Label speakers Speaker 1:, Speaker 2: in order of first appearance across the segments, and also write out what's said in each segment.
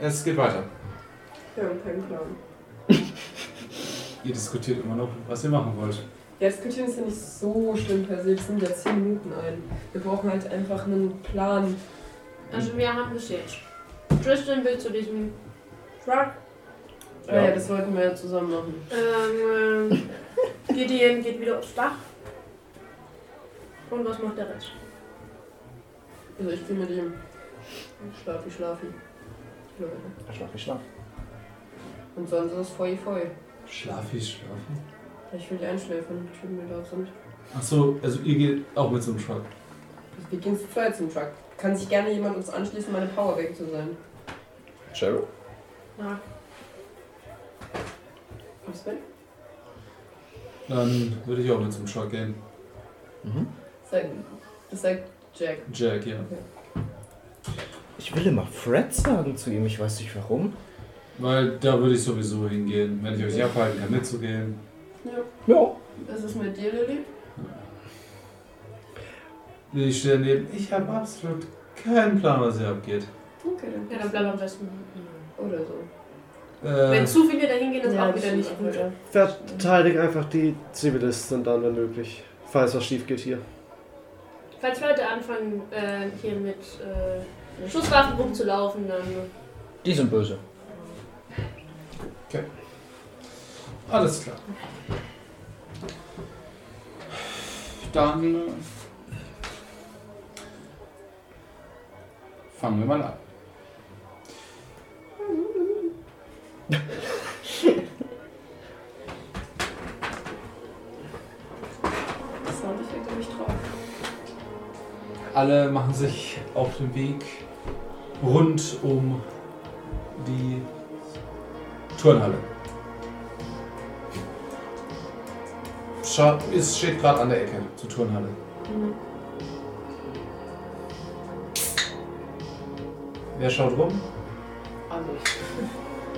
Speaker 1: Es geht weiter.
Speaker 2: Ja, und keinen Plan.
Speaker 3: Ihr diskutiert immer noch, was ihr machen wollt.
Speaker 2: Ja, diskutieren ist ja nicht so schlimm per se. Es sind ja 10 Minuten ein. Wir brauchen halt einfach einen Plan.
Speaker 4: Also wir haben bis jetzt. Tristan will zu diesem Truck.
Speaker 2: Ja. Naja, das wollten wir ja zusammen machen.
Speaker 4: Ähm, ähm, Gideon geht wieder aufs Dach. Und was macht der Rest?
Speaker 2: Also ich bin mit ihm. Schlafi, schlafi. Leute.
Speaker 5: Schlaf, ich schlaf.
Speaker 2: Und sonst ist es voll, voll.
Speaker 3: Schlafi, schlafen.
Speaker 2: Ich will die einschläfern, die Typen, die da sind.
Speaker 3: Achso, also ihr geht auch mit so einem Truck.
Speaker 2: Also wir gehen zu zweit zum Truck. Kann sich gerne jemand uns anschließen, meine Powerbank zu sein.
Speaker 5: Cheryl?
Speaker 4: Ja.
Speaker 2: Was denn?
Speaker 3: Dann würde ich auch mit zum Truck gehen.
Speaker 5: Mhm.
Speaker 2: Sag, das sagt Jack.
Speaker 3: Jack, ja.
Speaker 5: Ich will immer Fred sagen zu ihm, ich weiß nicht warum.
Speaker 3: Weil da würde ich sowieso hingehen, wenn ich euch nicht abhalten kann, mitzugehen.
Speaker 2: Ja.
Speaker 5: Ja.
Speaker 2: Was ist mit dir, Lilly?
Speaker 3: Ich stehe daneben. Ich habe absolut keinen Plan, was hier abgeht.
Speaker 2: Okay, dann.
Speaker 4: Ja, dann bleib am besten.
Speaker 2: Oder so.
Speaker 3: Äh,
Speaker 4: Wenn zu viele dahin gehen, ist
Speaker 2: Ja,
Speaker 4: auch wieder
Speaker 2: stimmt
Speaker 4: nicht
Speaker 2: auch
Speaker 4: gut.
Speaker 2: wieder.
Speaker 6: Verteidig einfach die Zivilisten dann, wenn möglich. Falls was schief geht hier.
Speaker 4: Falls Leute anfangen, äh, hier mit äh, Schusswaffen rumzulaufen, dann.
Speaker 5: Die sind böse.
Speaker 3: Alles klar.
Speaker 1: Dann äh, fangen wir mal an.
Speaker 2: Das Soundeffekt habe ich drauf.
Speaker 3: Alle machen sich auf den Weg rund um die Turnhalle.
Speaker 1: Scha es steht gerade an der Ecke.
Speaker 3: Zur Turnhalle.
Speaker 1: Wer schaut rum?
Speaker 2: Also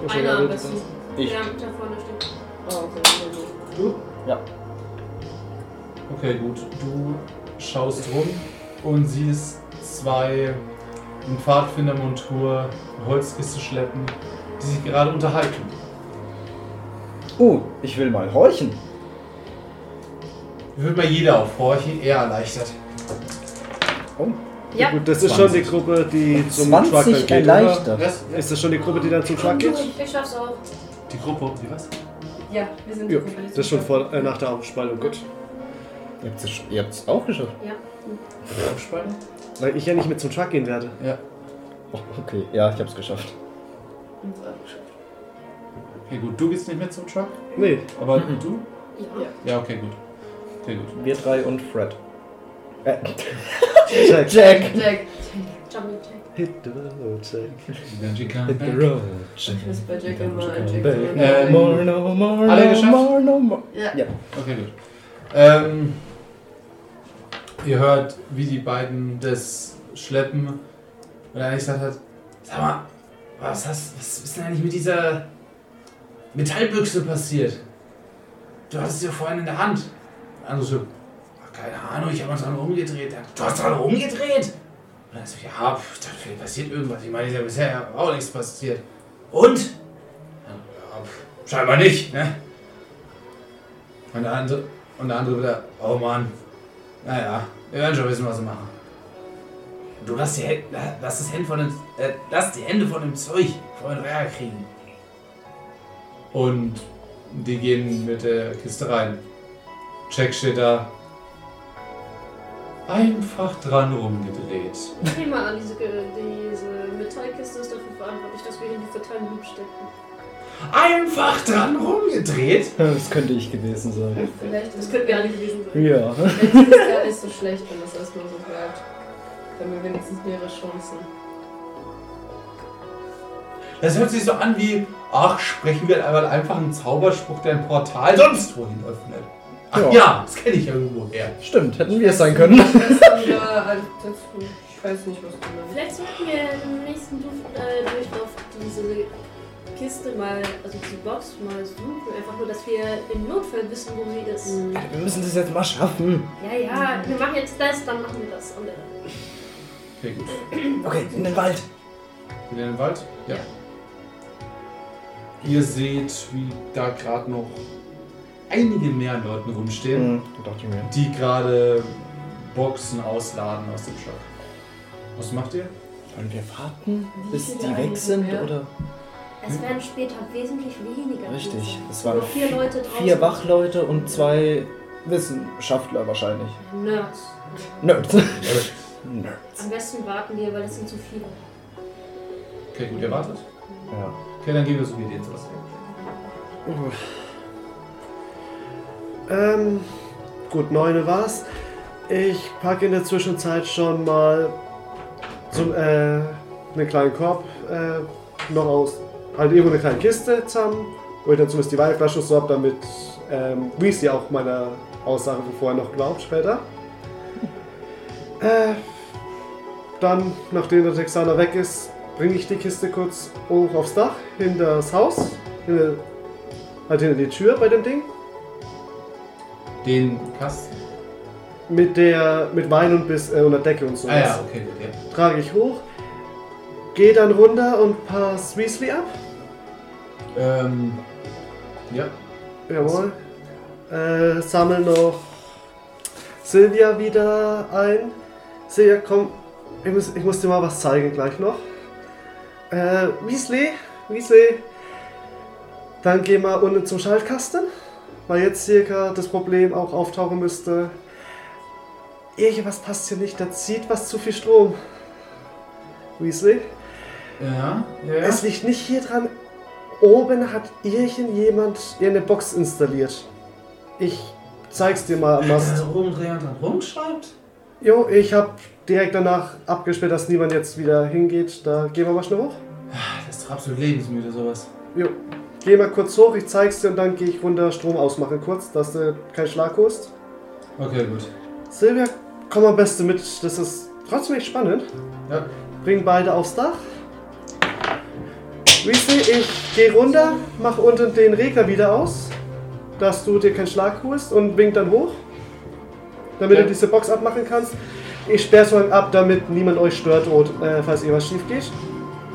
Speaker 2: ich.
Speaker 4: Einer am besten.
Speaker 5: Ich.
Speaker 4: Ja, da vorne steht.
Speaker 2: Oh, okay. also ich.
Speaker 3: Okay, gut. Du schaust rum und siehst zwei in Pfadfindermontur eine Holzkiste schleppen, die sich gerade unterhalten.
Speaker 5: Oh, ich will mal horchen.
Speaker 3: Wird mal jeder auf Horchen eher erleichtert.
Speaker 4: Ja.
Speaker 6: Gut, das ist schon die
Speaker 5: 20.
Speaker 6: Gruppe, die zum Truck dann
Speaker 5: 20
Speaker 6: geht, oder?
Speaker 5: erleichtert.
Speaker 1: Was?
Speaker 6: Ist das schon die Gruppe, die dann zum Truck geht?
Speaker 4: Ich schaff's auch.
Speaker 3: Die Gruppe, die was?
Speaker 2: Ja, wir sind
Speaker 6: Ja,
Speaker 2: die Gruppe, die
Speaker 6: das ist schon vor, äh, nach der Aufspaltung. Gut.
Speaker 5: Ihr habt es- Ihr habt es auch geschafft.
Speaker 4: Ja.
Speaker 1: Abspalten?
Speaker 6: Weil ich ja nicht mit zum Truck gehen werde.
Speaker 1: Ja.
Speaker 5: Oh, okay, ja, ich hab's geschafft.
Speaker 2: uns abgeschafft.
Speaker 1: Okay, gut. Du gehst nicht mit zum Truck,
Speaker 6: Nee,
Speaker 1: aber
Speaker 3: Mhm.
Speaker 1: du?
Speaker 4: Ja.
Speaker 1: Ja, okay, gut. Okay, gut.
Speaker 5: Wir drei und Fred. Äh,
Speaker 6: check.
Speaker 5: Jack!
Speaker 2: Jack,
Speaker 4: Jummy Jack.
Speaker 6: Hit the road, check.
Speaker 3: Dann die Kamera.
Speaker 5: road,
Speaker 2: ich muss bei Jack immer
Speaker 5: Jack.
Speaker 2: einchecken.
Speaker 5: Oh,
Speaker 1: Äh,
Speaker 2: Äh,
Speaker 5: More, no more,
Speaker 1: Alle
Speaker 5: no
Speaker 1: geschafft?
Speaker 5: more, no more.
Speaker 2: ja.
Speaker 1: Okay, gut.
Speaker 3: Ähm, ihr hört, wie die beiden das schleppen. Und er eigentlich sagt hat, sag mal, was, hast, was ist denn eigentlich mit dieser Metallbüchse passiert? Du hattest sie ja vorhin in der Hand. Der andere so, "Ach, keine Ahnung, ich habe uns dran rumgedreht. Er, Du hast dran rumgedreht? Und er so, ja, pf, ich dachte, vielleicht passiert irgendwas. Ich meine, ist ja bisher auch nichts passiert. Und? Ja, pf, scheinbar nicht, ne? Und der andere, und der andere wieder, oh Mann, naja, wir werden schon wissen, was wir machen. Du lass die, Hä- la- lass das Hände von dem, äh, lass die Hände von dem Zeug vor den Ärger kriegen. Und die gehen mit der Kiste rein. Jack steht da. Einfach dran rumgedreht.
Speaker 4: Ich nehme mal an, diese, diese Metallkiste ist dafür verantwortlich, dass wir in die totalen Loop stecken.
Speaker 3: Einfach dran rumgedreht?
Speaker 5: Das könnte ich gewesen sein.
Speaker 2: Vielleicht
Speaker 4: Das
Speaker 2: ist
Speaker 4: könnten wir alle gewesen sein.
Speaker 5: Ja.
Speaker 2: vielleicht ist es gar nicht so schlecht, wenn das erstmal so bleibt. Dann haben wir wenigstens mehrere Chancen.
Speaker 3: Das hört sich so an wie, ach, sprechen wir einmal einfach einen Zauberspruch, der ein Portal sonst wohin öffnet. Ach ja,
Speaker 5: Ja.
Speaker 3: das kenne ich irgendwo her.
Speaker 5: Stimmt, hätten wir es sein können.
Speaker 2: Das ist dann wieder ein- das- Ich weiß nicht, was du meinst.
Speaker 4: Vielleicht sollten wir im nächsten Durf- äh, Durchlauf diese Kiste mal, also diese Box mal suchen. Einfach nur, dass wir im Notfall wissen, wo sie ist.
Speaker 2: Mhm.
Speaker 5: Wir müssen das jetzt mal schaffen.
Speaker 4: Ja, ja, wir machen jetzt das, dann machen wir das andere.
Speaker 3: Okay, gut.
Speaker 5: Okay, in den Wald.
Speaker 3: Wieder in den Wald? Ja. Ihr seht, wie da gerade noch einige mehr Leuten rumstehen,
Speaker 5: Hm,
Speaker 7: Mhm. Dachte ich mir.
Speaker 3: die gerade Boxen ausladen aus dem Shop. Was macht ihr?
Speaker 7: Sollen wir warten,
Speaker 8: Wie
Speaker 7: bis
Speaker 8: viele
Speaker 7: die weg
Speaker 8: eigentlich
Speaker 7: sind?
Speaker 8: mehr?
Speaker 7: Oder?
Speaker 4: Es werden später wesentlich weniger.
Speaker 7: Richtig.
Speaker 4: gewesen.
Speaker 7: Es waren
Speaker 4: Nur vier
Speaker 7: vi-
Speaker 4: Leute draußen.
Speaker 7: Vier Wachleute und zwei Wissenschaftler wahrscheinlich.
Speaker 4: Nerds.
Speaker 7: Nerds. Nerds.
Speaker 4: Am besten warten wir, weil es sind zu viele.
Speaker 3: Okay, gut, ihr wartet.
Speaker 7: Ja.
Speaker 3: Okay, dann gehen wir so wie den zurück.
Speaker 6: Ähm, gut, neune war's. Ich packe in der Zwischenzeit schon mal so, äh, einen kleinen Korb äh, noch aus, halt irgendwo eine kleine Kiste zusammen, wo ich dann zumindest die Weinflasche so habe, damit ähm, Weasley auch meiner Aussage von vorher noch glaubt später. Äh, dann, nachdem der Texaner weg ist, bringe ich die Kiste kurz hoch aufs Dach, hinter das Haus, hinter, halt hinter die Tür bei dem Ding.
Speaker 3: Den Kasten?
Speaker 6: Mit der, mit Wein und bis äh, unter Decke und so.
Speaker 3: Ah ja, okay, gut, ja.
Speaker 6: Trage ich hoch, gehe dann runter und pass Weasley ab.
Speaker 3: Ähm, ja.
Speaker 6: Jawohl. Äh, sammel noch Silvia wieder ein. Silvia, komm, ich muss, ich muss dir mal was zeigen gleich noch. Äh, Weasley, Weasley, dann geh mal unten zum Schaltkasten, weil jetzt circa das Problem auch auftauchen müsste. Irgendwas passt hier nicht, da zieht was zu viel Strom. Weasley?
Speaker 3: Ja, ja, ja.
Speaker 6: Es liegt nicht hier dran. Oben hat irgendjemand eine Box installiert. Ich zeig's dir mal am
Speaker 3: Äh,
Speaker 6: Mast.
Speaker 3: rumdrehen und dann rumschreibt?
Speaker 6: Jo, ich hab direkt danach abgesperrt, dass niemand jetzt wieder hingeht. Da gehen wir mal schnell hoch.
Speaker 3: Ah, Das ist doch absolut lebensmüde, sowas.
Speaker 6: Jo. Geh mal kurz hoch, ich zeig's dir und dann gehe ich runter Strom ausmachen kurz, dass du keinen Schlag holst.
Speaker 3: Okay, gut.
Speaker 6: Silvia, komm am besten mit. Das ist trotzdem echt spannend.
Speaker 3: Ja.
Speaker 6: Bring beide aufs Dach. Weasley, ich gehe runter, mach unten den Regler wieder aus, dass du dir keinen Schlag holst und wink dann hoch, damit
Speaker 3: Ja.
Speaker 6: du diese Box abmachen kannst. Ich sperr's mal ab, damit niemand euch stört, und, äh, falls irgendwas schief geht.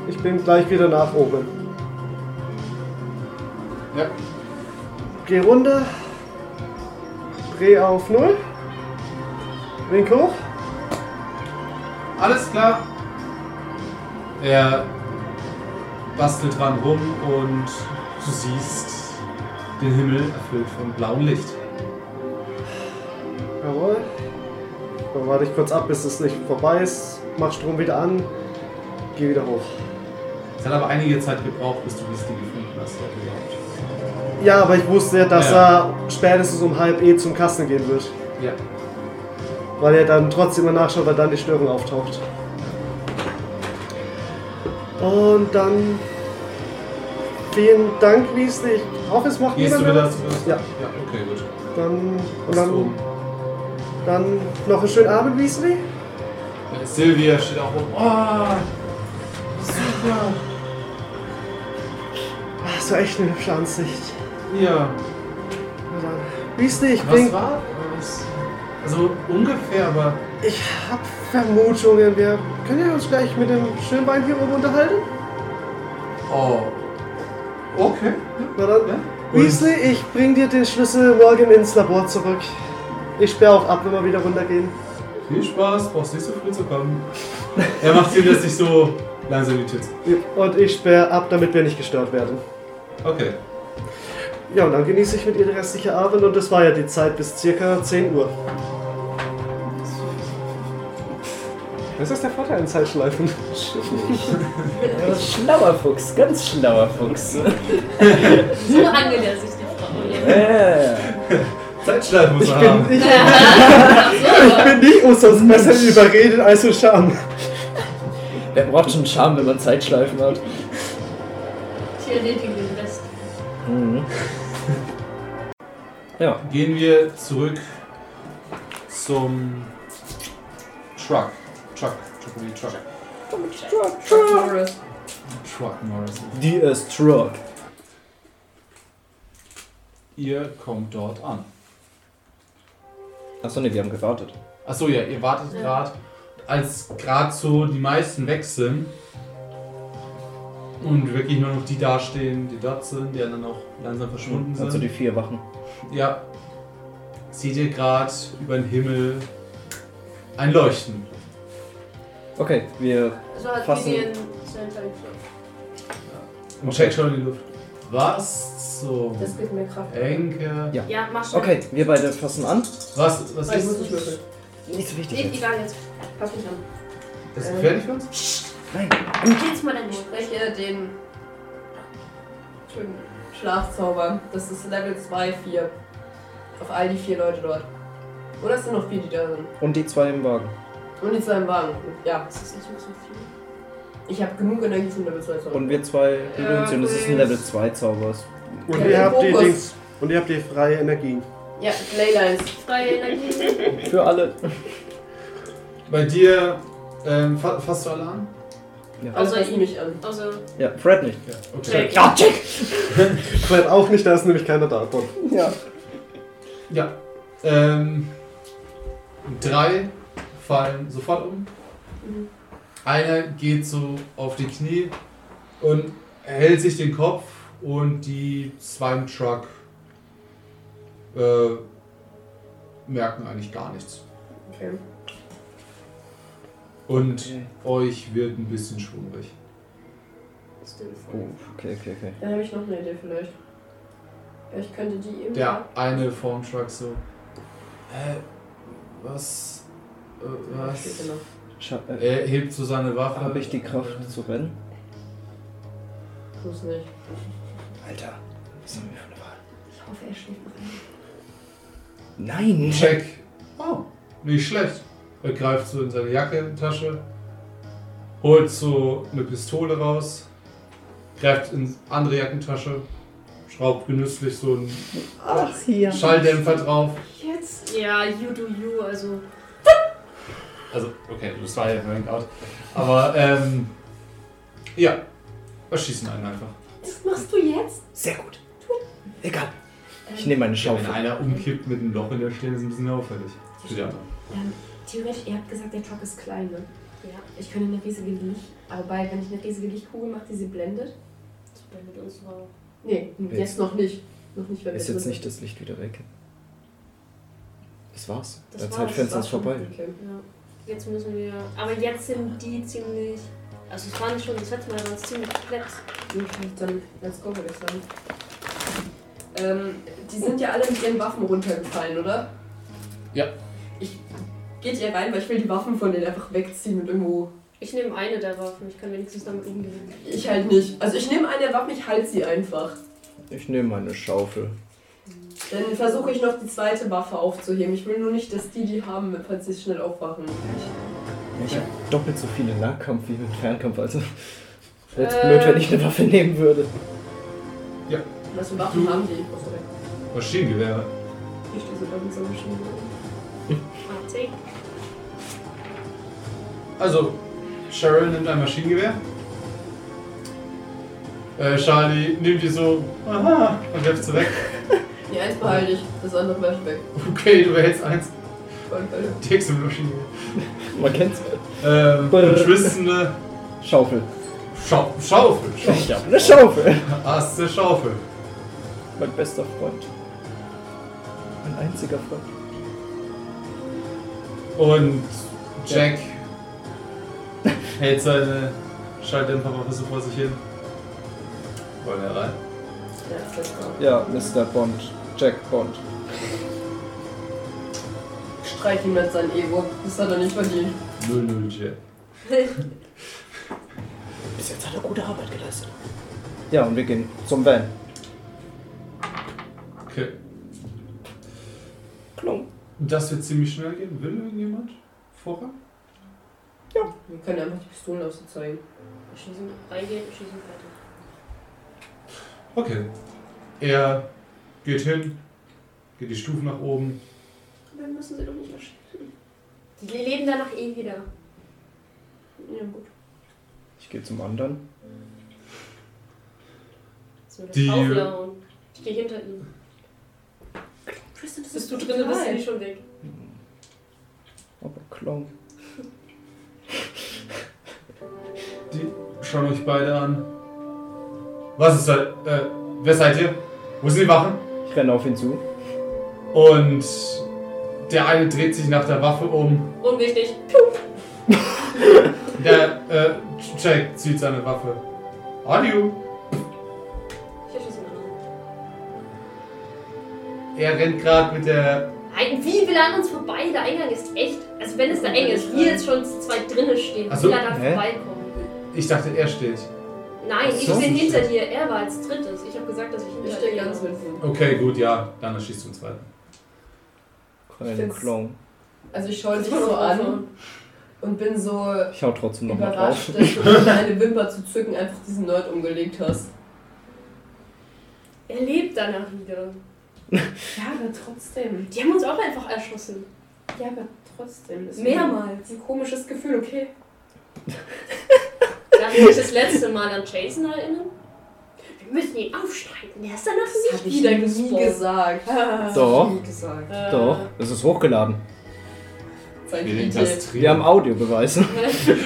Speaker 6: Ich bin gleich wieder nach oben.
Speaker 3: Ja.
Speaker 6: Geh runter, dreh auf null, wink hoch.
Speaker 3: Alles klar. Er bastelt dran rum und du siehst den Himmel erfüllt von blauem Licht.
Speaker 6: Jawohl. Dann warte ich kurz ab, bis das Licht vorbei ist. Mach Strom wieder an. Geh wieder hoch.
Speaker 3: Es hat aber einige Zeit gebraucht, bis du Misty gefunden hast.
Speaker 6: Ja, aber ich wusste ja, dass
Speaker 3: Ja.
Speaker 6: er spätestens um halb eh zum Kasten gehen wird.
Speaker 3: Ja.
Speaker 6: Weil er dann trotzdem mal nachschaut, weil dann die Störung auftaucht. Und dann. Vielen Dank, Weasley. Ich hoffe, es macht
Speaker 3: Gehst du
Speaker 6: niemand
Speaker 3: wieder
Speaker 6: mehr.
Speaker 3: zu
Speaker 6: Ja.
Speaker 3: ja, okay, gut.
Speaker 6: Dann, und
Speaker 3: Bist um.
Speaker 6: dann,
Speaker 3: oben.
Speaker 6: dann noch einen schönen Abend, Weasley.
Speaker 3: Ja, Silvia Äh, steht auch rum. Oh, super.
Speaker 6: Ach, Ah, so echt eine hübsche Ansicht.
Speaker 3: Ja.
Speaker 6: Na dann. Weasley, ich
Speaker 3: Was
Speaker 6: bring
Speaker 3: war? Was? Also ungefähr, aber
Speaker 6: Ich hab Vermutungen. Wir können ja uns gleich mit dem Schönbein hier oben unterhalten.
Speaker 3: Oh. Okay.
Speaker 6: Na dann.
Speaker 3: Ja.
Speaker 6: Weasley, ich bring dir den Schlüssel morgen ins Labor zurück. Ich sperre auch ab, wenn wir wieder runtergehen.
Speaker 3: Viel Spaß, brauchst nicht so früh zu kommen. er macht sie, dass ich so langsam die Tür zu.
Speaker 6: Und ich sperre ab, damit wir nicht gestört werden.
Speaker 3: Okay.
Speaker 6: Ja, und dann genieße ich mit ihr den restlichen Abend und das war ja die Zeit bis circa 10 Uhr. Das ist der Vorteil an Zeitschleifen.
Speaker 7: Ja, Schlauer Fuchs, ganz schlauer Fuchs.
Speaker 4: So angelehr sich die Frau.
Speaker 7: Äh.
Speaker 3: Zeitschleifen muss
Speaker 6: Ich
Speaker 3: er
Speaker 6: bin,
Speaker 3: haben.
Speaker 6: ich, ich bin nicht umsonst besser überredet als so Scham.
Speaker 7: Wer braucht schon Charme, wenn man Zeitschleifen hat?
Speaker 4: Ich erledige den Rest.
Speaker 7: Mhm. Ja.
Speaker 3: Gehen wir zurück zum Truck. Truck. Chocolate Truck.
Speaker 8: Morris.
Speaker 3: Truck Morris.
Speaker 7: DS Truck.
Speaker 3: Ihr kommt dort an.
Speaker 7: Achso, ne, wir haben gewartet.
Speaker 3: Achso, ja, ihr wartet
Speaker 4: Ja.
Speaker 3: gerade. Als gerade so die meisten weg sind, Und wirklich nur noch die dastehen, die dort sind, die dann auch langsam verschwunden sind.
Speaker 5: Also die vier Wachen.
Speaker 3: Ja. Seht ihr gerade über den Himmel ein Leuchten.
Speaker 5: Okay, wir.
Speaker 4: So hat
Speaker 5: Fassen.
Speaker 4: Gideon seinen Teil geschafft.
Speaker 3: Und
Speaker 5: Okay.
Speaker 3: checkt schon die Luft. Was zum
Speaker 2: Das gibt mir Kraft.
Speaker 3: Enke?
Speaker 5: Ja.
Speaker 4: Ja, mach schon.
Speaker 5: Okay, wir beide fassen an.
Speaker 3: Was, was
Speaker 2: Ah, Ich
Speaker 3: ist
Speaker 2: muss nicht würfeln.
Speaker 5: Nicht so wichtig.
Speaker 4: Nee,
Speaker 5: Jetzt.
Speaker 4: egal jetzt. Pass mich an.
Speaker 3: das
Speaker 2: Ähm.
Speaker 3: ist gefährlich für uns?
Speaker 4: Und jetzt mal dein
Speaker 2: Ich
Speaker 4: Wort.
Speaker 2: spreche den Entschuldigung, Schlafzauber. Das ist Level 2, 4. Auf all die vier Leute dort. Oder es sind noch vier, die da sind.
Speaker 5: Und die zwei im Wagen.
Speaker 2: Und die zwei im Wagen. Ja,
Speaker 4: Das ist nicht mehr so viel.
Speaker 2: ich habe genug Energie zum Level 2 Zauber.
Speaker 5: Und wir zwei Illusion. Das ist ein Level 2 Zauber.
Speaker 6: Und
Speaker 2: Ja,
Speaker 6: ihr habt die
Speaker 2: Fokus.
Speaker 6: Dings. Und ihr habt die freie Energien.
Speaker 2: ja, Playlines.
Speaker 4: Freie Energie.
Speaker 5: Für alle.
Speaker 3: Bei dir ähm, fa fasst du alle an?
Speaker 2: Also
Speaker 4: Außer
Speaker 2: ich
Speaker 4: ihm.
Speaker 2: mich an.
Speaker 4: Also,
Speaker 5: Ja, Fred nicht.
Speaker 3: Ja.
Speaker 4: check.
Speaker 5: Ja, check!
Speaker 6: Fred auch nicht, da ist nämlich keiner da. Bob.
Speaker 5: Ja.
Speaker 3: Ja. Ähm, drei fallen sofort um.
Speaker 2: Mhm.
Speaker 3: Einer geht so auf die Knie und hält sich den Kopf und die zwei im Truck äh, merken eigentlich gar nichts.
Speaker 2: Okay.
Speaker 3: Und euch wird ein bisschen schwummrig.
Speaker 4: Still
Speaker 5: Oh,
Speaker 4: voll.
Speaker 5: okay, okay, okay.
Speaker 2: Dann habe ich noch eine Idee vielleicht. Ich könnte die eben.
Speaker 3: Der eine vorm Truck so. Hä? Was? Äh,
Speaker 2: Steht
Speaker 3: was?
Speaker 2: da noch.
Speaker 5: Scha äh,
Speaker 3: Er hebt so seine Waffe.
Speaker 5: Habe ich die Kraft zu rennen?
Speaker 2: Tu's nicht.
Speaker 5: Alter, was haben wir für eine Wahl?
Speaker 2: Ich hoffe, er schläft noch ein.
Speaker 5: Nein!
Speaker 3: Check. Oh, nicht schlecht. Er greift so in seine Jackentasche, holt so eine Pistole raus, greift in andere Jackentasche, schraubt genüsslich so einen
Speaker 5: Ach, hier.
Speaker 3: Schalldämpfer drauf.
Speaker 4: Jetzt? Ja, you do you, also.
Speaker 3: Also, okay, das war ja Hangout. Aber, ähm, ja, wir schießen einen einfach.
Speaker 4: Das machst du jetzt?
Speaker 5: Sehr gut. Egal.
Speaker 2: Ähm,
Speaker 5: Ich nehme meine
Speaker 3: Ja, wenn
Speaker 5: Schaufel.
Speaker 3: einer umkippt mit einem Loch in der Stirn, ist ein bisschen auffällig. Für die anderen.
Speaker 9: Ähm, theoretisch, ihr habt gesagt, der Truck ist klein, ne? Ja. Ich könnte eine riesige Licht, aber bei, wenn ich eine riesige Lichtkugel mache, die sie blendet.
Speaker 4: Das blendet uns auch.
Speaker 2: Nee, jetzt noch nicht. Noch nicht, weil wir
Speaker 5: Ist jetzt
Speaker 2: müssen.
Speaker 5: nicht das Licht wieder weg. Das war's.
Speaker 4: Das
Speaker 5: Das
Speaker 4: war's,
Speaker 5: Zeitfenster
Speaker 2: das
Speaker 5: ist vorbei.
Speaker 2: Okay.
Speaker 4: Ja. Jetzt müssen wir. Aber jetzt sind die ziemlich. Also, es waren schon das letzte Mal, waren es ziemlich komplex.
Speaker 2: Okay, Hm, dann let's go, würde ich sagen. Ähm, die sind ja alle mit ihren Waffen runtergefallen, oder?
Speaker 3: Ja.
Speaker 2: Ich geht ihr rein, weil ich will die Waffen von denen einfach wegziehen und irgendwo.
Speaker 4: Ich nehme eine der Waffen, ich kann wenigstens damit umgehen.
Speaker 2: Ich halt nicht. Also ich nehme eine der Waffen, ich halte sie einfach.
Speaker 5: Ich nehme meine Schaufel.
Speaker 2: Dann versuche ich noch die zweite Waffe aufzuheben. Ich will nur nicht, dass die die haben, falls sie schnell aufwachen.
Speaker 5: Ich habe doppelt so viele Nahkampf wie mit Fernkampf, also. Wäre jetzt
Speaker 4: Äh.
Speaker 5: blöd, wenn ich eine Waffe nehmen würde.
Speaker 2: Was für Waffen
Speaker 3: Du-
Speaker 2: haben die? Oh, sorry.
Speaker 3: Maschinengewehre.
Speaker 2: Ich stehe so da mit so einem Schienen.
Speaker 4: Ah, take.
Speaker 3: Also, Cheryl nimmt ein Maschinengewehr. Äh, Charlie nimmt die so, aha, und wirft sie weg.
Speaker 2: Die eins behalte ich, das andere werfe ich weg.
Speaker 3: Okay, du behältst eins.
Speaker 2: Voll geil.
Speaker 3: Dicks im Maschinengewehr.
Speaker 5: Man kennt's.
Speaker 3: Ähm,
Speaker 5: Brrr.
Speaker 3: und Tristan eine
Speaker 5: Schaufel.
Speaker 3: Schau Schaufel. Schaufel.
Speaker 5: Ich habe eine Schaufel.
Speaker 3: Hast du Schaufel.
Speaker 5: Mein bester Freund. Mein einziger Freund.
Speaker 3: Und Jack hält seine Schalldämpferwaffe so vor sich hin. Wollen wir rein?
Speaker 2: Ja, das ist klar.
Speaker 5: Ja, Mr. Bond. Jack Bond.
Speaker 2: Streich ihm jetzt sein Ego. Das hat er nicht verdient.
Speaker 3: 0-0 Jack.
Speaker 5: Bis jetzt hat er gute Arbeit geleistet. Ja, und wir gehen zum Van.
Speaker 3: Okay.
Speaker 5: Klung.
Speaker 3: Das wird ziemlich schnell gehen. Will irgendjemand vorher?
Speaker 2: Wir können einfach die Pistolen auf sie zeigen.
Speaker 4: Schießen, reingehen, schießen, fertig.
Speaker 3: Okay. Er geht hin, geht die Stufen nach oben.
Speaker 4: Aber wir müssen sie doch nicht erschießen. Die leben danach eh wieder. Ja, gut.
Speaker 5: Ich gehe zum anderen.
Speaker 4: So,
Speaker 3: Die-
Speaker 4: die Auflauen. Ich stehe hinter ihm.
Speaker 9: Tristan, das
Speaker 4: Bist du drin, bist du nicht schon weg.
Speaker 5: Aber Klong.
Speaker 3: Die schauen euch beide an. was ist da? Äh, wer seid ihr? Wo sind die Wachen?
Speaker 5: Ich renne auf ihn zu.
Speaker 3: Und der eine dreht sich nach der Waffe um.
Speaker 4: Unwichtig.
Speaker 3: Der äh, Jack zieht seine Waffe. Adieu.
Speaker 4: Ich erschieße ihn anderen.
Speaker 3: Er rennt gerade mit der.
Speaker 4: Ein- Wie will er an uns vorbei? Der Eingang ist echt. Also, wenn es da eng ist, wir jetzt schon zu zweit drinnen stehen,
Speaker 3: Ach so,
Speaker 4: will er da
Speaker 5: hä?
Speaker 4: vorbeikommen.
Speaker 3: Ich dachte, er steht.
Speaker 4: Nein, ich
Speaker 5: so.
Speaker 4: bin hinter dir. Er war als drittes. Ich habe gesagt, dass ich
Speaker 2: Ich
Speaker 4: hinter
Speaker 2: stehe
Speaker 4: dir
Speaker 2: ganz
Speaker 4: bin.
Speaker 2: mit Wut.
Speaker 3: Okay, gut, ja. Dann erschießt du einen zweiten.
Speaker 5: Kleine
Speaker 2: find's-
Speaker 5: Clown.
Speaker 2: Also ich schaue dich so an und bin so
Speaker 5: Ich hau trotzdem nochmal
Speaker 2: überrascht,
Speaker 5: drauf.
Speaker 2: dass du ohne eine Wimper zu zücken einfach diesen Nerd umgelegt hast.
Speaker 4: Er lebt danach wieder.
Speaker 2: Ja, aber trotzdem.
Speaker 4: Die haben uns auch einfach erschossen.
Speaker 2: Ja, aber trotzdem. Das ist
Speaker 4: Mehrmals.
Speaker 2: ein komisches Gefühl, okay?
Speaker 4: Darf ich mich das letzte Mal an Jason erinnern? Wir müssen ihn aufstreiten. Der ist danach
Speaker 2: Hab
Speaker 4: nicht
Speaker 2: ich
Speaker 4: wieder
Speaker 2: nie
Speaker 4: gespawnt.
Speaker 2: gesagt.
Speaker 5: Doch.
Speaker 2: Nie gesagt.
Speaker 4: Äh,
Speaker 5: Doch, es ist hochgeladen.
Speaker 2: Zeig
Speaker 10: will ihn
Speaker 2: Ite.
Speaker 10: kastrieren.
Speaker 5: Wir haben Audiobeweise.
Speaker 10: Ich will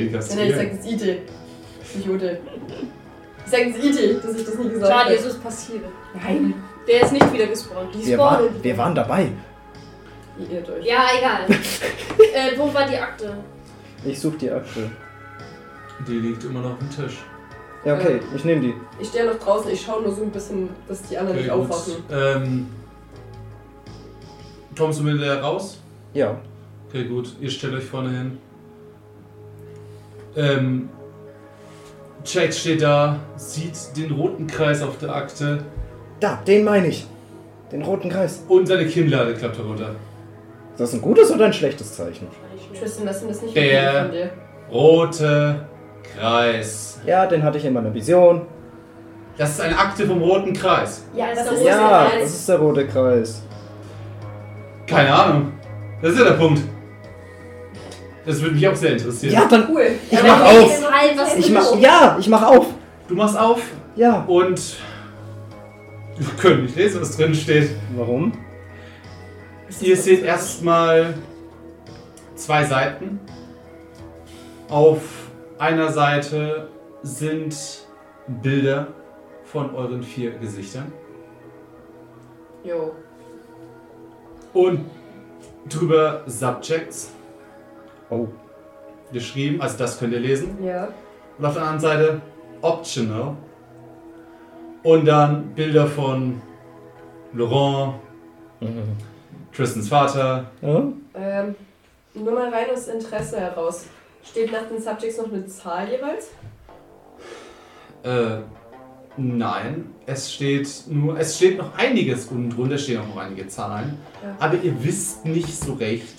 Speaker 10: ihn
Speaker 2: Nein, ich sag
Speaker 10: kastrieren.
Speaker 2: das Ite. Idiote. Ich sag das Ite, dass ich das nie gesagt
Speaker 4: Schade,
Speaker 2: habe.
Speaker 4: es ist passiert.
Speaker 2: Nein.
Speaker 4: Der ist nicht wieder gespawnt. Die
Speaker 5: Wir, war,
Speaker 4: spawnen.
Speaker 5: wir waren dabei.
Speaker 2: Ihr irrt euch.
Speaker 4: Ja, egal. äh, wo war die Akte?
Speaker 5: Ich suche die Akte.
Speaker 3: Die liegt immer noch auf dem Tisch.
Speaker 5: Ja, okay, ich nehme die.
Speaker 2: Ich stehe noch draußen, ich schaue nur so ein bisschen, dass die anderen
Speaker 3: Okay,
Speaker 2: nicht
Speaker 3: gut.
Speaker 2: aufwachen.
Speaker 3: Ähm, kommst du mit der raus?
Speaker 5: Ja.
Speaker 3: Okay, gut. Ihr stellt euch vorne hin. Ähm, Jack steht da, sieht den roten Kreis auf der Akte
Speaker 5: Da, den meine ich. Den roten Kreis.
Speaker 3: und seine Kinnlade klappt herunter.
Speaker 5: Ist das ein gutes oder ein schlechtes Zeichen?
Speaker 2: Tristan, lass mir das nicht
Speaker 3: Der-
Speaker 2: verkennen von dir.
Speaker 3: Rote Kreis.
Speaker 5: Ja, den hatte ich in meiner Vision.
Speaker 3: Das ist eine Akte vom roten Kreis.
Speaker 2: Ja, das
Speaker 4: das
Speaker 2: ist
Speaker 4: ist
Speaker 5: Ja,
Speaker 4: Kreis?
Speaker 5: das ist der rote Kreis.
Speaker 3: Keine Ahnung. Das ist ja der Punkt. Das würde mich auch sehr interessieren.
Speaker 5: Ja, dann.
Speaker 2: cool.
Speaker 5: Ich
Speaker 4: Aber
Speaker 5: mach
Speaker 4: wenn
Speaker 5: auf.
Speaker 4: wir halt was
Speaker 5: Ich
Speaker 4: drin
Speaker 5: mach.
Speaker 4: steht,
Speaker 5: Ja, ich mach auf.
Speaker 3: Du machst auf
Speaker 5: Ja.
Speaker 3: und. Wir können nicht lesen, was drin steht.
Speaker 5: Warum?
Speaker 3: Ihr seht erstmal zwei Seiten. Auf einer Seite sind Bilder von euren vier Gesichtern.
Speaker 2: Jo.
Speaker 3: Und drüber Subjects
Speaker 5: Oh.
Speaker 3: geschrieben, also das könnt ihr lesen.
Speaker 2: Ja.
Speaker 3: Und auf der anderen Seite Optional. Und dann Bilder von Laurent,
Speaker 5: Mhm.
Speaker 3: Tristans Vater.
Speaker 5: Ja?
Speaker 2: Ähm, nur mal rein aus Interesse heraus. Steht nach den Subjects noch eine Zahl jeweils?
Speaker 3: Äh, nein, es steht nur, es steht noch einiges unten drunter, stehen auch noch einige Zahlen,
Speaker 2: Ja.
Speaker 3: aber ihr wisst nicht so recht,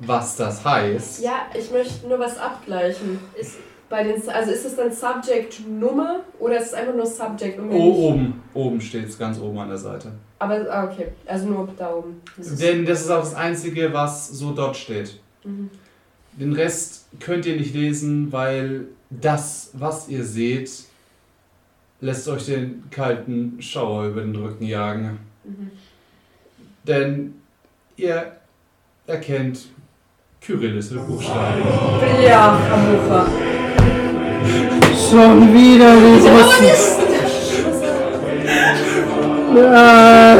Speaker 3: was das heißt.
Speaker 2: Ja, ich möchte nur was abgleichen.
Speaker 4: Ist,
Speaker 2: Bei den, also ist es dann Subject-Nummer oder ist es einfach nur Subject? Und wenn ich-
Speaker 3: Oh, oben, oben steht es, ganz oben an der Seite.
Speaker 2: Aber, ah, okay. Also nur da oben. Das ist-
Speaker 3: Denn das ist auch das Einzige, was so dort steht.
Speaker 2: Mhm.
Speaker 3: Den Rest könnt ihr nicht lesen, weil das, was ihr seht, lässt euch den kalten Schauer über den Rücken jagen.
Speaker 2: Mhm.
Speaker 3: Denn ihr erkennt kyrillische Buchstaben.
Speaker 2: Ja, Hamufa.
Speaker 5: Schon wieder die Russen. Nein.
Speaker 2: Ja!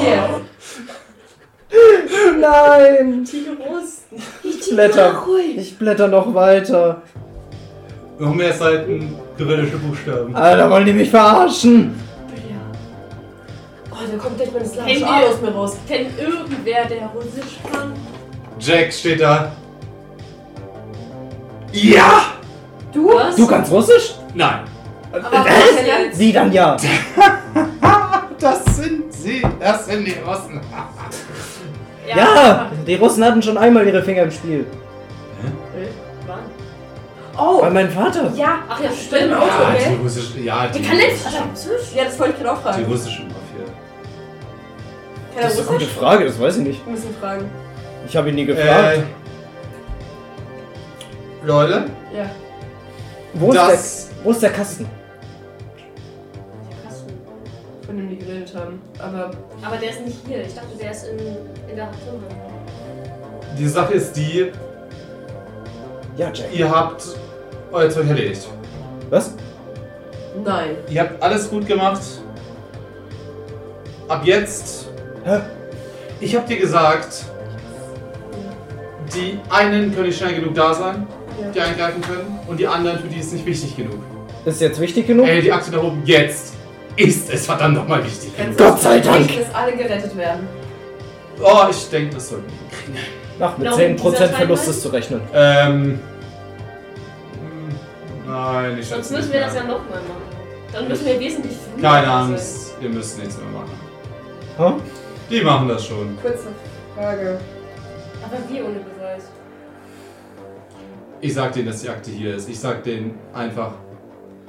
Speaker 2: Yeah.
Speaker 5: Nein.
Speaker 4: groß.
Speaker 5: Ich blätter. Ich blätter noch weiter.
Speaker 3: Noch mehr Seiten kyrillische Buchstaben.
Speaker 5: Alter, wollen die mich verarschen?
Speaker 2: Oh, da kommt gleich mal das
Speaker 4: Hey,
Speaker 2: Lachen
Speaker 4: wir-
Speaker 2: aus mir raus.
Speaker 4: Kennt irgendwer, der Russisch kann?
Speaker 3: Jack steht da. Ja!
Speaker 2: Du?
Speaker 4: Was?
Speaker 5: Du Äh, kannst Russisch?
Speaker 3: Nein.
Speaker 4: Aber was jetzt?
Speaker 5: Sie dann ja.
Speaker 3: Das sind sie. Das sind die Russen.
Speaker 5: Ja, die Russen hatten schon einmal ihre Finger im Spiel.
Speaker 4: Wann?
Speaker 5: Bei
Speaker 2: Oh!
Speaker 5: meinem Vater.
Speaker 2: Ja!
Speaker 4: Ach ja, stimmt.
Speaker 2: Stimmt.
Speaker 3: Ja,
Speaker 2: Okay.
Speaker 3: Ah, die russische. Ja, die,
Speaker 4: Die kann nicht. Französisch.
Speaker 2: Ja, das wollte ich gerade
Speaker 3: die
Speaker 2: auch fragen.
Speaker 3: russische Mafia.
Speaker 2: Kann er Russisch?
Speaker 5: Frage, das weiß ich nicht.
Speaker 2: Wir müssen fragen.
Speaker 5: Ich habe ihn nie
Speaker 3: Äh, Leute,
Speaker 2: Ja.
Speaker 5: wo, ist
Speaker 3: das.
Speaker 5: der, wo ist der Kasten?
Speaker 2: von dem die geredet haben. Aber
Speaker 4: Aber der ist nicht hier. Ich dachte, der ist in, in der Firma.
Speaker 3: Die Sache ist die,
Speaker 5: Ja, Jack.
Speaker 3: Ihr habt euer Zeug erledigt.
Speaker 5: Was?
Speaker 2: Nein.
Speaker 3: Ihr habt alles gut gemacht. Ab jetzt.
Speaker 5: Hä?
Speaker 3: Ich hab dir gesagt, die einen können nicht schnell genug da sein,
Speaker 2: Ja.
Speaker 3: die eingreifen können, und die anderen, für die ist nicht wichtig genug.
Speaker 5: Ist jetzt wichtig genug?
Speaker 3: Ey, die Aktie da oben, jetzt ist es verdammt nochmal wichtig.
Speaker 2: Ganz
Speaker 5: Gott sei
Speaker 2: wichtig,
Speaker 5: Dank.
Speaker 2: Dass alle gerettet werden.
Speaker 3: Oh, ich denke, das sollten wir hinkriegen.
Speaker 5: Ach, mit
Speaker 4: Glauben
Speaker 5: 10%
Speaker 4: dieser
Speaker 5: Verlust
Speaker 4: Timeline?
Speaker 5: ist zu rechnen.
Speaker 3: Ähm. mh, Nein, ich
Speaker 4: Sonst
Speaker 3: schätze
Speaker 4: müssen
Speaker 3: nicht
Speaker 4: wir
Speaker 3: mehr.
Speaker 4: das ja nochmal machen. Dann müssen wir wesentlich früher
Speaker 3: Keine
Speaker 4: da sein.
Speaker 3: Angst, ihr müsst nichts mehr machen.
Speaker 5: Hä?
Speaker 3: Die machen das schon.
Speaker 2: Kurze Frage.
Speaker 4: Aber wir ohne Beweis.
Speaker 3: Ich sag denen, dass die Akte hier ist. Ich sag denen einfach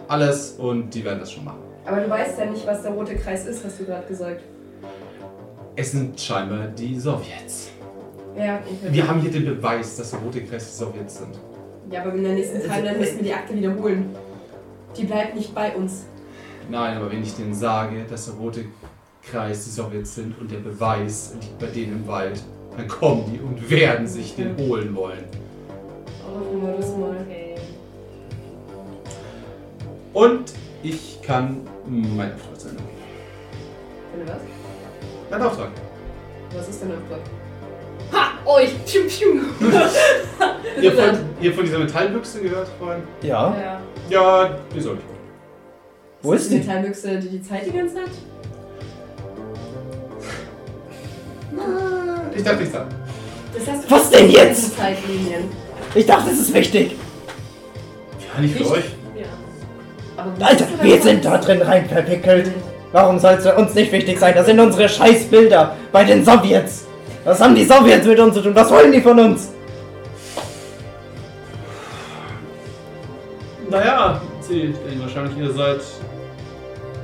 Speaker 3: alles und die werden das schon machen.
Speaker 2: Aber du weißt ja nicht, was der rote Kreis ist, hast du gerade gesagt.
Speaker 3: Es sind scheinbar die Sowjets.
Speaker 2: Ja, okay.
Speaker 3: Wir haben hier den Beweis, dass der Rote Kreis die Sowjets sind.
Speaker 2: Ja, aber in der
Speaker 5: Also,
Speaker 2: nächsten
Speaker 5: äh,
Speaker 2: Timeline müssen wir die Akte wiederholen. Die bleibt nicht bei uns.
Speaker 3: Nein, aber wenn ich denen sage, dass der Rote Kreis die Sowjets sind und der Beweis liegt bei denen im Wald, dann kommen die und werden sich den holen wollen.
Speaker 2: Hoffen wir das mal.
Speaker 4: Okay.
Speaker 3: Und ich kann meinen Auftrag sein.
Speaker 2: Wenn du was?
Speaker 3: Mein Auftrag.
Speaker 2: Was ist denn Auftrag?
Speaker 4: Ha! Oh, Euch! Pium, pium!
Speaker 3: Ihr habt von, ihr habt von dieser Metallbüchse gehört, Freund?
Speaker 5: Ja.
Speaker 4: Ja.
Speaker 3: Ja, die soll ich.
Speaker 5: Wo ist
Speaker 2: die?
Speaker 5: die?
Speaker 2: Metallbüchse, die die Zeit die ganze Zeit?
Speaker 3: Ich darf nichts sagen.
Speaker 2: Das heißt,
Speaker 5: Was denn jetzt?
Speaker 2: Die Zeitlinien.
Speaker 5: Ich dachte, es ist wichtig.
Speaker 3: Ja, nicht für
Speaker 4: Nicht-
Speaker 3: euch.
Speaker 4: Ja.
Speaker 2: Aber wo
Speaker 5: Alter,
Speaker 2: bist du
Speaker 5: wir
Speaker 2: denn
Speaker 5: sind da
Speaker 2: jetzt?
Speaker 5: drin rein verwickelt. Warum soll es uns nicht wichtig sein? Das sind unsere Scheißbilder bei den Sowjets. Was haben die Sowjets mit uns zu tun? Was wollen die von uns?
Speaker 3: Naja, sie denken wahrscheinlich, ihr seid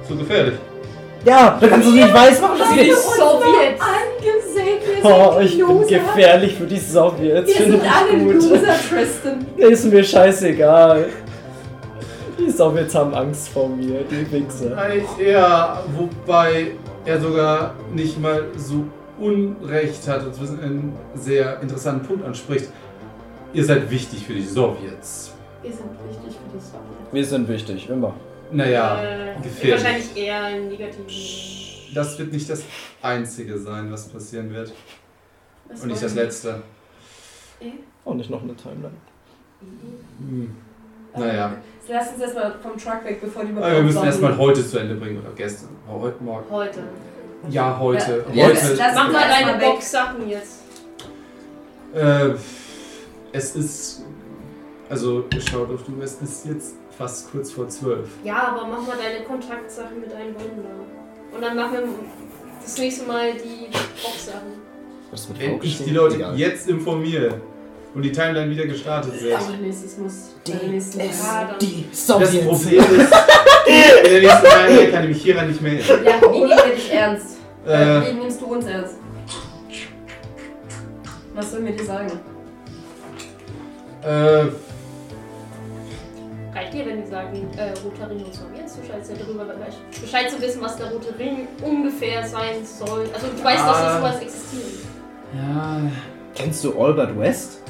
Speaker 3: zu gefährlich.
Speaker 5: Ja, du kannst es nicht weiß machen, dass wir
Speaker 4: Die
Speaker 5: nicht
Speaker 4: Sowjets!
Speaker 2: Angesehen, wir sind
Speaker 5: Oh, ich bin
Speaker 2: Loser.
Speaker 5: gefährlich für die Sowjets.
Speaker 2: Wir
Speaker 5: Finde
Speaker 2: sind alle
Speaker 5: ich gut.
Speaker 2: Loser, Tristan.
Speaker 5: Ist mir scheißegal. Die Sowjets haben Angst vor mir, die Wichser.
Speaker 3: Eigentlich eher, wobei er sogar nicht mal so Unrecht hat und so einen sehr interessanten Punkt anspricht. Ihr seid wichtig für die Sowjets.
Speaker 11: Wir sind wichtig für die Sache.
Speaker 5: Wir sind wichtig, immer.
Speaker 3: Naja,
Speaker 4: Äh,
Speaker 3: gefährlich.
Speaker 4: Wahrscheinlich eh. eher im negativen.
Speaker 3: das wird nicht das Einzige sein, was passieren wird.
Speaker 11: Was
Speaker 3: Und nicht das
Speaker 11: wollen-
Speaker 3: Letzte.
Speaker 5: Auch nicht noch eine Timeline.
Speaker 3: Hm. Naja,
Speaker 2: Lass uns erstmal vom Truck weg, bevor die
Speaker 3: aber wir müssen
Speaker 2: aufwachen.
Speaker 3: erstmal heute zu Ende bringen oder gestern. Oh, Heute Morgen.
Speaker 4: Heute.
Speaker 3: Ja, heute.
Speaker 2: Ja,
Speaker 3: heute.
Speaker 2: lass-
Speaker 4: Mach mal
Speaker 2: erst mal
Speaker 4: deine
Speaker 2: weg.
Speaker 4: Boxsachen jetzt.
Speaker 3: Äh, es ist. Also, schau auf du, es ist jetzt fast kurz vor zwölf.
Speaker 4: Ja, aber mach mal deine Kontaktsachen mit einbauen da. Und dann machen wir das nächste Mal die Boxsachen.
Speaker 5: Was mit
Speaker 3: Wenn ich die Leute jetzt informiere und die Timeline wieder gestartet wird.
Speaker 2: Aber nächstes Also, muss.
Speaker 5: Die
Speaker 2: äh, nächstes
Speaker 5: ist-
Speaker 2: Mal.
Speaker 4: Ja, dann.
Speaker 5: Die
Speaker 3: Das
Speaker 5: Sowjets.
Speaker 3: Problem ist, in der nächsten Timeline kann ich mich hieran nicht mehr erinnern.
Speaker 2: Ja, wie nehmen wir dich ernst?
Speaker 3: Äh,
Speaker 2: Wie nimmst du uns ernst? Was sollen wir dir sagen?
Speaker 3: äh,
Speaker 4: Reicht dir, wenn die sagen, äh, roter Ring und Sowjets, du scheinst ja darüber gleich Bescheid zu wissen, was der rote Ring ungefähr sein soll. Also du weißt, dass
Speaker 3: Ah.
Speaker 4: das sowas existiert.
Speaker 3: ja.
Speaker 5: Kennst du Albert West?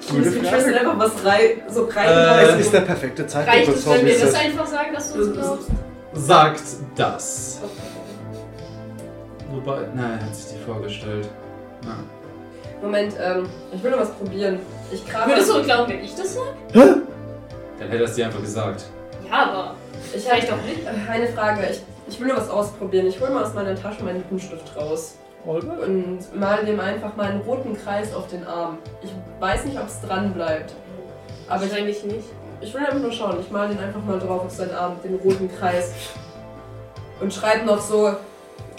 Speaker 2: Ich
Speaker 3: Gute
Speaker 2: muss den Tristan
Speaker 3: Frage.
Speaker 2: einfach was rein, so
Speaker 3: Äh,
Speaker 2: rein.
Speaker 6: Es ist der perfekte Zeitpunkt,
Speaker 4: Reicht
Speaker 6: um
Speaker 4: es, wenn wir das
Speaker 6: Sowjets.
Speaker 4: einfach sagen, dass du uns glaubst?
Speaker 3: Sagt das.
Speaker 4: Okay.
Speaker 3: Wobei, nein, er hat sich die vorgestellt. Ja.
Speaker 2: Moment, ähm, ich will noch was probieren. Ich grabe.
Speaker 4: Würdest du glauben, wenn ich das sage?
Speaker 3: Dann hätte er es dir einfach gesagt.
Speaker 4: Ja, aber
Speaker 2: ich
Speaker 4: vielleicht
Speaker 2: habe
Speaker 4: auch nicht.
Speaker 2: eine Frage. Ich, ich will nur was ausprobieren. Ich hole mal aus meiner Tasche meinen Lippenstift raus
Speaker 5: Albert?
Speaker 2: und mal dem einfach mal einen roten Kreis auf den Arm. Ich weiß nicht, ob es dran bleibt. Aber ich,
Speaker 4: Wahrscheinlich nicht.
Speaker 2: ich will einfach nur schauen. Ich male den einfach mal drauf auf seinen Arm, den roten Kreis. Und schreibe noch so,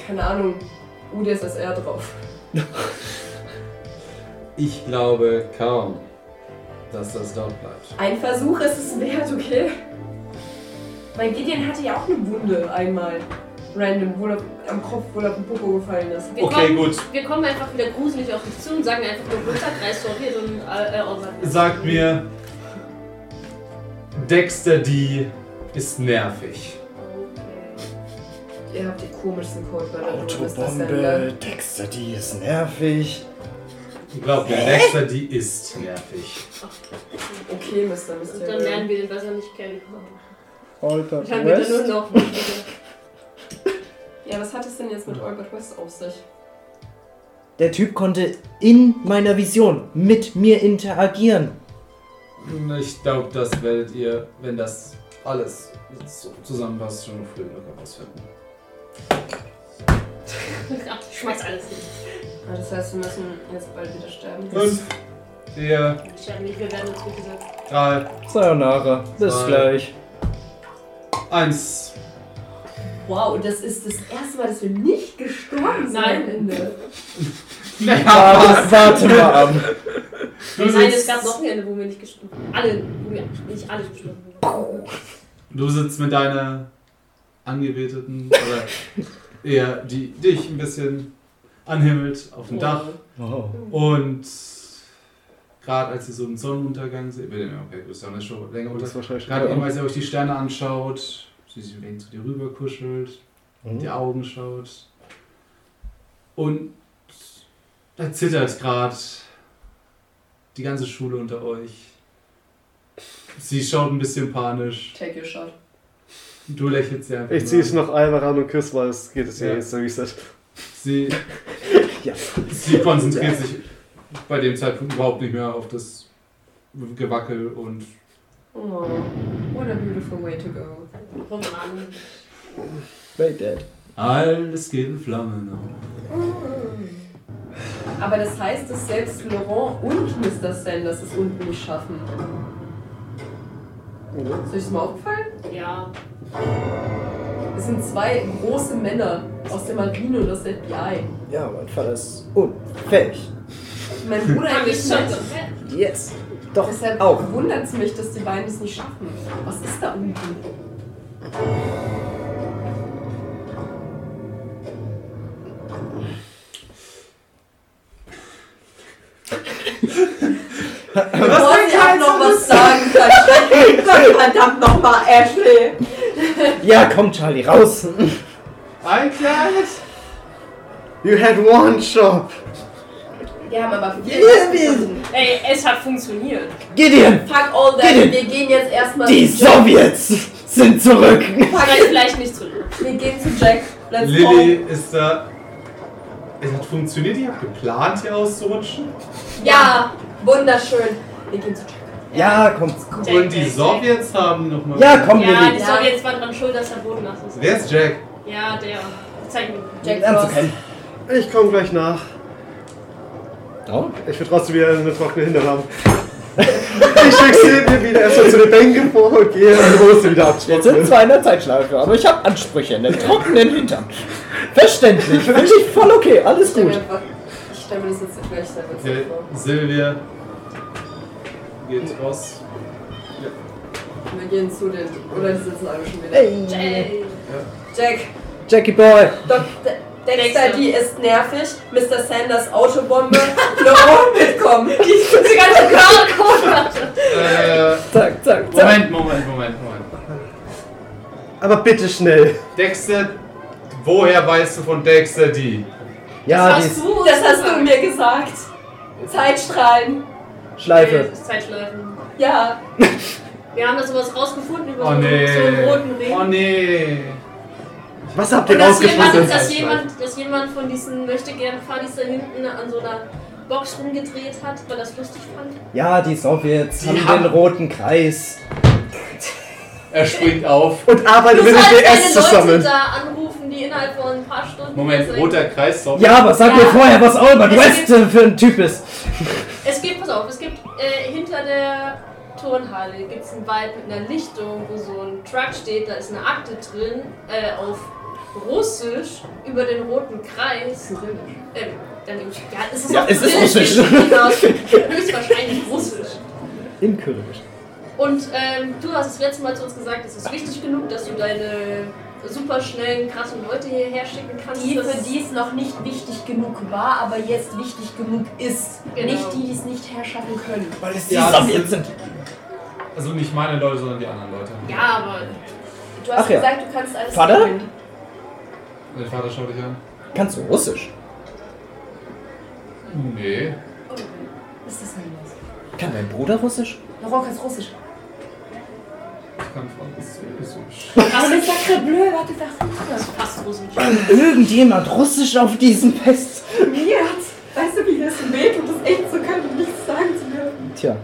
Speaker 2: keine Ahnung, UdSSR drauf.
Speaker 3: Ich glaube kaum, dass das dort bleibt.
Speaker 2: Ein Versuch ist es wert, okay? Mein Gideon hatte ja auch eine Wunde einmal. Random, wo er am Kopf, wo er auf den Popo gefallen ist.
Speaker 4: Wir
Speaker 3: Okay,
Speaker 4: kommen,
Speaker 3: gut.
Speaker 4: Wir kommen einfach wieder gruselig auf dich zu und sagen einfach nur roter Kreis, Sowjet und äh, äh, Orbit.
Speaker 3: Sagt mir, Dexter D ist nervig.
Speaker 4: Okay.
Speaker 2: Ihr habt die komischsten Codewörter. du bist das Sender.
Speaker 5: Autobombe, Dexter, die ist nervig.
Speaker 3: Ich glaube, der Dexter, die ist nervig.
Speaker 2: Okay, Mr.
Speaker 4: Und dann lernen
Speaker 2: Mysterio.
Speaker 4: wir den besser nicht kennen.
Speaker 5: Alter,
Speaker 4: Dann wird er nur
Speaker 5: West?
Speaker 4: noch
Speaker 2: Ja, was hat es denn jetzt mit Albert West auf sich?
Speaker 5: Der Typ konnte in meiner Vision mit mir interagieren.
Speaker 3: Ich glaube, das werdet ihr, wenn das alles so zusammenpasst, schon früh genug herausfinden.
Speaker 4: Ich schmeiß alles hin.
Speaker 2: Ah, Das heißt, wir müssen jetzt bald wieder sterben.
Speaker 3: Fünf, vier,
Speaker 4: Ich sag nicht, wir werden uns wie gesagt
Speaker 3: drei,
Speaker 5: Sayonara, bis
Speaker 3: Bye.
Speaker 5: gleich.
Speaker 3: eins.
Speaker 2: Wow, das ist das erste Mal, dass wir nicht gestorben sind.
Speaker 4: Nein.
Speaker 2: am Ende.
Speaker 3: Naja,
Speaker 5: Warte, warte mal ab.
Speaker 3: du
Speaker 4: Nein, es
Speaker 3: sitzt,
Speaker 4: gab Wochenende, wo wir nicht gestorben Alle, wo wir nicht alle gestorben haben.
Speaker 3: du sitzt mit deiner angebeteten, oder eher die dich ein bisschen anhimmelt auf dem Dach.
Speaker 5: Oh.
Speaker 3: Und gerade als ihr so einen Sonnenuntergang seht, wenn ihr- okay, du bist ja auch nicht schon länger
Speaker 6: Das
Speaker 3: unter.
Speaker 6: ist wahrscheinlich
Speaker 3: Gerade eben, als ihr euch die Sterne anschaut, sie sich ein wenig zu dir rüber kuschelt, in die
Speaker 5: Hm?
Speaker 3: Augen schaut. Und da zittert gerade die ganze Schule unter euch. Sie schaut ein bisschen panisch.
Speaker 2: Take your shot.
Speaker 3: Du lächelst sie einfach.
Speaker 6: Ich
Speaker 3: nur
Speaker 6: ziehe es
Speaker 3: an.
Speaker 6: noch einmal ran und küsse, weil es geht es ja
Speaker 3: Ja.
Speaker 6: jetzt eh so wie es ist.
Speaker 3: Sie,
Speaker 6: Ja.
Speaker 3: sie konzentriert sich bei dem Zeitpunkt überhaupt nicht mehr auf das Gewackel und
Speaker 2: Oh, what a beautiful way to go.
Speaker 4: Roman.
Speaker 5: Wait, Dad.
Speaker 3: Alles geht in Flammen auf.
Speaker 2: Aber das heißt, dass selbst Laurent und Mr. Sanders es unten nicht schaffen.
Speaker 6: Mhm.
Speaker 2: Ist euch das mal aufgefallen?
Speaker 4: Ja.
Speaker 2: Es sind zwei große Männer aus der Marine und aus der FBI.
Speaker 5: Ja, mein Vater ist unfähig.
Speaker 2: Mein Bruder
Speaker 4: Haben wir
Speaker 2: eigentlich
Speaker 4: schon
Speaker 2: nicht.
Speaker 4: so. Hä?
Speaker 5: Yes. Doch,
Speaker 2: Deshalb
Speaker 5: auch.
Speaker 2: wundert es mich, dass die beiden es nicht schaffen. Was ist da unten? Bevor sie auch noch was sagen kann, steck doch verdammt nochmal, Ashley.
Speaker 5: Ja, komm, Charlie, raus.
Speaker 3: Ein kleines!
Speaker 6: You had one shot!
Speaker 2: Wir haben aber viel
Speaker 5: Yeah,
Speaker 4: Ey, es hat funktioniert.
Speaker 5: Gideon,
Speaker 2: Fuck all that,
Speaker 5: Bitte.
Speaker 2: wir gehen jetzt erstmal
Speaker 5: die
Speaker 2: zu Jack.
Speaker 5: Sowjets sind zurück.
Speaker 4: Kann ich vielleicht nicht zurück.
Speaker 2: Wir gehen zu Jack. Let's
Speaker 3: Lilly ist da. Es hat funktioniert, ihr habt geplant, hier auszurutschen.
Speaker 2: go. Ja, wunderschön. Wir gehen zu Jack.
Speaker 5: Ja, komm.
Speaker 4: Jack,
Speaker 3: Und die
Speaker 4: Jack,
Speaker 3: Sowjets haben nochmal.
Speaker 5: Ja, komm,
Speaker 4: Ja,
Speaker 5: Lilly.
Speaker 4: die
Speaker 2: Ja.
Speaker 4: Sowjets waren dran schuld, dass er Boden nass ist.
Speaker 3: Wer ist Jack?
Speaker 4: Ja, der. Ich zeig ihm.
Speaker 2: Jack
Speaker 5: Lernst
Speaker 2: Frost.
Speaker 5: du kennen.
Speaker 6: Ich komme gleich nach.
Speaker 5: Oh.
Speaker 6: Ich will trotzdem wieder eine trockene Hände haben. ich fixiere mir wieder erstmal zu den Bänken vor und gehe meine Hose wieder
Speaker 5: Wir sind
Speaker 6: abtrocknen.
Speaker 5: zwar in der Zeitschleife, aber ich habe Ansprüche in den trockenen Hintern. Verständlich, finde ich voll okay, alles
Speaker 2: Ich stelle mir,
Speaker 5: gut.
Speaker 2: einfach- ich stell mir das jetzt gleich sehr
Speaker 3: Okay,
Speaker 2: witzig vor.
Speaker 3: Silvia geht raus.
Speaker 2: Wir gehen zu den. Oder die sitzen alle schon wieder.
Speaker 5: Hey,
Speaker 4: Ey.
Speaker 2: Jack,
Speaker 5: Jackie Boy.
Speaker 2: Dok De- Dexter,
Speaker 4: Dexter.
Speaker 2: die ist nervig. Mr. Sanders Autobombe. Laurent mitkommen. Diese ganze
Speaker 3: Äh,
Speaker 5: Zack, zack, zack.
Speaker 3: Moment, Moment, Moment, Moment.
Speaker 6: Aber bitte schnell.
Speaker 3: Dexter, woher weißt du von Dexter die?
Speaker 5: Ja, die
Speaker 4: hast
Speaker 5: ist
Speaker 4: du?
Speaker 2: Das hast du mir gesagt. Zeitstrahlen.
Speaker 5: Schleife.
Speaker 4: Zeitschleifen.
Speaker 2: Ja.
Speaker 4: Wir haben da sowas rausgefunden über
Speaker 3: Oh
Speaker 4: so,
Speaker 3: nee.
Speaker 4: so einen roten Ring.
Speaker 3: Oh nee.
Speaker 6: Was habt ihr
Speaker 4: Und dass
Speaker 6: rausgefunden?
Speaker 4: jemand, dass, jemand, dass jemand von diesen möchte gerne Fadis da hinten an so einer Box rumgedreht hat, weil er es lustig fand.
Speaker 5: Ja, die Sowjets
Speaker 3: Die
Speaker 5: haben
Speaker 3: haben-
Speaker 5: den roten Kreis.
Speaker 3: Er springt auf.
Speaker 6: Und arbeite
Speaker 4: Du
Speaker 6: mit dem
Speaker 5: halt
Speaker 4: sollst
Speaker 6: BS
Speaker 4: deine halt Leute
Speaker 6: zusammen.
Speaker 4: da anrufen, die innerhalb von ein paar Stunden.
Speaker 3: Moment,
Speaker 4: Also,
Speaker 3: roter Kreis, Sowjets.
Speaker 5: Ja, aber sag mir
Speaker 4: Ja.
Speaker 5: vorher, was Albert
Speaker 4: Es
Speaker 5: West
Speaker 4: gibt-
Speaker 5: äh, für ein Typ ist.
Speaker 4: Es gibt, pass auf, es gibt äh, hinter der Turnhalle gibt es einen Wald mit einer Lichtung, wo so ein Truck steht, da ist eine Akte drin, äh, auf Russisch über den roten Kreis. Ähm, dann irgendwie, ja, es ist,
Speaker 5: Ja,
Speaker 4: auf
Speaker 5: es ist
Speaker 4: Russisch.
Speaker 5: Russisch.
Speaker 4: Genau, es ist höchstwahrscheinlich Russisch.
Speaker 5: Im Kürbis.
Speaker 4: Und ähm, du hast das letzte Mal zu uns gesagt, es ist wichtig genug, dass du deine superschnellen, krassen Leute hierher schicken kannst.
Speaker 12: Die,
Speaker 4: dass-
Speaker 12: für die es noch nicht wichtig genug war, aber jetzt wichtig genug ist.
Speaker 4: Genau.
Speaker 12: Nicht die, die es nicht herschaffen können.
Speaker 5: Weil es
Speaker 3: die
Speaker 5: die
Speaker 3: Ja, das Sowjets
Speaker 5: Sowjets sind.
Speaker 3: Also nicht meine Leute, sondern die anderen Leute.
Speaker 4: ja, aber
Speaker 2: Du hast
Speaker 5: Ach ja.
Speaker 2: gesagt, du kannst alles
Speaker 5: Vater?
Speaker 2: sammeln.
Speaker 3: Dein Vater schaut dich an.
Speaker 5: Kannst du Russisch?
Speaker 3: Nee.
Speaker 13: Was ist das denn los?
Speaker 5: Kann dein Bruder Russisch?
Speaker 13: Laurent kannst Russisch.
Speaker 3: Ich kann Französisch.
Speaker 13: Aber das ist ja blöd, warte, das ist
Speaker 4: Fast Russen.
Speaker 5: Irgendjemand Russisch auf diesem Fest?
Speaker 13: Mir hat's. Weißt du, wie das weht und das echt so kann und nichts sagen zu dürfen?
Speaker 5: Tja,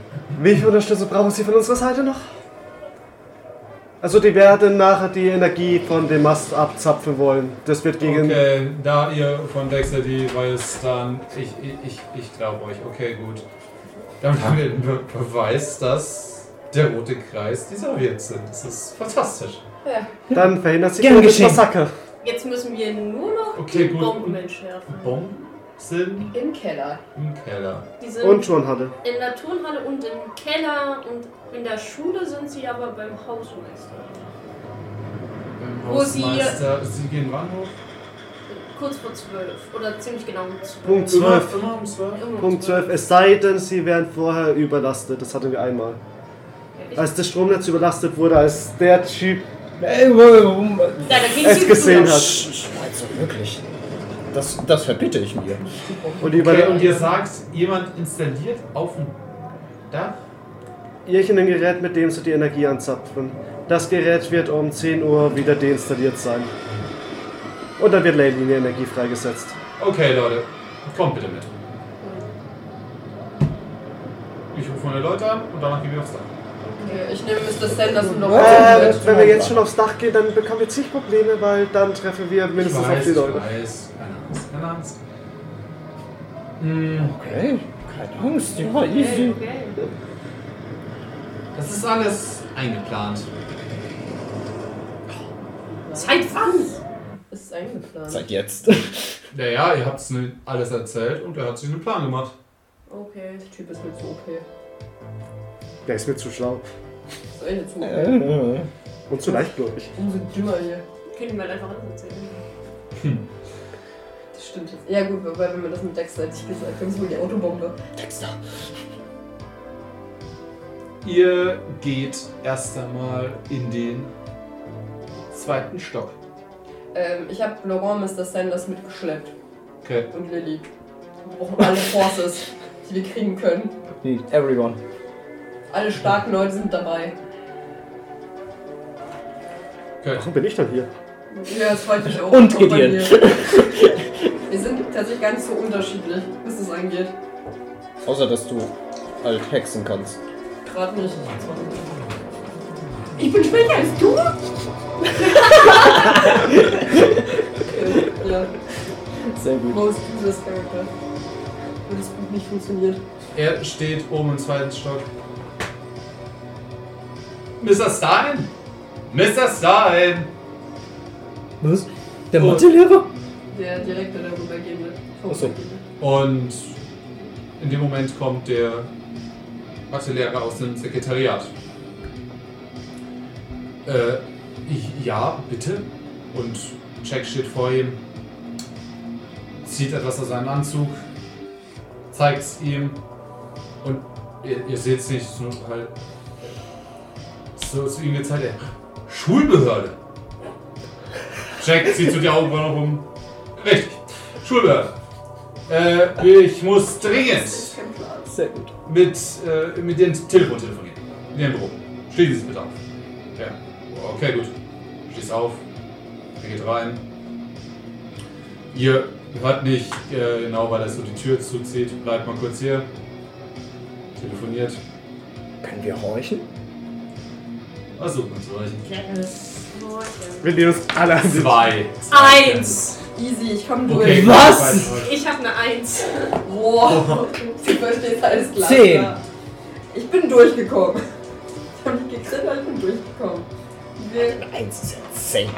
Speaker 6: Wie viel Unterstützung brauchen Sie von unserer Seite noch? Also die werden nachher die Energie von dem Mast abzapfen wollen. Das wird gegen...
Speaker 3: Okay, da ihr von Dexity weiß, dann ich, ich, ich, ich glaube euch. Okay, gut. Damit haben wir den Be Beweis, dass der rote Kreis die Sowjets sind. Das ist fantastisch.
Speaker 6: Dann verhindert sich
Speaker 5: Gern
Speaker 6: das
Speaker 5: geschehen.
Speaker 6: Massaker.
Speaker 4: Jetzt müssen wir nur noch
Speaker 3: Okay,
Speaker 4: die
Speaker 3: gut.
Speaker 4: Bomben entschärfen.
Speaker 3: Bomben sind
Speaker 2: Im Keller.
Speaker 3: im Keller.
Speaker 4: Die sind
Speaker 6: Und schon hatte.
Speaker 4: in der Turnhalle und im Keller und in der Schule sind sie aber beim Hausmeister.
Speaker 3: Beim
Speaker 4: Wo sie-
Speaker 3: Hausmeister. Sie gehen wann hoch?
Speaker 4: Kurz vor zwölf. Oder ziemlich genau um zwölf.
Speaker 6: Punkt 12.
Speaker 3: Immer, immer um 12.
Speaker 4: Irgendwo um
Speaker 6: Punkt 12. Es sei denn, sie werden vorher überlastet. Das hatten wir einmal. Als das Stromnetz überlastet wurde, als der Typ
Speaker 4: Ja, da ging
Speaker 6: es gesehen hat.
Speaker 5: also wirklich. Das, das verbitte ich mir.
Speaker 6: Und die
Speaker 3: Okay,
Speaker 6: Überla-
Speaker 3: und ihr sagt, jemand installiert auf dem Dach?
Speaker 6: Irgendein Gerät, mit dem sie die Energie anzapfen. Das Gerät wird um 10 Uhr wieder deinstalliert sein. Und dann wird Leylinie Energie freigesetzt.
Speaker 3: Okay, Leute, kommt bitte mit. Ich rufe meine Leute an und danach gehen wir aufs Dach.
Speaker 2: Okay, ich nehme Mr. Sanderson noch
Speaker 6: Äh,
Speaker 2: mit.
Speaker 6: wenn wir jetzt schon aufs Dach gehen, dann bekommen wir zig Probleme, weil dann treffen wir mindestens auf die Leute.
Speaker 3: weiß. Keine Angst, keine Angst. Hm,
Speaker 5: Okay, keine Angst, ja,
Speaker 4: Okay,
Speaker 5: easy.
Speaker 4: okay.
Speaker 3: Das ist alles eingeplant.
Speaker 4: Seit wann?
Speaker 2: Ist es eingeplant?
Speaker 5: Seit jetzt. Äh,
Speaker 3: Naja, ihr habt's ne- alles erzählt und er hat sich einen Plan gemacht.
Speaker 2: Okay, der Typ ist mir zu okay.
Speaker 6: Der ist mir zu schlau
Speaker 2: Ist echt zu okay.
Speaker 5: Äh,
Speaker 6: und zu leichtgläubig.
Speaker 2: Umso dümmer hier.
Speaker 4: Können wir halt einfach anders erzählen.
Speaker 2: Das stimmt jetzt. Ja gut, wobei, wenn man das mit Dexter hätte ich gesagt, dann ist wohl die Autobombe.
Speaker 5: Dexter.
Speaker 3: Ihr geht erst einmal in den zweiten Stock.
Speaker 2: Ähm, ich habe Laurent Mr. Sanders mitgeschleppt
Speaker 3: Okay.
Speaker 2: und Lilly. Auch alle Forces, die wir kriegen können.
Speaker 5: Need everyone.
Speaker 2: Alle starken Leute sind dabei.
Speaker 3: okay.
Speaker 6: Warum bin ich dann hier?
Speaker 2: Ja, das freut mich auch.
Speaker 5: Und
Speaker 2: Auch bei
Speaker 5: Gideon.
Speaker 2: mir. Wir sind tatsächlich gar nicht so unterschiedlich, was das angeht.
Speaker 5: Außer, dass du halt hexen kannst.
Speaker 2: Gerade nicht.
Speaker 13: Ich bin schwächer als du?
Speaker 2: Okay, ja.
Speaker 5: Sehr gut.
Speaker 2: Most useless Character. Und das Buch nicht funktioniert.
Speaker 3: Er steht oben im zweiten Stock. Mr. Stein! Mr. Stein!
Speaker 5: Was? Der
Speaker 3: Oh.
Speaker 5: Mathelehrer?
Speaker 2: Der Direktor der rübergehende.
Speaker 5: Ach so.
Speaker 3: Und in dem Moment kommt der Mathelehrer aus dem Sekretariat. Äh, ich- ja, bitte. Und Jack steht vor ihm, zieht etwas aus seinem Anzug, zeigt es ihm und ihr, ihr seht es nicht, es ist nur halt so zu ihm gezeigt. er, Schulbehörde! Jack zieht so die Augenbrauen rum. Richtig, Schulbehörde. Äh, ich muss dringend
Speaker 5: Sehr gut.
Speaker 3: mit, äh, mit dem Telefon telefonieren. In dem Büro. Schließen Sie es bitte auf. Ja. Okay, gut. Schließt auf. Er geht rein. Ihr hört nicht äh, genau, weil er so die Tür zuzieht. Bleibt mal kurz hier. Telefoniert.
Speaker 5: Können wir horchen?
Speaker 3: Versuchen uns zu reichen.
Speaker 6: Wir nehmen uns alle an die
Speaker 3: Zwei.
Speaker 4: Eins!
Speaker 2: Easy, ich komm durch.
Speaker 3: Okay,
Speaker 5: Was?
Speaker 3: gut,
Speaker 4: Ich hab eine Eins.
Speaker 2: Boah, du verstehst alles klar.
Speaker 5: Zehn.
Speaker 2: Ja. Ich bin durchgekommen. Ich hab nicht gekriegt, aber ich bin durchgekommen. Wir,
Speaker 5: Eins ist ja zehn.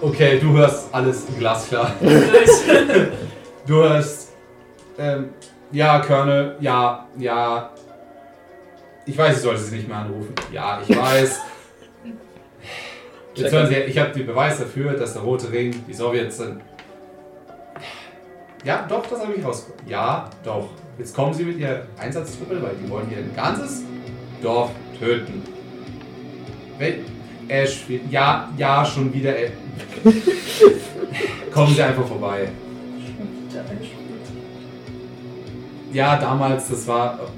Speaker 3: Okay, du hörst alles glasklar. Du hörst, ähm, ja, Colonel, ja, ja. Ich weiß, ich sollte sie nicht mehr anrufen. Ja, ich weiß. Jetzt hören Sie, ich habe den Beweis dafür, dass der rote Ring die Sowjets sind. Ja, doch, das habe ich rausgefunden. Ja, doch. Jetzt kommen Sie mit Ihrer Einsatzgruppe, weil die wollen hier ein ganzes Dorf töten. Wenn Ash, ja, ja, schon wieder. Ash. Kommen Sie einfach vorbei. Ja, damals, das war. oh,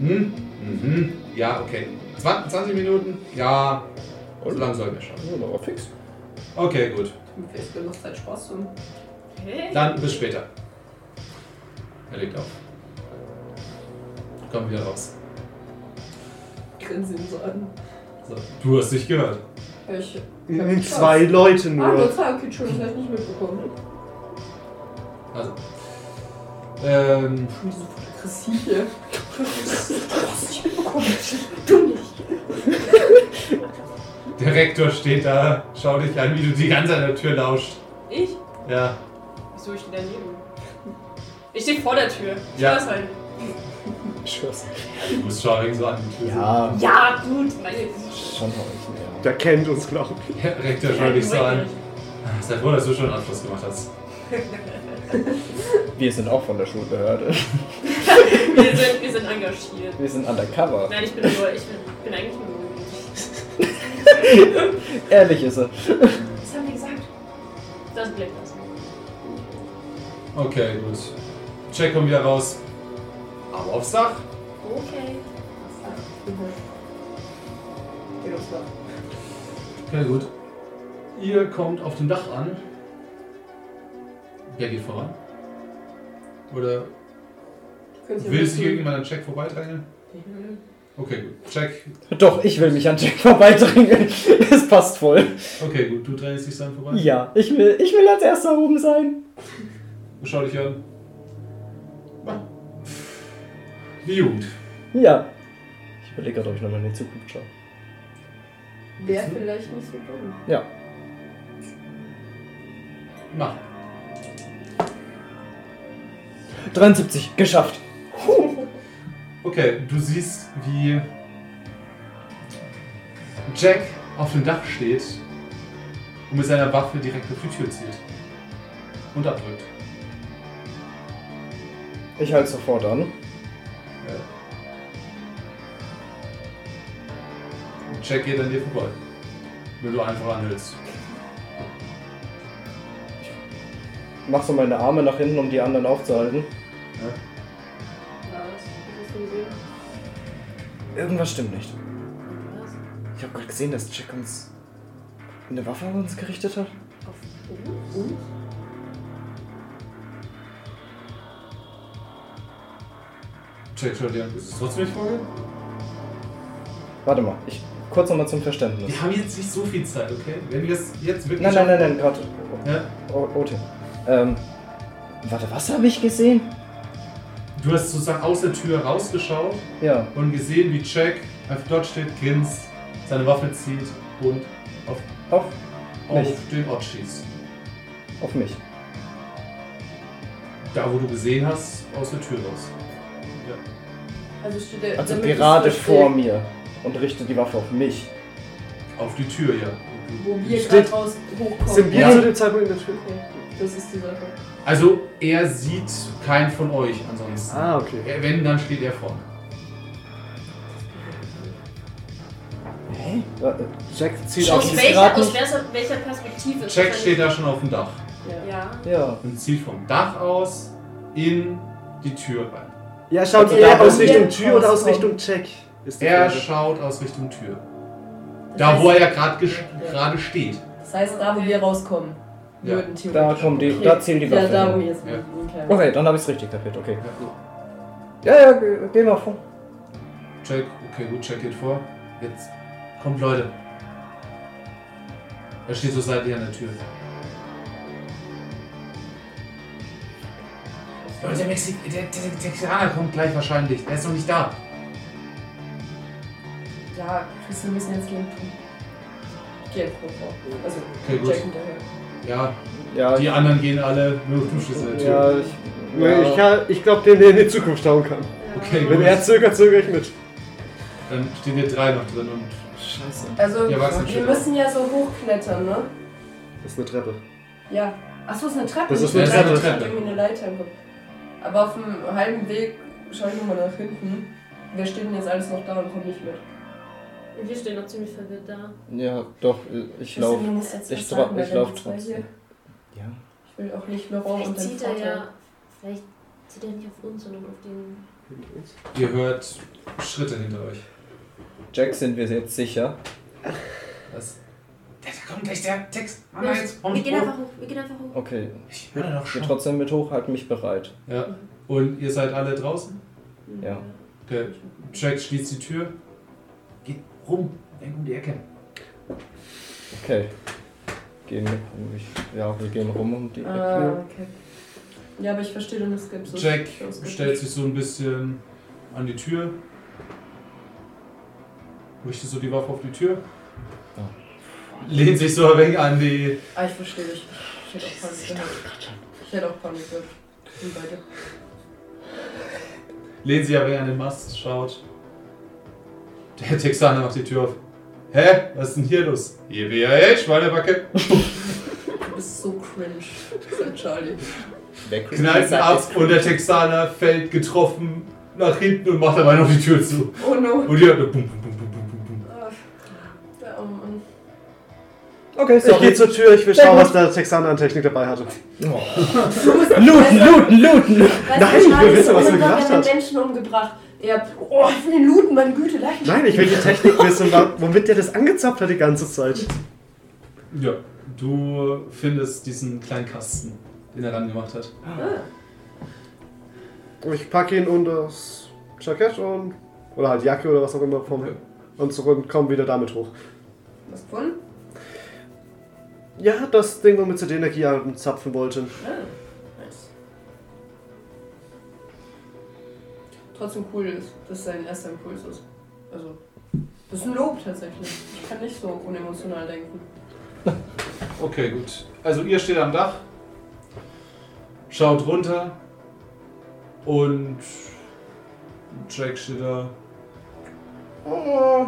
Speaker 3: Hm? Mhm. Ja, okay. 20, 20 Minuten? Ja. So lange sollten wir schaffen.
Speaker 14: Ja, aber fix.
Speaker 3: Okay, gut.
Speaker 2: Ich will noch Zeit Spaß tun.
Speaker 4: Okay.
Speaker 3: Dann bis später. Er legt auf. Komm wieder raus.
Speaker 2: Grinsen ihn so an.
Speaker 3: So. Du hast dich gehört.
Speaker 2: Ich.
Speaker 6: Zwei Leute
Speaker 2: Ah, nur
Speaker 6: nur.
Speaker 2: zwei, okay, Entschuldigung, das hab ich nicht mitbekommen.
Speaker 3: Also. Ähm,
Speaker 2: Schon diese Fotografie hier. Du hast nicht mitbekommen. Du nicht.
Speaker 3: der Rektor steht da, schau dich an, wie du die ganze Zeit an der Tür lauscht.
Speaker 4: Ich?
Speaker 3: Ja.
Speaker 4: Wieso ich denn daneben? Ich stehe vor der Tür. Ich
Speaker 3: Ja.
Speaker 4: weiß halt.
Speaker 14: Ich schwör's.
Speaker 3: Du musst Schauring so an die Tür.
Speaker 5: Ja,
Speaker 4: Ja, gut. Meine
Speaker 5: schon euch näher.
Speaker 6: Der kennt uns, glaube ich.
Speaker 3: Der Rektor schau dich so an. Sei froh, dass du schon einen Abschluss gemacht hast.
Speaker 5: Wir sind auch von der Schulbehörde.
Speaker 4: Wir sind, wir sind engagiert.
Speaker 5: Wir sind undercover.
Speaker 4: Nein, ich bin nur, ich bin, bin eigentlich nur.
Speaker 5: Ehrlich ist er.
Speaker 15: Was haben die gesagt?
Speaker 4: Das bleibt das.
Speaker 3: Okay, gut. Check kommt wieder raus. Aber aufs Dach.
Speaker 4: Okay.
Speaker 2: Geh los, mach.
Speaker 3: Okay, gut. Ihr kommt auf dem Dach an. Wer geht voran? Oder
Speaker 2: Könnt ihr
Speaker 3: will sich
Speaker 2: wissen?
Speaker 3: irgendjemand an Check vorbeidrängeln? Okay, gut. Check.
Speaker 5: Doch, ich will mich an Jack vorbeidrängeln. Es passt voll.
Speaker 3: Okay, gut. Du drängelst dich dann vorbei.
Speaker 5: Ja, ich will, ich will als erster oben sein.
Speaker 3: Schau dich an. Die Jugend.
Speaker 5: Ja. Ich überlege gerade, ob ich nochmal in die Zukunft schaue.
Speaker 2: Wäre vielleicht nicht so dumm.
Speaker 5: Ja.
Speaker 3: Mach.
Speaker 5: 73, geschafft.
Speaker 3: Okay, du siehst, wie Jack auf dem Dach steht und mit seiner Waffe direkt auf die Tür zielt. Und abdrückt.
Speaker 5: Ich halte sofort an.
Speaker 3: Und Jack geht an dir vorbei. Wenn du einfach anhältst.
Speaker 5: Mach so meine Arme nach hinten, um die anderen aufzuhalten.
Speaker 4: Was? Hast du gesehen?
Speaker 5: Irgendwas stimmt nicht.
Speaker 4: Was?
Speaker 5: Ich habe gerade gesehen, dass Jack uns eine Waffe an uns gerichtet hat.
Speaker 4: Auf uns? Und?
Speaker 3: Jack schaut dir an. Ist es trotzdem nicht vorgegangen?
Speaker 5: Warte mal, ich kurz nochmal zum Verständnis.
Speaker 3: Wir haben jetzt nicht so viel Zeit, okay? Wenn wir es jetzt wirklich.
Speaker 5: Nein, nein, nein, nein, gerade.
Speaker 3: Ja?
Speaker 5: O- Ote. Ähm, warte, was habe ich gesehen?
Speaker 3: Du hast sozusagen aus der Tür rausgeschaut
Speaker 5: Ja,
Speaker 3: und gesehen, wie Jack einfach dort steht, grinst, seine Waffe zieht und
Speaker 5: auf,
Speaker 3: auf
Speaker 5: Nicht.
Speaker 3: den Ort schießt.
Speaker 5: auf mich.
Speaker 3: Da, wo du gesehen hast, aus der Tür raus. Ja.
Speaker 2: Also steht der.
Speaker 5: Also
Speaker 2: damit ich
Speaker 5: gerade
Speaker 2: verstehe,
Speaker 5: vor mir und richte die Waffe auf mich.
Speaker 3: Auf die Tür, ja.
Speaker 2: Wo wir gerade
Speaker 6: Steht-
Speaker 2: raus hochkommen.
Speaker 6: Sind wir
Speaker 5: Ja.
Speaker 6: zu dem Zeitpunkt in der Tür?
Speaker 2: Okay, das ist die Sache.
Speaker 3: Also, er sieht keinen von euch ansonsten.
Speaker 6: Ah, okay.
Speaker 3: Er- Wenn, dann steht er vorne.
Speaker 5: Hä? Wa- äh,
Speaker 6: Jack zieht
Speaker 5: Jack
Speaker 6: auf
Speaker 4: Aus
Speaker 5: schießt
Speaker 6: die
Speaker 4: welcher,
Speaker 5: gerade
Speaker 4: aus
Speaker 5: nicht.
Speaker 4: welcher, welcher Perspektive?
Speaker 3: Jack steht da schon auf dem Dach
Speaker 4: Ja.
Speaker 5: Ja.
Speaker 3: und zieht vom Dach aus in die Tür rein.
Speaker 6: Ja, schaut
Speaker 5: Also
Speaker 6: ihr
Speaker 5: da,
Speaker 6: aus
Speaker 5: wo wir
Speaker 6: Richtung Tür oder aus
Speaker 2: rauskommen.
Speaker 6: Richtung Jack? Ist die
Speaker 3: Er
Speaker 6: Frage.
Speaker 3: schaut aus Richtung Tür.
Speaker 2: Das
Speaker 3: Da,
Speaker 2: heißt-
Speaker 3: wo er ja gerade ges- gerade steht.
Speaker 2: Das heißt, da, wo wir rauskommen,
Speaker 3: Ja.
Speaker 2: würden
Speaker 5: Da
Speaker 2: theoretisch.
Speaker 5: kommt die, da zählen die
Speaker 2: Ja,
Speaker 5: Waffe.
Speaker 2: da, wo
Speaker 5: hin.
Speaker 2: wir jetzt
Speaker 3: Ja.
Speaker 2: okay.
Speaker 5: Okay, dann habe ich es richtig kapiert, okay.
Speaker 3: Ja.
Speaker 5: Ja, ja, ge- geh mal vor.
Speaker 3: Jack, okay, gut, Jack geht vor. Jetzt kommt, Leute. Er steht so seitlich an der Tür. Leute, der, Mexi der, der, der Texaner kommt gleich wahrscheinlich. Er ist noch nicht da.
Speaker 2: Ja, Chris, wir müssen jetzt gehen. Geh jetzt kurz vor. Also,
Speaker 3: Okay, gut.
Speaker 2: Jack hinterher.
Speaker 3: Ja,
Speaker 5: Ja,
Speaker 3: die anderen gehen alle. Nur du stehst an der Tür.
Speaker 5: ja, ich,
Speaker 6: Nee, Ich, kann- ich glaube, den, der in die Zukunft schauen kann.
Speaker 4: ähm,
Speaker 3: Okay,
Speaker 6: Wenn er
Speaker 3: gut.
Speaker 6: zögert, zögere ich mit.
Speaker 3: Dann stehen hier drei noch drin und
Speaker 5: Scheiße.
Speaker 2: Also,
Speaker 3: Ja, wachsen
Speaker 2: wir
Speaker 3: schon.
Speaker 2: müssen ja so hochklettern, ne?
Speaker 6: Das ist eine Treppe.
Speaker 2: Ja. Achso, ist eine Treppe.
Speaker 6: Das ist
Speaker 2: nicht
Speaker 3: eine
Speaker 2: Ich
Speaker 3: Treppe.
Speaker 2: hatte irgendwie eine Leiter im Kopf. Aber auf dem halben Weg schau ich nochmal nach hinten. Wer steht denn jetzt alles noch da und kommt nicht mit?
Speaker 4: Wir stehen noch ziemlich verwirrt da.
Speaker 5: Ja, doch, ich
Speaker 2: Chris,
Speaker 5: laufe.
Speaker 2: du musst jetzt
Speaker 5: ich
Speaker 2: was
Speaker 5: tra-
Speaker 2: sagen, weil
Speaker 5: ich
Speaker 2: wenn die
Speaker 5: lauf
Speaker 2: zwei
Speaker 5: trotzdem.
Speaker 2: hier-
Speaker 5: Ja.
Speaker 2: Ich will auch nicht Laurent
Speaker 4: Vielleicht
Speaker 2: Oh, und deinen
Speaker 4: zieht er
Speaker 2: Vater.
Speaker 4: ja. Vielleicht zieht er nicht auf uns, sondern auf den.
Speaker 3: Ihr hört Schritte hinter euch.
Speaker 5: Jack, sind wir jetzt sicher?
Speaker 3: Was? Da da kommt gleich der Text. Mama, jetzt.
Speaker 4: Wir gehen einfach hoch, wir gehen einfach hoch.
Speaker 5: Okay,
Speaker 3: Ich höre doch
Speaker 5: geh
Speaker 3: schon.
Speaker 5: trotzdem mit hoch, halt mich bereit.
Speaker 3: Ja. Und ihr seid alle draußen?
Speaker 5: Ja.
Speaker 3: Der Jack schließt die Tür. Geht rum. Denk um die Ecke.
Speaker 5: Okay. Gehen wir ruhig. Ja, wir gehen rum um die Ecke.
Speaker 2: Ah, okay. Ja, aber ich verstehe deine Skepsis.
Speaker 3: Jack
Speaker 2: Deine Skepsis.
Speaker 3: stellt sich so ein bisschen an die Tür. Richtet so die Waffe auf die Tür.
Speaker 5: Ja.
Speaker 3: Lehnt sich so ein wenig an die.
Speaker 2: Ah, ich verstehe dich. Ich hätte auch Panik gehabt. Ich hätte auch Panik gehabt. Wie beide.
Speaker 3: Lehnt sich ein wenig an den Mast, schaut. Der Texaner macht die Tür auf. Hä? Was ist denn hier los? EWH, Schweinebacke.
Speaker 2: Du bist so cringe, sagt Charlie. Äh.
Speaker 5: Weg.
Speaker 3: Knallt ab und der Texaner fällt getroffen nach hinten und macht dabei noch die Tür zu.
Speaker 2: Oh no.
Speaker 3: Und ihr hört nur bum, bum, bum, bum, bum, bum, bum.
Speaker 2: Ah, Der arme Mann.
Speaker 5: Okay,
Speaker 6: Ich gehe
Speaker 5: sorry.
Speaker 6: zur Tür, ich will schauen, was der Texaner an Technik dabei hatte.
Speaker 5: Oh. looten, looten, looten!
Speaker 2: Weißt
Speaker 6: Nein,
Speaker 2: du, Charlie
Speaker 6: wir wissen, was
Speaker 2: ist
Speaker 6: er
Speaker 2: immer,
Speaker 6: gemacht
Speaker 2: wenn er
Speaker 6: hat.
Speaker 2: Menschen umgebracht. Er, oh, ich will den looten, meine Güte, leicht.
Speaker 6: Nein, ich will die Technik wissen, wa- womit der das angezapft hat die ganze Zeit.
Speaker 3: Ja, du findest diesen kleinen Kasten, den er dann gemacht hat.
Speaker 2: Ah,
Speaker 6: Ich packe ihn unter das Jackett und. Oder halt Jacke oder was auch immer vom. Und zurück und komm wieder damit hoch.
Speaker 2: Was von?
Speaker 6: Ja, das Ding, womit sie die Energie anzapfen wollten.
Speaker 2: Ah, nice. Trotzdem cool, ist, dass sein erster Impuls ist. Also, das ist ein Lob tatsächlich. Ich kann nicht so unemotional denken.
Speaker 3: Okay, gut. Also ihr steht am Dach, schaut runter und Jack steht da. Oh,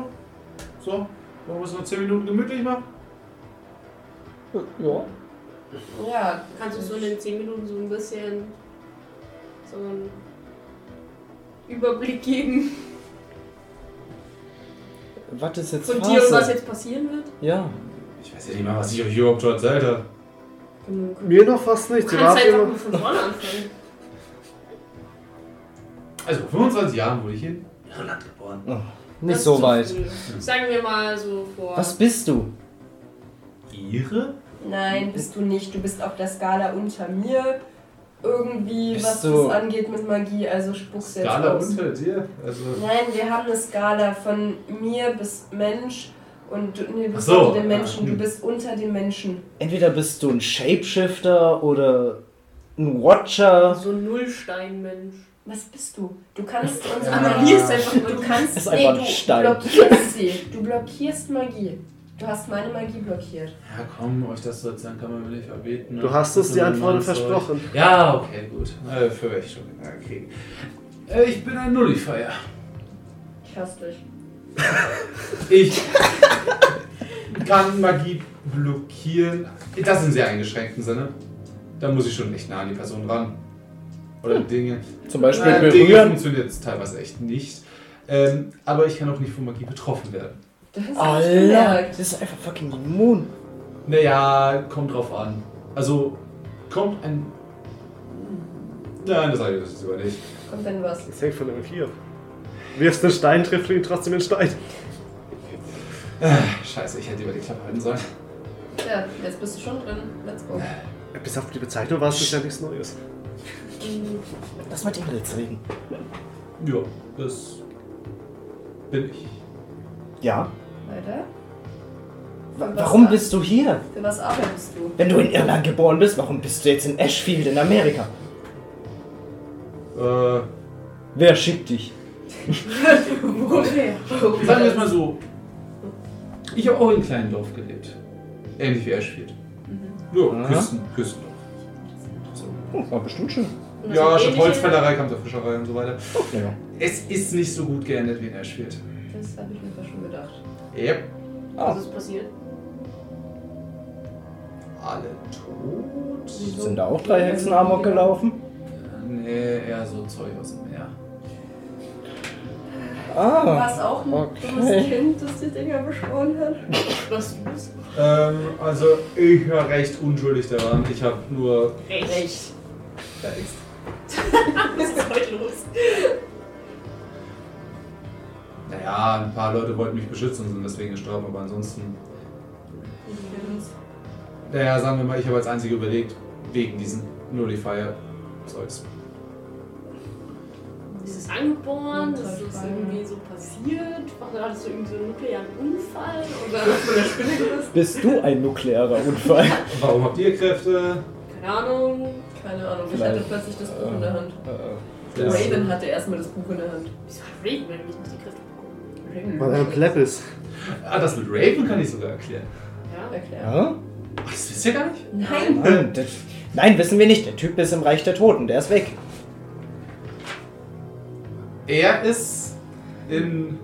Speaker 3: so, wollen wir es noch 10 Minuten gemütlich machen?
Speaker 5: Ja.
Speaker 2: Ja,
Speaker 4: Kannst du so in den 10 Minuten so ein bisschen so einen Überblick geben
Speaker 5: Was ist jetzt
Speaker 4: von
Speaker 5: Phase?
Speaker 4: dir und was jetzt passieren wird?
Speaker 5: Ja.
Speaker 3: Ich weiß ja nicht mal, was ich euch überhaupt schon erzählt habe.
Speaker 2: genug.
Speaker 6: Mir noch fast
Speaker 4: Du
Speaker 6: nicht. Sie
Speaker 4: kannst
Speaker 6: warten
Speaker 4: einfach
Speaker 6: immer.
Speaker 4: nur von vorne anfangen.
Speaker 3: Also vor 25 Jahren wurde ich in Irland geboren.
Speaker 5: Nicht
Speaker 4: Das ist
Speaker 5: so
Speaker 4: zu
Speaker 5: weit.
Speaker 4: früh. Sagen wir mal so vor.
Speaker 5: Was bist du?
Speaker 3: Ihre?
Speaker 2: Nein, bist du nicht. Du bist auf der Skala unter mir. Irgendwie,
Speaker 5: Bist
Speaker 2: was
Speaker 5: du-
Speaker 2: das angeht mit Magie, also spuck's jetzt
Speaker 3: Skala
Speaker 2: aus.
Speaker 3: unter dir? Also,
Speaker 2: Nein, wir haben eine Skala von mir bis Mensch und du, nee, du bist
Speaker 3: Ach so,
Speaker 2: unter den
Speaker 3: ja.
Speaker 2: Menschen, du bist unter den Menschen.
Speaker 5: Entweder bist du ein Shapeshifter oder ein Watcher.
Speaker 4: so ein Nullsteinmensch.
Speaker 2: Was bist du? Du kannst uns
Speaker 3: Ja.
Speaker 2: analysierst einfach nur. Du kannst
Speaker 5: Das ist einfach ein
Speaker 2: du
Speaker 5: Stein.
Speaker 2: blockierst sie. Du blockierst Magie. Du hast meine Magie blockiert.
Speaker 3: ja komm, euch das zu erzählen kann man mir nicht verbieten. ne?
Speaker 6: Du hast uns die
Speaker 3: Also,
Speaker 6: Antworten
Speaker 3: mein Zeug.
Speaker 6: versprochen.
Speaker 3: Ja, okay, gut. Äh, für welche schon? Okay. Äh, ich bin ein Nullifier.
Speaker 2: Ich hasse dich.
Speaker 3: Ich kann Magie blockieren. Das im sehr eingeschränkten Sinne. Da muss ich schon echt nah an die Person ran. Oder Dinge.
Speaker 5: Zum Beispiel
Speaker 3: Äh, Dinge
Speaker 5: berühren.
Speaker 3: funktioniert es teilweise echt nicht. Ähm, aber ich kann auch nicht von Magie betroffen werden.
Speaker 2: Das hast du nicht
Speaker 5: Alter,
Speaker 2: gemerkt.
Speaker 5: das ist einfach fucking immun.
Speaker 3: Naja, kommt drauf an. Also, kommt ein. Nein, das sage ich jetzt lieber nicht.
Speaker 2: Kommt denn was?
Speaker 6: Das hängt von dem hier. Wirfst einen Stein, trifft ihn trotzdem den Stein.
Speaker 3: Scheiße, ich hätte lieber die Klappe halten sollen.
Speaker 2: Ja, jetzt bist du schon drin. Let's go.
Speaker 6: Bis auf die Bezeichnung war es bisher nichts Neues.
Speaker 5: Lass mal den jetzt reden.
Speaker 3: Ja, das bin ich.
Speaker 5: Ja?
Speaker 2: Weiter.
Speaker 5: Wa-
Speaker 2: Was
Speaker 5: Warum
Speaker 2: dann?
Speaker 5: bist du hier?
Speaker 2: Für was arbeitest du?
Speaker 5: Wenn du in Irland geboren bist, warum bist du jetzt in Ashfield in Amerika?
Speaker 3: Äh,
Speaker 5: Wer schickt dich?
Speaker 2: Woher?
Speaker 3: sagen wir es mal so. Ich habe auch in einem kleinen Dorf gelebt. Ähnlich wie Ashfield. Ja,
Speaker 5: Aha.
Speaker 3: Küsten, Küstendorf.
Speaker 5: Hm, war bestimmt schön.
Speaker 4: Und das
Speaker 3: Ja,
Speaker 4: hat
Speaker 3: schon
Speaker 4: ähnliche-
Speaker 3: Holzfällerei, Kampfdorffischerei und so weiter.
Speaker 5: Ja.
Speaker 3: Es ist nicht so gut geendet wie in Ashfield.
Speaker 2: Das habe ich mir doch schon gedacht.
Speaker 3: Yep.
Speaker 4: Was ist passiert?
Speaker 3: Alle tot?
Speaker 5: Sind da auch drei Hexen amok gelaufen?
Speaker 3: Nee, eher so Zeug aus dem Meer.
Speaker 5: Ah.
Speaker 2: War es auch ein
Speaker 5: Okay.
Speaker 2: dummes Kind, das die Dinger beschworen hat?
Speaker 4: Was du bist?
Speaker 3: Ähm, also ich war recht unschuldig daran. Ich habe nur
Speaker 4: Recht.
Speaker 3: Recht.
Speaker 4: Was ist heute los?
Speaker 3: Naja, ein paar Leute wollten mich beschützen und sind deswegen gestorben, aber ansonsten. Naja, sagen wir mal, ich habe als einzige überlegt, wegen diesen Nullifier-Zeugs.
Speaker 4: Ist es angeboren? Ist es irgendwie so passiert? Oder hattest du irgendwie so einen nuklearen Unfall? Oder hast du eine Spinne gebissen?
Speaker 16: Bist du ein nuklearer Unfall?
Speaker 3: Warum habt ihr Kräfte?
Speaker 4: Keine Ahnung.
Speaker 2: Keine Ahnung, ich
Speaker 16: Vielleicht.
Speaker 2: hatte plötzlich das Buch
Speaker 5: äh,
Speaker 2: in der Hand.
Speaker 3: Das-
Speaker 2: Raven hatte erstmal das Buch in der Hand.
Speaker 4: Wieso hat Raven eigentlich nicht die Kräfte bekommen?
Speaker 6: Weil er ein Pleb ist.
Speaker 3: Ah, das mit Raven kann ich sogar erklären.
Speaker 4: Ja.
Speaker 2: Erklärt.
Speaker 5: Ja?
Speaker 3: Ach, das wisst ihr gar nicht?
Speaker 2: Nein!
Speaker 5: Nein, das, nein, wissen wir nicht. Der Typ ist im Reich der Toten. Der ist weg.
Speaker 3: Er ist in.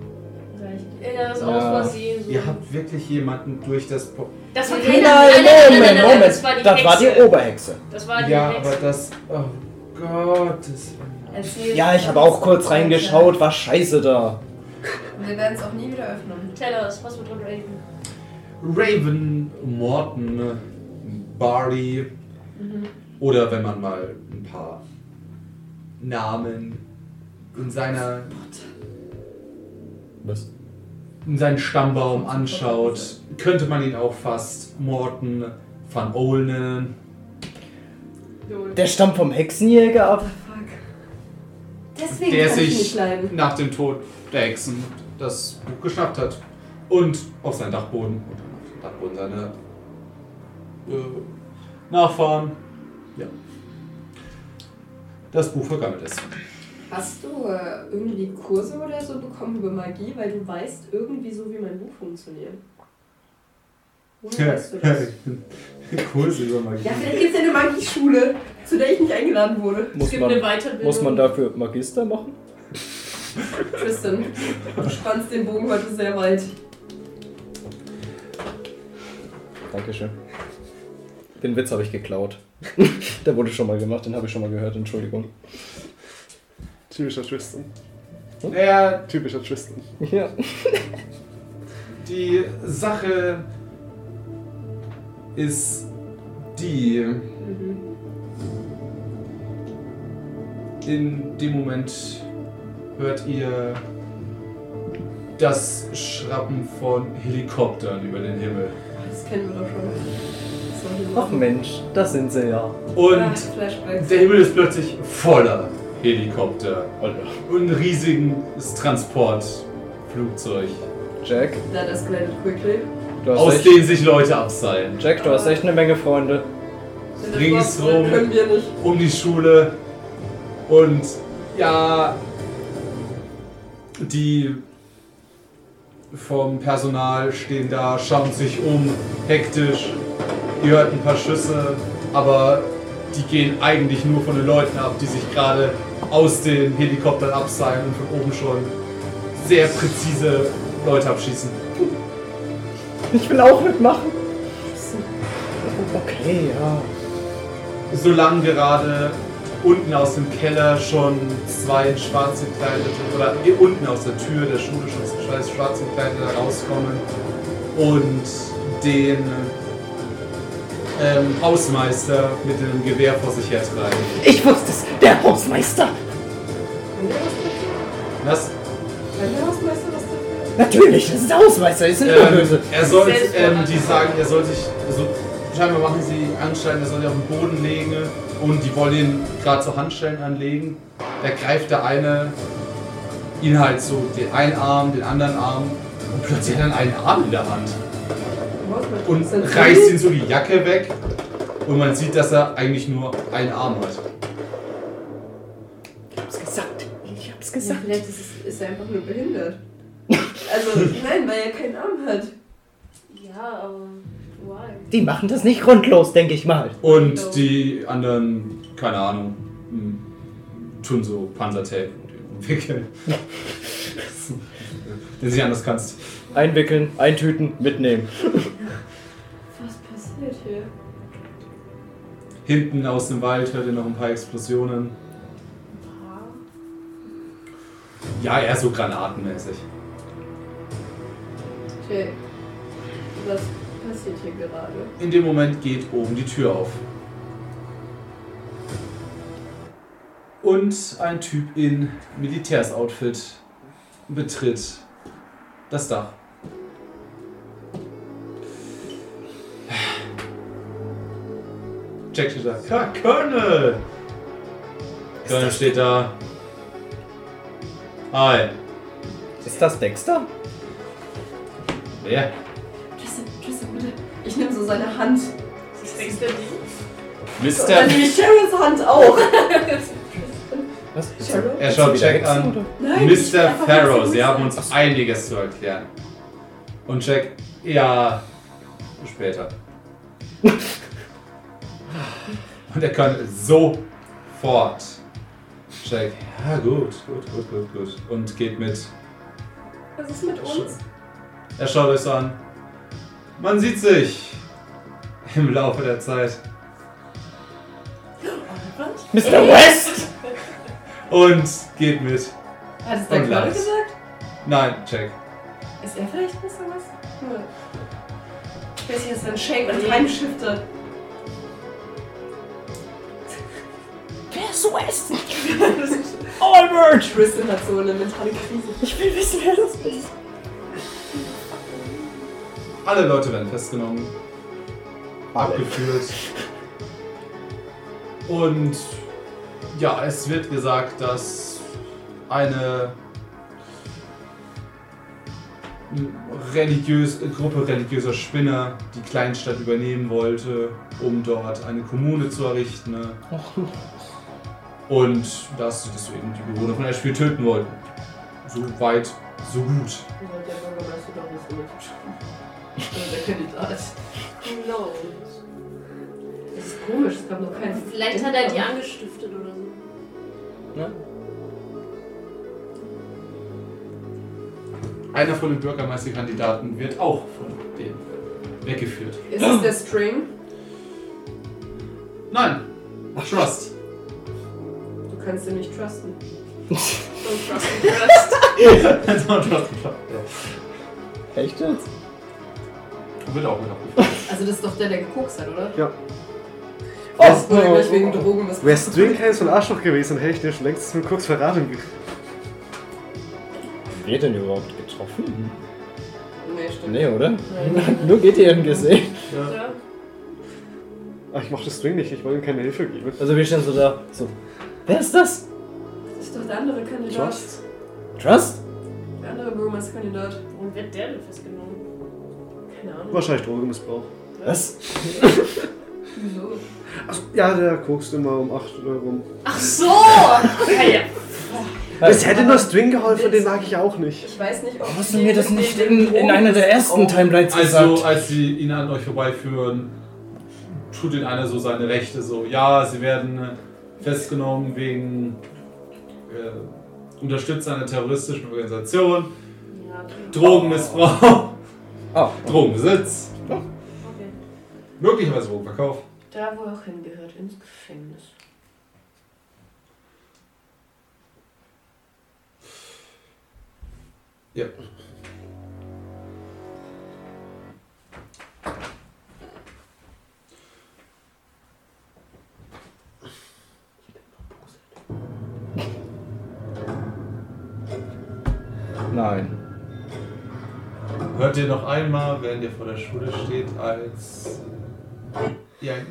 Speaker 4: Ja, das ist
Speaker 3: Ja.
Speaker 4: aus Versehen. So.
Speaker 3: Ihr habt wirklich jemanden durch das. Po
Speaker 4: Das war keine
Speaker 5: Nein,
Speaker 4: nein, nein, nein, nein,
Speaker 5: Moment,
Speaker 4: nein,
Speaker 5: Moment.
Speaker 4: Das war die
Speaker 5: Das war die
Speaker 4: Hexe.
Speaker 5: Oberhexe.
Speaker 4: Das war Ah, die
Speaker 3: ja, aber
Speaker 4: Hexe.
Speaker 3: das. Oh Gott. Das
Speaker 2: Erzähl
Speaker 5: Ja, ich habe auch kurz reingeschaut. War scheiße da.
Speaker 2: Wir werden es auch nie wieder öffnen.
Speaker 4: Tell us, was wird von Raven?
Speaker 3: Raven, Morton, Barty oder wenn man mal ein paar Namen in seiner
Speaker 16: Was?
Speaker 3: in seinen Stammbaum anschaut, könnte man ihn auch fast Morton van Ohl nennen.
Speaker 5: Der stammt vom Hexenjäger ab.
Speaker 8: Deswegen
Speaker 3: der
Speaker 8: kann ich nicht
Speaker 3: sich
Speaker 8: bleiben.
Speaker 3: nach dem Tod der Hexen das Buch geschnappt hat und auf seinen Dachboden und dann auf dem Dachboden seine äh, Nachfahren ja, das Buch vergammelt ist.
Speaker 2: Hast du äh, irgendwie Kurse oder so bekommen über Magie, weil du weißt irgendwie so, wie mein Buch funktioniert? Woher weißt du das?
Speaker 3: Kurse über Magie.
Speaker 2: Ja, vielleicht gibt es ja eine Magieschule, zu der ich nicht eingeladen wurde.
Speaker 4: Es
Speaker 16: Muss
Speaker 4: gibt eine
Speaker 16: man,
Speaker 4: Weiterbildung.
Speaker 16: muss man dafür Magister machen?
Speaker 2: Tristan, du spannst den Bogen heute sehr weit.
Speaker 16: Dankeschön. Den Witz habe ich geklaut. Der wurde schon mal gemacht, den habe ich schon mal gehört, Entschuldigung.
Speaker 6: Typischer Tristan.
Speaker 3: Naja,
Speaker 6: Typischer Tristan.
Speaker 16: Ja.
Speaker 3: die Sache ist die. In dem Moment hört ihr das Schrappen von Helikoptern über den Himmel.
Speaker 2: Das kennen wir doch schon.
Speaker 5: Ach
Speaker 2: Sorry.
Speaker 5: Mensch, das sind sie ja.
Speaker 2: Ah,
Speaker 3: Und
Speaker 2: Flashbacks.
Speaker 3: der Himmel ist plötzlich voller Helikopter und ein riesiges Transportflugzeug,
Speaker 16: Jack,
Speaker 2: That escalated quickly.
Speaker 16: du hast,
Speaker 3: aus
Speaker 16: echt,
Speaker 3: dem sich Leute abseilen.
Speaker 16: Jack, du hast echt eine Menge Freunde.
Speaker 2: Sind wir
Speaker 3: Ringsrum.
Speaker 2: überhaupt drin? Können wir nicht.
Speaker 3: um die Schule und ja, die vom Personal stehen da, schauen sich um, hektisch. Ihr hört ein paar Schüsse, aber die gehen eigentlich nur von den Leuten ab, die sich gerade aus den Helikoptern abseilen und von oben schon sehr präzise Leute abschießen.
Speaker 5: Ich will auch mitmachen. Okay, ja.
Speaker 3: solange gerade unten aus dem Keller schon zwei in schwarz gekleidete oder eh, unten aus der Tür der Schule schon zwei schwarz gekleidete rauskommen und den ähm, Hausmeister mit dem Gewehr vor sich hertreiben.
Speaker 5: Ich wusste es. Der Hausmeister.
Speaker 2: Können wir was dafür?
Speaker 3: Das,
Speaker 2: Kann der Hausmeister was dafür?
Speaker 5: Natürlich, das ist der Hausmeister. Die sind nur
Speaker 3: ähm,
Speaker 5: böse.
Speaker 3: er soll,
Speaker 4: Selbst-
Speaker 3: ähm, die sagen, er soll sich, also scheinbar machen sie anscheinend, er soll sich auf den Boden legen und die wollen ihn gerade zu Handschellen anlegen. Da greift der eine ihn halt so, den einen Arm, den anderen Arm und plötzlich hat er einen Arm in der Hand
Speaker 2: Hausmeister
Speaker 3: und
Speaker 2: ist ein
Speaker 3: reißt ihn so die Jacke weg und man sieht, dass er eigentlich nur einen Arm hat.
Speaker 5: Ich hab's gesagt. Ich hab's
Speaker 2: Ja,
Speaker 5: gesagt.
Speaker 2: vielleicht ist, es- ist er einfach nur behindert. Also, nein, weil er keinen Arm hat.
Speaker 4: Ja, aber. Why?
Speaker 5: Die machen das nicht grundlos, denke ich mal.
Speaker 3: Und die anderen, keine Ahnung, hm, tun so Panzertape umwickeln. Den sie anders kannst.
Speaker 16: Einwickeln, eintüten, mitnehmen.
Speaker 2: Was passiert hier?
Speaker 3: Hinten aus dem Wald hört ihr noch ein paar Explosionen. Ja, eher so granatenmäßig.
Speaker 2: Okay. Was passiert hier gerade?
Speaker 3: In dem Moment geht oben die Tür auf. Und ein Typ in Militärsoutfit betritt das Dach. Jack steht da. Ja, Colonel! Colonel steht da. Hi.
Speaker 5: Ist das Dexter?
Speaker 3: Wer?
Speaker 2: Tristan, Tristan, bitte. Ich nehme so seine Hand.
Speaker 4: Das denkst du nicht?
Speaker 2: Und dann nehme ich Sherrys Hand auch.
Speaker 5: Was?
Speaker 2: Cheryl?
Speaker 3: Er schaut Jack an.
Speaker 2: Nein. ich-
Speaker 3: Mr.
Speaker 2: einfach
Speaker 3: Farrow,
Speaker 2: jetzt-
Speaker 3: Sie haben uns einiges zu erklären. Und Jack, ja, später. Und er kann sofort. Jack, ja gut, gut, gut, gut, gut. Und geht mit.
Speaker 4: Was ist mit uns?
Speaker 3: Er schaut euch so an. Man sieht sich im Laufe der Zeit.
Speaker 17: Mr. West!
Speaker 3: Und geht mit.
Speaker 2: Hat es der
Speaker 3: Und
Speaker 2: Knolle
Speaker 3: Lars.
Speaker 2: gesagt?
Speaker 3: Nein, Jack.
Speaker 2: Ist er vielleicht Mr. West? Hm. Ich weiß nicht, dass er einen Shake und reinschiftet.
Speaker 17: Mr. West!
Speaker 2: Albert! Tristan hat so eine mentale Krise.
Speaker 17: Ich will wissen, wer das ist.
Speaker 3: Alle Leute werden festgenommen. abgeführt. Und ja, es wird gesagt, dass eine religiös, Gruppe religiöser Spinner die Kleinstadt übernehmen wollte, um dort eine Kommune zu errichten. ne? Und dass sie deswegen die Bewohner von Ashfield töten wollten. So weit, so gut.
Speaker 2: Der Bürgermeister doch nicht mit. Also Der Kandidat.
Speaker 4: No.
Speaker 2: Das ist komisch, es gab noch keinen.
Speaker 4: Vielleicht hat er die angestiftet oder so.
Speaker 3: Einer von den Bürgermeisterkandidaten wird auch von denen weggeführt.
Speaker 2: Ist es der String?
Speaker 3: Nein. Trust.
Speaker 2: Du kannst ihn nicht trusten.
Speaker 4: Don't trust me first.
Speaker 3: Trust. Trust.
Speaker 5: Echt jetzt?
Speaker 3: Wird auch wieder abgeführt.
Speaker 2: Also das ist doch der, der gekokst hat, oder?
Speaker 6: Ja.
Speaker 2: Das wurde gleich wegen Drogen was.
Speaker 6: Wäre Stringcase von Arschloch gewesen, hätte ich dir schon längst mit kurz verraten. ge-
Speaker 5: Wer denn überhaupt getroffen?
Speaker 2: Nee, stimmt.
Speaker 5: Nee, oder?
Speaker 2: Nein.
Speaker 5: Nur GTN gesehen.
Speaker 4: Ja.
Speaker 6: Ach, Ah, ich mochte String nicht, ich wollte ihm keine Hilfe geben.
Speaker 5: Also wir stehen so da. So. Wer ist das?
Speaker 2: Das ist doch der andere Kandidat.
Speaker 6: Trust?
Speaker 5: Trust?
Speaker 2: Der andere Bürgermeisterkandidat.
Speaker 4: Warum wird der denn festgenommen?
Speaker 2: Keine Ahnung.
Speaker 6: Wahrscheinlich Drogenmissbrauch.
Speaker 5: Was?
Speaker 2: Wieso?
Speaker 6: Ach, Also, ja, der kokst immer um 8 Uhr rum.
Speaker 4: Ach so! Okay, ja.
Speaker 6: Es hätte nur String geholfen, den mag ich auch nicht.
Speaker 2: Ich weiß nicht, ob.
Speaker 5: Hast du mir das nicht in, in einer der ersten Timelines gesagt?
Speaker 3: Also, als sie ihn an euch vorbeiführen, tut ihn einer so seine Rechte so. Ja, sie werden äh, festgenommen wegen äh, Unterstützer einer terroristischen Organisation,
Speaker 4: Ja,
Speaker 3: Drogenmissbrauch,
Speaker 5: Ah,
Speaker 3: Drogenbesitz,
Speaker 4: okay.
Speaker 3: möglicherweise Drogenverkauf.
Speaker 2: Da, wo er auch hingehört, ins Gefängnis.
Speaker 5: nein.
Speaker 3: Hört ihr noch einmal, während ihr vor der Schule steht, als ihr ein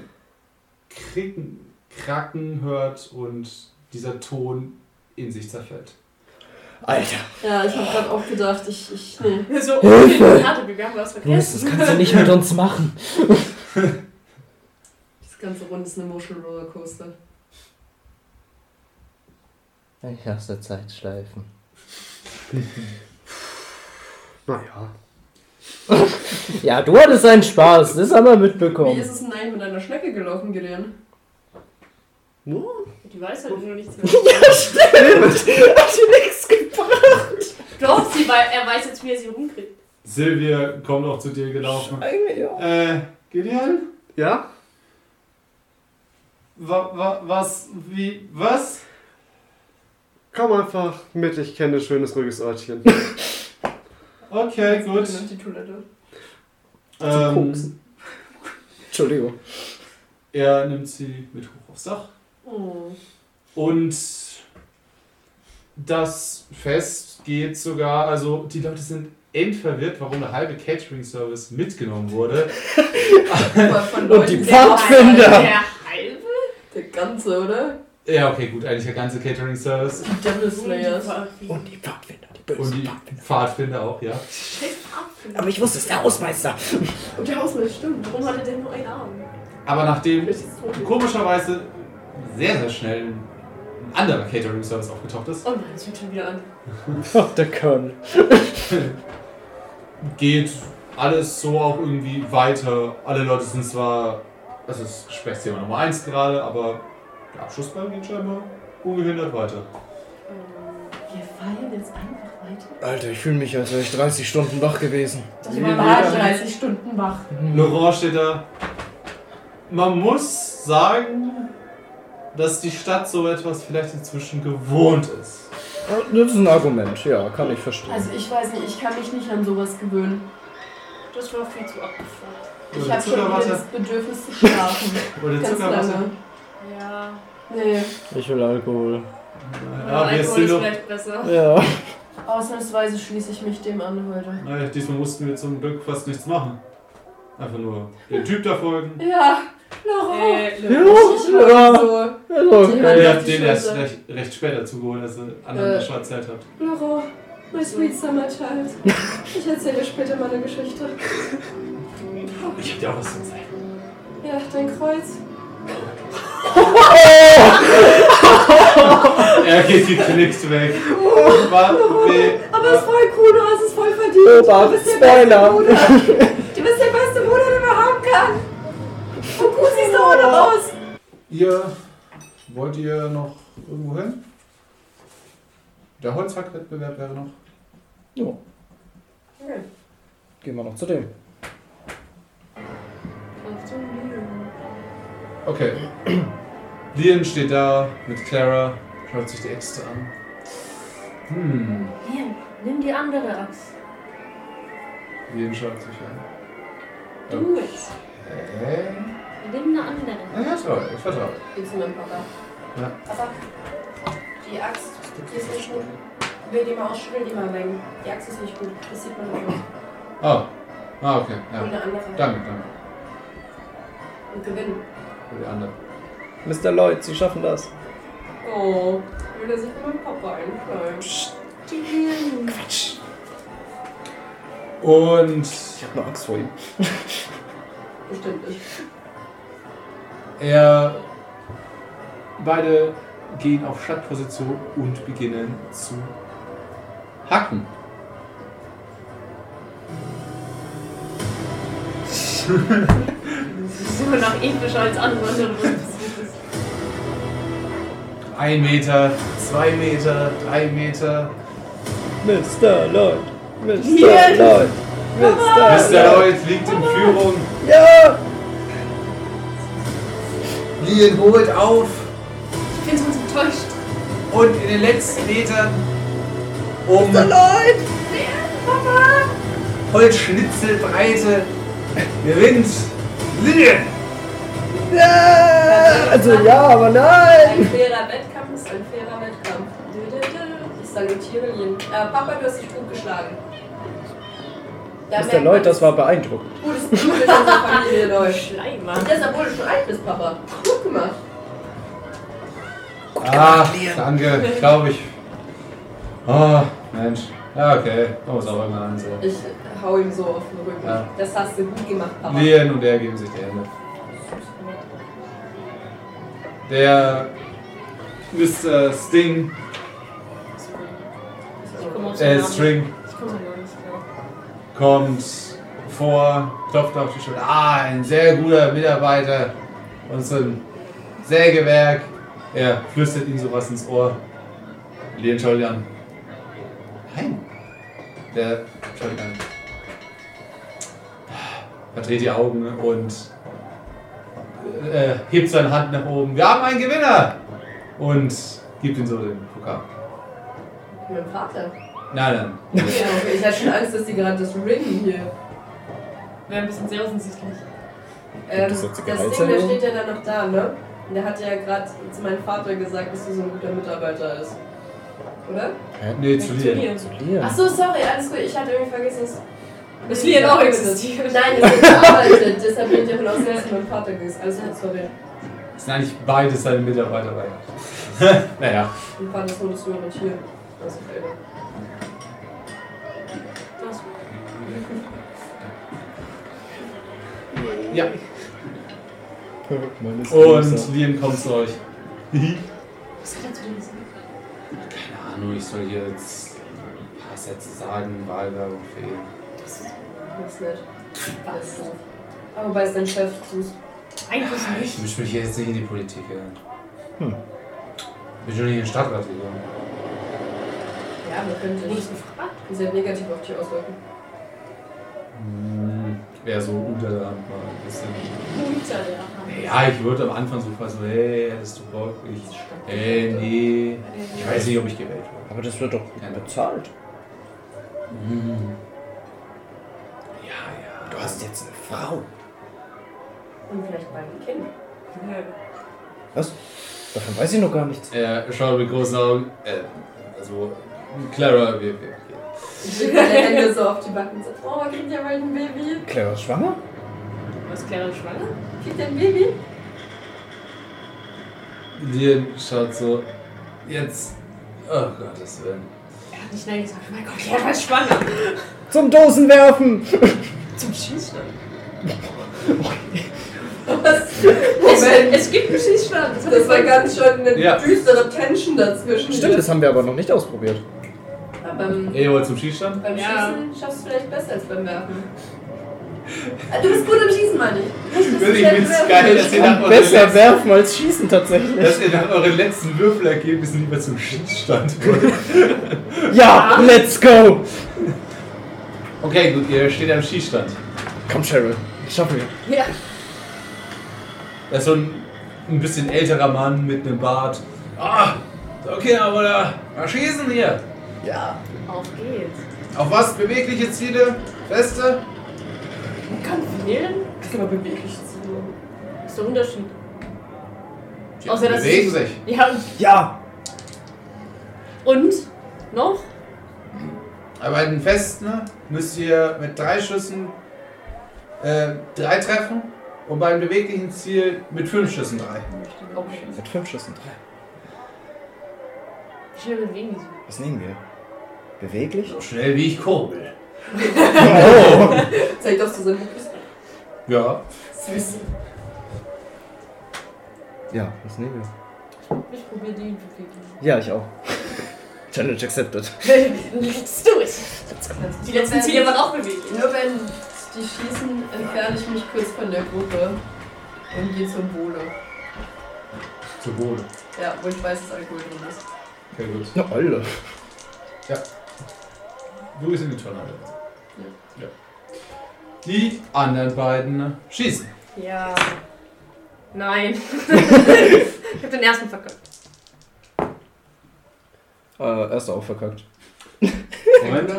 Speaker 3: Kricken, Kraken hört und dieser Ton in sich zerfällt.
Speaker 5: Alter.
Speaker 2: Ja, ich hab grad auch gedacht, ich. ich nee.
Speaker 4: So, okay, wir haben was
Speaker 5: Bruce,
Speaker 4: vergessen.
Speaker 5: das kannst du nicht mit uns machen.
Speaker 2: Das ganze Runde ist ein Emotional Rollercoaster.
Speaker 5: Ich hasse Zeitschleifen.
Speaker 6: Naja.
Speaker 5: Ja, du hattest einen Spaß, das haben wir
Speaker 2: Wie
Speaker 5: mitbekommen.
Speaker 2: ist es denn eigentlich mit einer Schnecke gelaufen, Gideon?
Speaker 4: Die weiß halt nur nichts mehr. Doch, sie wei er weiß jetzt, wie er sie rumkriegt.
Speaker 3: Silvia kommt auch zu dir gelaufen.
Speaker 5: Ja.
Speaker 3: Äh, Gideon?
Speaker 6: Ja?
Speaker 3: Wa, wa, was? Wie? Was?
Speaker 6: Komm einfach mit, ich kenne ein schönes, ruhiges Örtchen.
Speaker 3: Okay, gut.
Speaker 8: Auf die Toilette.
Speaker 3: Ähm,
Speaker 5: koksen. Entschuldigung.
Speaker 3: er nimmt sie mit hoch aufs Dach.
Speaker 8: Oh.
Speaker 3: Und das Fest geht sogar, also die Leute sind endverwirrt, warum der halbe Catering-Service mitgenommen wurde.
Speaker 8: Voll Von Leuten,
Speaker 5: die
Speaker 8: die
Speaker 5: Pfadfinder!
Speaker 4: Der halbe?
Speaker 8: Der ganze, oder?
Speaker 3: Ja, okay, gut, eigentlich der ganze Catering-Service
Speaker 8: Die Devil Slayers.
Speaker 5: Und die Pfadfinder, die bösen
Speaker 3: und die
Speaker 5: Pfadfinder.
Speaker 3: Pfadfinder auch, ja.
Speaker 5: Aber ich wusste es, der Hausmeister.
Speaker 8: Und der Hausmann, stimmt.
Speaker 4: Warum hatte der nur einen Arm?
Speaker 3: Aber nachdem
Speaker 8: Ich ist tot.
Speaker 3: komischerweise sehr, sehr schnell ein anderer Catering-Service aufgetaucht ist,
Speaker 4: Oh nein, es fängt schon wieder an.
Speaker 5: Ach, der Colonel.
Speaker 3: geht alles so auch irgendwie weiter. Alle Leute sind zwar, das ist Gesprächsthema Nummer 1 gerade, aber der Abschlussball geht scheinbar ungehindert weiter.
Speaker 2: Wir feiern jetzt einfach weiter.
Speaker 5: Alter, ich fühle mich, als wäre ich 30 Stunden wach gewesen.
Speaker 2: Das war 30 Stunden wach.
Speaker 3: Laurent steht da. Man muss sagen, dass die Stadt so etwas vielleicht inzwischen gewohnt ist.
Speaker 5: Das ist ein Argument, ja, kann ich verstehen.
Speaker 2: Also ich weiß nicht, ich kann mich nicht an sowas gewöhnen.
Speaker 4: Das war viel zu abgefahren.
Speaker 2: Ich
Speaker 3: Oder
Speaker 2: habe schon wieder
Speaker 3: Zuckerwatte.
Speaker 2: das Bedürfnis zu schlafen.
Speaker 3: Oder
Speaker 2: Ganz
Speaker 3: Zuckerwasser.
Speaker 2: lange.
Speaker 4: Ja.
Speaker 2: Nee,
Speaker 5: Ich will Alkohol.
Speaker 3: Ja, wir
Speaker 4: Alkohol
Speaker 3: sind
Speaker 4: ist
Speaker 3: noch.
Speaker 4: vielleicht besser.
Speaker 5: Ja.
Speaker 2: ausnahmsweise schließe ich mich dem an heute.
Speaker 3: Naja, diesmal mussten wir zum Glück fast nichts machen. Einfach nur den Typ da folgen.
Speaker 2: Ja, Laurent.
Speaker 4: Äh,
Speaker 2: Ich war so,
Speaker 5: Okay.
Speaker 3: Ihr
Speaker 2: Ja,
Speaker 3: habt
Speaker 2: die
Speaker 3: den erst
Speaker 2: Scheiße.
Speaker 3: recht, recht spät dazu geholt, als ihr anderen
Speaker 2: Äh.
Speaker 3: äh. Schwarz Zeit habt.
Speaker 2: Laurent, my sweet summer child. Ich erzähle dir später meine Geschichte.
Speaker 3: Ich hab dir auch was zu zeigen.
Speaker 2: Ja, dein Kreuz.
Speaker 3: Er geht geknickt weg.
Speaker 2: Oh.
Speaker 3: War, nee,
Speaker 2: Aber es ist voll cool, du hast es voll verdient.
Speaker 5: Obacht,
Speaker 2: du bist der
Speaker 5: Spoiler.
Speaker 2: beste Bruder. Du bist der beste Bruder, den man haben kann. Und gut siehst du heute aus.
Speaker 3: Ihr wollt ihr noch irgendwo hin? Der Holzhackwettbewerb wäre noch.
Speaker 5: Ja. Gehen wir noch zu dem.
Speaker 3: Okay. Lian steht da mit Clara, schaut sich die Äxte an. Hm.
Speaker 4: Hier, nimm die andere Axt.
Speaker 3: Lian schaut sich an.
Speaker 4: Do it.
Speaker 3: Hä?
Speaker 4: Nimm eine andere.
Speaker 3: Ja, vertraue, ich vertraue.
Speaker 8: Geh zu meinem Papa.
Speaker 3: Ja.
Speaker 2: Papa, die Axt, die ist nicht gut. Will die mal ausschütteln, die mal weg. Die Axt ist nicht gut, das sieht man immer.
Speaker 3: Oh. Ah, okay.
Speaker 2: Und
Speaker 3: Ja.
Speaker 2: eine andere.
Speaker 3: Danke, danke.
Speaker 2: Und gewinnen.
Speaker 3: Für die andere.
Speaker 5: Mr. Lloyd, Sie schaffen das.
Speaker 8: Oh. Will er sich mit meinem Papa einschreiben?
Speaker 3: Und
Speaker 5: Ich habe nur Angst vor ihm.
Speaker 8: Bestimmt nicht.
Speaker 3: er. Beide gehen auf Stadtposition und beginnen zu hacken.
Speaker 4: Suche nach epischer als andere. Das ist-
Speaker 3: Ein Meter, zwei Meter, drei Meter.
Speaker 5: Mr. Lloyd. Mr.
Speaker 2: Hier.
Speaker 5: Lloyd. Mr.
Speaker 3: Mr. Lloyd liegt in Führung.
Speaker 5: Ja!
Speaker 3: Lien holt auf
Speaker 4: Ich bin so enttäuscht.
Speaker 3: und in den letzten Metern um Mr. Lloyd! Holzschnitzelbreite gewinnt Lien!
Speaker 5: Also ja, aber nein!
Speaker 8: Ein fairer Wettkampf ist ein fairer Wettkampf. Dö, dö, dö. Ich salutiere ihn. Äh, Papa, du hast dich gut geschlagen. Da merkt
Speaker 5: Mr.
Speaker 8: man,
Speaker 5: Lloyd, das war beeindruckend.
Speaker 8: Gutes Blut in unserer Familie läuft.
Speaker 4: Schleimer.
Speaker 8: Und deshalb wurde schon alt bist, Papa. Gut gemacht.
Speaker 3: Ah, danke, glaube ich. Oh, Mensch. Ja, okay. Komm es auch immer an so.
Speaker 8: Ich hau ihm so auf den Rücken.
Speaker 3: Ja.
Speaker 8: Das hast du gut gemacht, Papa.
Speaker 3: Lien und er geben sich die Hände. Der Mr. Sting,
Speaker 4: Ich komme auf
Speaker 3: äh,
Speaker 4: seinen Namen.
Speaker 3: String,
Speaker 4: Ich komme auf seinen Namen nicht klar.
Speaker 3: kommt vor, klopft auf die Schulter. Ah, ein sehr guter Mitarbeiter unserem Sägewerk. Er flüstert ihm sowas ins Ohr. Lien schaut ihn an. Nein. Der schaut ihn an. Verdreht die Augen und äh, hebt seine Hand nach oben. Wir haben einen Gewinner! Und gibt ihm so den Pokal.
Speaker 2: Mit dem Vater.
Speaker 3: Na dann.
Speaker 2: Ja, okay. Ich hatte schon Angst, dass die gerade das Ring hier.
Speaker 18: Wäre ein bisschen sehr offensichtlich.
Speaker 2: Ähm,
Speaker 5: das
Speaker 2: das
Speaker 5: jetzt
Speaker 2: Ding,
Speaker 5: die
Speaker 2: der
Speaker 5: Gehaltserhöhung?
Speaker 2: steht ja dann noch da, ne? Und der hat ja gerade zu meinem Vater gesagt, dass du so ein guter Mitarbeiter ist. Oder?
Speaker 3: Nee, zu
Speaker 18: Zu
Speaker 3: dir.
Speaker 18: dir.
Speaker 5: Isolieren.
Speaker 2: Achso, sorry, alles gut. Ich hatte irgendwie vergessen, dass.
Speaker 18: Das Lied auch existiert.
Speaker 2: Nein, das ist gearbeitet. Deshalb bin ich davon ausgegangen, dass es mit meinem Vater ist. Alles gut, sorry.
Speaker 3: Sind eigentlich beides seine Mitarbeiter bei. naja.
Speaker 2: Mein Vater ist nur das höhere Tier. Also, äh,
Speaker 3: Ja.
Speaker 5: Meines Größer.
Speaker 3: Und Liam kommt zu euch.
Speaker 18: Was hat er zu dir gesagt?
Speaker 3: Keine Ahnung, ich soll hier jetzt ein paar Sätze sagen, Wahlwerbung für ihn.
Speaker 2: das ist nett. Alles gut. Aber bei seinem Chef tust
Speaker 18: Eigentlich
Speaker 3: Ich
Speaker 18: nicht.
Speaker 3: mische mich jetzt nicht in die Politik ein. Bin schon nicht in den Stadtrat gegangen.
Speaker 2: Ja, man könnte nicht. Ihr seid negativ auf dich auswirken.
Speaker 3: Hm, Wäre so unter der Hand mal ein bisschen.
Speaker 4: Guter Lehrer.
Speaker 3: Ja, ich würde am Anfang so fragen, so, hey, hättest du Bock? Ich, äh, nee. Ich weiß nicht, ob ich gewählt werde.
Speaker 5: Aber das wird doch
Speaker 3: Ja.
Speaker 5: bezahlt.
Speaker 3: Hm. Ja, ja.
Speaker 5: Du hast jetzt eine Frau.
Speaker 2: Und vielleicht bald ein Kind.
Speaker 5: Was? Davon weiß ich noch gar nichts.
Speaker 3: Er schaut mit großen Augen. Äh, also, Clara, wir, wir, wir.
Speaker 2: Ich lege meine Hände so auf die Backen und so, oh, man kriegt ja bald ein Baby.
Speaker 5: Clara ist schwanger?
Speaker 18: Was Clara schwanger?
Speaker 2: Kriegt ihr ein Baby?
Speaker 3: Lian schaut so. Jetzt. Oh Gottes Willen.
Speaker 18: Er hat nicht Nein gesagt. Oh mein Gott, Clara ist schwanger.
Speaker 5: Zum Dosenwerfen!
Speaker 18: Zum Schießstand.
Speaker 2: Was?
Speaker 18: Es,
Speaker 2: Moment.
Speaker 18: es gibt einen Schießstand. Das,
Speaker 2: Das war ganz schön eine
Speaker 3: Ja.
Speaker 2: düstere Tension dazwischen.
Speaker 5: Stimmt, das haben wir aber noch nicht ausprobiert.
Speaker 2: Aber beim,
Speaker 3: Ihr wollt zum Schießstand?
Speaker 2: beim
Speaker 18: Ja.
Speaker 2: Schießen schaffst du vielleicht besser als beim Werfen. Ah, Du bist gut im Schießen, meine ich. Richtig
Speaker 3: Ich
Speaker 2: schnell
Speaker 3: find's
Speaker 2: werfen.
Speaker 3: geil, dass ihr nach euren,
Speaker 5: Besser
Speaker 3: letzten,
Speaker 5: werfen als schießen tatsächlich.
Speaker 3: dass ihr nach euren letzten Würfelergebnissen lieber zum Schießstand wollt.
Speaker 5: Ja, let's go!
Speaker 3: Okay, gut, ihr steht am Schießstand.
Speaker 5: Komm, Cheryl. Schaffen wir.
Speaker 3: Da ist so ein, ein bisschen älterer Mann mit einem Bart. Ah, okay, aber da, mal schießen hier.
Speaker 5: Ja.
Speaker 4: Auf geht's.
Speaker 3: Auf was? Bewegliche Ziele? Feste?
Speaker 4: Kann wählen?
Speaker 2: Das ist aber beweglich zu tun.
Speaker 4: Ist der Unterschied.
Speaker 3: Die
Speaker 4: Außer, dass
Speaker 3: bewegen
Speaker 4: ich-
Speaker 3: sich.
Speaker 4: Ja, und-
Speaker 5: Ja!
Speaker 4: und noch?
Speaker 3: Aber in den Festen ne? müsst ihr mit drei Schüssen äh, drei treffen und beim beweglichen Ziel mit fünf Schüssen drei.
Speaker 4: Oh,
Speaker 5: Mit fünf Schüssen drei.
Speaker 4: Wie schnell bewegen die sich?
Speaker 5: Was nehmen wir? Beweglich?
Speaker 3: So schnell wie ich kurbel.
Speaker 2: Zeig doch zu seinem Muckis.
Speaker 3: Ja.
Speaker 2: Süß.
Speaker 5: Ja, was nehmen wir?
Speaker 4: Ich probiere die bewegen.
Speaker 5: Ja, ich auch. Challenge accepted.
Speaker 4: Let's do it. Die letzten Ziele waren auch beweglich.
Speaker 2: Nur wenn die schießen, entferne ich mich kurz von der Gruppe und gehe zum Bohle.
Speaker 3: Zu Wohl.
Speaker 2: Ja, wo ich weiß, dass Alkohol drin ist.
Speaker 3: Okay, gut.
Speaker 5: Na, Genau, alle.
Speaker 3: Du bist in die Turnhalle. Ja. ja. Die anderen beiden ne? schießen.
Speaker 18: Ja. Nein. ich hab den ersten verkauft.
Speaker 5: Äh, erster auch verkackt.
Speaker 3: Moment.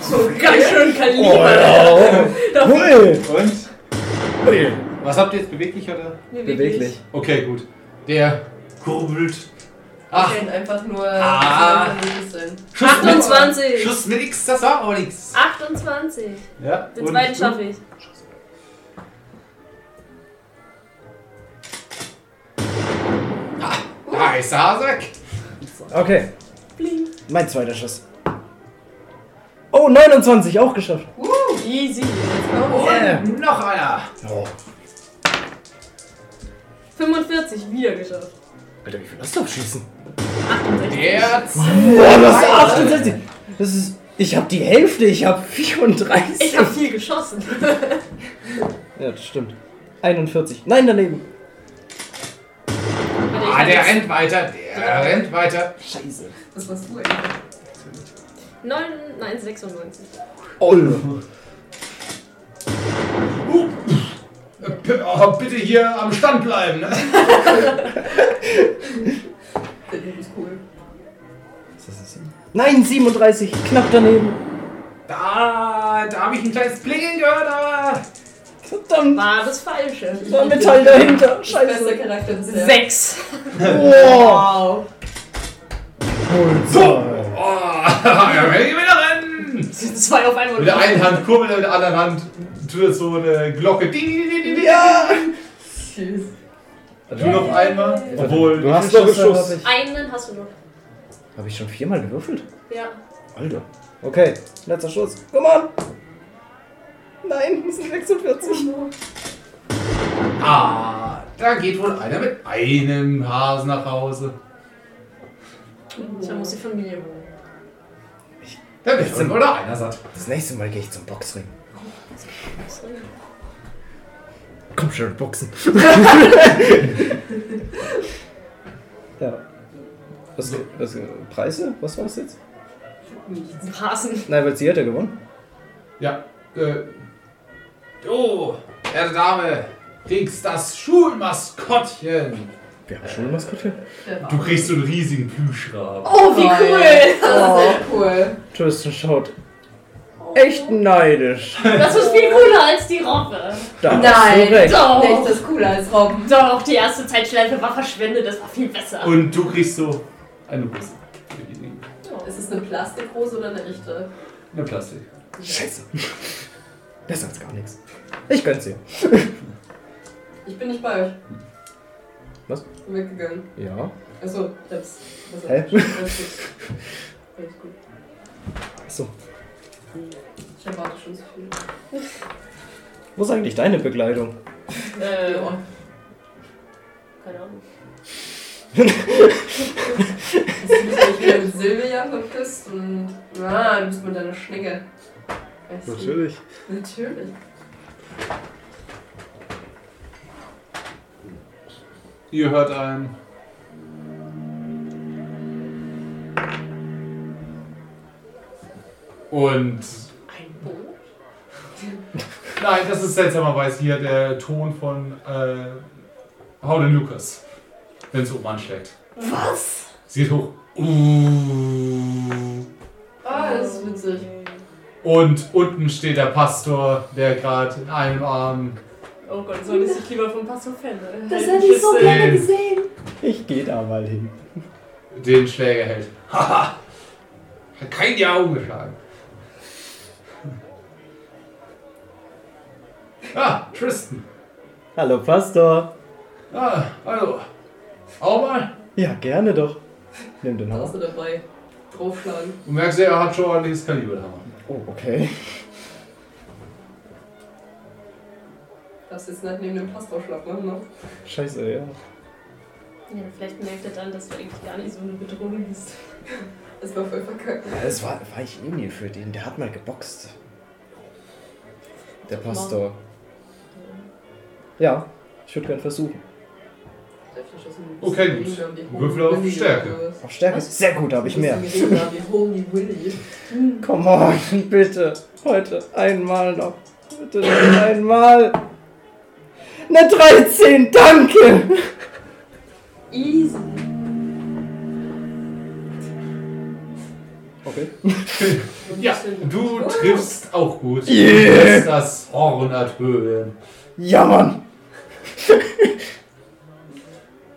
Speaker 18: So ganz schön
Speaker 5: Oh,
Speaker 18: Kaliber.
Speaker 5: ja. Hui.
Speaker 3: Und?
Speaker 5: Hui.
Speaker 3: Was habt ihr jetzt? Beweglich oder?
Speaker 5: Beweglich.
Speaker 3: Okay, gut. Der kurbelt. Ach,
Speaker 2: Ich bin einfach nur
Speaker 3: Ah.
Speaker 2: Muckis sein.
Speaker 3: Schuss mit-
Speaker 4: 28.
Speaker 3: Schuss mit X, das war aber nix.
Speaker 4: 28.
Speaker 3: Ja.
Speaker 4: Den
Speaker 3: und-
Speaker 4: zweiten schaffe ich.
Speaker 3: Nice, Hasek.
Speaker 5: Okay. Mein zweiter Schuss. Oh, 29, auch geschafft.
Speaker 18: Easy.
Speaker 5: Yeah.
Speaker 3: Und noch einer.
Speaker 5: Oh,
Speaker 4: 45, wieder geschafft.
Speaker 5: Alter, wie viel hast du auf Schießen?
Speaker 3: Der
Speaker 5: Boah, das ist 68. Das ist. Ich hab die Hälfte, ich hab 34.
Speaker 4: Ich habe viel geschossen.
Speaker 5: ja, das stimmt. 41. Nein, daneben.
Speaker 3: Ah, der rennt weiter. Der rennt weiter.
Speaker 5: Scheiße.
Speaker 2: Das warst du eigentlich.
Speaker 4: 9, nein, 96.
Speaker 5: Oh.
Speaker 3: Uh, äh, p- oh, bitte hier am Stand bleiben. Ne?
Speaker 2: Der Typ ist cool.
Speaker 19: Nein, 37, knapp daneben.
Speaker 3: Da, da habe ich ein kleines Klingeln gehört. ah.
Speaker 19: Verdammt,
Speaker 4: War das Falsche.
Speaker 19: da ein Metall dahinter.
Speaker 2: Bester
Speaker 19: Scheiße.
Speaker 2: Charakter bisher.
Speaker 20: Sechs.
Speaker 19: Wow.
Speaker 2: Wow.
Speaker 3: So! Oh, ja, wir gehen wieder rennen.
Speaker 20: Zwei auf einmal.
Speaker 3: Mit der einen Hand kurbelt er, mit der anderen Hand tut so eine Glocke. Ding, ding, ding, ding.
Speaker 19: Ja.
Speaker 2: Tschüss.
Speaker 3: Du noch einmal. Obwohl,
Speaker 5: Du hast doch Schuss.
Speaker 4: Einen hast du noch.
Speaker 5: Habe ich schon viermal gewürfelt?
Speaker 4: Ja.
Speaker 5: Alter.
Speaker 19: Okay, letzter Schuss. Komm on. Nein, das sind 46.
Speaker 3: ah, da geht wohl einer mit einem Hasen nach Hause.
Speaker 4: Da muss die Familie holen.
Speaker 3: Da wird wohl noch einer satt.
Speaker 5: Das nächste Mal gehe ich zum Boxring. Komm schon, boxen. ja. Was, was, Preise? Was war das jetzt?
Speaker 20: Hasen.
Speaker 5: Nein, weil sie hat ja gewonnen.
Speaker 3: Ja, äh. Du, werte Dame, kriegst das Schulmaskottchen.
Speaker 5: Wir haben schon eine Maskottchen.
Speaker 3: Du kriegst so einen riesigen Plüschraben.
Speaker 20: Oh, wie cool.
Speaker 2: Sehr cool.
Speaker 5: Tristan schaut echt neidisch.
Speaker 4: Das ist viel cooler als die Robbe.
Speaker 5: Da
Speaker 2: Nein.
Speaker 5: hast du recht.
Speaker 2: Echt,
Speaker 4: Doch.
Speaker 2: das ist cooler als Robben.
Speaker 4: Doch, die erste Zeitschleife war verschwendet. Das war viel besser.
Speaker 3: Und du kriegst so eine Hose.
Speaker 2: Ist es eine Plastikrose oder eine echte?
Speaker 3: Eine Plastik.
Speaker 5: Scheiße. Besser als gar nichts. Ich gönn's dir.
Speaker 2: Ich bin nicht bei euch.
Speaker 5: Was?
Speaker 2: Bin weggegangen.
Speaker 5: Ja.
Speaker 2: Achso, ich hab's. Also,
Speaker 5: Hä?
Speaker 2: Alles gut. Alles gut.
Speaker 5: So.
Speaker 2: Ich erwarte schon so viel.
Speaker 5: Wo ist eigentlich deine Begleitung?
Speaker 4: Äh,
Speaker 2: Ja.
Speaker 4: keine Ahnung.
Speaker 2: Ich bin mit Silvia verpisst und. Ah, du bist mit deiner Schnecke. Weißt du?
Speaker 6: Natürlich.
Speaker 2: Natürlich.
Speaker 3: Ihr hört ein. Und.
Speaker 4: Ein Boot?
Speaker 3: Nein, das ist seltsamerweise hier der Ton von äh, Howden Lucas. Wenn es oben anschlägt.
Speaker 4: Was?
Speaker 3: Sie geht hoch. Uh.
Speaker 2: Ah, das ist witzig.
Speaker 3: Und unten steht der Pastor, der gerade in einem Arm.
Speaker 4: Oh Gott, soll ich sich lieber vom Pastor fern?
Speaker 21: Das hätte ich so gerne
Speaker 3: Den,
Speaker 21: gesehen.
Speaker 5: Ich gehe da mal hin.
Speaker 3: den Schläger hält. Haha! Hat kein die Augen geschlagen. Ah, Tristan.
Speaker 5: Hallo Pastor.
Speaker 3: Ah, hallo. Auch mal?
Speaker 5: Ja, gerne doch. Nimm den
Speaker 2: Da
Speaker 5: Hammer.
Speaker 2: warst du dabei. Draufschlagen.
Speaker 3: Du merkst ja, er hat schon ordentliches Kaliber. der Hammer.
Speaker 5: Oh, okay.
Speaker 2: Darfst jetzt nicht neben dem Pastorschlag machen, ne?
Speaker 5: Scheiße, ja.
Speaker 4: Ja, vielleicht merkt er dann, dass du eigentlich gar nicht so eine Bedrohung bist.
Speaker 2: Das war voll verkackt.
Speaker 5: Das war, war ich eh nie für den. Der hat mal geboxt. Der Pastor. Ja, ich würde gern versuchen.
Speaker 3: Okay, gut. Würfel auf Stärke.
Speaker 5: Auf Stärke ist sehr gut, da habe ich mehr.
Speaker 2: Wie Holy Willy.
Speaker 5: Come on, bitte. Heute einmal noch. Bitte noch einmal. Eine 13, danke!
Speaker 2: Easy.
Speaker 5: Okay.
Speaker 3: Ja, du triffst auch gut.
Speaker 5: Yeah.
Speaker 3: Du lässt das Horn ertönen.
Speaker 5: Ja, Mann!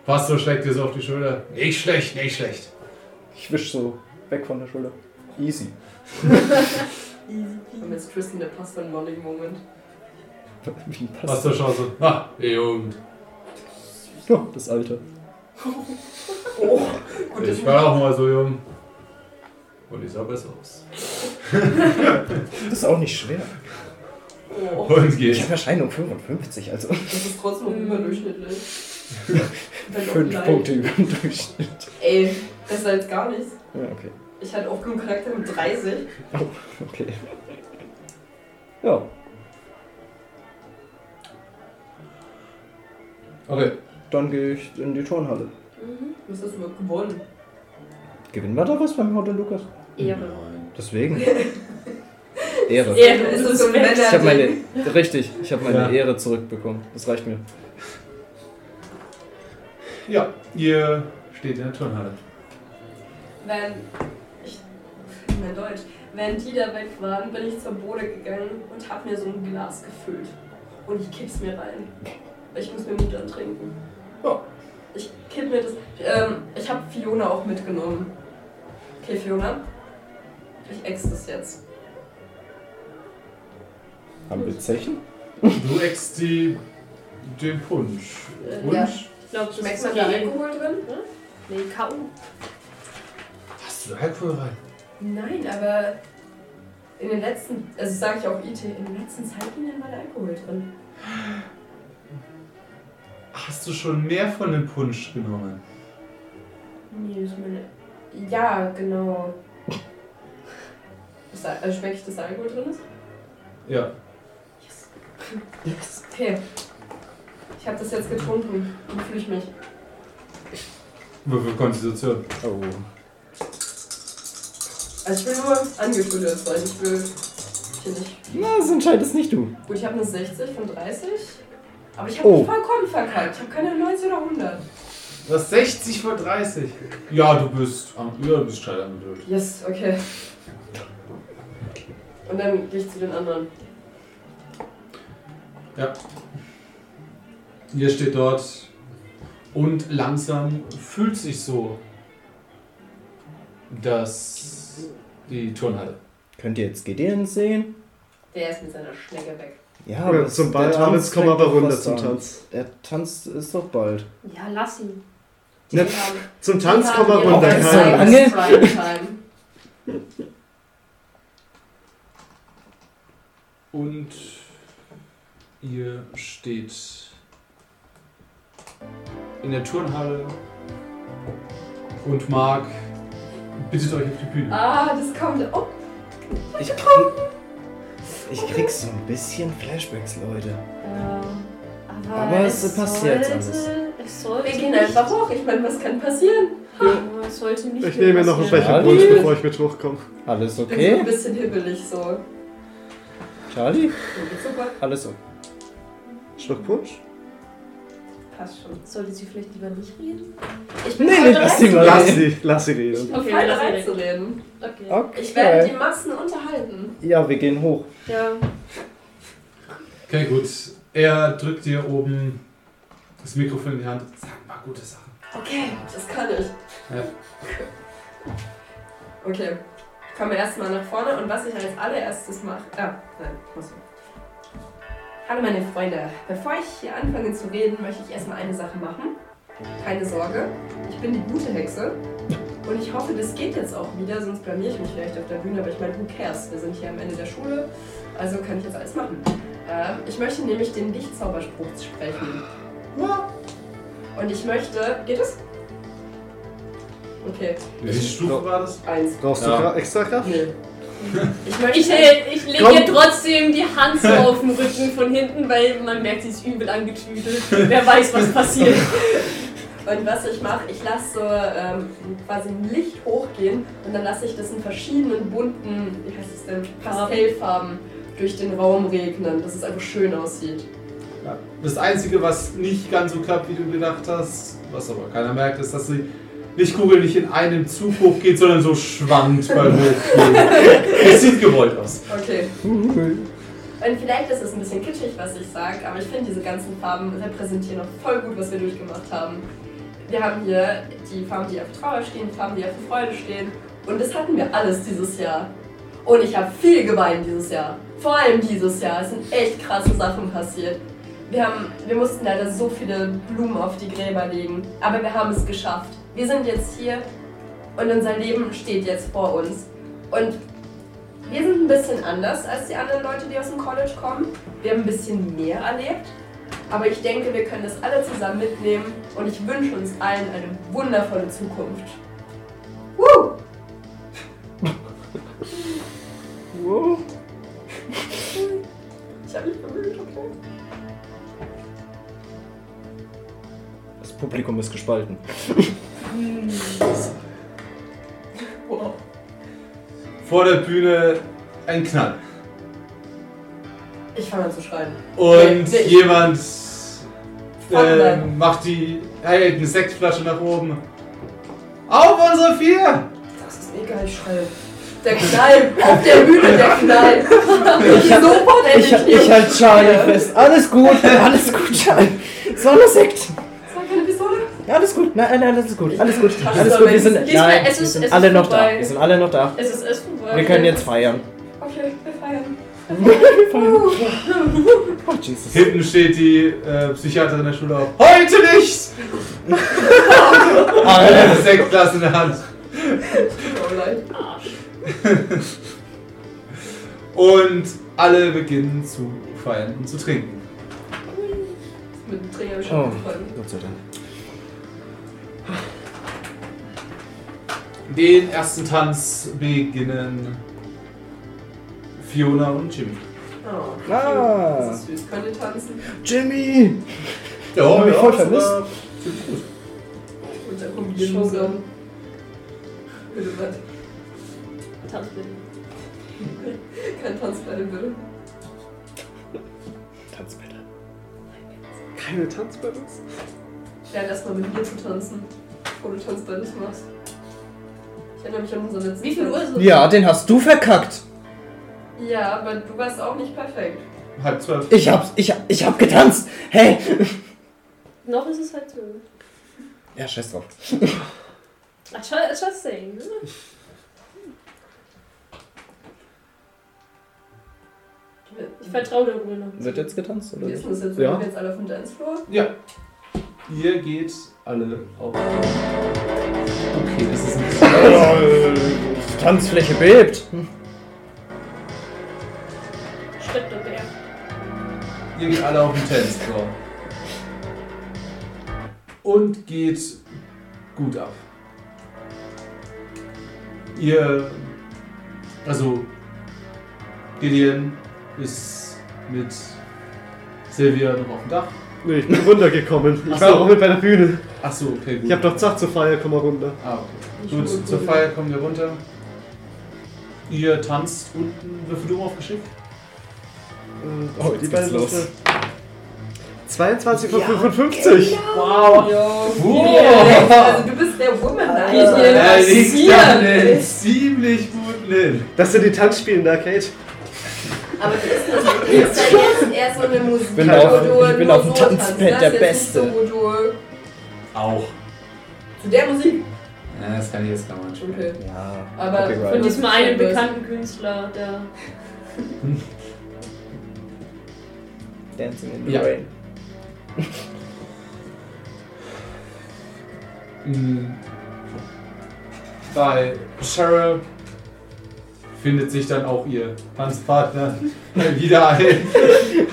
Speaker 3: Pastor schlägt dir so auf die Schulter. Nicht schlecht, nicht schlecht.
Speaker 5: Ich wisch so weg von der Schulter. Easy.
Speaker 2: Wir haben jetzt Tristan, der Pastor in Molly Moment.
Speaker 5: Wie ein Pastor.
Speaker 3: Pastor schaut so. Na, ihr Jugend.
Speaker 5: Ja, das Alter.
Speaker 2: Oh, Gut, das
Speaker 3: Ich war auch mal so jung. Und ich sah besser aus.
Speaker 5: Das ist auch nicht schwer.
Speaker 3: Und
Speaker 5: Ich
Speaker 3: geht.
Speaker 5: habe Erscheinung 55, um also
Speaker 2: oh. Das ist trotzdem noch überdurchschnittlich. Dann doch
Speaker 5: 5
Speaker 2: gleich.
Speaker 5: Punkte über dem Durchschnitt.
Speaker 2: Ey, besser als gar nichts.
Speaker 5: Ja, okay.
Speaker 2: Ich hatte auch genug Charakter mit 30.
Speaker 5: Okay. Ja,
Speaker 3: Okay.
Speaker 5: dann gehe ich in die Turnhalle.
Speaker 2: Du hast das überhaupt gewonnen.
Speaker 5: Gewinnen wir da was beim Hotel Lukas?
Speaker 4: Ehre.
Speaker 5: Deswegen. Ehre.
Speaker 4: Ehre
Speaker 2: Das
Speaker 4: ist
Speaker 2: ist
Speaker 4: es
Speaker 2: so ein
Speaker 4: wert.
Speaker 5: Ich habe
Speaker 2: Männer.
Speaker 5: meine. Richtig, ich habe meine Ehre zurückbekommen. Das reicht mir.
Speaker 3: Ja, ihr steht in der Turnhalle.
Speaker 2: Wenn ich nicht mein Deutsch. Während die da weg waren, bin ich zur Bode gegangen und hab mir so ein Glas gefüllt. Und ich kipp's mir rein. Ich muss mir Mut antrinken.
Speaker 3: Ja.
Speaker 2: Ich kipp mir das. Ähm, ich hab Fiona auch mitgenommen. Okay, Fiona. Ich ex das jetzt.
Speaker 5: Haben wir Zechen?
Speaker 3: Du eckst die, den Punsch.
Speaker 8: Äh,
Speaker 3: Punsch?
Speaker 8: ja.
Speaker 4: Ich glaube, das
Speaker 8: Schmeckt
Speaker 4: ist
Speaker 8: man da
Speaker 4: okay. Hm?
Speaker 8: Alkohol drin?
Speaker 4: Nee, K.O.
Speaker 3: Hast du Alkohol rein?
Speaker 2: Nein, aber in den letzten, also sage ich auch IT, in den letzten Zeitlinien war der Alkohol drin.
Speaker 3: Hast du schon mehr von dem Punsch genommen?
Speaker 2: Nee, ich meine. Ja, genau. Ist da- Also schmecke ich, dass da Alkohol drin ist?
Speaker 3: Ja.
Speaker 2: Yes. Okay. Ich habe das jetzt getrunken. Wie fühle ich mich?
Speaker 3: Würfel Konstitution.
Speaker 5: Oh.
Speaker 2: Also ich bin nur angefüttert, weil ich will. Hier nicht.
Speaker 5: Na, das entscheidest nicht du.
Speaker 2: Gut, ich habe eine 60 von 30. Aber ich habe
Speaker 5: Oh.
Speaker 2: mich vollkommen verkackt. Ich habe keine 90 oder 100.
Speaker 3: Du hast 60 vor 30. Ja, du bist am ja, du bist Scheid am Blöd.
Speaker 2: Yes, okay. Und dann gehe ich zu den anderen.
Speaker 3: Ihr steht dort und langsam fühlt sich so, dass die Turnhalle.
Speaker 5: Könnt ihr jetzt Gideon sehen?
Speaker 8: Der ist mit seiner Schnecke weg.
Speaker 5: Ja,
Speaker 6: Ja,
Speaker 5: das-
Speaker 6: zum Ball,
Speaker 5: der
Speaker 6: aber
Speaker 5: Tanz
Speaker 6: jetzt kommen wir aber
Speaker 5: fängt doch
Speaker 6: runter
Speaker 5: fast
Speaker 6: zum
Speaker 5: an.
Speaker 6: Tanz.
Speaker 5: Der Tanz ist doch bald.
Speaker 4: Ja, lass ihn.
Speaker 6: Ne,
Speaker 4: haben-
Speaker 6: zum Tanz
Speaker 4: die
Speaker 6: kommen wir
Speaker 4: haben
Speaker 6: runter.
Speaker 5: ihre
Speaker 6: Keine
Speaker 5: Zeit.
Speaker 6: Angst.
Speaker 5: Angel?
Speaker 8: Primetime.
Speaker 3: Und ihr steht in der Turnhalle und Marc bittet euch auf die Bühne.
Speaker 2: Ah, das kommt. Oh,
Speaker 5: Ich, krieg, ich krieg so ein bisschen Flashbacks, Leute.
Speaker 4: Ähm, aber
Speaker 5: Aber es passiert
Speaker 4: sollte,
Speaker 5: alles.
Speaker 4: Es sollte
Speaker 2: wir gehen
Speaker 4: nicht-
Speaker 2: einfach hoch. Ich meine, was kann passieren?
Speaker 4: Ja, Es sollte nicht
Speaker 6: Ich nehme mir noch einen
Speaker 4: passieren.
Speaker 6: Becher Punsch, bevor ich mit hochkomme.
Speaker 5: Alles
Speaker 2: Ich bin so ein
Speaker 5: okay?
Speaker 2: bisschen hibbelig so. so
Speaker 5: Charlie?
Speaker 2: geht's super.
Speaker 5: Alles okay.
Speaker 6: Schluck Punsch?
Speaker 2: Passt schon.
Speaker 4: Sollte sie vielleicht lieber nicht reden?
Speaker 2: Ich bin
Speaker 5: Nee,
Speaker 2: voll
Speaker 5: nee,
Speaker 2: bereit,
Speaker 5: lass sie mal.
Speaker 6: Lass
Speaker 5: reden.
Speaker 6: sie, lass sie reden.
Speaker 2: okay,
Speaker 4: Okay,
Speaker 2: voll
Speaker 4: lass ihn
Speaker 2: bereit
Speaker 4: weg.
Speaker 2: zu reden.
Speaker 4: Okay.
Speaker 5: Okay.
Speaker 2: Ich werde die Massen unterhalten.
Speaker 5: Ja, wir gehen hoch.
Speaker 4: Ja.
Speaker 3: Okay, gut. Er drückt dir oben das Mikrofon in die Hand. Sag ein paar gute Sachen.
Speaker 2: Okay, das kann ich.
Speaker 3: Ja.
Speaker 2: Okay, ich komme erstmal nach vorne und was ich als allererstes mache. Ah, nein, muss ich. Hallo meine Freunde, bevor ich hier anfange zu reden, möchte ich erstmal eine Sache machen. Keine Sorge, ich bin die gute Hexe und ich hoffe, das geht jetzt auch wieder, sonst blamier ich mich vielleicht auf der Bühne, aber ich meine, who cares? Wir sind hier am Ende der Schule, also kann ich jetzt alles machen. Äh, ich möchte nämlich den Lichtzauberspruch sprechen. Und ich möchte. Geht es? Okay,
Speaker 3: Welche Stufe war das?
Speaker 2: eins.
Speaker 6: Brauchst du
Speaker 3: Ja.
Speaker 6: Gra- extra Kraft?
Speaker 2: Nee. Ich möchte.
Speaker 4: Ich, äh, ich lege
Speaker 6: Komm.
Speaker 4: ihr trotzdem die Hand so auf den Rücken von hinten, weil man merkt, sie ist übel angetüdelt. Wer weiß, was passiert.
Speaker 2: Und was ich mache, ich lasse so ähm, quasi ein Licht hochgehen und dann lasse ich das in verschiedenen bunten, wie heißt es denn, Pastellfarben durch den Raum regnen, dass es einfach schön aussieht.
Speaker 3: Ja. Das Einzige, was nicht ganz so klappt, wie du gedacht hast, was aber keiner merkt, ist, dass die Lichtkugel nicht in einem Zug hochgeht, sondern so schwankt beim Hochgehen. Es sieht gewollt aus.
Speaker 2: Okay. Und vielleicht ist es ein bisschen kitschig, was ich sage, aber ich finde, diese ganzen Farben repräsentieren auch voll gut, was wir durchgemacht haben. Wir haben hier die Farben, die auf Trauer stehen, die Farben, die auf Freude stehen. Und das hatten wir alles dieses Jahr. Und ich habe viel geweint dieses Jahr. Vor allem dieses Jahr. Es sind echt krasse Sachen passiert. Wir, haben, wir mussten leider so viele Blumen auf die Gräber legen. Aber wir haben es geschafft. Wir sind jetzt hier und unser Leben steht jetzt vor uns. Und wir sind ein bisschen anders als die anderen Leute, die aus dem College kommen. Wir haben ein bisschen mehr erlebt. Aber ich denke, wir können das alle zusammen mitnehmen und ich wünsche uns allen eine wundervolle Zukunft. Woo!
Speaker 5: Wow.
Speaker 2: Ich habe mich bemüht, okay?
Speaker 5: Das Publikum ist gespalten.
Speaker 2: Wow.
Speaker 3: Vor der Bühne ein Knall.
Speaker 2: Ich fange an zu schreien.
Speaker 3: Und
Speaker 2: Nee, nee.
Speaker 3: jemand äh,
Speaker 2: Feuerwehr.
Speaker 3: macht die, hält eine Sektflasche nach oben. Auf unsere Vier!
Speaker 2: Das ist mir egal, ich schreie. Der Knall, auf der Bühne der Knall.
Speaker 5: Ich, hab, ich, ich halt Charlie fest. Alles gut, alles gut, Charlie. Sonnensekt. Alles gut, nein, nein, alles gut, alles gut, alles gut, wir sind, nein, wir sind alle noch da, wir sind alle noch da.
Speaker 4: Es ist es vorbei.
Speaker 5: Wir können jetzt feiern.
Speaker 4: Okay, wir feiern.
Speaker 5: Oh, Jesus.
Speaker 3: Hinten steht die äh, Psychiaterin der Schule auf. Heute nicht!
Speaker 5: Ah,
Speaker 3: Er
Speaker 5: ja.
Speaker 3: hat sechs Glas in der Hand. Und alle beginnen zu feiern und zu trinken.
Speaker 2: Mit dem Träger habe ich
Speaker 5: Oh.
Speaker 2: schon gefunden.
Speaker 5: Gott sei Dank.
Speaker 3: Den ersten Tanz beginnen Fiona und Jimmy.
Speaker 2: Oh.
Speaker 5: Ah,
Speaker 2: Das ist süß. Könnt ihr tanzen?
Speaker 5: Jimmy.
Speaker 3: Ja,
Speaker 5: hab mich voll vermisst.
Speaker 3: sogar ziemlich gut.
Speaker 2: Und dann kommt die Schwester. Bitte was?
Speaker 4: Tanz bitte.
Speaker 2: Kein Tanz bei dem Bild.
Speaker 5: Tanzbälle.
Speaker 6: Keine Tanzbattles?
Speaker 2: Lern erstmal mit mir zu tanzen, bevor du Tanzballes machst. Ich erinnere mich an unseren letzten
Speaker 4: Wie viel Uhr ist es?
Speaker 5: Ja, den hast du verkackt.
Speaker 2: Tanz. Ja, aber du warst auch nicht perfekt.
Speaker 3: Halb zwölf.
Speaker 5: Ich hab's, ich, hab- ich hab getanzt. Hey.
Speaker 4: Noch ist es halt so.
Speaker 5: Ja, scheiß drauf.
Speaker 4: I try, I just saying. ne? Ich vertraue der Ruhe noch.
Speaker 22: Wird jetzt getanzt, oder?
Speaker 2: Wie ist denn das jetzt?
Speaker 22: Ja.
Speaker 2: Sind wir jetzt alle auf dem Dancefloor?
Speaker 3: Ja. Ihr geht alle auf. Okay, das ist nicht so.
Speaker 5: Die Tanzfläche bebt. Hm.
Speaker 4: Schritt und Bär.
Speaker 3: Ihr geht alle auf den Tenniscourt. Und geht gut ab. Ihr. Also. Gideon ist mit Silvia noch auf dem Dach.
Speaker 6: Nee, ich bin runtergekommen. Ich
Speaker 3: Ach
Speaker 6: war
Speaker 3: so.
Speaker 6: auch mit bei der Bühne.
Speaker 3: Achso, okay, gut.
Speaker 6: Ich hab doch gesagt, zur Feier komm mal runter.
Speaker 3: Ah, okay. Gut, zur Feier kommen wir runter. Ihr tanzt unten, würfel du mal auf Geschick.
Speaker 6: Äh, das
Speaker 22: Oh,
Speaker 6: sind
Speaker 22: jetzt
Speaker 6: die
Speaker 22: geht's
Speaker 6: beiden
Speaker 22: los.
Speaker 6: Liste. 22 von 55.
Speaker 5: genau.
Speaker 3: Wow! Äh,
Speaker 2: Also du bist der Womanizer.
Speaker 3: Er liegt damit ziemlich gut drin.
Speaker 6: Das sind die Tanzspielende, Kate.
Speaker 23: Aber das ist das ist ja jetzt eher so eine Musik.
Speaker 5: bin
Speaker 6: auf-
Speaker 2: Wo du
Speaker 5: ich bin
Speaker 2: nur
Speaker 5: auf dem
Speaker 2: so
Speaker 5: Tanzpad
Speaker 2: tanzt. Das
Speaker 5: der
Speaker 2: ist jetzt
Speaker 5: Beste.
Speaker 2: nicht So, wo du
Speaker 3: Auch.
Speaker 2: zu der Musik.
Speaker 3: Ja, das kann ich jetzt gar nicht spielen.
Speaker 2: Okay.
Speaker 22: Ja.
Speaker 2: Aber
Speaker 22: Copyright.
Speaker 2: von
Speaker 4: Und diesmal einen
Speaker 2: bekannten.
Speaker 4: bekannten Künstler, der.
Speaker 5: Dancing in the
Speaker 3: Ja.
Speaker 5: rain.
Speaker 3: Mm. Bei Cheryl findet sich dann auch ihr Tanzpartner wieder ein.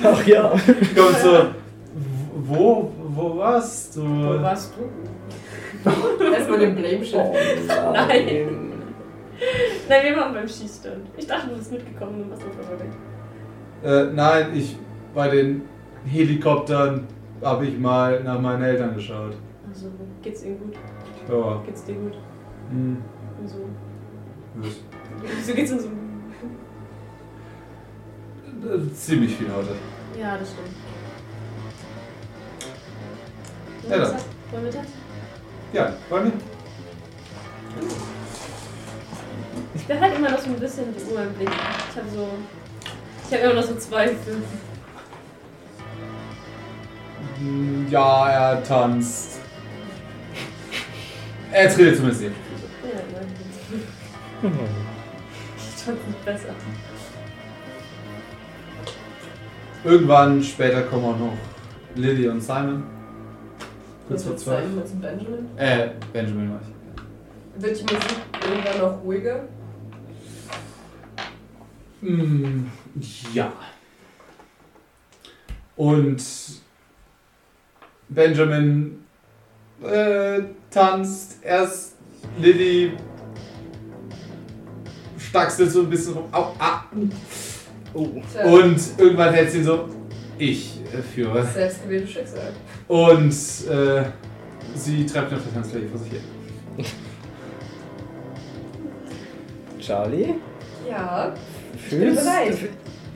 Speaker 5: Ach ja.
Speaker 3: Kommt so, wo, wo warst du?
Speaker 4: Wo warst du?
Speaker 2: Erstmal den
Speaker 5: Oh,
Speaker 2: Blame-Shift.
Speaker 4: Nein. Nein, wir waren beim Schießstand. Ich dachte, du bist mitgekommen und warst auf einmal weg.
Speaker 3: Äh, nein, ich bei den Helikoptern habe ich mal nach meinen Eltern geschaut.
Speaker 4: Also, geht's ihm gut?
Speaker 3: Ja,
Speaker 4: Geht's dir gut?
Speaker 3: hm,
Speaker 4: Und so.
Speaker 3: gut.
Speaker 4: So geht's uns so.
Speaker 3: Äh, ziemlich viel heute.
Speaker 4: Ja, das stimmt.
Speaker 3: Ja, dann.
Speaker 4: Wollen wir das?
Speaker 3: Ja, wollen wir?
Speaker 4: Ich bin halt immer noch so ein bisschen die Uhr im Blick. Ich habe so. Ich habe immer noch so Zweifel.
Speaker 3: Mm, Ja, er tanzt. Er tritt zumindest nicht.
Speaker 4: Ja, nein. Ich fand's nicht besser.
Speaker 3: Irgendwann später kommen auch noch Lilly und Simon. Kurz
Speaker 2: Das
Speaker 3: vor
Speaker 2: wird
Speaker 3: zwölf.
Speaker 2: sein mit dem Benjamin.
Speaker 3: Äh, Benjamin war ich.
Speaker 2: Wird die Musik irgendwann noch ruhiger?
Speaker 3: Mm, ja. Und Benjamin äh, tanzt erst Lilly staxelt so ein bisschen rum. Au, ah.
Speaker 5: Oh.
Speaker 2: Tja,
Speaker 3: Und irgendwann hält sie ihn so, ich äh, führe.
Speaker 2: Selbstgewähltes Schicksal.
Speaker 3: Und äh, sie treibt eine Vertanzfläche vor sich her.
Speaker 5: Charlie,
Speaker 2: Ja, bin
Speaker 5: fühlst,
Speaker 2: bereit.
Speaker 5: fü-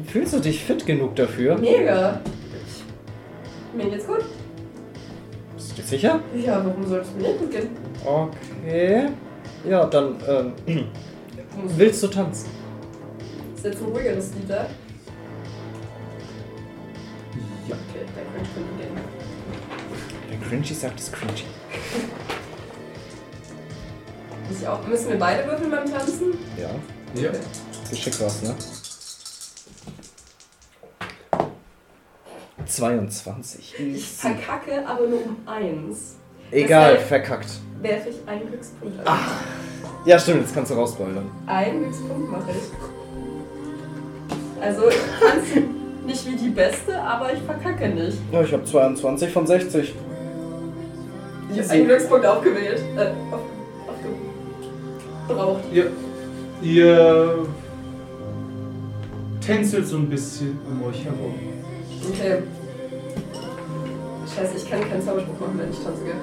Speaker 5: fühlst du dich fit genug dafür?
Speaker 2: mega. Mir geht's gut.
Speaker 5: Bist du sicher?
Speaker 2: Ja, warum soll es mir nicht gut gehen?
Speaker 5: Okay. Ja, dann ähm,
Speaker 7: Willst du tanzen?
Speaker 2: Ist jetzt ein ruhigeres Lied da?
Speaker 7: Ja.
Speaker 2: Okay, dann könnte ich von gehen.
Speaker 5: Wer cringy sagt, ist cringy.
Speaker 2: Muss ich auch, müssen wir beide würfeln beim Tanzen?
Speaker 5: Ja.
Speaker 3: Ja.
Speaker 5: Geschickt war's, ne? 22.
Speaker 2: Ich verkacke aber nur um eins.
Speaker 5: Egal,
Speaker 2: Deshalb-
Speaker 5: verkackt.
Speaker 2: Werfe ich einen Glückspunkt an.
Speaker 5: Ja, stimmt, jetzt kannst du rausballern.
Speaker 2: Einen Glückspunkt mache ich. Also ich tanze nicht wie die Beste, aber ich verkacke nicht.
Speaker 5: Ja, ich habe 22 von 60.
Speaker 2: Ich habe einen Glückspunkt aufgewählt. Äh, auf, aufgebraucht.
Speaker 3: Ihr, ihr tänzelt so ein bisschen um euch herum.
Speaker 2: Okay. Scheiße, ich kann keinen Zauberspruch machen, wenn ich tanze, gell?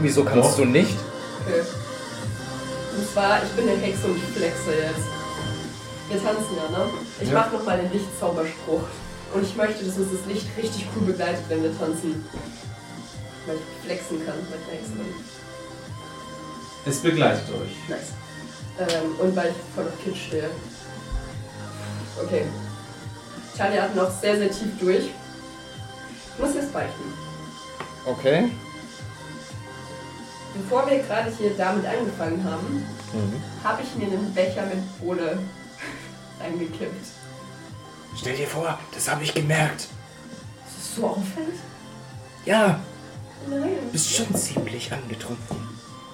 Speaker 5: Wieso kannst du nicht?
Speaker 2: Okay. Und zwar, ich bin eine Hexe und ich flexe jetzt. Wir tanzen ja, ne? Ich
Speaker 3: Ja.
Speaker 2: mach nochmal den Lichtzauberspruch. Und ich möchte, dass uns das Licht richtig cool begleitet, wenn wir tanzen. Weil ich flexen kann, weil ich eine Hexe bin.
Speaker 3: Es begleitet euch.
Speaker 2: Nice. Ähm, und weil ich voll auf Kind stehe. Okay. Charlie hat noch sehr, sehr tief durch. Ich muss jetzt beichten.
Speaker 5: Okay.
Speaker 2: Bevor wir gerade hier damit angefangen haben, habe ich mir einen Becher mit Kohle reingekippt.
Speaker 5: Stell dir vor, das habe ich gemerkt.
Speaker 2: Ist das so auffällig?
Speaker 5: Ja,
Speaker 2: Nein.
Speaker 5: bist schon ziemlich angetrunken.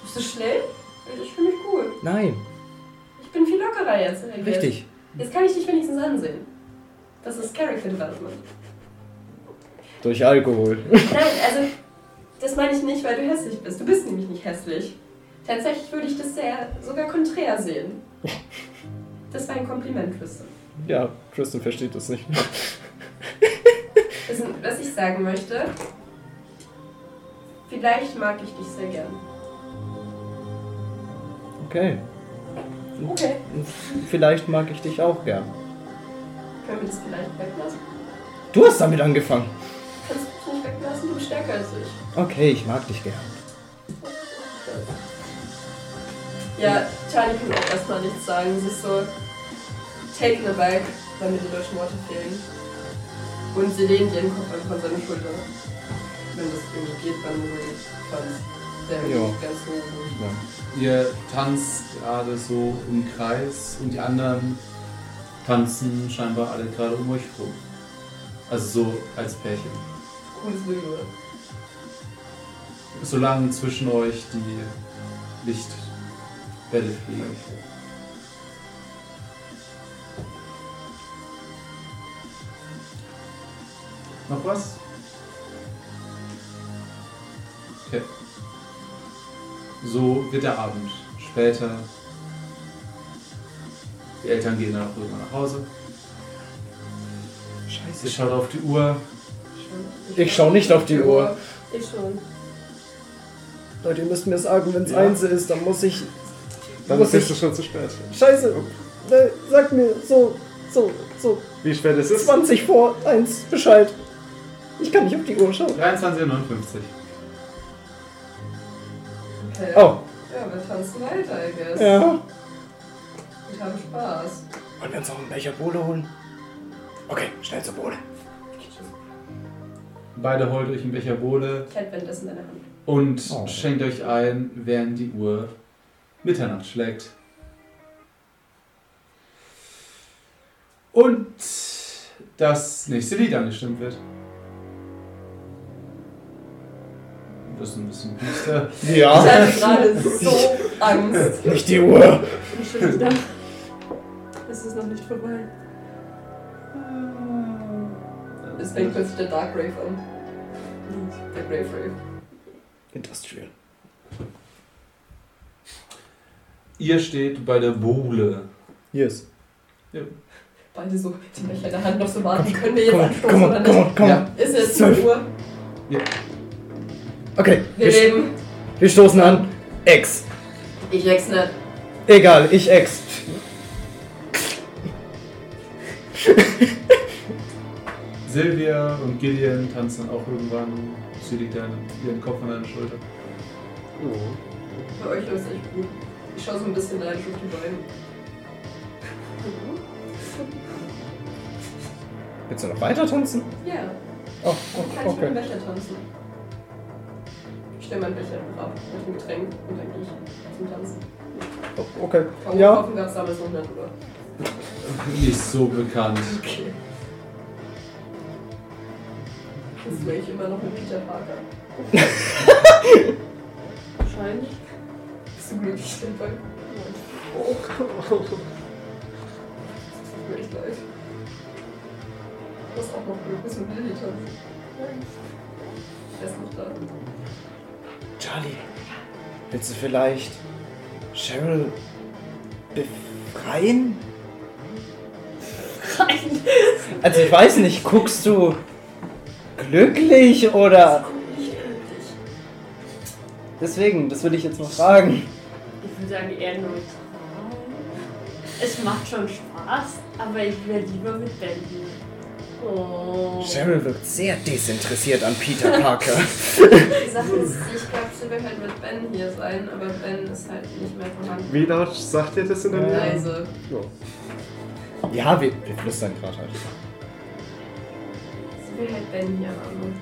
Speaker 2: Bist du schnell? Ich fühle mich gut.
Speaker 5: Nein,
Speaker 2: Ich bin viel lockerer jetzt. Herr Gerd.
Speaker 5: richtig.
Speaker 2: Jetzt kann ich dich wenigstens ansehen. Das ist Character Development.
Speaker 5: Durch Alkohol.
Speaker 2: Nein, also, das meine ich nicht, weil du hässlich bist. Du bist nämlich nicht hässlich. Tatsächlich würde ich das sehr, sogar konträr sehen. Das war ein Kompliment, Christian.
Speaker 5: Ja, Tristan versteht das nicht.
Speaker 2: Das ist, was ich sagen möchte. Vielleicht mag ich dich sehr gern.
Speaker 5: Okay,
Speaker 2: Okay.
Speaker 5: vielleicht mag ich dich auch gern.
Speaker 2: Können wir das vielleicht weglassen?
Speaker 5: Du hast damit angefangen.
Speaker 2: Kannst du es nicht weglassen? Du bist stärker als ich.
Speaker 5: Okay, ich mag dich gern.
Speaker 2: Ja, Charlie kann auch erstmal nichts sagen. Sie ist so taken aback, weil mir die deutschen Worte fehlen. Und sie lehnt ihren Kopf einfach an seine Schulter. Wenn das irgendwie geht, dann nur ich fand's sehr
Speaker 5: Ja.
Speaker 2: ganz so ruhig.
Speaker 3: Ihr tanzt gerade so im Kreis und die anderen tanzen scheinbar alle gerade um euch rum. Also so als Pärchen.
Speaker 2: Cooles Video.
Speaker 3: Solange zwischen euch die Lichtbälle fliegen. Noch was? Okay. So wird der Abend. Später. Die Eltern gehen dann auch irgendwann nach Hause. Scheiße. Ihr schaut auf die Uhr.
Speaker 5: Ich schau nicht auf die Uhr.
Speaker 4: Ich schon.
Speaker 5: Leute, ihr müsst mir sagen, wenn es
Speaker 3: Ja.
Speaker 5: eins ist, dann muss ich.
Speaker 6: Dann
Speaker 5: Muss
Speaker 6: bist
Speaker 5: ich-
Speaker 6: du schon zu spät.
Speaker 5: Scheiße! Ne, Sag mir so, so, so
Speaker 6: Wie spät ist es?
Speaker 5: 20 vor 1 Bescheid. Ich kann nicht auf die Uhr schauen.
Speaker 3: 23.59
Speaker 2: Okay.
Speaker 5: Oh,
Speaker 2: Ja, wir tanzen weiter, I guess.
Speaker 5: ja.
Speaker 2: Und haben Spaß.
Speaker 5: Wollen wir uns auch einen Becher Bohle holen? Okay, schnell zur Bohle.
Speaker 3: Beide holt euch einen Becher Bohle.
Speaker 2: Catwind ist in deiner Hand.
Speaker 3: und
Speaker 5: Oh.
Speaker 3: schenkt euch ein, während die Uhr Mitternacht schlägt. Und das nächste Lied angestimmt wird. Das ist ein bisschen düster.
Speaker 2: Ich
Speaker 5: Ja.
Speaker 2: hatte gerade so Angst.
Speaker 5: Nicht die Uhr.
Speaker 4: Ich bin wieder. Es ist noch nicht vorbei.
Speaker 2: Es fängt plötzlich der Dark Rave an. Der Grave Rave.
Speaker 5: Industrial.
Speaker 3: Ihr steht bei der Bohle.
Speaker 5: Yes.
Speaker 2: Beide so, die Becher in der Hand noch so warten. Können wir jetzt anstoßen
Speaker 5: Komm on, komm
Speaker 2: oder
Speaker 5: on,
Speaker 2: nicht?
Speaker 5: komm on, komm on.
Speaker 2: Ist es
Speaker 5: Zwölf.
Speaker 2: 12 Uhr?
Speaker 5: Okay,
Speaker 2: Wir
Speaker 5: wir, st
Speaker 2: leben.
Speaker 5: wir stoßen an. Ex.
Speaker 2: Ich wechsle.
Speaker 5: Egal, ich ex.
Speaker 3: Silvia und Gideon tanzen auch irgendwann. Sie liegt dann ihren Kopf an deiner Schulter.
Speaker 6: Oh.
Speaker 2: für euch läuft es echt gut. Ich schaue so ein bisschen neidisch auf die beiden.
Speaker 5: Willst du noch weiter tanzen?
Speaker 2: Ja,
Speaker 5: Oh,
Speaker 2: kann ich mit
Speaker 5: oh
Speaker 2: dem
Speaker 5: okay.
Speaker 2: Becher tanzen. Ich stelle meinen Becher einfach ab mit dem Getränk und dann gehe ich zum Tanzen.
Speaker 5: Oh, okay.
Speaker 2: Warum
Speaker 5: Ja.
Speaker 2: kaufen gab es damals noch nicht, oder?
Speaker 3: Nicht so bekannt.
Speaker 2: Okay. Das wäre ich immer noch mit Peter Parker.
Speaker 4: Wahrscheinlich.
Speaker 2: Bist du glücklich, Stefan? Oh. Das tut mir echt leid. Du hast auch noch Glück, bist mit Lilly tanzen. Er ist noch da.
Speaker 5: Charlie, willst du vielleicht Cheryl befreien?
Speaker 4: Rein.
Speaker 5: Also ich weiß nicht, guckst du glücklich oder... Deswegen, das will ich jetzt noch fragen.
Speaker 4: Ich würde sagen, eher neutral. Es macht schon Spaß, aber ich wäre lieber mit Bendy. Oh.
Speaker 5: Cheryl wirkt sehr desinteressiert an Peter Parker.
Speaker 2: Die Sache ist, ich glaube, sie will halt mit Ben hier sein, aber Ben ist halt nicht mehr vorhanden. Also,
Speaker 6: Wie laut sagt ihr das in der Nähe?
Speaker 5: Also.
Speaker 2: Leise.
Speaker 6: Ja.
Speaker 5: ja, wir, wir flüstern gerade halt.
Speaker 2: Sie will halt Ben hier haben.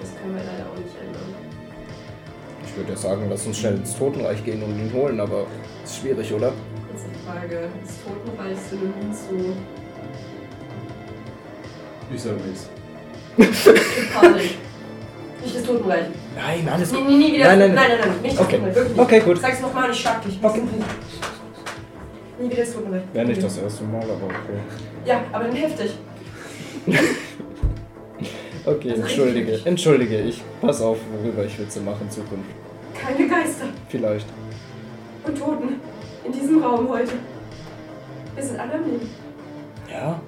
Speaker 2: Das können wir leider auch nicht ändern.
Speaker 5: Ich würde ja sagen, lass uns schnell ins Totenreich gehen und ihn holen, aber ist schwierig, oder?
Speaker 2: Kurze Frage. Ist Totenreich synonym zu
Speaker 3: Ich sag nichts.
Speaker 2: Panik? Nicht das Totenreich.
Speaker 5: Nein, alles
Speaker 2: Nee, nee, nie wieder.
Speaker 5: Nein, nein,
Speaker 2: nein,
Speaker 5: nein.
Speaker 2: nein, nein, nicht das
Speaker 5: Okay.
Speaker 2: Totenreich. Wirklich.
Speaker 5: Okay, gut.
Speaker 2: Sag's nochmal, ich schlag dich. Okay. Nie wieder das Totenreich.
Speaker 5: Wäre nicht das erste Mal, aber okay.
Speaker 2: Ja, aber dann heftig.
Speaker 5: Okay, entschuldige, entschuldige. Ich pass auf, worüber ich Witze mache in Zukunft.
Speaker 2: Keine Geister
Speaker 5: Vielleicht.
Speaker 2: und Toten in diesem Raum heute. Wir sind alle am Leben.
Speaker 5: Ja.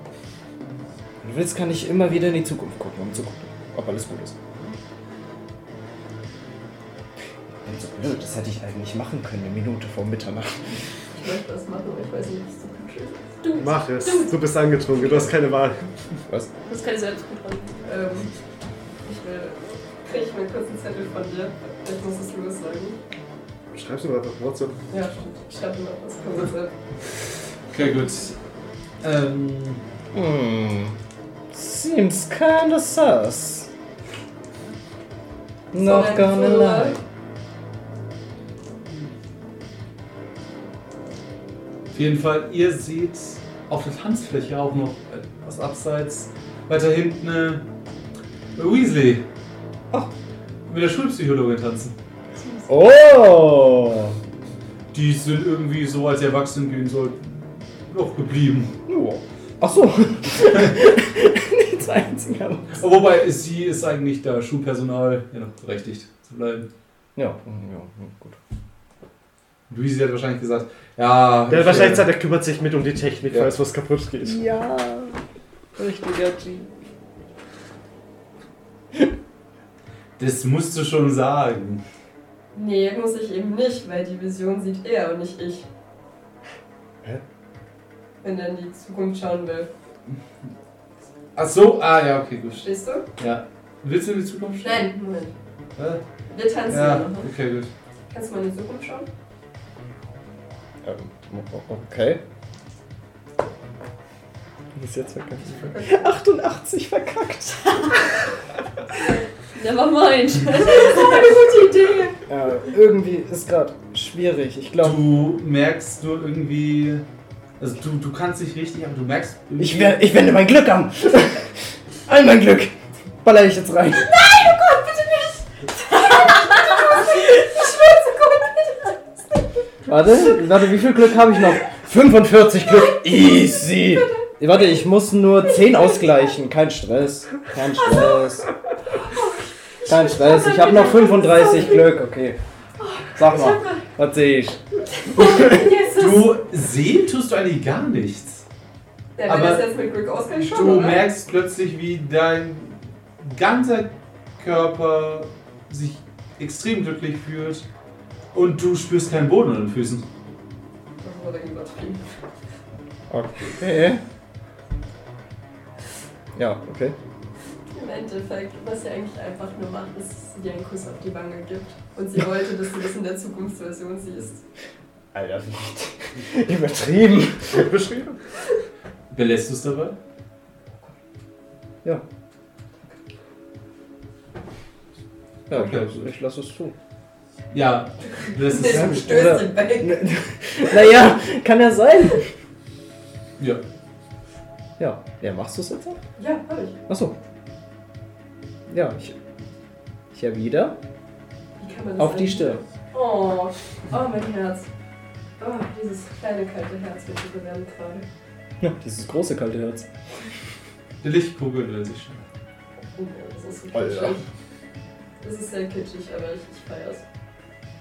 Speaker 5: Wenn du willst, kann ich immer wieder in die Zukunft gucken, um zu gucken, ob alles gut ist. Bin so Also, blöd, das hätte ich eigentlich machen können, eine Minute vor Mitternacht.
Speaker 2: Ich möchte das machen, aber ich weiß nicht, was so gut ist.
Speaker 6: Mach es. Du bist angetrunken, du hast keine Wahl.
Speaker 5: Was?
Speaker 4: Das kann ich selbst kontrollieren.
Speaker 2: Ähm, ich will. Krieg ich mir kurz einen Zettel von dir? Ich muss es Louis sagen.
Speaker 6: Schreib's mir einfach WhatsApp.
Speaker 2: Ja, stimmt. Ich habe noch was von WhatsApp.
Speaker 3: Okay, gut. Ähm,
Speaker 5: Hm. Seems kinda sus. Not
Speaker 2: Sondern
Speaker 5: gonna
Speaker 2: für-
Speaker 5: lie.
Speaker 3: auf jeden Fall, ihr seht auf der Tanzfläche auch noch etwas abseits. Weiter hinten äh, Weasley.
Speaker 6: Oh.
Speaker 3: Mit der Schulpsychologin tanzen.
Speaker 5: Oh!
Speaker 3: Die sind irgendwie so, als sie erwachsen gehen sollten, noch geblieben.
Speaker 5: Ja. Ach so. Nichts einziger.
Speaker 3: Wobei, sie ist eigentlich da Schulpersonal ja noch berechtigt zu bleiben.
Speaker 5: Ja, mm, ja, mm, gut.
Speaker 3: Luisi hat wahrscheinlich gesagt, ja. ich,
Speaker 6: Der hat wahrscheinlich
Speaker 3: äh,
Speaker 6: gesagt, der kümmert sich mit um die Technik,
Speaker 3: Ja.
Speaker 6: falls was kaputt geht.
Speaker 5: Ja. Richtiger G.
Speaker 3: Das musst du schon sagen.
Speaker 2: Nee, muss ich eben nicht, weil die Vision sieht er und nicht ich.
Speaker 6: Hä?
Speaker 2: Wenn er in die Zukunft schauen will.
Speaker 3: Ach so, ah ja, okay, gut.
Speaker 2: Verstehst du?
Speaker 3: Ja. Willst du in die Zukunft schauen?
Speaker 2: Nein, Moment.
Speaker 3: Nein.
Speaker 2: Wir tanzen ja.
Speaker 3: Ja,
Speaker 2: noch. ne?
Speaker 3: okay, gut.
Speaker 2: Kannst du mal in die Zukunft schauen?
Speaker 5: Ähm, o- okay. Ist jetzt verkackt. 88 verkackt.
Speaker 4: Nevermind.
Speaker 5: Ja, Äh, irgendwie ist gerade schwierig. Ich glaube.
Speaker 3: Du merkst nur irgendwie. Also du, du kannst nicht richtig, aber du merkst. irgendwie-
Speaker 5: Ich, wer- ich wende mein Glück an. All mein Glück. Baller ich jetzt rein. Nein, oh Gott, bitte nicht. Warte, warte, wie viel Glück habe ich noch? 45 Glück. Easy. Warte, ich muss nur 10 ausgleichen. Kein Stress. Kein Stress. Kein Stress. Ich habe noch 35 Glück. Okay. Sag mal, was sehe ich?
Speaker 3: Du sehen tust du eigentlich gar nichts.
Speaker 2: Ja, wenn
Speaker 3: Aber
Speaker 2: das jetzt mit Glück ausgeht, schon,
Speaker 3: Du
Speaker 2: oder?
Speaker 3: merkst plötzlich, wie dein ganzer Körper sich extrem glücklich fühlt und du spürst keinen Boden unter den Füßen.
Speaker 2: Das wurde übertrieben.
Speaker 5: Okay. Ja, okay.
Speaker 2: Im Endeffekt, was sie eigentlich einfach nur macht, ist, dass sie dir einen Kuss auf die Wange gibt. Und sie wollte, dass du das in der Zukunftsversion siehst.
Speaker 5: Alter, wie übertrieben.
Speaker 6: Beschrieben.
Speaker 3: Belässt du es dabei?
Speaker 5: Ja. Ja, also
Speaker 3: Okay.
Speaker 5: ich, ich lasse es zu.
Speaker 3: Ja, belässt es.
Speaker 2: Du stößt ihn weg.
Speaker 7: Naja, kann ja sein.
Speaker 3: Ja.
Speaker 5: Ja. Ja, machst du es jetzt auch?
Speaker 2: Ja, hab ich.
Speaker 5: Achso. Ja, ich. Ich erwider.
Speaker 2: Wie kann man das
Speaker 5: Auf die
Speaker 2: eigentlich-
Speaker 5: Stirn.
Speaker 2: Oh, oh mein Herz. Oh, dieses kleine kalte Herz wird so gewärmt gerade.
Speaker 5: Ja, dieses große kalte Herz.
Speaker 3: Die Lichtkugel will sich schon.
Speaker 2: Oh, das ist so kitschig.
Speaker 6: Alter.
Speaker 2: Das ist sehr kitschig, aber ich, ich feier's.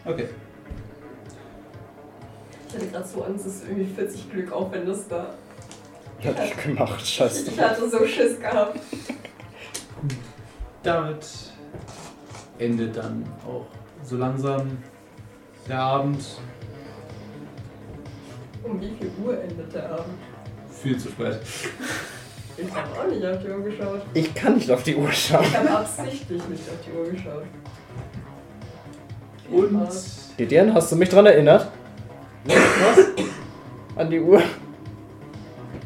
Speaker 3: Okay.
Speaker 2: Ich hatte gerade so Angst, es ist irgendwie 40 Glück aufwendes da.
Speaker 5: Hat ich gemacht, scheiße.
Speaker 2: Ich hatte so Schiss gehabt.
Speaker 3: Damit endet dann auch so langsam der Abend.
Speaker 2: Um wie viel Uhr endet der Abend?
Speaker 3: Viel zu spät.
Speaker 2: Ich habe auch nicht auf die Uhr geschaut.
Speaker 5: Ich kann nicht auf die Uhr schauen.
Speaker 2: Ich habe absichtlich nicht auf die Uhr geschaut. Viel
Speaker 3: Und
Speaker 2: Spaß.
Speaker 5: Didian, hast du mich dran erinnert?
Speaker 6: Was?
Speaker 5: An die Uhr?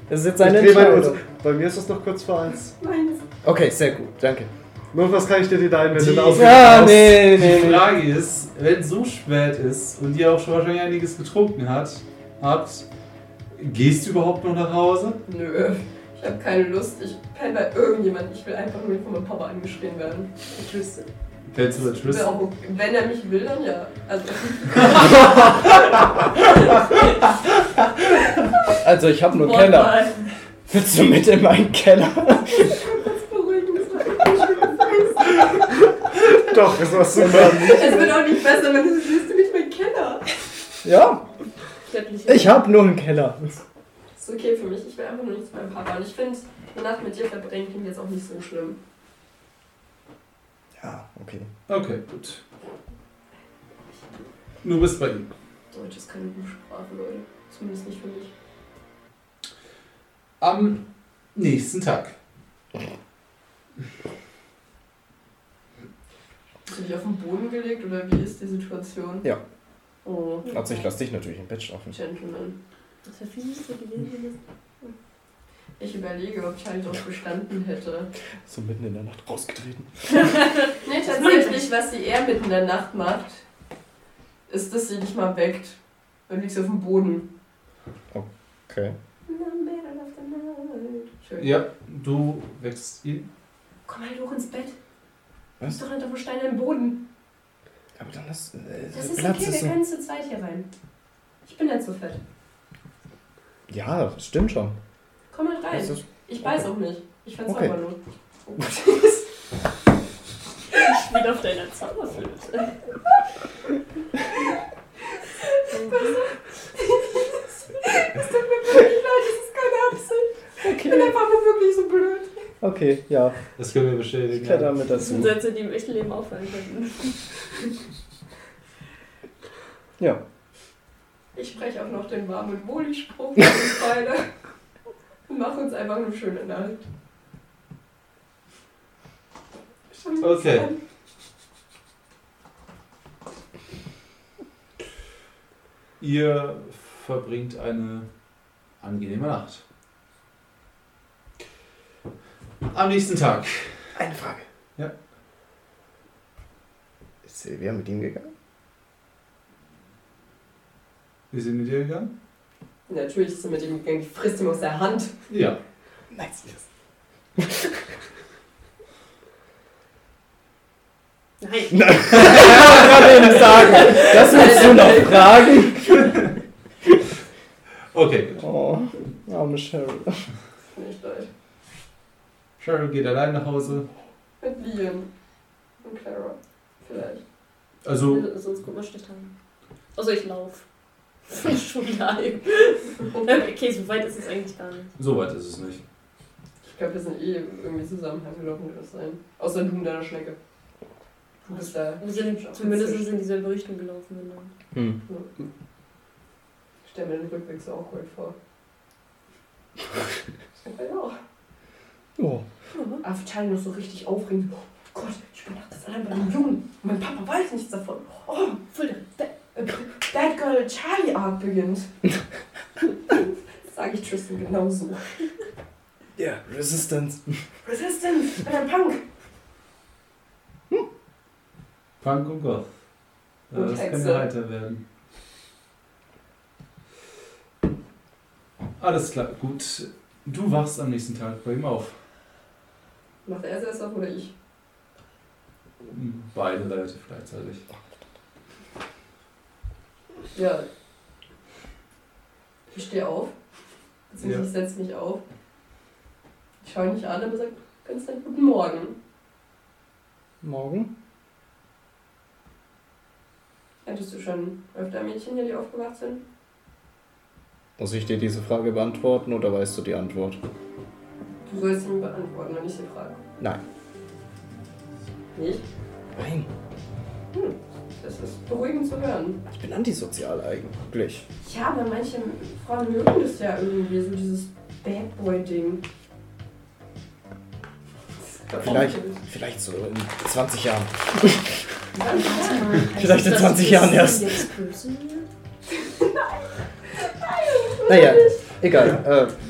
Speaker 5: Das ist jetzt
Speaker 6: Ich
Speaker 5: seine
Speaker 6: dreh meine
Speaker 5: Entscheidung.
Speaker 6: Uhr. Bei mir ist das noch kurz vor eins.
Speaker 2: Meins.
Speaker 5: Okay, sehr gut, danke.
Speaker 6: Nur was kann ich dir die Einwände
Speaker 3: Die-
Speaker 6: da ausgeben?
Speaker 5: Ja, nee, nee,
Speaker 3: Die
Speaker 5: nee.
Speaker 3: Frage ist, wenn es so spät ist und ihr auch schon wahrscheinlich einiges getrunken hat, habt, gehst du überhaupt noch nach Hause?
Speaker 2: Nö. Ich habe keine Lust. Ich penne bei irgendjemandem. Ich will einfach nur von meinem Papa angeschrien werden. Ich wüsste.
Speaker 3: Pennst du bei
Speaker 2: Wäre
Speaker 3: Tristan?
Speaker 2: auch okay. Wenn er mich will, dann ja. Also,
Speaker 5: Also, ich habe nur einen
Speaker 2: Wort
Speaker 5: Keller.
Speaker 2: mal.
Speaker 5: Willst du mit in meinen Keller?
Speaker 2: Beruhigendes Wort.
Speaker 6: Doch, das war super.
Speaker 2: Es wird auch nicht besser, wenn du siehst, du mich mein Keller.
Speaker 5: Ja,
Speaker 2: Ich
Speaker 5: ich habe nur einen Keller.
Speaker 2: Ist okay für mich. Ich will einfach nur nichts mit meinem Papa. Und ich finde, eine Nacht mit dir verbringen klingt jetzt auch nicht so schlimm.
Speaker 5: Ja, okay.
Speaker 3: Okay, gut. Du bist bei ihm.
Speaker 2: Deutsch ist keine gute Sprache, Leute. Zumindest nicht für mich.
Speaker 3: Am nächsten Tag.
Speaker 2: Hast du dich auf den Boden gelegt oder wie ist die Situation?
Speaker 5: Ja.
Speaker 2: Oh,
Speaker 5: Also, ich lasse dich natürlich im Bett schlafen.
Speaker 2: Gentleman.
Speaker 4: Das wäre viel so gewesen.
Speaker 2: Ich überlege, ob Charlie darauf bestanden hätte.
Speaker 5: So mitten in der Nacht rausgetreten.
Speaker 2: Nee, tatsächlich, was sie eher mitten in der Nacht macht, ist, dass sie dich mal weckt. Dann liegst du auf dem Boden.
Speaker 5: Okay.
Speaker 2: Schön.
Speaker 3: Ja, du wächst ihn.
Speaker 2: Komm halt hoch ins Bett. Du
Speaker 5: Was?
Speaker 2: bist doch nicht auf dem Stein am Boden.
Speaker 5: Aber dann lass. Äh,
Speaker 2: Das ist
Speaker 5: Platz
Speaker 2: okay,
Speaker 5: ist
Speaker 2: wir
Speaker 5: so.
Speaker 2: können zu zweit hier rein. Ich bin nicht so fett.
Speaker 5: Ja, das stimmt schon.
Speaker 2: Komm halt
Speaker 5: Das
Speaker 2: rein.
Speaker 5: ist,
Speaker 2: Ich weiß auch nicht. Ich fand's
Speaker 5: Okay.
Speaker 2: auch mal nur.
Speaker 4: Ich bin auf deiner Zauberflöte.
Speaker 2: Ich bin einfach nur wirklich so blöd.
Speaker 5: okay, ja.
Speaker 3: Das können wir bestätigen.
Speaker 5: Ich kletter mit
Speaker 4: Das sind
Speaker 5: dazu.
Speaker 4: Sätze, die im echten Leben auffallen könnten.
Speaker 5: Ja.
Speaker 2: Ich spreche auch noch den warmen und wohlig Spruch für uns beide. Und mach uns einfach eine schöne Nacht. Schau mich das
Speaker 3: Okay.
Speaker 2: an.
Speaker 3: Ihr verbringt eine angenehme Nacht. Am nächsten Tag.
Speaker 5: Eine Frage.
Speaker 3: Ja.
Speaker 5: Ist Silvia mit ihm gegangen?
Speaker 3: Wir sind mit dir gegangen?
Speaker 2: Natürlich ist er mit ihm gegangen, ich frisst ihm aus der Hand.
Speaker 3: Ja.
Speaker 5: Nice.
Speaker 4: Nein.
Speaker 5: Nein. Ich kann eben sagen. Das willst du noch fragen?
Speaker 3: Okay, gut.
Speaker 5: Oh, arme Cheryl.
Speaker 2: Nicht leid.
Speaker 3: Cheryl geht allein nach Hause.
Speaker 2: Mit Liam. Und Clara. Vielleicht.
Speaker 3: Also,
Speaker 4: Sonst guck mal schlecht an. Also ich lauf. Schon daheim. Okay, so weit ist es eigentlich gar nicht.
Speaker 3: so weit ist es nicht.
Speaker 2: Ich glaube, wir sind eh irgendwie zusammen angelaufen, wird das sein. Außer du mit deiner Schnecke. Du bist da.
Speaker 4: Wir sind zumindest in dieselbe Richtung gelaufen. Genau.
Speaker 5: Hm.
Speaker 2: Ich stelle mir den Rückweg so awkward vor. Aber ja.
Speaker 5: Oh.
Speaker 2: Aber für Charlie noch so richtig aufregend. Oh Gott, ich bin nachts allein bei einem Jungen. Und mein Papa weiß nichts davon. Oh, voll der Ba- äh, Bad Girl Charlie Arc beginnt. Sage ich Tristan genauso.
Speaker 5: Ja, Resistance.
Speaker 2: Resistance, ich bin ein Punk.
Speaker 3: Punk und Goth. Ja,
Speaker 2: Und
Speaker 3: das kann
Speaker 2: Hexe.
Speaker 3: ja heiter werden. Alles klar, gut. Du wachst am nächsten Tag bei ihm auf.
Speaker 2: Macht er es erst auf oder ich?
Speaker 3: Beide relativ gleichzeitig.
Speaker 2: Ja. Ich stehe auf. Beziehungsweise
Speaker 3: Ja.
Speaker 2: ich setze mich auf. Ich schaue ihn nicht an, aber sage ganz nett guten Morgen.
Speaker 5: Morgen?
Speaker 2: Hattest du schon öfter Mädchen hier, die aufgewacht sind?
Speaker 5: Muss ich dir diese Frage beantworten oder weißt du die Antwort?
Speaker 2: Du sollst ihn beantworten, wenn ich sie frage.
Speaker 5: Nein.
Speaker 2: Nicht?
Speaker 5: Nein.
Speaker 2: Das ist beruhigend zu hören.
Speaker 5: Ich bin antisozial eigentlich.
Speaker 2: Ja, aber manche Frauen mögen das ja irgendwie, so dieses Bad Boy-Ding.
Speaker 5: Vielleicht, vielleicht so in 20 Jahren.
Speaker 4: Heißt
Speaker 5: Vielleicht in
Speaker 4: Also, das,
Speaker 5: 20
Speaker 4: wir
Speaker 5: Jahren
Speaker 4: sind
Speaker 5: erst.
Speaker 4: jetzt böse?
Speaker 5: Naja, egal.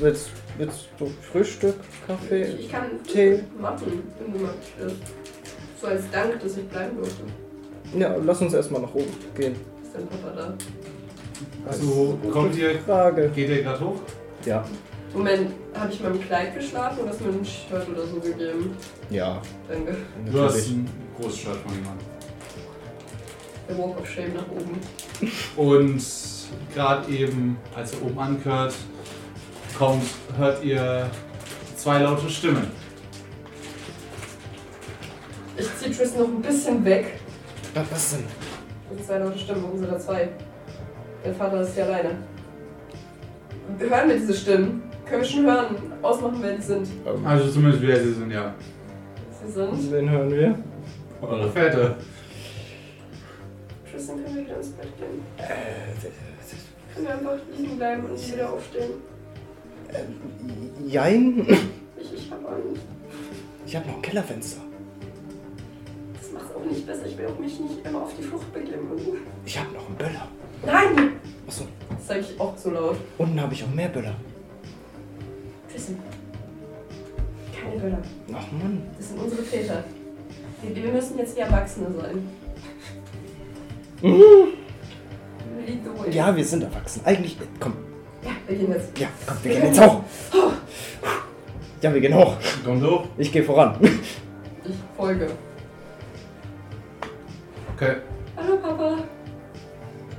Speaker 5: Äh, willst, willst du Frühstück, Kaffee?
Speaker 2: Ich kann
Speaker 5: Tee.
Speaker 2: machen, wenn du möchtest. So als Dank, dass ich bleiben durfte.
Speaker 5: Ja, lass uns erstmal nach oben gehen.
Speaker 2: Ist dein Papa da?
Speaker 3: Also kommt ihr,
Speaker 5: Frage.
Speaker 3: geht ihr gerade hoch?
Speaker 5: Ja.
Speaker 2: Moment, habe ich mal im Kleid geschlafen oder hast du mir ein Shirt oder so gegeben?
Speaker 5: Ja.
Speaker 2: Danke.
Speaker 3: Du hast ein großes Shirt von jemandem.
Speaker 2: Der Walk of Shame nach oben.
Speaker 3: Und gerade eben, als ihr oben ankört, kommt, hört ihr zwei laute Stimmen.
Speaker 2: Ich ziehe Tristan noch ein bisschen weg.
Speaker 5: Was, was denn?
Speaker 2: Das sind zwei laute Stimmen, warum sind da zwei? Dein Vater ist ja alleine. Hören wir diese Stimmen? Können wir schon hören, ausmachen, wer die sind?
Speaker 3: Also zumindest wir sie sind ja.
Speaker 2: Sie sind.
Speaker 5: Wen hören wir?
Speaker 3: Eure Väter.
Speaker 2: Tristan, können wir wieder ins Bett gehen? Äh, Können wir einfach liegen bleiben und nicht wieder aufstehen?
Speaker 5: Jein.
Speaker 2: Ich, ich habe Angst.
Speaker 5: Ich habe noch ein Kellerfenster.
Speaker 2: Das macht's auch nicht besser. Ich will auch mich nicht immer auf die Flucht begeben.
Speaker 5: Ich habe noch einen Böller.
Speaker 2: Nein!
Speaker 5: Achso,
Speaker 2: Das sage ich auch zu laut.
Speaker 5: unten habe ich auch mehr Böller.
Speaker 2: Tristan. Keine Böller.
Speaker 5: Ach Mann.
Speaker 2: Das sind unsere Väter. Wir, wir müssen jetzt wie Erwachsene sein. Mhm. Lead the way.
Speaker 5: Ja, wir sind erwachsen. Eigentlich, äh, komm.
Speaker 2: Ja, wir gehen jetzt.
Speaker 5: Ja, komm, wir gehen jetzt hoch.
Speaker 3: Oh.
Speaker 5: Ja, wir gehen hoch.
Speaker 3: Kommt hoch.
Speaker 5: Ich gehe voran.
Speaker 2: Ich folge.
Speaker 3: Okay.
Speaker 2: Hallo Papa.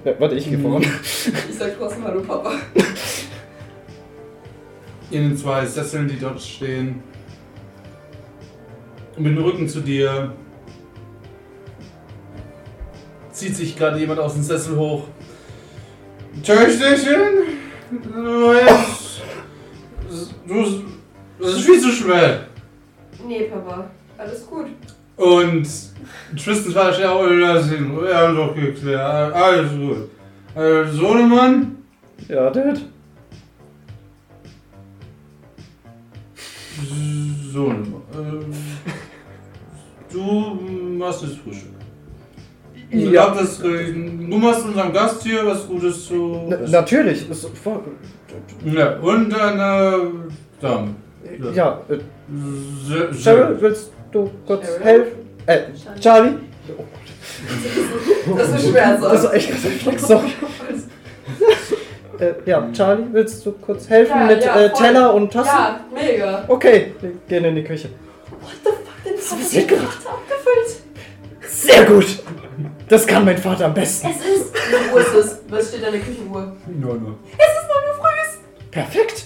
Speaker 5: Ja, Äh, warte, ich gehe voran.
Speaker 2: Ich sag trotzdem Hallo Papa.
Speaker 3: In den zwei Sesseln, die dort stehen. Und mit dem Rücken zu dir zieht sich gerade jemand aus dem Sessel hoch. Töchterchen, du jetzt. Du, das ist viel zu schwer.
Speaker 2: Nee, Papa. Alles gut.
Speaker 3: Und Tristan war ja auch lassen. Wir haben doch geklärt. Alles gut. Also, Sohnemann,
Speaker 5: Ja, Dad.
Speaker 3: Sohnemann. ähm, Du machst das Frühstück. Ich
Speaker 5: Ja.
Speaker 3: glaub, das, äh, du machst unserem Gast hier was Gutes zu.
Speaker 5: Na, natürlich. Ist voll,
Speaker 3: ja, und dann, äh, dann.
Speaker 5: ja. ja. Äh,
Speaker 3: Se- se-
Speaker 5: Cheryl, willst du kurz
Speaker 2: Cheryl?
Speaker 5: helfen? Äh, Charlie?
Speaker 2: Das ist schwer,
Speaker 5: Das
Speaker 2: so.
Speaker 5: war echt reflex, sorry. äh, ja, Charlie, willst du kurz helfen
Speaker 2: Ja,
Speaker 5: mit
Speaker 2: ja,
Speaker 5: äh,
Speaker 2: voll.
Speaker 5: Teller und Tassen?
Speaker 2: Ja, mega.
Speaker 5: Okay, wir gehen in die Küche.
Speaker 2: Den ist
Speaker 5: Was wird gerade abgefüllt? Sehr gut! Das kann mein Vater am besten.
Speaker 2: Es ist. Eine Uhr ist es. Was steht an der Küchenuhr?
Speaker 3: Ja, ne.
Speaker 2: Es ist 9 Uhr früh.
Speaker 5: Perfekt!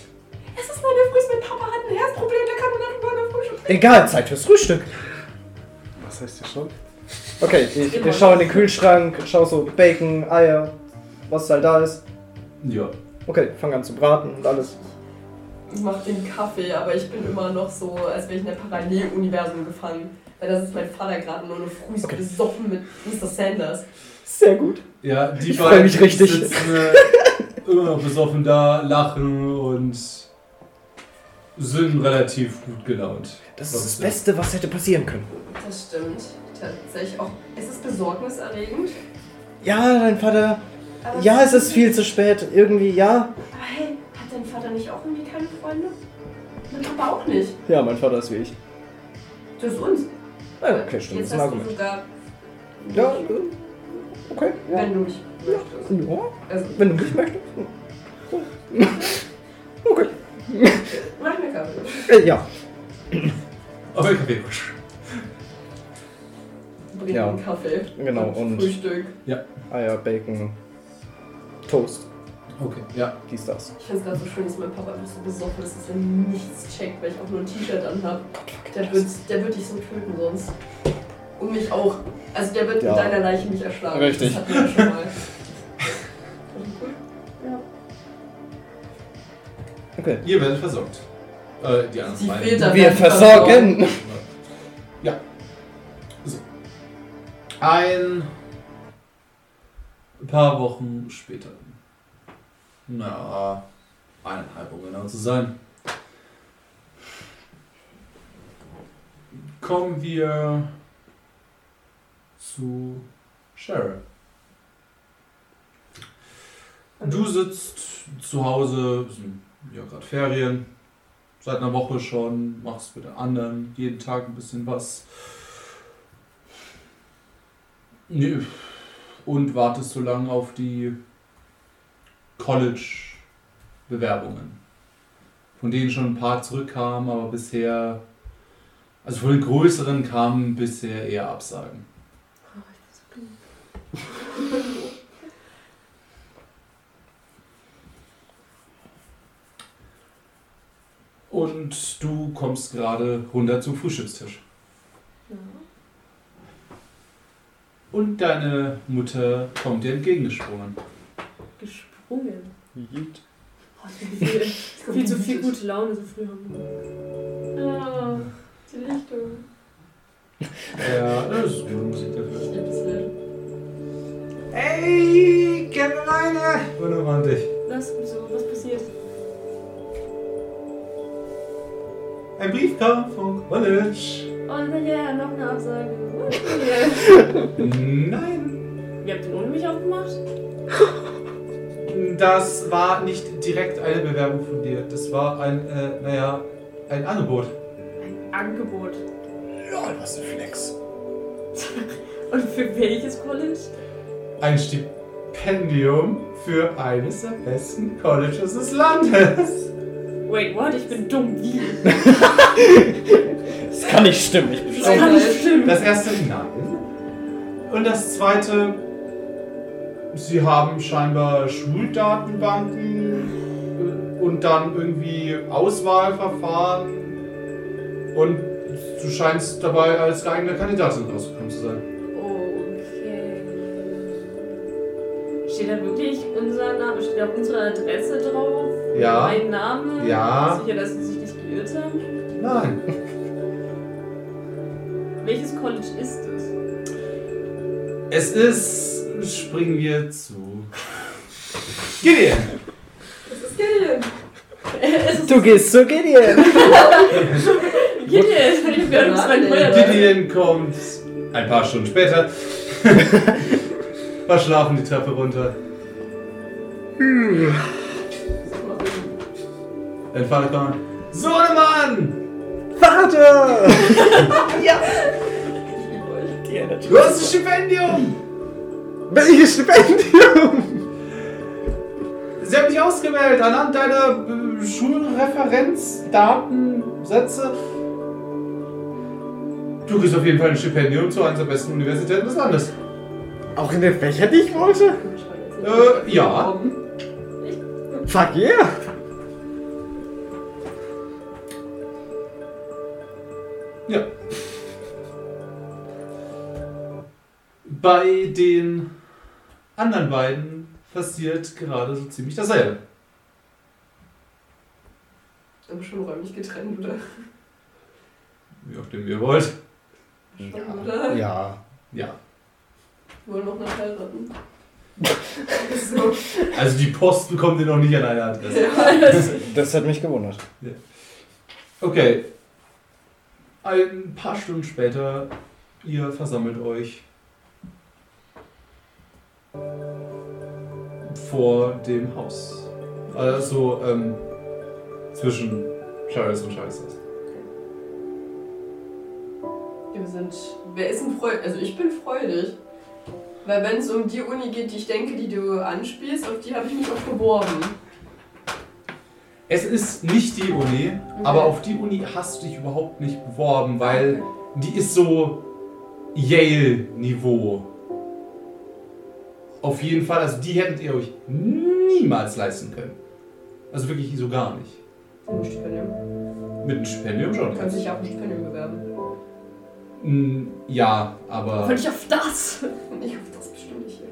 Speaker 2: Es ist 9 Uhr früh. Mein Papa hat ein Herzproblem. Der kann nur nach 9 Uhr früh schon.
Speaker 5: Egal, Zeit fürs Frühstück.
Speaker 6: Was heißt hier schon?
Speaker 5: Okay, ich, ich schaue in den Kühlschrank, schaue so Bacon, Eier, was halt da ist.
Speaker 3: Ja.
Speaker 5: Okay, fang an zu braten und alles.
Speaker 2: Ich mach den Kaffee, aber ich bin immer noch so, als wäre ich in einem Paralleluniversum gefangen. Weil das ist mein Vater gerade nur eine früh so
Speaker 5: Okay.
Speaker 2: besoffen mit Mr. Sanders.
Speaker 5: Sehr gut.
Speaker 3: Ja, die
Speaker 5: Ich freu
Speaker 3: beiden
Speaker 5: mich richtig.
Speaker 3: sitzen äh, immer noch besoffen da, lachen und sind relativ gut gelaunt.
Speaker 5: Das ist das Beste, was hätte passieren können.
Speaker 2: Das stimmt. Tatsächlich auch. Es ist besorgniserregend.
Speaker 5: Ja, dein Vater.
Speaker 2: aber
Speaker 5: Ja, es ist
Speaker 2: nicht-
Speaker 5: viel zu spät. Irgendwie, ja.
Speaker 2: Aber hey, hat dein Vater nicht auch irgendwie keine Freunde? Mein Papa auch nicht.
Speaker 5: Ja, mein Vater ist wie ich.
Speaker 2: Das ist uns.
Speaker 5: Ja, okay, stimmt. Das
Speaker 2: Jetzt
Speaker 5: ist ein
Speaker 2: hast du
Speaker 5: Argument.
Speaker 2: sogar,
Speaker 5: Ja, äh, okay. Ja.
Speaker 2: wenn du mich möchtest.
Speaker 5: Ja,
Speaker 2: Also,
Speaker 5: wenn du mich möchtest. Hm.
Speaker 2: mach mir Kaffee.
Speaker 5: Äh, ja.
Speaker 3: Aber okay.
Speaker 2: Bring
Speaker 5: Ja.
Speaker 2: einen Kaffee.
Speaker 5: Genau, und-
Speaker 2: Frühstück.
Speaker 5: Eier, Bacon, Toast.
Speaker 3: Okay, ja.
Speaker 5: Dies, das.
Speaker 2: Ich finde es gerade so schön, dass mein Papa einfach so besoffen ist, dass er nichts checkt, weil ich auch nur ein T-Shirt anhab. Der wird, der wird dich so töten sonst. Und mich auch. Also der wird
Speaker 5: Ja.
Speaker 2: mit deiner Leiche mich erschlagen.
Speaker 5: Richtig.
Speaker 2: Das hatten wir schon mal.
Speaker 5: Okay.
Speaker 3: Ihr werdet versorgt. Äh, die anderen
Speaker 2: Die
Speaker 3: beiden.
Speaker 2: Väter
Speaker 5: Wir
Speaker 2: werden
Speaker 5: versorgen.
Speaker 3: Ja. So. Ein paar Wochen später. Na, eineinhalb, um genau zu sein. Kommen wir zu Cheryl. Du sitzt zu Hause, sind ja gerade Ferien, seit einer Woche schon, machst mit den anderen jeden Tag ein bisschen was. Nö. Und wartest so lange auf die College-Bewerbungen. Von denen schon ein paar zurückkamen, aber bisher, also von den größeren kamen bisher eher Absagen. Und du kommst gerade runter zum Frühstückstisch. Und deine Mutter kommt dir entgegengesprungen.
Speaker 4: Gesprungen. Oh, ich bin
Speaker 2: Ich komm
Speaker 4: viel, viel zu viel
Speaker 2: nicht.
Speaker 4: gute Laune so früh am Morgen.
Speaker 2: Ah, die Lichtung.
Speaker 3: Ja, das ist gute Musik dafür.
Speaker 2: Ich lieb's nicht.
Speaker 3: Ey, Caroline! Unromantisch.
Speaker 4: Was, so, was passiert?
Speaker 3: Ein Brief kam vom College.
Speaker 4: Oh naja, noch eine Absage. Oh,
Speaker 3: Nein,
Speaker 4: yeah. Ihr habt den ohne mich aufgemacht?
Speaker 3: das war nicht direkt eine Bewerbung von dir. Das war ein, äh, naja, ein Angebot.
Speaker 4: Angebot.
Speaker 3: Lol, was ein Flex.
Speaker 4: Und für welches College?
Speaker 3: Ein Stipendium für eines der besten Colleges des Landes.
Speaker 4: Wait, what? Ich bin dumm. Wie?
Speaker 5: Das kann nicht stimmen. Ich bin
Speaker 4: Das kann nicht stimmen.
Speaker 3: Oh, Das erste Nein. Und das zweite, sie haben scheinbar Schuldatenbanken äh, und dann irgendwie Auswahlverfahren und du scheinst dabei als geeigneter Kandidatin rausgekommen zu sein.
Speaker 4: Okay. Steht da wirklich unser Name? Steht da unsere Adresse drauf?
Speaker 3: Ja.
Speaker 4: Mein Name?
Speaker 3: Ja.
Speaker 4: Sicher, dass sie sich nicht geirrt haben?
Speaker 3: Nein.
Speaker 4: Welches College ist es?
Speaker 3: Es ist, springen wir zu Gideon.
Speaker 2: Das ist Gideon.
Speaker 5: Du gehst zu Gideon.
Speaker 4: Gideon! Ich werde uns mein neuer Name.
Speaker 3: Gideon kommt ein paar Stunden später. Verschlafen die Treppe runter. Dein Vater kommt. Sohnemann!
Speaker 5: Vater!
Speaker 2: Ich liebe euch.
Speaker 3: Du hast ein Stipendium!
Speaker 5: Welches Stipendium?
Speaker 3: Sie haben dich ausgewählt anhand deiner äh, Schulreferenzdaten, Sätze. Du kriegst auf jeden Fall ein Stipendium zu einer der besten Universitäten des Landes.
Speaker 5: Auch in den Fächern, die ich wollte?
Speaker 3: Äh, ja.
Speaker 5: Fuck yeah!
Speaker 3: Ja. Bei den anderen beiden passiert gerade so ziemlich dasselbe.
Speaker 2: Aber schon räumlich getrennt, oder?
Speaker 3: Wie auch dem ihr wollt.
Speaker 2: Schon, oder?
Speaker 5: Ja.
Speaker 3: Ja.
Speaker 2: Wir wollen auch noch heiraten.
Speaker 3: Also die Post bekommt ihr noch nicht an eine Adresse.
Speaker 5: Das hat mich gewundert.
Speaker 3: Okay. Ein paar Stunden später, ihr versammelt euch vor dem Haus. Also ähm, zwischen Charis und Charis.
Speaker 2: Wir sind. Wer ist denn freudig? Also ich bin freudig. Weil wenn es um die Uni geht, die ich denke, die du anspielst, auf die habe ich mich auch beworben.
Speaker 3: Es ist nicht die Uni,
Speaker 2: Mhm.
Speaker 3: aber auf die Uni hast du dich überhaupt nicht beworben, weil die ist so Yale-Niveau. Auf jeden Fall, also die hättet ihr euch niemals leisten können. Also wirklich so gar nicht.
Speaker 2: Ein Stipendium.
Speaker 3: Mit einem Stipendium schon.
Speaker 2: Du kannst dich ja auf ein Stipendium bewerben.
Speaker 3: Mm, Ja, aber
Speaker 4: Wollte ich auf das?
Speaker 2: Und ich hoffe, das bestimmt nicht hier.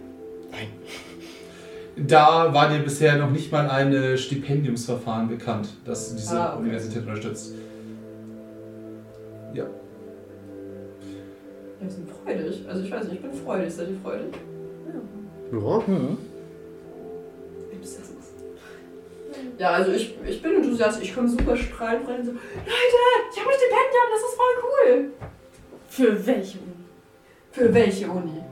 Speaker 3: da war dir bisher noch nicht mal ein äh, Stipendiumsverfahren bekannt, das diese
Speaker 2: Ah, okay.
Speaker 3: Universität unterstützt.
Speaker 2: Wir sind freudig. Also ich weiß nicht, ich bin freudig. Seid ihr freudig?
Speaker 6: Ja.
Speaker 5: Hm.
Speaker 2: Enthusiasmus. Ja, also ich, ich bin Enthusiast. Ich komme super strahlend rein und so, Leute, ich habe ein Stipendium, das ist voll cool.
Speaker 4: Für welche Uni?
Speaker 2: Für welche Uni?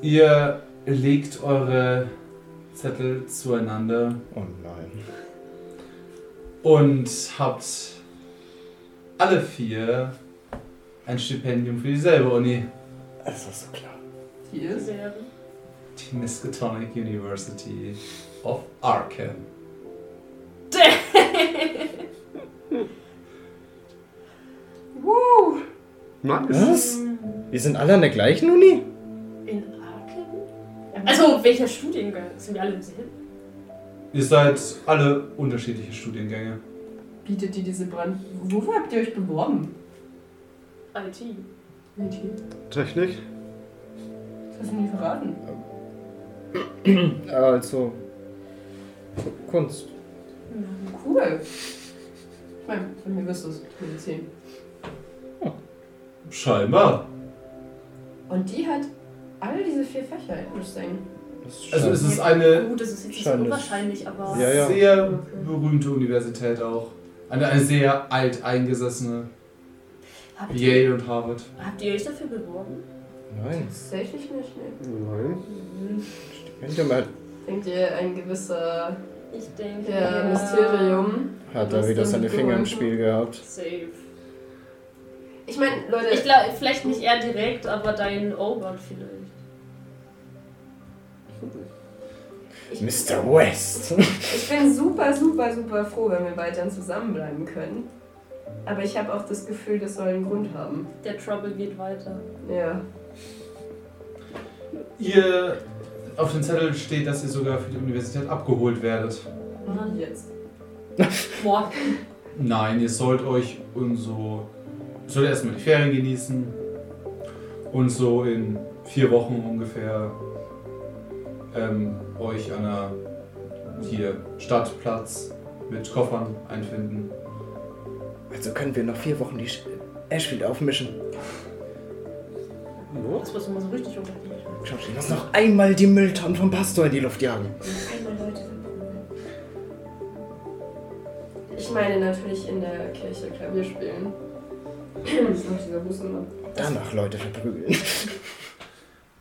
Speaker 3: Ihr legt eure Zettel zueinander
Speaker 5: Oh nein.
Speaker 3: und habt alle vier ein Stipendium für dieselbe Uni,
Speaker 5: Das war so klar.
Speaker 2: Die ist?
Speaker 3: die Miskatonic University of Arkham.
Speaker 6: Nice.
Speaker 5: Was? Wir sind alle an der gleichen Uni?
Speaker 4: In Aachen? Also, welcher Studiengang? Sind wir alle im selben?
Speaker 3: Ihr seid alle unterschiedliche Studiengänge.
Speaker 2: Bietet die diese Brand... Wofür habt ihr euch beworben?
Speaker 4: IT.
Speaker 2: Das
Speaker 6: Technik?
Speaker 2: hast du nie verraten.
Speaker 5: Also. Kunst.
Speaker 2: Cool. Ich meine, von mir wirst du es. Medizin.
Speaker 3: Scheinbar.
Speaker 2: Und die hat alle diese vier Fächer. Interesting.
Speaker 3: Also es ist eine
Speaker 4: Gut, das ist jetzt nicht so
Speaker 5: Scheint es-
Speaker 4: unwahrscheinlich, aber.
Speaker 5: Ja, ja.
Speaker 3: sehr berühmte Universität auch. Eine, eine sehr alteingesessene.
Speaker 4: Habt, ihr,
Speaker 3: Yale und Harvard.
Speaker 4: habt ihr euch dafür beworben?
Speaker 5: Nein.
Speaker 2: Tatsächlich nicht, ne?
Speaker 6: Nein.
Speaker 5: Stipendium hat,
Speaker 2: Denkt ihr, ein gewisser
Speaker 4: Ich denke.
Speaker 2: Herr Mysterium?
Speaker 5: hat
Speaker 2: Das
Speaker 5: er wieder
Speaker 2: sind die
Speaker 5: seine Finger im
Speaker 2: Gründen.
Speaker 5: Spiel gehabt.
Speaker 4: Safe.
Speaker 2: Ich meine, Leute,
Speaker 4: Ich glaube, vielleicht nicht er direkt, aber dein Obert vielleicht.
Speaker 5: Mr. West.
Speaker 2: Ich bin super, super, super froh, wenn wir weiterhin zusammenbleiben können. Aber ich habe auch das Gefühl, das soll einen Grund haben.
Speaker 4: Der Trouble geht weiter.
Speaker 2: Ja.
Speaker 3: Ihr auf dem Zettel steht, dass ihr sogar für die Universität abgeholt werdet.
Speaker 2: Und jetzt?
Speaker 4: Boah.
Speaker 3: Nein, ihr sollt euch und so. Ihr sollt erstmal die Ferien genießen. Und so in vier Wochen ungefähr ähm, euch an einer hier Stadtplatz mit Koffern einfinden.
Speaker 5: Also können wir noch vier Wochen die Sch- Ashfield aufmischen.
Speaker 4: Das muss immer so richtig umgekehrt.
Speaker 5: Schau, ich muss noch einmal die Mülltonnen vom Pastor in die Luft jagen.
Speaker 2: Einmal Leute sind Probleme. Ich meine natürlich in der Kirche Klavier spielen. Das macht dieser Hustenmann.
Speaker 5: Danach Leute verprügeln.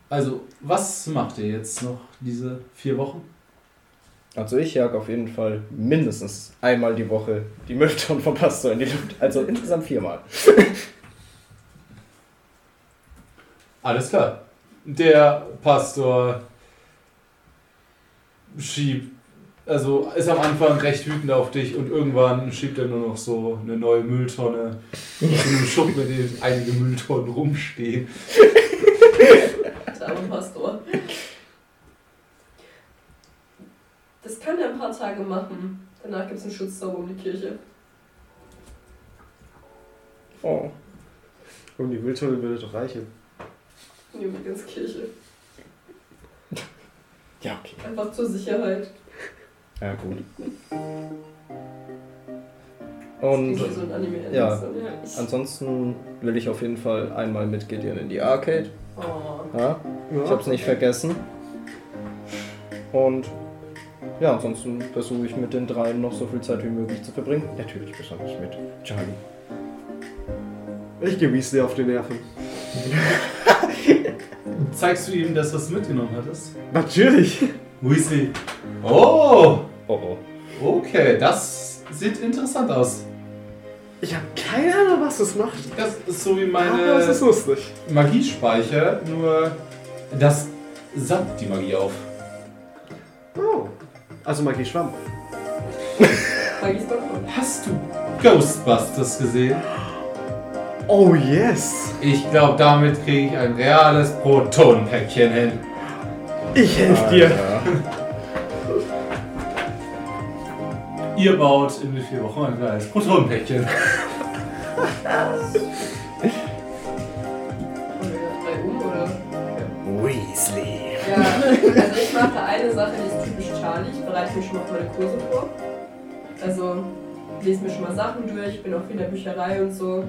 Speaker 3: Also, was macht ihr jetzt noch diese vier Wochen?
Speaker 5: Also ich jag auf jeden Fall mindestens einmal die Woche die Mülltonnen vom Pastor in die Luft. Also insgesamt viermal.
Speaker 3: Alles klar. Der Pastor schiebt, also ist am Anfang recht wütend auf dich und irgendwann schiebt er nur noch so eine neue Mülltonne in einem Schuppen, in dem einige Mülltonnen rumstehen.
Speaker 2: Der arme Pastor. Das kann er ein paar Tage machen. Danach gibt es einen Schutzzauber um die Kirche.
Speaker 5: Oh.
Speaker 6: Um die Mülltonne würde doch reichen.
Speaker 2: Nehmen die ganze Kirche.
Speaker 5: Ja, okay.
Speaker 2: Einfach zur Sicherheit.
Speaker 5: Ja, gut.
Speaker 2: Das
Speaker 5: Und
Speaker 2: klingt wie so ein Anime.
Speaker 5: Ja.
Speaker 4: Ja, ich,
Speaker 5: ansonsten will ich auf jeden Fall einmal mit Gideon in die Arcade.
Speaker 2: Oh.
Speaker 5: Ja, ich hab's nicht vergessen. Und Ja, ansonsten versuche ich mit den dreien noch so viel Zeit wie möglich zu verbringen. Natürlich besonders mit Charlie.
Speaker 6: Ich gehe Weasley auf die Nerven.
Speaker 3: Zeigst du ihm, dass du es mitgenommen hattest?
Speaker 6: Natürlich.
Speaker 3: Weasley. Oh,
Speaker 5: Oh oh.
Speaker 3: okay, das sieht interessant aus.
Speaker 6: Ich habe keine Ahnung, was das macht.
Speaker 3: Das ist so wie
Speaker 6: Aber es Ah, ist
Speaker 3: meine
Speaker 6: lustig.
Speaker 3: Magiespeicher, nur das saugt die Magie auf.
Speaker 6: Oh. Also Magie Schwamm.
Speaker 2: Vergiss doch mal.
Speaker 3: Hast du Ghostbusters gesehen?
Speaker 6: Oh yes.
Speaker 3: Ich glaube, damit kriege ich ein reales Protonenpäckchen hin.
Speaker 6: Ich helfe dir.
Speaker 3: Ihr baut in vier Wochen ein reales Protonenpäckchen.
Speaker 2: Und wir drei um, oder?
Speaker 5: Weasley.
Speaker 2: Ja, also ich mache eine Sache, die ist typisch Charlie. Ich bereite mich schon mal auf meine Kurse vor. Also lese mir schon mal Sachen durch, bin auch viel in der Bücherei und so.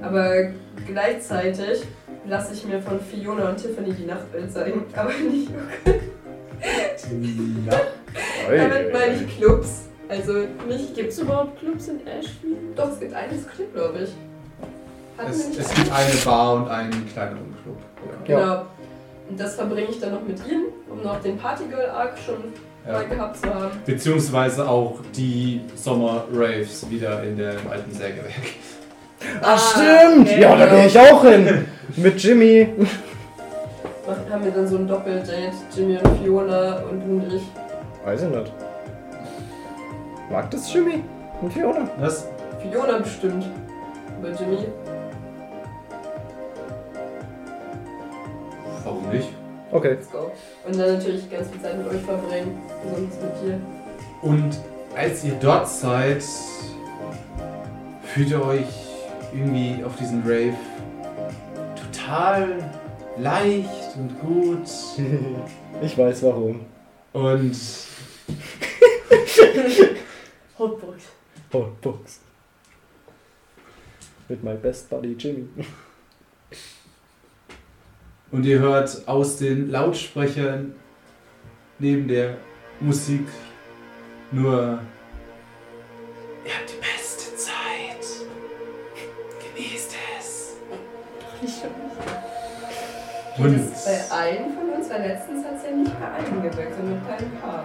Speaker 2: Aber gleichzeitig lasse ich mir von Fiona und Tiffany die Nachtwelt zeigen. Aber nicht, damit meine ich Clubs. Also mich gibt's
Speaker 4: Gibt es überhaupt Clubs in Ashfield?
Speaker 2: doch, es gibt eines Club, glaube ich. Hatten wir
Speaker 3: Es,
Speaker 2: nicht
Speaker 3: es gibt eine Bar und einen kleineren Club.
Speaker 5: Ja.
Speaker 2: Genau. Und das verbringe ich dann noch mit ihnen, um noch den Partygirl-Arc schon
Speaker 3: Ja.
Speaker 2: mal gehabt zu haben.
Speaker 3: Beziehungsweise auch die Sommer-Raves wieder in dem alten Sägewerk.
Speaker 5: Ach stimmt!
Speaker 2: okay.
Speaker 5: ja, da gehe ich auch hin. Mit Jimmy.
Speaker 2: Machen- Haben wir dann so ein Doppeldate, Jimmy und Fiona und du und ich.
Speaker 5: Weiß ich nicht. Mag das Jimmy? Und Fiona?
Speaker 3: Was?
Speaker 2: Fiona bestimmt. Bei Jimmy.
Speaker 3: Warum nicht?
Speaker 5: Okay.
Speaker 2: Let's go. Und dann natürlich ganz viel Zeit mit euch verbringen. Besonders mit dir.
Speaker 3: Und als ihr dort seid, fühlt ihr euch irgendwie auf diesem Rave total leicht und gut.
Speaker 5: Ich weiß warum.
Speaker 3: Und
Speaker 8: Hotbox.
Speaker 5: Hotbox. Oh, Mit my best buddy Jimmy.
Speaker 3: Und ihr hört aus den Lautsprechern neben der Musik nur Ihr habt die beste Zeit. Genießt es. Und
Speaker 2: Das ist bei allen von uns, weil letztens hat es ja nicht bei allen gewirkt, sondern bei ein paar.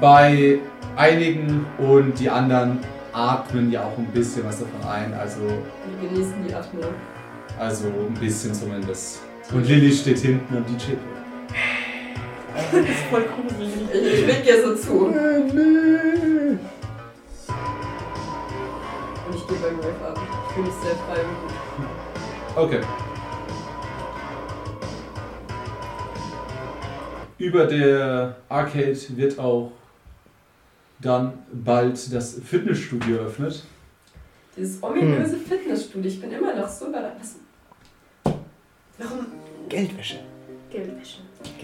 Speaker 3: bei einigen und die anderen atmen ja auch ein bisschen was davon ein, also,
Speaker 2: Wir genießen die Atmung.
Speaker 3: also ein bisschen zumindest. Und Lilly steht hinten und die chillt.
Speaker 2: Ich, ich winke dir so zu. Und ich gehe beim Rave ab. Ich fühle mich sehr frei und gut.
Speaker 3: Okay. Über der Arcade wird auch dann bald das Fitnessstudio eröffnet.
Speaker 2: Dieses ominöse
Speaker 3: Hm.
Speaker 2: Fitnessstudio, ich bin immer noch so überrascht. Was-
Speaker 8: Warum?
Speaker 7: Geldwäsche.
Speaker 4: Geldwäsche.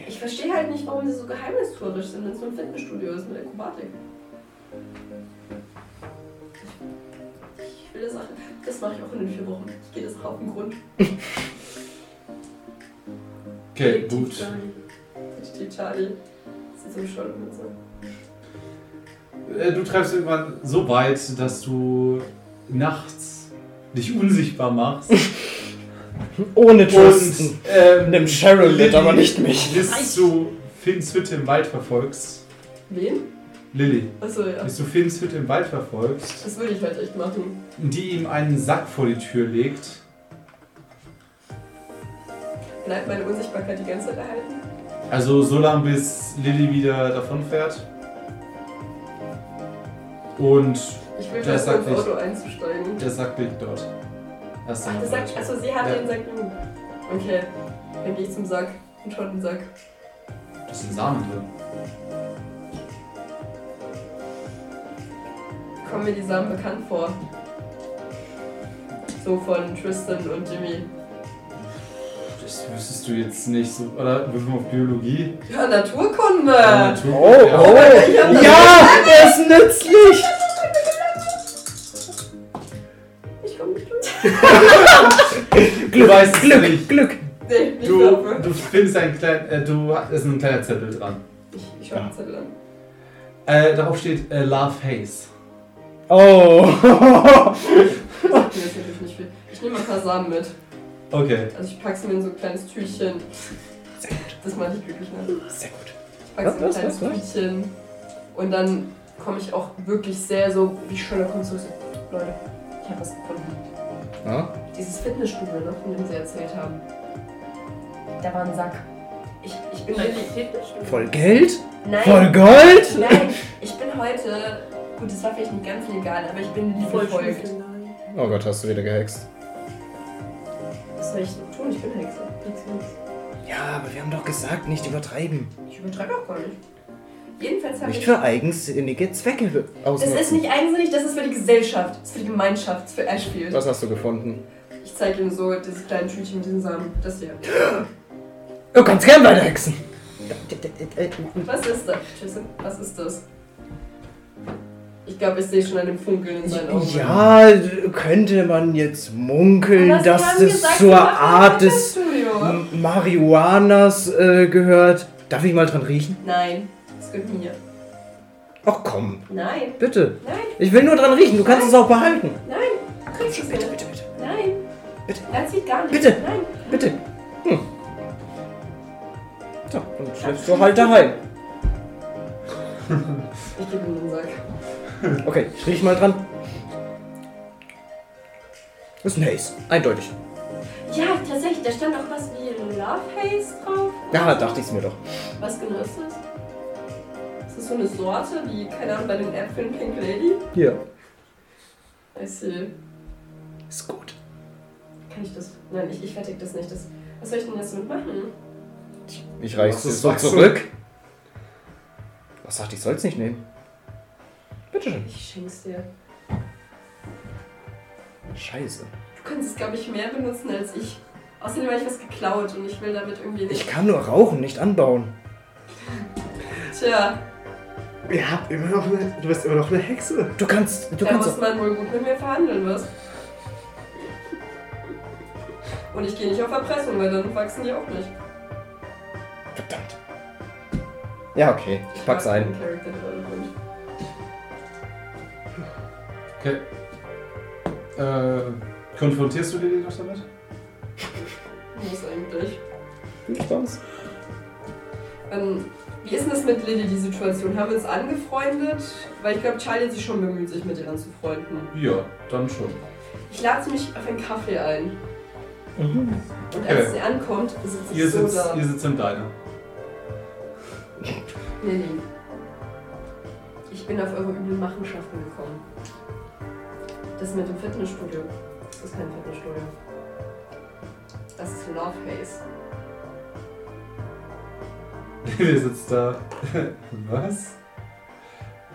Speaker 2: Ich verstehe halt nicht, warum sie so geheimnistuerisch sind, wenn es nur ein Fitnessstudio ist mit Akrobatik. Ich will das auch. Das mache ich auch in den vier Wochen. Ich gehe das auch auf den Grund.
Speaker 3: Okay, gut.
Speaker 2: Ich stehe Charlie. Sie ist im Scholl und so.
Speaker 3: Äh, Du treibst irgendwann so weit, dass du nachts dich unsichtbar machst.
Speaker 5: Ohne Tristan.
Speaker 3: und ähm,
Speaker 5: Nimm Cheryl mit,
Speaker 3: Lilly
Speaker 5: aber nicht mich.
Speaker 3: Bis du Finns Hütte im Wald verfolgst.
Speaker 2: Wen?
Speaker 3: Lilly,
Speaker 2: Achso, ja.
Speaker 3: bis du Finns Hütte im Wald verfolgst.
Speaker 2: Das würde ich halt echt machen.
Speaker 3: die ihm einen Sack vor die Tür legt.
Speaker 2: Bleibt meine Unsichtbarkeit die ganze Zeit erhalten?
Speaker 3: Also so lange, bis Lilly wieder davonfährt. Und
Speaker 2: Ich will
Speaker 3: Der
Speaker 2: versuchen,
Speaker 3: sagt
Speaker 2: ins
Speaker 3: nicht.
Speaker 2: Auto einzusteigen.
Speaker 3: der Sack liegt dort. Das ist
Speaker 2: Ach, der Sack. also Achso, sie hat
Speaker 3: Ja.
Speaker 2: den Sack genug. Okay. Dann gehe ich zum Sack und schaue den Sack.
Speaker 3: Da sind Samen drin.
Speaker 2: kommen mir die Samen bekannt vor. So von Tristan und Jimmy.
Speaker 3: Das wüsstest du jetzt nicht so. Oder wir auf Biologie.
Speaker 2: Ja, Naturkunde!
Speaker 3: Ja,
Speaker 2: Ja,
Speaker 3: Natur-
Speaker 5: Oh,
Speaker 3: ja.
Speaker 5: oh! Ja! Er ist nützlich!
Speaker 2: ich komme nicht durch.
Speaker 3: Du weißt es nicht.
Speaker 5: Glück!
Speaker 2: Nee, nicht
Speaker 3: Du,
Speaker 2: dafür.
Speaker 3: du findest einen kleinen. Äh, du, es ist ein kleiner Zettel dran.
Speaker 2: Ich, ich Ich schaue den Zettel an.
Speaker 3: Äh, darauf steht äh, Love Face.
Speaker 5: Oh.
Speaker 2: Das sagt mir jetzt natürlich nicht viel. Ich nehme mal ein paar Samen mit.
Speaker 3: Okay.
Speaker 2: Also ich packe sie mir in so ein kleines Tütchen. Das mache ich glücklich, ne?
Speaker 5: Sehr gut.
Speaker 2: Ich packe sie in ein
Speaker 5: Was,
Speaker 2: kleines
Speaker 5: was, was, was?
Speaker 2: Tütchen. Und dann komme ich auch wirklich sehr so, wie Sherlock Holmes so, Leute, ich habe was gefunden.
Speaker 5: Ja.
Speaker 2: Dieses Fitnessstudio, ne, von dem sie erzählt haben. Da war ein Sack. Ich, ich bin wirklich...
Speaker 5: Voll Geld?
Speaker 2: Nein.
Speaker 5: Voll Gold?
Speaker 2: Nein, ich bin heute. Gut, das war vielleicht nicht ganz legal, aber ich bin nie gefolgt.
Speaker 5: Oh Gott, hast du wieder gehext.
Speaker 2: Was soll ich tun? Ich bin Hexe. Nichts, nichts.
Speaker 5: Ja, aber wir haben doch gesagt, nicht übertreiben.
Speaker 2: Ich übertreibe auch gar nicht. Jedenfalls habe
Speaker 5: Nicht
Speaker 2: ich.
Speaker 5: für eigensinnige Zwecke
Speaker 2: Das
Speaker 5: ausnutzen.
Speaker 2: ist nicht eigensinnig, das ist für die Gesellschaft. Das ist für die Gemeinschaft, das ist für Ashfield.
Speaker 5: Was hast du gefunden?
Speaker 2: Ich zeige ihm so dieses kleine Tütchen mit den Samen. Das hier.
Speaker 5: Du kannst Oh, gern weiter hexen.
Speaker 2: Was ist das? Tschüss. Was ist das? Ich glaube, ich sehe schon an dem Funkeln in seinen Augen.
Speaker 5: Ja, könnte man jetzt munkeln,
Speaker 2: Aber sie
Speaker 5: dass
Speaker 2: haben
Speaker 5: das
Speaker 2: gesagt, sie
Speaker 5: zur
Speaker 2: machen
Speaker 5: Art
Speaker 2: ein
Speaker 5: des
Speaker 2: Studio.
Speaker 5: M- Marihuanas äh, gehört. Darf ich mal dran riechen?
Speaker 2: Nein, das gehört mir.
Speaker 5: Ach komm,
Speaker 2: Nein,
Speaker 5: bitte.
Speaker 2: nein,
Speaker 5: Ich will nur dran riechen, du kannst es auch behalten.
Speaker 2: nein. Du kriegst es nicht.
Speaker 5: Bitte, bitte, bitte.
Speaker 2: Nein.
Speaker 5: Bitte.
Speaker 2: Das sieht gar nicht.
Speaker 5: Bitte.
Speaker 2: Nein.
Speaker 5: Bitte. Hm. So, dann schläfst du halt daheim.
Speaker 2: Ich gebe ihm den Sack.
Speaker 5: Okay, ich riech mal dran. Ist ein Haze, eindeutig.
Speaker 2: Ja, tatsächlich, da stand auch was wie Love Haze drauf.
Speaker 5: Ja, dachte ich's mir doch.
Speaker 2: Was genau ist das? Ist das so eine Sorte wie, keine Ahnung, bei den Äpfeln Pink Lady?
Speaker 5: Hier.
Speaker 2: I see.
Speaker 5: Ist gut.
Speaker 2: Kann ich das? Nein, ich, ich vertick das nicht. Das, was soll ich denn jetzt damit machen?
Speaker 5: Ich reich's
Speaker 6: Was
Speaker 5: dir
Speaker 6: ist
Speaker 5: so
Speaker 6: Wachstum?
Speaker 5: zurück. Was sagt, ich soll's nicht nehmen? Bitteschön.
Speaker 2: Ich schenk's dir.
Speaker 5: Scheiße.
Speaker 2: Du kannst es, glaube ich, mehr benutzen als ich. Außerdem habe ich was geklaut und ich will damit irgendwie
Speaker 5: Ich
Speaker 2: nicht.
Speaker 5: kann nur rauchen, nicht anbauen.
Speaker 2: Tja,
Speaker 6: Ihr habt immer noch eine. Du bist immer noch eine Hexe.
Speaker 5: Du kannst. Du
Speaker 2: da
Speaker 5: kannst.
Speaker 2: muss man wohl gut mit mir verhandeln, was? Und ich gehe nicht auf Erpressung, weil dann wachsen die auch nicht.
Speaker 5: Verdammt. Ja, okay. Ich pack's ein.
Speaker 2: Character Development.
Speaker 3: Okay. Äh, konfrontierst du die noch damit?
Speaker 2: Muss eigentlich.
Speaker 5: Viel Spaß.
Speaker 2: Ähm, wie ist denn das mit Lilly, die Situation? Haben wir uns angefreundet? Weil ich glaube, Charlie hat sich schon bemüht, sich mit ihr anzufreunden.
Speaker 3: Ja, dann schon.
Speaker 2: Ich lade sie mich auf einen Kaffee ein.
Speaker 5: Mhm.
Speaker 2: Und
Speaker 3: Okay.
Speaker 2: als sie ankommt, sitze ich
Speaker 3: Ihr
Speaker 2: so
Speaker 3: sitzt,
Speaker 2: da.
Speaker 3: ihr sitzt im Diner.
Speaker 2: Lilly, ich bin auf eure üblen Machenschaften gekommen. Das mit dem Fitnessstudio. Das ist kein Fitnessstudio. Das ist Love Haze.
Speaker 3: ihr sitzt da. Was?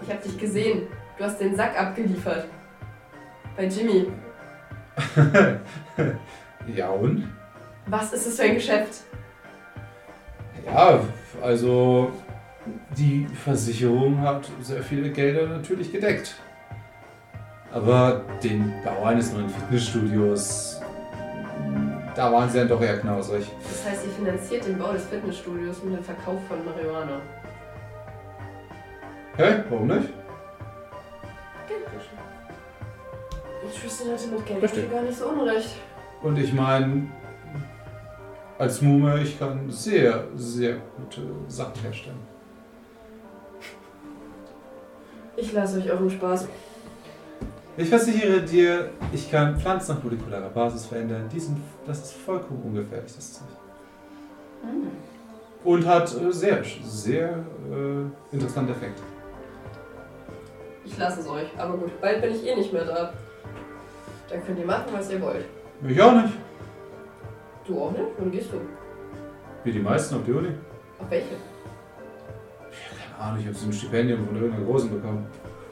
Speaker 2: Ich habe dich gesehen. Du hast den Sack abgeliefert. Bei Jimmy.
Speaker 3: ja und?
Speaker 2: Was ist das für ein Geschäft?
Speaker 3: Ja, also die Versicherung hat sehr viele Gelder natürlich gedeckt. Aber den Bau eines neuen Fitnessstudios, da waren sie dann doch eher knausrig.
Speaker 2: Das heißt, ihr finanziert den Bau des Fitnessstudios mit dem Verkauf von Marihuana.
Speaker 3: Hä? Warum nicht?
Speaker 8: Und Tristan hatte mit Geld
Speaker 5: Richtig.
Speaker 8: gar nicht so unrecht.
Speaker 3: Und ich meine, als Mume, ich kann sehr, sehr gute Sachen herstellen.
Speaker 8: Ich lasse euch euren Spaß.
Speaker 3: Ich versichere dir, ich kann Pflanzen auf molekularer Basis verändern. Diesen, das ist vollkommen ungefährlich, das Zeug. Und hat äh, sehr, sehr äh, interessante Effekte.
Speaker 2: Ich lasse es euch, aber gut, bald bin ich eh nicht mehr da. Dann könnt ihr machen, was ihr wollt.
Speaker 3: Mich auch nicht.
Speaker 2: Du auch nicht? Wann gehst du?
Speaker 3: Wie die meisten auf die Uni.
Speaker 2: Auf welche?
Speaker 3: Keine Ahnung, ich habe so ein Stipendium von irgendeiner Großen bekommen.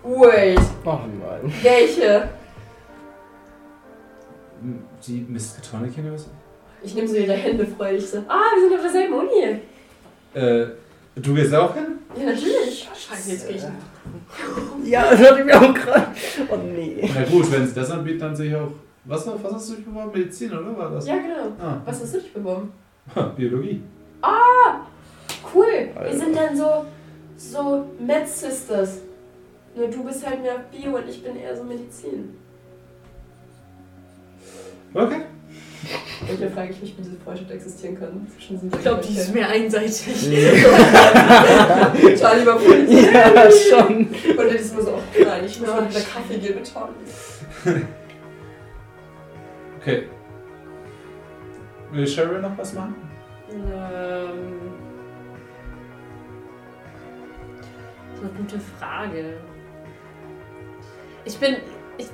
Speaker 2: Wait,
Speaker 5: Oh nein.
Speaker 2: welche?
Speaker 3: Hm, Die Miskatonic University?
Speaker 2: Ich nehme so ihre Hände freudig so. Ah, wir sind auf derselben Uni.
Speaker 3: Äh, du gehst auch hin?
Speaker 2: Ja, natürlich. Scheiße, jetzt krieg ich einen.
Speaker 5: Ja, das hatte ich mir auch gerade. Oh nee.
Speaker 3: Na gut, wenn sie das anbieten, dann sehe ich auch. Was, was hast du dich beworben? Medizin, oder? War das?
Speaker 2: Ja, genau.
Speaker 3: Ah,
Speaker 2: Was hast du dich beworben?
Speaker 3: Biologie.
Speaker 2: Cool. Wir
Speaker 5: Alter.
Speaker 2: sind dann so
Speaker 8: so Med Sisters. Nur du bist halt mehr Bio und ich bin eher so Medizin.
Speaker 6: Okay.
Speaker 2: Und hier frage ich mich, wie diese Freundschaft existieren kann. Zwischen
Speaker 4: Ich glaube, die ist mehr einseitig.
Speaker 2: Charlie war Polizist.
Speaker 7: Ja, schon.
Speaker 2: Und dann ist immer so, oh nein, ich muss mal wieder Kaffee gehen mit Charlie.
Speaker 3: Okay. Will Cheryl noch was machen?
Speaker 4: Ähm. Das ist eine gute Frage. Ich bin. Ich,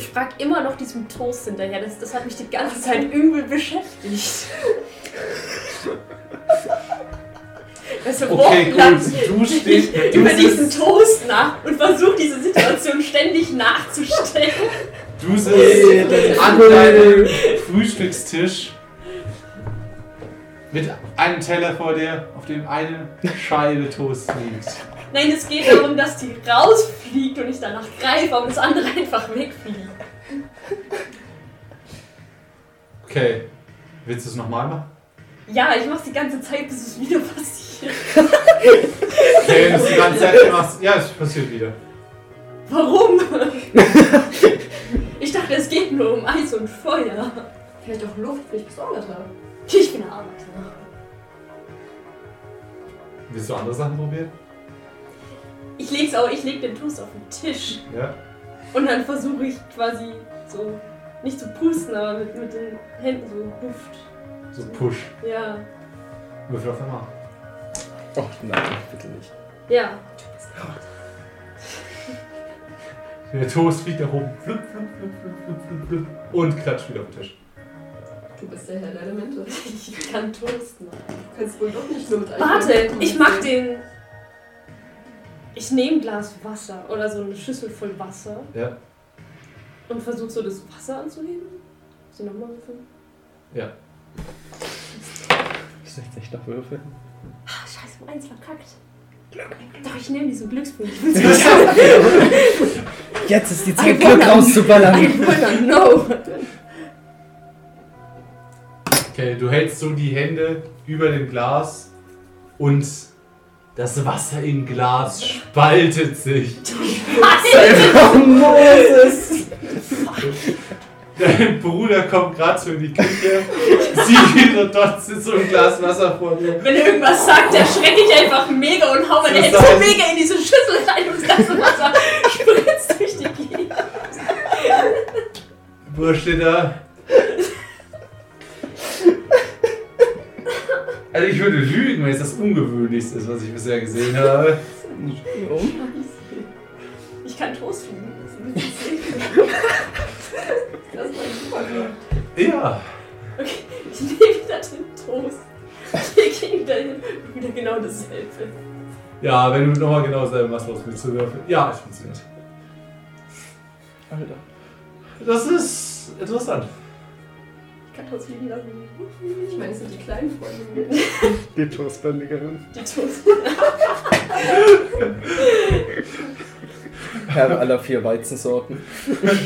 Speaker 4: ich frage immer noch diesem Toast hinterher. Das, das hat mich die ganze Zeit übel beschäftigt. Das ist
Speaker 3: Okay,
Speaker 4: wochenlang
Speaker 3: gut. Du stehst. Du
Speaker 4: über diesen
Speaker 3: sitzt,
Speaker 4: Toast nach und versuche diese Situation ständig nachzustellen.
Speaker 3: du sitzt an deinem Frühstückstisch mit einem Teller vor dir, auf dem eine Scheibe Toast liegt.
Speaker 4: Nein, es geht darum, dass die rausfliegt und ich danach greife und das andere einfach wegfliegt.
Speaker 3: Okay. Willst du es nochmal machen?
Speaker 4: Ja, ich mach's die ganze Zeit, bis es wieder passiert.
Speaker 3: Okay, wenn du es die ganze Zeit machst. Ja, es passiert wieder.
Speaker 4: Warum? ich dachte, es geht nur um Eis und Feuer.
Speaker 2: Vielleicht auch Luft, vielleicht bist du auch da.
Speaker 4: Ich bin Arbeiter.
Speaker 3: Willst du andere Sachen probieren?
Speaker 4: Ich leg's auch, ich leg den Toast auf den Tisch
Speaker 3: Ja.
Speaker 4: und dann versuche ich quasi so, nicht zu pusten, aber mit, mit den Händen so Luft.
Speaker 3: So Push.
Speaker 4: Ja,
Speaker 3: Würfel auf einmal.
Speaker 5: Oh nein, bitte nicht.
Speaker 4: ja.
Speaker 3: Der Toast fliegt nach oben. Flup, flup, flup, flup, flup, flup, flup. Und klatscht wieder auf den Tisch.
Speaker 2: Du bist der Herr der Elemente. Du
Speaker 4: Ich kann Toast machen.
Speaker 2: kannst wohl doch nicht nur mit
Speaker 4: Warte,
Speaker 2: Eichhörnchen
Speaker 4: ich mach
Speaker 2: kommunizieren.
Speaker 4: den. Ich nehme ein Glas Wasser oder so eine Schüssel voll Wasser
Speaker 3: Ja.
Speaker 4: und versuche so das Wasser anzuheben. Muss ich nochmal würfeln?
Speaker 5: Ich soll jetzt echt noch würfeln.
Speaker 4: Ah, scheiße, um eins verkackt. Doch, ich nehme diesen Glücksspiel. Ich will's
Speaker 5: Jetzt ist die Zeit,
Speaker 4: I wanna-
Speaker 5: Glück rauszuballern.
Speaker 4: nicht No!
Speaker 3: Okay, du hältst so die Hände über dem Glas und das Wasser im Glas spaltet sich.
Speaker 5: Oh, Moses!
Speaker 3: Dein Bruder kommt gerade so in die Küche, sieht wieder dort sitzt so ein Glas Wasser vor dir.
Speaker 4: Wenn er irgendwas sagt, erschrecke ich einfach mega und hau meine
Speaker 3: Das
Speaker 4: Hände
Speaker 3: heißt-
Speaker 4: mega in diese Schüssel rein und das ganze Wasser spritzt durch die Gegend.
Speaker 3: Bruder steht da. Also ich würde lügen, wenn es das Ungewöhnlichste ist, was ich bisher gesehen habe.
Speaker 4: Ich kann Toast tun.
Speaker 2: Das war super gut.
Speaker 3: Ja.
Speaker 4: Okay, ich nehme wieder den Toast. Ich gehe wieder hin. Wieder genau dasselbe.
Speaker 3: Ja, wenn du nochmal genau selber machst, was willst du würfeln? Ja, es funktioniert.
Speaker 5: Alter.
Speaker 3: Das ist interessant.
Speaker 4: Ich kann Toast liegen lassen.
Speaker 2: Ich meine, es sind die kleinen Freunde.
Speaker 6: Die Toastbändigerin.
Speaker 4: Die Toast.
Speaker 5: Herr aller vier Weizensorten.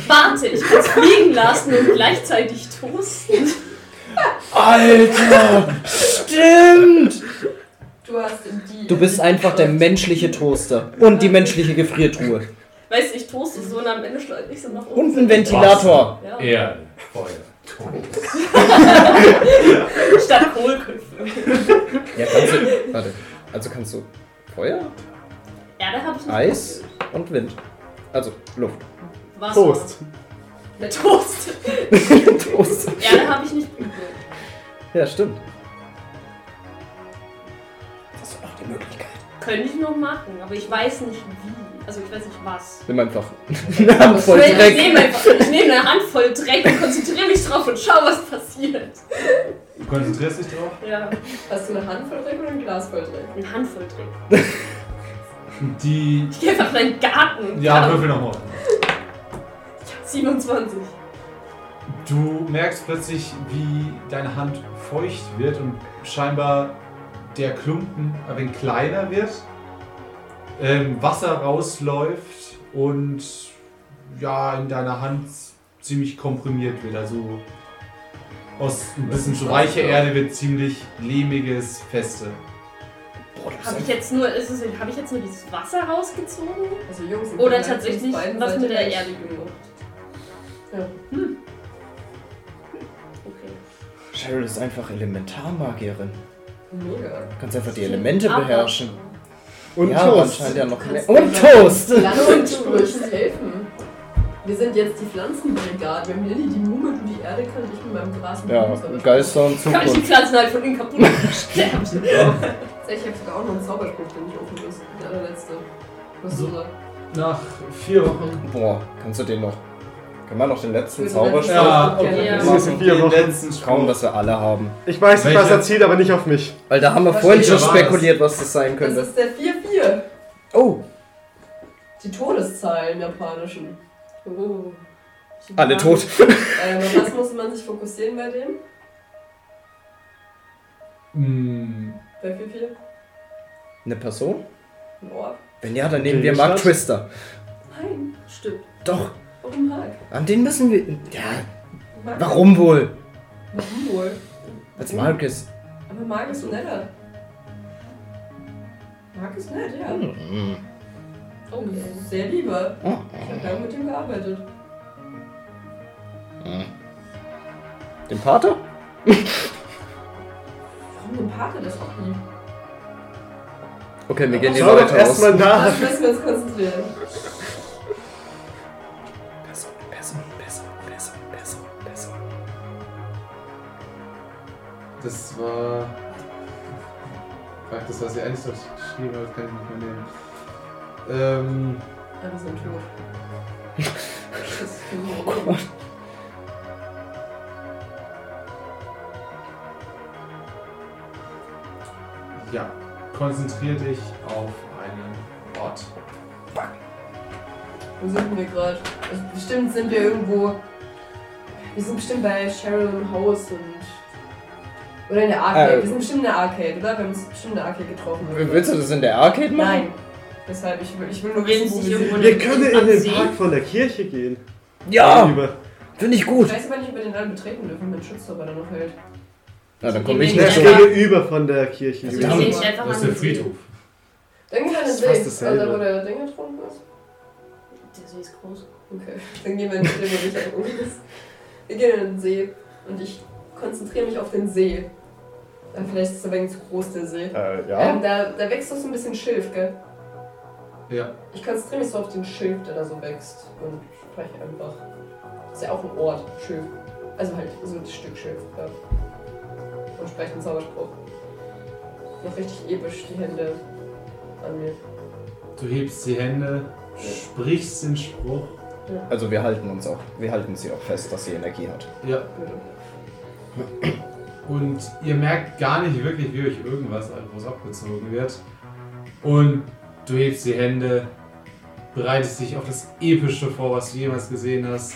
Speaker 4: Warte, ich kann es liegen lassen und gleichzeitig toasten.
Speaker 5: Alter! Stimmt!
Speaker 2: Du hast die.
Speaker 5: Du bist einfach der menschliche Toaster. Und die menschliche Gefriertruhe.
Speaker 4: Weißt du, ich toaste so und am Ende schleudere ich so nach oben.
Speaker 5: Und ein Ventilator.
Speaker 4: Ja.
Speaker 3: Erde, Feuer,
Speaker 4: Statt Kohlköpfe.
Speaker 5: Ja, kannst du. Warte. Also kannst du Feuer,
Speaker 4: Ja, da habe ich noch
Speaker 5: Eis und Wind. Also Luft.
Speaker 4: Wasser.
Speaker 6: Toast.
Speaker 4: Der Toast.
Speaker 5: Toast.
Speaker 4: Ja, da habe ich nicht probiert.
Speaker 5: Ja, stimmt. Das ist doch die Möglichkeit.
Speaker 4: Könnte ich noch machen, aber ich weiß nicht wie. Also ich weiß nicht was.
Speaker 5: Nimm einfach. Na, voll
Speaker 4: ich
Speaker 5: Dreck.
Speaker 4: nehme einfach, ich nehme eine Handvoll Dreck und konzentriere mich drauf und schau, was passiert.
Speaker 3: Du konzentrierst dich drauf.
Speaker 4: Ja,
Speaker 2: Hast du eine Hand voll Dreck oder ein Glas voll Dreck?
Speaker 4: eine Handvoll Dreck.
Speaker 3: Die.
Speaker 4: Ich gehe einfach in deinen Garten.
Speaker 3: Ja, würfel nochmal.
Speaker 4: 27.
Speaker 3: Du merkst plötzlich, wie deine Hand feucht wird und scheinbar der Klumpen ein wenig kleiner wird, ähm, Wasser rausläuft und ja, in deiner Hand ziemlich komprimiert wird. Also aus ein bisschen so weiche Erde wird ziemlich lehmiges, feste.
Speaker 4: Habe ich jetzt nur, ist es, habe ich jetzt nur dieses Wasser rausgezogen?
Speaker 2: Also Jungs sind
Speaker 4: Oder
Speaker 2: vielleicht
Speaker 4: tatsächlich
Speaker 2: auf beiden
Speaker 4: was
Speaker 2: Seiten
Speaker 4: mit der
Speaker 2: gleich.
Speaker 4: Erde gemacht?
Speaker 2: Ja.
Speaker 4: Hm. Okay.
Speaker 7: Cheryl ist einfach Elementarmagierin.
Speaker 2: Mega.
Speaker 7: Du kannst einfach die Elemente
Speaker 4: Aber-
Speaker 7: beherrschen.
Speaker 6: Und
Speaker 7: ja, aber
Speaker 6: Toast.
Speaker 7: anscheinend ja noch mehr.
Speaker 2: kannst
Speaker 7: Und
Speaker 2: einfach-
Speaker 7: Toast!
Speaker 2: Lass uns ruhig helfen. Wir sind jetzt die Pflanzenbrigade. Wir haben Lilly, die Mumel und die Erde können. Ich mit meinem Gras und
Speaker 7: Ja,
Speaker 2: Blumen-
Speaker 7: Geister und
Speaker 4: Kann ich die
Speaker 7: Zukunft.
Speaker 4: Pflanzen halt von innen kaputt sterben?
Speaker 2: Ich habe sogar auch noch einen Zauberspruch, den ich offen ist. Der allerletzte. Was ist
Speaker 3: So.
Speaker 2: unser?
Speaker 3: Nach vier Wochen.
Speaker 7: Boah, kannst du den noch? Können wir noch den letzten
Speaker 2: Den
Speaker 7: Zauberspruch?
Speaker 2: letzten.
Speaker 3: Ja,
Speaker 2: Ja,
Speaker 3: okay.
Speaker 2: okay.
Speaker 3: wir
Speaker 2: Ja.
Speaker 3: machen
Speaker 6: Vier
Speaker 3: Den
Speaker 6: Wochen.
Speaker 3: letzten
Speaker 7: Kaum,
Speaker 3: Sprung.
Speaker 7: dass wir alle haben.
Speaker 6: Ich weiß nicht, was
Speaker 3: Welche?
Speaker 6: er zieht, aber nicht auf mich.
Speaker 7: Weil da haben wir vorhin schon
Speaker 3: steht da?
Speaker 7: spekuliert, was das sein
Speaker 2: Das
Speaker 7: könnte.
Speaker 2: ist der 4-4.
Speaker 7: Oh,
Speaker 2: Die Todeszahl im Japanischen. Oh.
Speaker 7: Uh. alle tot.
Speaker 2: Ähm, auf was muss man sich fokussieren bei dem?
Speaker 3: Hm,
Speaker 2: Bei 4-4?
Speaker 7: Eine Person?
Speaker 2: Ein Ort?
Speaker 7: Wenn ja, dann nehmen wir
Speaker 6: Gegenstand?
Speaker 7: Mark Twister.
Speaker 2: Nein.
Speaker 4: Stimmt.
Speaker 7: Doch,
Speaker 2: Warum Haag?
Speaker 7: an den müssen wir. Ja,
Speaker 2: Mark-
Speaker 7: warum wohl?
Speaker 2: Warum wohl?
Speaker 7: Als Mark ist.
Speaker 2: Aber Marc ist netter. Marc ist nett, ja.
Speaker 7: Hm.
Speaker 2: Okay. Sehr lieber.
Speaker 7: Oh.
Speaker 2: Ich habe lange mit ihm gearbeitet.
Speaker 7: Den Pater?
Speaker 2: Warum den Pater das auch nie?
Speaker 7: Okay, wir gehen den
Speaker 6: Schau doch
Speaker 7: Leute aus.
Speaker 6: erstmal nach.
Speaker 2: Das müssen wir uns konzentrieren.
Speaker 7: Person, Person, Person, Person, Person, Person.
Speaker 3: das war. Frag das, was ihr eigentlich doch geschrieben habt, kann ich nicht mehr nehmen. Ähm,
Speaker 2: Alle sind tot. Das ist oh Gott.
Speaker 7: Gott.
Speaker 3: ja. Konzentrier dich auf einen Ort.
Speaker 2: Wo sind wir gerade? Also bestimmt sind wir irgendwo. Wir sind bestimmt bei Cheryl im Haus und. Oder in der Arcade.
Speaker 7: Äh.
Speaker 2: Wir sind bestimmt in der Arcade, oder? Wir haben uns bestimmt in der Arcade getroffen.
Speaker 7: Willst du das in der Arcade machen?
Speaker 2: Nein. Deshalb, ich will, ich will nur wissen, wo wir sind.
Speaker 6: Wir können in den Park von der Kirche gehen.
Speaker 7: Ja!
Speaker 6: Lieber.
Speaker 7: Finde ich
Speaker 2: Ich
Speaker 7: gut!
Speaker 2: weiß aber nicht, ob wir den Laden betreten dürfen, wenn Schutzzauber da noch halt. hält.
Speaker 7: Na, dann komme ich
Speaker 6: Der
Speaker 7: nicht
Speaker 6: ist
Speaker 7: so.
Speaker 6: gegenüber von der Kirche.
Speaker 7: Also
Speaker 6: gewesen.
Speaker 7: damit-
Speaker 4: Ich einfach
Speaker 3: Das ist
Speaker 4: an
Speaker 3: der
Speaker 4: den See.
Speaker 3: Friedhof.
Speaker 2: Denk an den
Speaker 6: ist
Speaker 2: See,
Speaker 6: fast
Speaker 2: also,
Speaker 6: dasselbe.
Speaker 2: wo der Ding getrunken ist.
Speaker 4: Der See ist groß.
Speaker 2: Okay, dann gehen wir nicht den, wo nicht getrunken ist. Wir gehen in den See und ich konzentriere mich auf den See. Äh, Vielleicht ist es ein wenig zu groß, der See.
Speaker 7: Äh,
Speaker 2: Ähm, da, da wächst doch so ein bisschen Schilf, gell?
Speaker 3: Ja.
Speaker 2: Ich konzentriere mich so auf den Schilf, der da so wächst und spreche einfach. Ist ja auch ein Ort, Schilf. Also halt so ein Stück Schilf. Ja. Und spreche einen Zauberspruch. Noch richtig episch die Hände an mir.
Speaker 3: Du hebst die Hände, sprichst den Spruch.
Speaker 7: Also wir halten uns auch, wir halten sie auch fest, dass sie Energie hat.
Speaker 3: Ja. Und ihr merkt gar nicht wirklich, wie euch irgendwas groß abgezogen wird. Und du hebst die Hände, bereitest dich auf das Epische vor, was du jemals gesehen hast.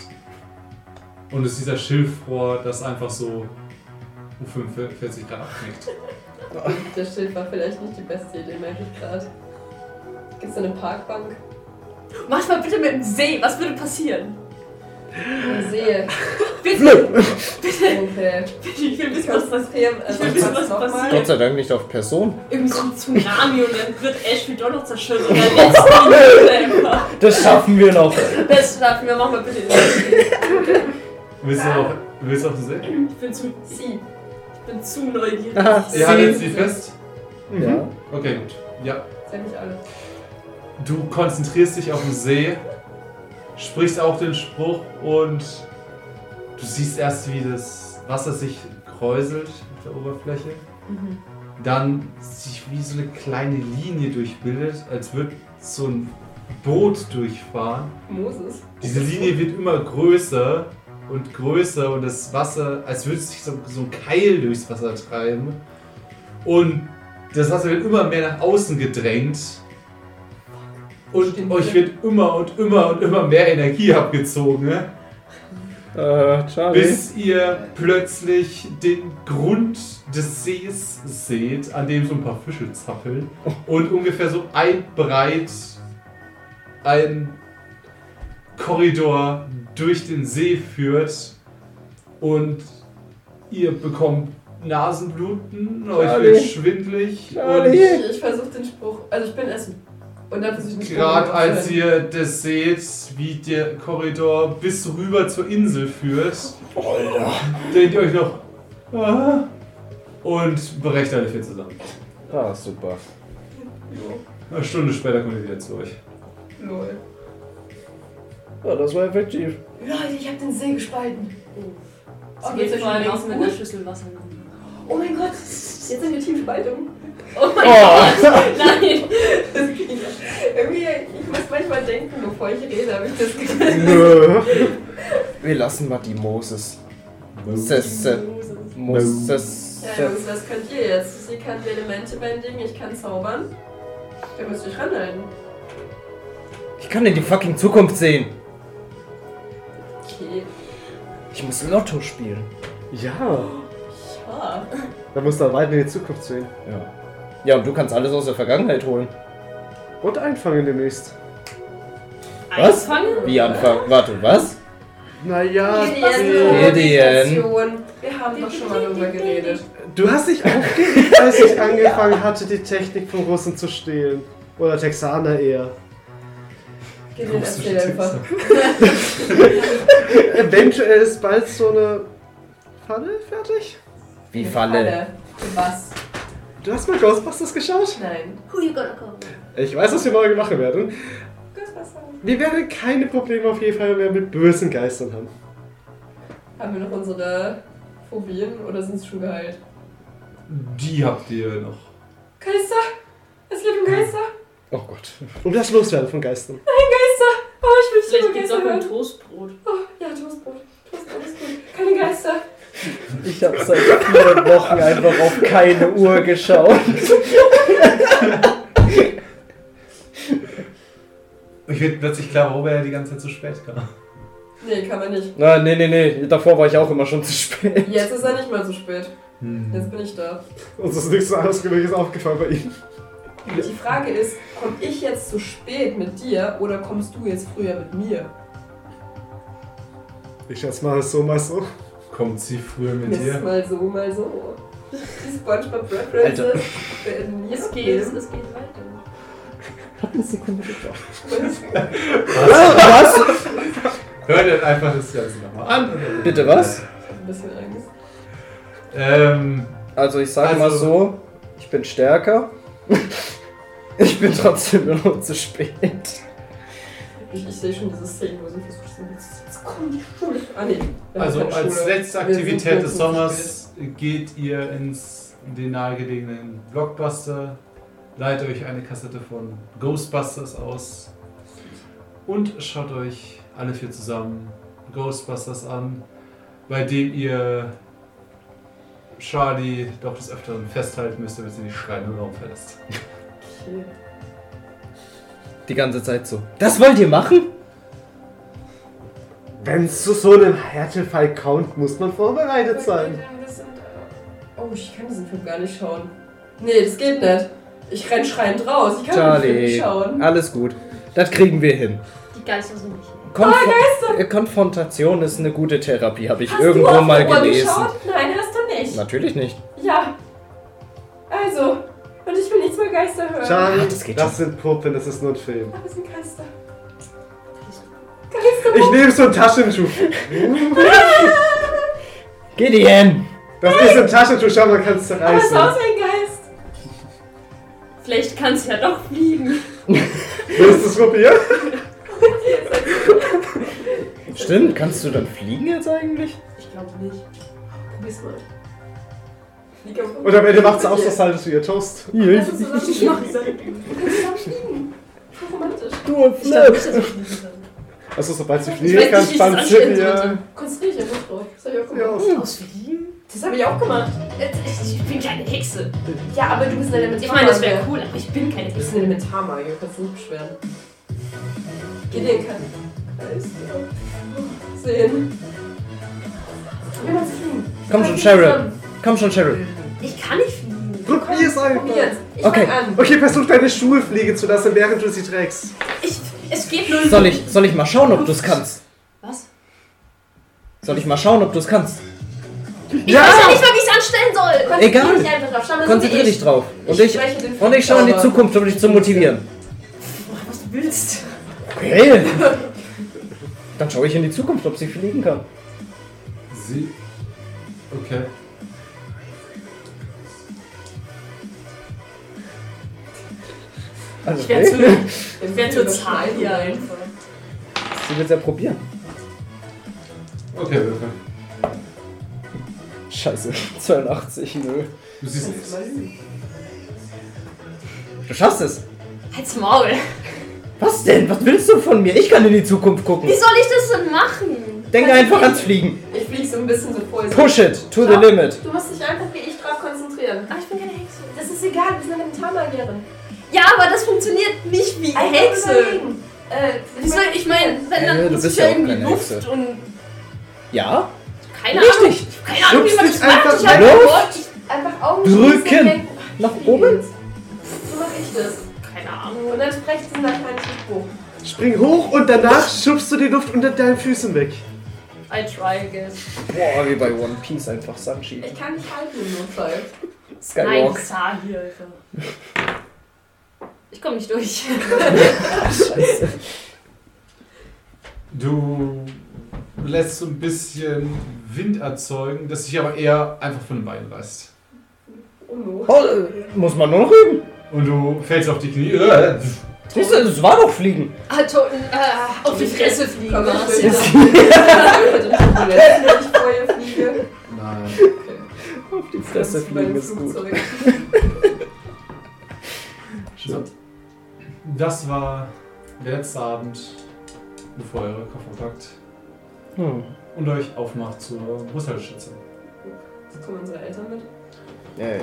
Speaker 3: Und es ist dieser Schilfrohr, das einfach so um 45 Grad abknickt.
Speaker 2: Der Schild war vielleicht nicht die beste Idee, merke ich gerade. Gibt es eine Parkbank?
Speaker 4: Mach mal bitte mit dem See. Was würde passieren?
Speaker 2: Im See.
Speaker 7: Flip!
Speaker 2: Okay.
Speaker 4: Ich will
Speaker 2: Ich
Speaker 4: wissen, was
Speaker 2: konzentriere also,
Speaker 4: will wissen, was
Speaker 2: nochmal.
Speaker 4: passiert.
Speaker 7: Gott sei Dank nicht auf Person.
Speaker 4: Irgendwie so ein Tsunami und dann wird Ashfield doch noch zerstört. Und dann letzten Minute einfach.
Speaker 7: Das schaffen wir noch!
Speaker 4: Das schlafen wir. Mach mal bitte den See.
Speaker 3: Willst du auch, willst du auch sehen?
Speaker 4: Ich bin zu,
Speaker 2: Sie.
Speaker 4: ich bin zu neugierig.
Speaker 7: Ah,
Speaker 3: Ihr haltet sie fest?
Speaker 7: Ja.
Speaker 3: Okay, gut. Ja.
Speaker 2: Seid nicht alle.
Speaker 3: Du konzentrierst dich auf den See, sprichst auch den Spruch und du siehst erst, wie das Wasser sich kräuselt auf der Oberfläche. Dann sich wie so eine kleine Linie durchbildet, als würde so ein Boot durchfahren.
Speaker 2: Moses.
Speaker 3: Diese Linie wird immer größer und größer und das Wasser, als würde sich so, so ein Keil durchs Wasser treiben. Und das Wasser wird immer mehr nach außen gedrängt. Und
Speaker 2: Stimmt.
Speaker 3: euch wird immer und immer und immer mehr Energie abgezogen, ne?
Speaker 7: Äh, Charlie.
Speaker 3: bis ihr plötzlich den Grund des Sees seht, an dem so ein paar Fische zappeln und ungefähr so ein breit ein Korridor durch den See führt und ihr bekommt Nasenbluten, euch wird schwindlig und
Speaker 2: Ich, ich versuche den Spruch. Also ich bin Essen. Und dann versuche ich den
Speaker 3: Gerade
Speaker 2: Spruch
Speaker 3: als
Speaker 2: zu-
Speaker 3: ihr das seht, wie der Korridor bis rüber zur Insel führt, denkt ihr euch noch "Ah", und brecht alle vier zusammen.
Speaker 5: Ah, super.
Speaker 3: Eine Stunde später kommt ihr wieder zu euch.
Speaker 2: Lol.
Speaker 5: Ja, das war effektiv.
Speaker 8: Leute, ich habe den See gespalten.
Speaker 4: Es
Speaker 2: Oh,
Speaker 4: geht
Speaker 2: geht's euch
Speaker 4: vor allem
Speaker 2: wieder
Speaker 4: auch mit
Speaker 2: gut?
Speaker 4: einer Schüssel Wasser.
Speaker 8: Oh mein Gott.
Speaker 2: Jetzt sind wir Teamspaltung.
Speaker 4: Oh mein Gott, nein!
Speaker 2: Irgendwie, ich muss manchmal denken, bevor ich rede, habe ich das Gefühl.
Speaker 5: Nö. Wir lassen mal die Moses. Sesse. Moses.
Speaker 2: Ja, Jungs, was könnt ihr jetzt? Sie kann die Elemente bändigen, ich kann zaubern. Ihr müsst euch ranhalten.
Speaker 5: Ich kann in die fucking Zukunft sehen.
Speaker 2: Okay.
Speaker 5: Ich muss Lotto spielen.
Speaker 6: Ja,
Speaker 2: Ja.
Speaker 6: da musst du weit in die Zukunft sehen.
Speaker 5: Ja. Ja, und du kannst alles aus der Vergangenheit holen.
Speaker 6: Und einfangen demnächst.
Speaker 5: Was?
Speaker 4: Einfangen?
Speaker 5: Wie Anfang? Warte, was?
Speaker 6: Naja,
Speaker 5: Gideon.
Speaker 2: Gideon. Wir haben doch schon mal darüber geredet.
Speaker 6: du hast dich aufgeregt, als ich angefangen hatte, die Technik von Russen zu stehlen. Oder Texaner eher.
Speaker 2: Gideon, erzähl einfach.
Speaker 6: Eventuell ist bald so eine Pfanne fertig.
Speaker 5: Wie Falle.
Speaker 2: Was?
Speaker 6: Du hast mal Ghostbusters geschaut?
Speaker 2: Nein.
Speaker 4: Who you gonna call?
Speaker 6: Ich weiß, was wir morgen machen werden.
Speaker 2: Ghostbusters.
Speaker 6: Wir werden keine Probleme auf jeden Fall mehr mit bösen Geistern haben.
Speaker 2: Haben wir noch unsere Phobien oder sind es schon geheilt?
Speaker 3: Die habt ihr noch.
Speaker 2: Geister! Es leben Geister!
Speaker 5: Oh Gott.
Speaker 6: Um das Loswerden von Geistern.
Speaker 2: Oh, ich will
Speaker 4: Vielleicht
Speaker 2: schon
Speaker 4: gibt's
Speaker 2: Geister
Speaker 4: auch ein
Speaker 2: hören.
Speaker 4: Toastbrot.
Speaker 2: Oh, ja, Toastbrot. Toastbrot ist gut. Keine Geister.
Speaker 5: Ich habe seit vier Wochen einfach auf keine Uhr geschaut.
Speaker 3: Euch wird plötzlich klar, warum er die ganze Zeit zu spät kam.
Speaker 2: Nee, kann man nicht.
Speaker 5: Na, nee, nee, nee. Davor war ich auch immer schon zu spät.
Speaker 2: Jetzt ist er nicht mal so spät.
Speaker 4: Hm.
Speaker 2: Jetzt bin ich da.
Speaker 6: Uns ist nichts anderes Gewöhnliches aufgefallen bei ihm.
Speaker 2: Die Frage ist, komme ich jetzt zu spät mit dir oder kommst du jetzt früher mit mir?
Speaker 6: Ich schätze mal so, mal so.
Speaker 3: Kommt sie früher mit
Speaker 2: Ist
Speaker 3: dir?
Speaker 2: mal so, mal so. Die Spongebob
Speaker 5: Alter.
Speaker 2: References werden nie
Speaker 4: Es geht,
Speaker 2: abgeben.
Speaker 4: es geht weiter.
Speaker 5: Was?
Speaker 3: Hört ihr einfach das Ganze nochmal an.
Speaker 5: Bitte was?
Speaker 2: Ich hab ein bisschen Angst.
Speaker 3: Ähm,
Speaker 5: Also ich sage mal
Speaker 3: Also-
Speaker 5: so, ich bin stärker. Ich bin trotzdem immer noch zu spät.
Speaker 2: Ich, ich sehe schon diese Szene, wo sie versucht, so, jetzt, jetzt komm die Schule. Ah, nee. wir haben
Speaker 3: also
Speaker 2: keine
Speaker 3: als
Speaker 2: Schule.
Speaker 3: letzte
Speaker 2: Wir sind
Speaker 3: Aktivität
Speaker 2: nur
Speaker 3: des
Speaker 2: zu
Speaker 3: Sommers geht ihr ins den nahegelegenen Blockbuster, leitet euch eine Kassette von Ghostbusters aus und schaut euch alle vier zusammen Ghostbusters an, bei dem ihr Charlie doch des Öfteren festhalten müsst, damit sie nicht schreiend Raum verlässt.
Speaker 2: Okay.
Speaker 5: Die ganze Zeit so. Das wollt ihr machen?
Speaker 6: Wenn es zu so einem Härtefall kommt, muss man vorbereitet sein.
Speaker 2: Oh, ich kann diesen Film gar nicht schauen. Nee, das geht nicht. Ich renn schreiend raus. Ich kann den Film nicht
Speaker 5: Charlie,
Speaker 2: schauen.
Speaker 5: alles gut. Das kriegen wir hin.
Speaker 4: Die Geister sind nicht.
Speaker 5: Konf äh, Konfrontation ist eine gute Therapie, habe ich
Speaker 2: Oh, Hast du
Speaker 5: irgendwo
Speaker 2: auf
Speaker 5: mal
Speaker 2: die Uhr
Speaker 5: gelesen.
Speaker 2: geschaut? Nein, hast du nicht.
Speaker 5: Natürlich nicht.
Speaker 2: Ja. Also, und ich will nichts mehr Geister hören.
Speaker 6: Charlie,
Speaker 5: Ach,
Speaker 6: das,
Speaker 5: das geht
Speaker 6: sind Puppen, das ist nur ein Film.
Speaker 2: Aber es sind Geister.
Speaker 6: Ich nehme so ein Taschentuch.
Speaker 5: Gideon!
Speaker 6: Das ist ein Taschentuch, schau mal, kannst du
Speaker 2: Aber es ist auch
Speaker 6: reißen.
Speaker 2: ein Geist.
Speaker 4: Vielleicht kann es ja doch fliegen.
Speaker 6: Willst du es probieren?
Speaker 5: Stimmt, kannst du dann fliegen jetzt eigentlich?
Speaker 2: Ich glaube nicht. Probier's mal. Flieg am-
Speaker 6: Und am Ende macht sie aus, das haltest du ihr Toast.
Speaker 2: Lass uns zusammen fliegen. Wir können zusammen fliegen. So romantisch.
Speaker 5: Du
Speaker 4: Ich glaube nicht, dass es fliegen kann.
Speaker 6: Also, sobald sie
Speaker 4: Ich weiß
Speaker 6: fliegen
Speaker 4: nicht,
Speaker 6: kann,
Speaker 4: wie ich
Speaker 6: spannt
Speaker 4: das
Speaker 6: sie
Speaker 4: anstellen
Speaker 6: dir.
Speaker 4: sollte.
Speaker 2: Konzentriere dich einfach drauf. Das habe ich auch
Speaker 6: Ja.
Speaker 2: gemacht.
Speaker 4: Aus Fliegen?
Speaker 2: Das habe ich auch gemacht.
Speaker 4: Ich ich bin keine Hexe.
Speaker 2: Ja, aber du bist eine Elementarmagier.
Speaker 4: Ich meine, das
Speaker 2: ne?
Speaker 4: wäre cool, aber ich bin keine
Speaker 2: Du bist
Speaker 4: Hexe.
Speaker 2: eine Elementarmagier, kannst du nicht beschweren. Gideon kann alles sehen. Wir machen es fliegen.
Speaker 5: Komm schon, Cheryl. Komm schon, Cheryl.
Speaker 4: Ich kann nicht fliegen.
Speaker 6: Probier es einfach.
Speaker 2: Probier's. Ich
Speaker 5: Okay.
Speaker 2: fang an.
Speaker 6: Okay, versuch deine Schuhe fliegen zu lassen, während du sie trägst.
Speaker 4: Ich, es geht null.
Speaker 5: Soll ich, soll ich mal schauen, ob du es kannst?
Speaker 4: Was?
Speaker 5: Soll ich mal schauen, ob du es kannst?
Speaker 4: Ich weiß ja nicht mal, wie ich es anstellen soll.
Speaker 5: Egal.
Speaker 2: Konzentrier dich einfach drauf. Schau mal, so
Speaker 5: Konzentrier
Speaker 2: wie
Speaker 5: dich drauf. Und
Speaker 2: Ich
Speaker 5: ich,
Speaker 2: spreche den
Speaker 5: und ich schaue in die
Speaker 2: Zauber.
Speaker 5: Zukunft, um dich zu motivieren.
Speaker 24: Mach, was du willst.
Speaker 5: Okay. Dann schaue ich in die Zukunft, ob sie fliegen kann.
Speaker 3: Sie. Okay.
Speaker 5: Also,
Speaker 25: werde
Speaker 5: okay.
Speaker 25: Ich werde total hier einfach.
Speaker 5: Sie wird es ja probieren.
Speaker 3: Okay, Würfel.
Speaker 5: Scheiße, 82, nö.
Speaker 3: Du siehst nichts.
Speaker 5: Du schaffst es.
Speaker 25: Halt's Maul.
Speaker 5: Was denn? Was willst du von mir? Ich kann in die Zukunft gucken.
Speaker 4: Wie soll ich das denn machen?
Speaker 5: Denk einfach ans Fliegen.
Speaker 2: Ich flieg so ein bisschen so vor.
Speaker 5: Push it to the limit.
Speaker 2: Du musst dich einfach wie ich drauf konzentrieren.
Speaker 4: Aber ich bin keine Hexe.
Speaker 2: Das ist egal, wir sind eine Mentalmagierin.
Speaker 4: Ja, aber das funktioniert nicht wie
Speaker 2: Eine
Speaker 4: Hexe.
Speaker 2: überlegen. Äh,
Speaker 4: Wie soll ich meine, wenn
Speaker 5: Äh,
Speaker 4: dann
Speaker 5: du
Speaker 4: muss ich
Speaker 5: bist ja
Speaker 4: ja
Speaker 5: auch
Speaker 4: irgendwie
Speaker 5: keine
Speaker 4: Luft
Speaker 5: Hexe.
Speaker 4: und
Speaker 5: Ja?
Speaker 4: keine Ahnung.
Speaker 5: Richtig.
Speaker 4: Keine Ahnung, wie
Speaker 6: Schubst
Speaker 4: man
Speaker 6: dich
Speaker 4: das macht.
Speaker 6: einfach
Speaker 4: Ich hab
Speaker 5: Luft.
Speaker 4: Gott, ich-
Speaker 2: einfach Augen
Speaker 5: Drücken.
Speaker 2: schließen und denken, ach,
Speaker 5: Nach
Speaker 2: ich
Speaker 5: oben?
Speaker 2: fliege jetzt. So mache ich das.
Speaker 4: Keine Ahnung.
Speaker 2: Und dann spreche ich diesen lateinischen Spruch.
Speaker 6: Spring hoch und danach schubst du die Luft unter deinen Füßen weg.
Speaker 4: I try, I guess.
Speaker 5: Boah, wie bei One Piece einfach Sanji.
Speaker 2: Ich kann nicht halten im Notfall.
Speaker 5: Skywalk.
Speaker 4: sah hier, Alter. Ich komme nicht durch.
Speaker 5: Scheiße.
Speaker 3: Du lässt so ein bisschen Wind erzeugen, das sich aber eher einfach von den Beinen reißt.
Speaker 2: Oh no.
Speaker 5: Oh, äh, muss man nur noch üben.
Speaker 3: Und du fällst auf die Knie. Äh,
Speaker 5: Siehst du, es war doch Fliegen.
Speaker 4: Ah, Toten, äh, auf die Fresse fliegen.
Speaker 2: Komm, ich
Speaker 4: Marcel.
Speaker 2: will das. Ich will vor ihr fliege.
Speaker 3: Nein.
Speaker 5: Auf die Fresse
Speaker 2: Bei dem
Speaker 5: fliegen ist
Speaker 2: Flug
Speaker 5: gut.
Speaker 2: zurück.
Speaker 3: So. Das war der letzte Abend, bevor ihr eure Koffer packt
Speaker 5: Hm.
Speaker 3: und euch aufmacht zur Brüsselschütze.
Speaker 2: Jetzt kommen unsere Eltern mit.
Speaker 5: Ey.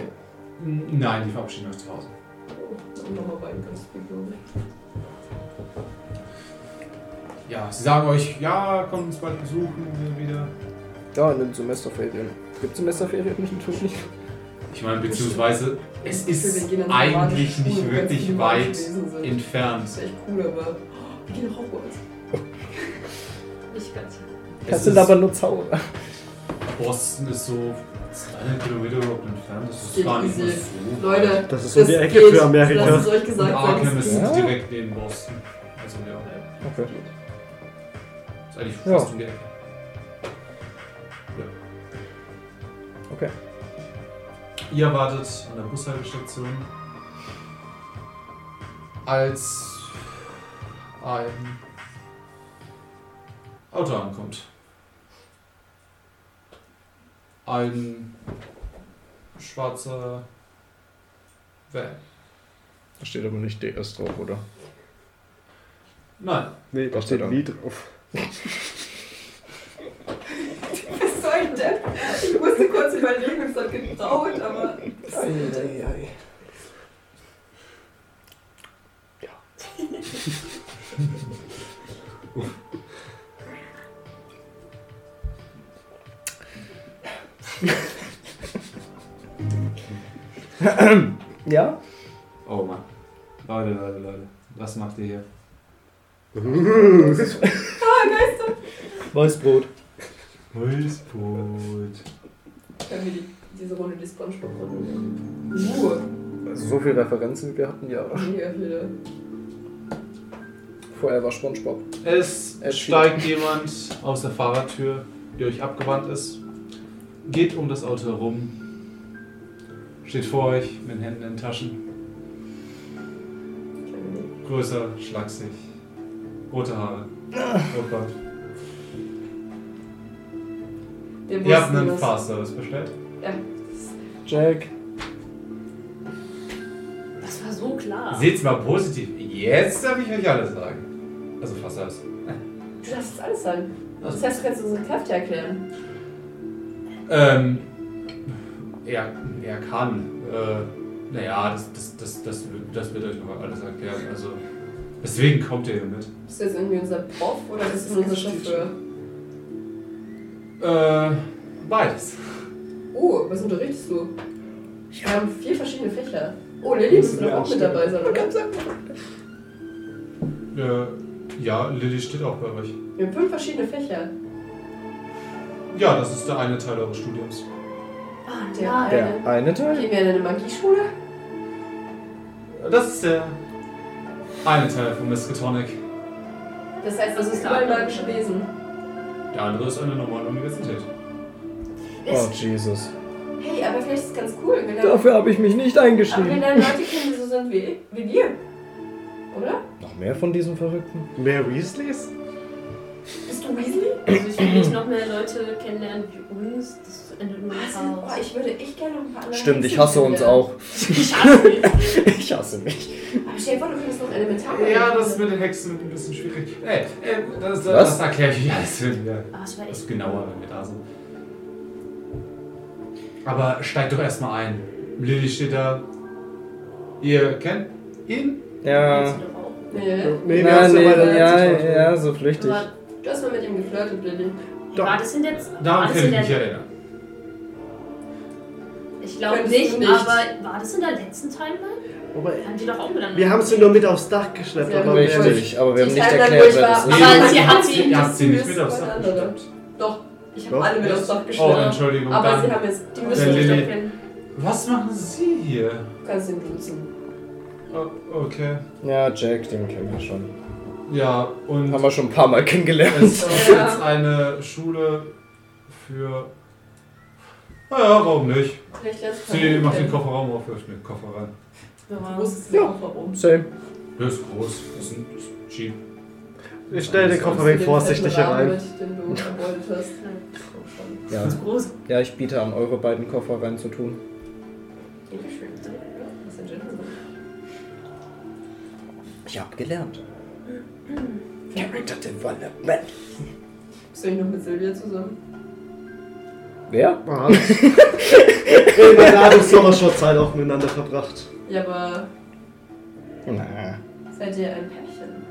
Speaker 3: Nein, die verabschieden euch zu Hause.
Speaker 2: Oh, und nochmal beiden ganz viel, glaube ich.
Speaker 3: Ja, sie sagen euch, ja, kommt uns bald besuchen wir wieder.
Speaker 5: Da in den Semesterferien. Gibt Semesterferien nicht natürlich?
Speaker 3: Ich meine, beziehungsweise, es ist
Speaker 2: Wir gehen an
Speaker 3: eigentlich
Speaker 2: normale Schulen,
Speaker 3: nicht
Speaker 2: wenn sie
Speaker 3: wirklich
Speaker 2: normale
Speaker 3: weit
Speaker 2: gewesen sind.
Speaker 3: entfernt.
Speaker 2: Das ist echt cool, aber. Wir gehen nach Hogwarts.
Speaker 4: Nicht ganz.
Speaker 5: Das
Speaker 3: Es
Speaker 5: sind
Speaker 3: ist,
Speaker 5: aber nur Zauber.
Speaker 3: Boston ist so 200 Kilometer überhaupt entfernt. Das ist
Speaker 2: Geht
Speaker 3: gar nicht
Speaker 2: easy.
Speaker 3: so.
Speaker 2: Leute,
Speaker 6: Das ist um die Ecke
Speaker 2: geht.
Speaker 6: für Amerika.
Speaker 2: Lasst es euch
Speaker 3: Und
Speaker 2: gesagt sein.
Speaker 3: Arkham
Speaker 2: das
Speaker 3: ist
Speaker 5: Ja.
Speaker 3: direkt neben Boston. Also, ja.
Speaker 5: Okay.
Speaker 3: Ist eigentlich
Speaker 5: Ja.
Speaker 3: fast um die Ecke. Ja.
Speaker 5: Okay.
Speaker 3: Ihr wartet an der Bushaltestation, als ein Auto ankommt. Ein schwarzer Van.
Speaker 5: Da steht aber nicht DS drauf, oder?
Speaker 3: Nein,
Speaker 6: Nee, da
Speaker 5: Gott sei
Speaker 6: steht
Speaker 5: Dank.
Speaker 6: nie drauf.
Speaker 2: Was soll denn? Ich musste kurz überlegen und es hat getraut, aber.
Speaker 5: Ja?
Speaker 3: Oh Mann. Leute, Leute, Leute. Was macht ihr hier?
Speaker 5: Weißbrot.
Speaker 3: Holzbrot.
Speaker 2: Können wir die, diese Runde die Spongebob-Runde nehmen? Ruhe.
Speaker 5: Also so viele Referenzen wie wir hatten, ja.
Speaker 2: Mega viele.
Speaker 5: Vorher war Spongebob.
Speaker 3: Es
Speaker 5: Er
Speaker 3: steigt jemand aus der Fahrertür, die euch abgewandt ist, geht um das Auto herum, steht vor euch mit den Händen in den Taschen, größer, schlaksig, rote Haare.
Speaker 2: Ah.
Speaker 3: Oh Gott.
Speaker 2: Wir
Speaker 3: Ihr habt
Speaker 2: wussten
Speaker 3: einen
Speaker 2: das.
Speaker 3: Fahrservice bestellt.
Speaker 5: Jack.
Speaker 4: Das war so
Speaker 2: Ah.
Speaker 4: klar.
Speaker 3: Seht's mal positiv. Jetzt darf ich euch alles sagen. Also Fahrservice.
Speaker 2: Du darfst das alles sagen. Das heißt, du kannst unsere Kräfte erklären.
Speaker 3: Ähm. Er, er kann. Äh, naja, das, das, das, das, das wird euch noch alles erklären. Also. Deswegen kommt ihr hier mit.
Speaker 2: Bist du jetzt irgendwie unser Prof oder bist du unser Chauffeur?
Speaker 3: Äh, beides.
Speaker 2: Oh, was unterrichtest du? Wir haben vier verschiedene Fächer. Oh, Lilly müsste doch auch mit dabei sein, oder?
Speaker 3: Äh, ja, Lilly steht auch bei euch.
Speaker 2: Wir haben fünf verschiedene Fächer.
Speaker 3: Ja, das ist der eine Teil eures Studiums.
Speaker 4: Ah,
Speaker 2: Der eine.
Speaker 5: Der eine Teil?
Speaker 2: Gehen wir in eine Magieschule?
Speaker 3: Das ist der eine Teil von Miskatonic.
Speaker 2: Das heißt, das
Speaker 4: Das ist
Speaker 2: ist
Speaker 4: der
Speaker 2: überall
Speaker 4: andere.
Speaker 2: magische Wesen.
Speaker 3: Der andere ist eine normale Universität.
Speaker 5: Oh, Jesus.
Speaker 2: Hey, aber vielleicht ist es ganz cool. Wir lernen,
Speaker 5: Dafür habe ich mich nicht
Speaker 2: aber wir
Speaker 5: eingeschrieben.
Speaker 2: lernen Leute kennen, die so sind wie, wie wir. Oder?
Speaker 5: Noch mehr von diesem Verrückten?
Speaker 6: Mehr Weasleys?
Speaker 2: Bist du Weasley?
Speaker 4: Also ich will nicht noch mehr Leute kennenlernen wie uns. Das endet nur
Speaker 2: Was?
Speaker 4: im
Speaker 2: Oh,
Speaker 4: Chaos.
Speaker 2: ich würde echt gerne noch ein paar andere
Speaker 5: Stimmt, ich
Speaker 2: Hexen
Speaker 5: hasse uns
Speaker 2: kennenlernen.
Speaker 5: auch. Ich hasse mich. Ich hasse mich.
Speaker 2: Aber stell dir vor, du könntest noch elementar
Speaker 3: Ja, das mit den Hexen wird ein bisschen schwierig. Ey, ey das,
Speaker 5: Was?
Speaker 3: das erkläre ich euch alles wieder.
Speaker 4: Aber es Ah, war
Speaker 3: Das ist
Speaker 4: echt
Speaker 3: genauer, wenn wir da sind. Aber steigt doch erstmal ein. Lilly steht da. Ihr kennt ihn?
Speaker 5: Ja.
Speaker 2: Nee.
Speaker 6: Nee, wir
Speaker 5: Nein,
Speaker 6: haben's
Speaker 5: nee,
Speaker 6: ja bei der
Speaker 5: ja,
Speaker 6: letzten Staffel.
Speaker 5: ja, so flüchtig.
Speaker 4: Aber
Speaker 2: Du hast mal mit ihm geflirtet, Lilly.
Speaker 6: Doch.
Speaker 4: war das denn jetzt? war
Speaker 3: Daran
Speaker 4: das
Speaker 3: kann
Speaker 4: in
Speaker 3: ich mich
Speaker 4: Also der,
Speaker 3: erinnern.
Speaker 4: ich glaube
Speaker 2: Könntest
Speaker 4: nicht,
Speaker 2: du nicht.
Speaker 4: aber war das in der letzten Timeline?
Speaker 6: Wobei,
Speaker 4: Haben die doch auch miteinander.
Speaker 6: Wir haben sie nur mit aufs Dach geschleppt,
Speaker 2: Ja,
Speaker 6: aber wir,
Speaker 5: Richtig, aber wir haben
Speaker 2: Die
Speaker 5: nicht
Speaker 2: Timeline,
Speaker 5: erklärt,
Speaker 2: wo
Speaker 5: wer
Speaker 2: ich
Speaker 5: das
Speaker 2: war.
Speaker 5: ist.
Speaker 4: Aber sie hat sie
Speaker 3: Ihr habt sie nicht mit
Speaker 2: interessiert,
Speaker 3: aufs Dach
Speaker 2: sondern
Speaker 3: gesteckt.
Speaker 2: Doch, ich habe
Speaker 6: Doch.
Speaker 2: alle mit aufs Dach
Speaker 3: Oh,
Speaker 2: geschleppt.
Speaker 3: Entschuldigung.
Speaker 2: aber sie
Speaker 3: Dann,
Speaker 2: haben jetzt, die
Speaker 4: Müssen
Speaker 2: müssen
Speaker 3: Lilly-
Speaker 4: sich
Speaker 2: nicht
Speaker 4: doch
Speaker 3: Lilly-
Speaker 4: kennen.
Speaker 3: was machen Sie hier?
Speaker 2: Du kannst ihn duzen.
Speaker 3: Oh, okay.
Speaker 5: Ja, Jack, den kennen wir schon.
Speaker 3: Ja, und
Speaker 5: Haben wir schon ein paar Mal
Speaker 3: es
Speaker 5: kennengelernt.
Speaker 3: ist jetzt eine Schule für. Naja, warum nicht?
Speaker 2: Vielleicht lernst du
Speaker 3: Sie
Speaker 2: ihn
Speaker 3: macht den
Speaker 2: kennen.
Speaker 3: Kofferraum auf, wirft den Koffer rein.
Speaker 2: Du wusstest
Speaker 5: Ja.
Speaker 2: ja. auch warum.
Speaker 5: Same.
Speaker 3: Der ist groß, ist ein ist ein Jeep.
Speaker 6: wir stellen den Koffer weg vorsichtig
Speaker 2: Den
Speaker 6: herein.
Speaker 2: Rahmen, Den du erbeutet hast. Komm schon.
Speaker 5: Ja. ja, ich biete an, eure beiden Koffer reinzutun.
Speaker 2: Dankeschön. Das ist ein Gentleman.
Speaker 5: Ich hab gelernt. Character Development.
Speaker 2: Bist du nicht noch mit Silvia zusammen?
Speaker 5: Wer?
Speaker 6: Ah. In der Ladung Sommerschotzeit auch miteinander verbracht.
Speaker 2: Ja, aber
Speaker 5: Na.
Speaker 2: seid ihr ein Pärchen?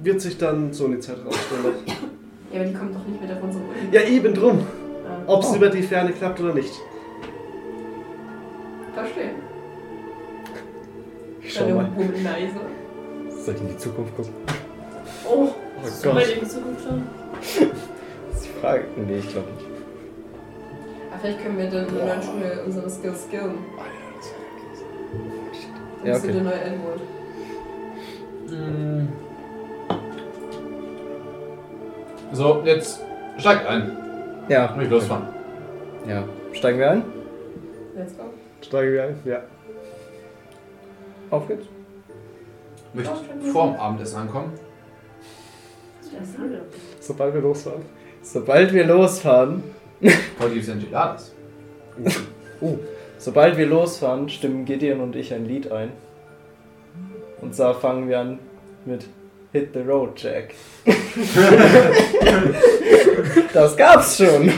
Speaker 6: Wird sich dann so in die Zeit rausstellen.
Speaker 2: Ja, aber die kommt doch nicht mit auf unsere Uni.
Speaker 6: Ja, eben drum.
Speaker 2: Ah,
Speaker 6: Ob es
Speaker 5: Oh.
Speaker 6: über die Ferne klappt oder nicht.
Speaker 2: verstehe.
Speaker 5: Ich schau mal.
Speaker 2: Deine Nase.
Speaker 5: Soll ich in die Zukunft gucken?
Speaker 2: Oh,
Speaker 5: Oh
Speaker 4: Sind wir
Speaker 5: Gott.
Speaker 4: in die Zukunft schon?
Speaker 5: Das ist die Frage. Nee, ich glaube nicht.
Speaker 2: aber Ah, vielleicht können wir dann in der neuen Schule unsere Skills skillen. Dann
Speaker 5: Ja,
Speaker 2: bist du
Speaker 5: okay.
Speaker 2: der neue Edward.
Speaker 3: Mm. So, jetzt steigt ein.
Speaker 5: Ja.
Speaker 3: Kann ich losfahren.
Speaker 5: Ja. Steigen wir ein?
Speaker 2: Let's go.
Speaker 6: Steigen wir ein? Ja.
Speaker 5: Auf geht's.
Speaker 3: Möchte vorm Abendessen ankommen.
Speaker 6: Sobald wir losfahren.
Speaker 5: Sobald wir losfahren,
Speaker 3: Heute gibt es Enchiladas.
Speaker 5: sobald wir losfahren, stimmen Gideon und ich ein Lied ein. Und da fangen wir an mit Hit the Road, Jack. das gab's schon.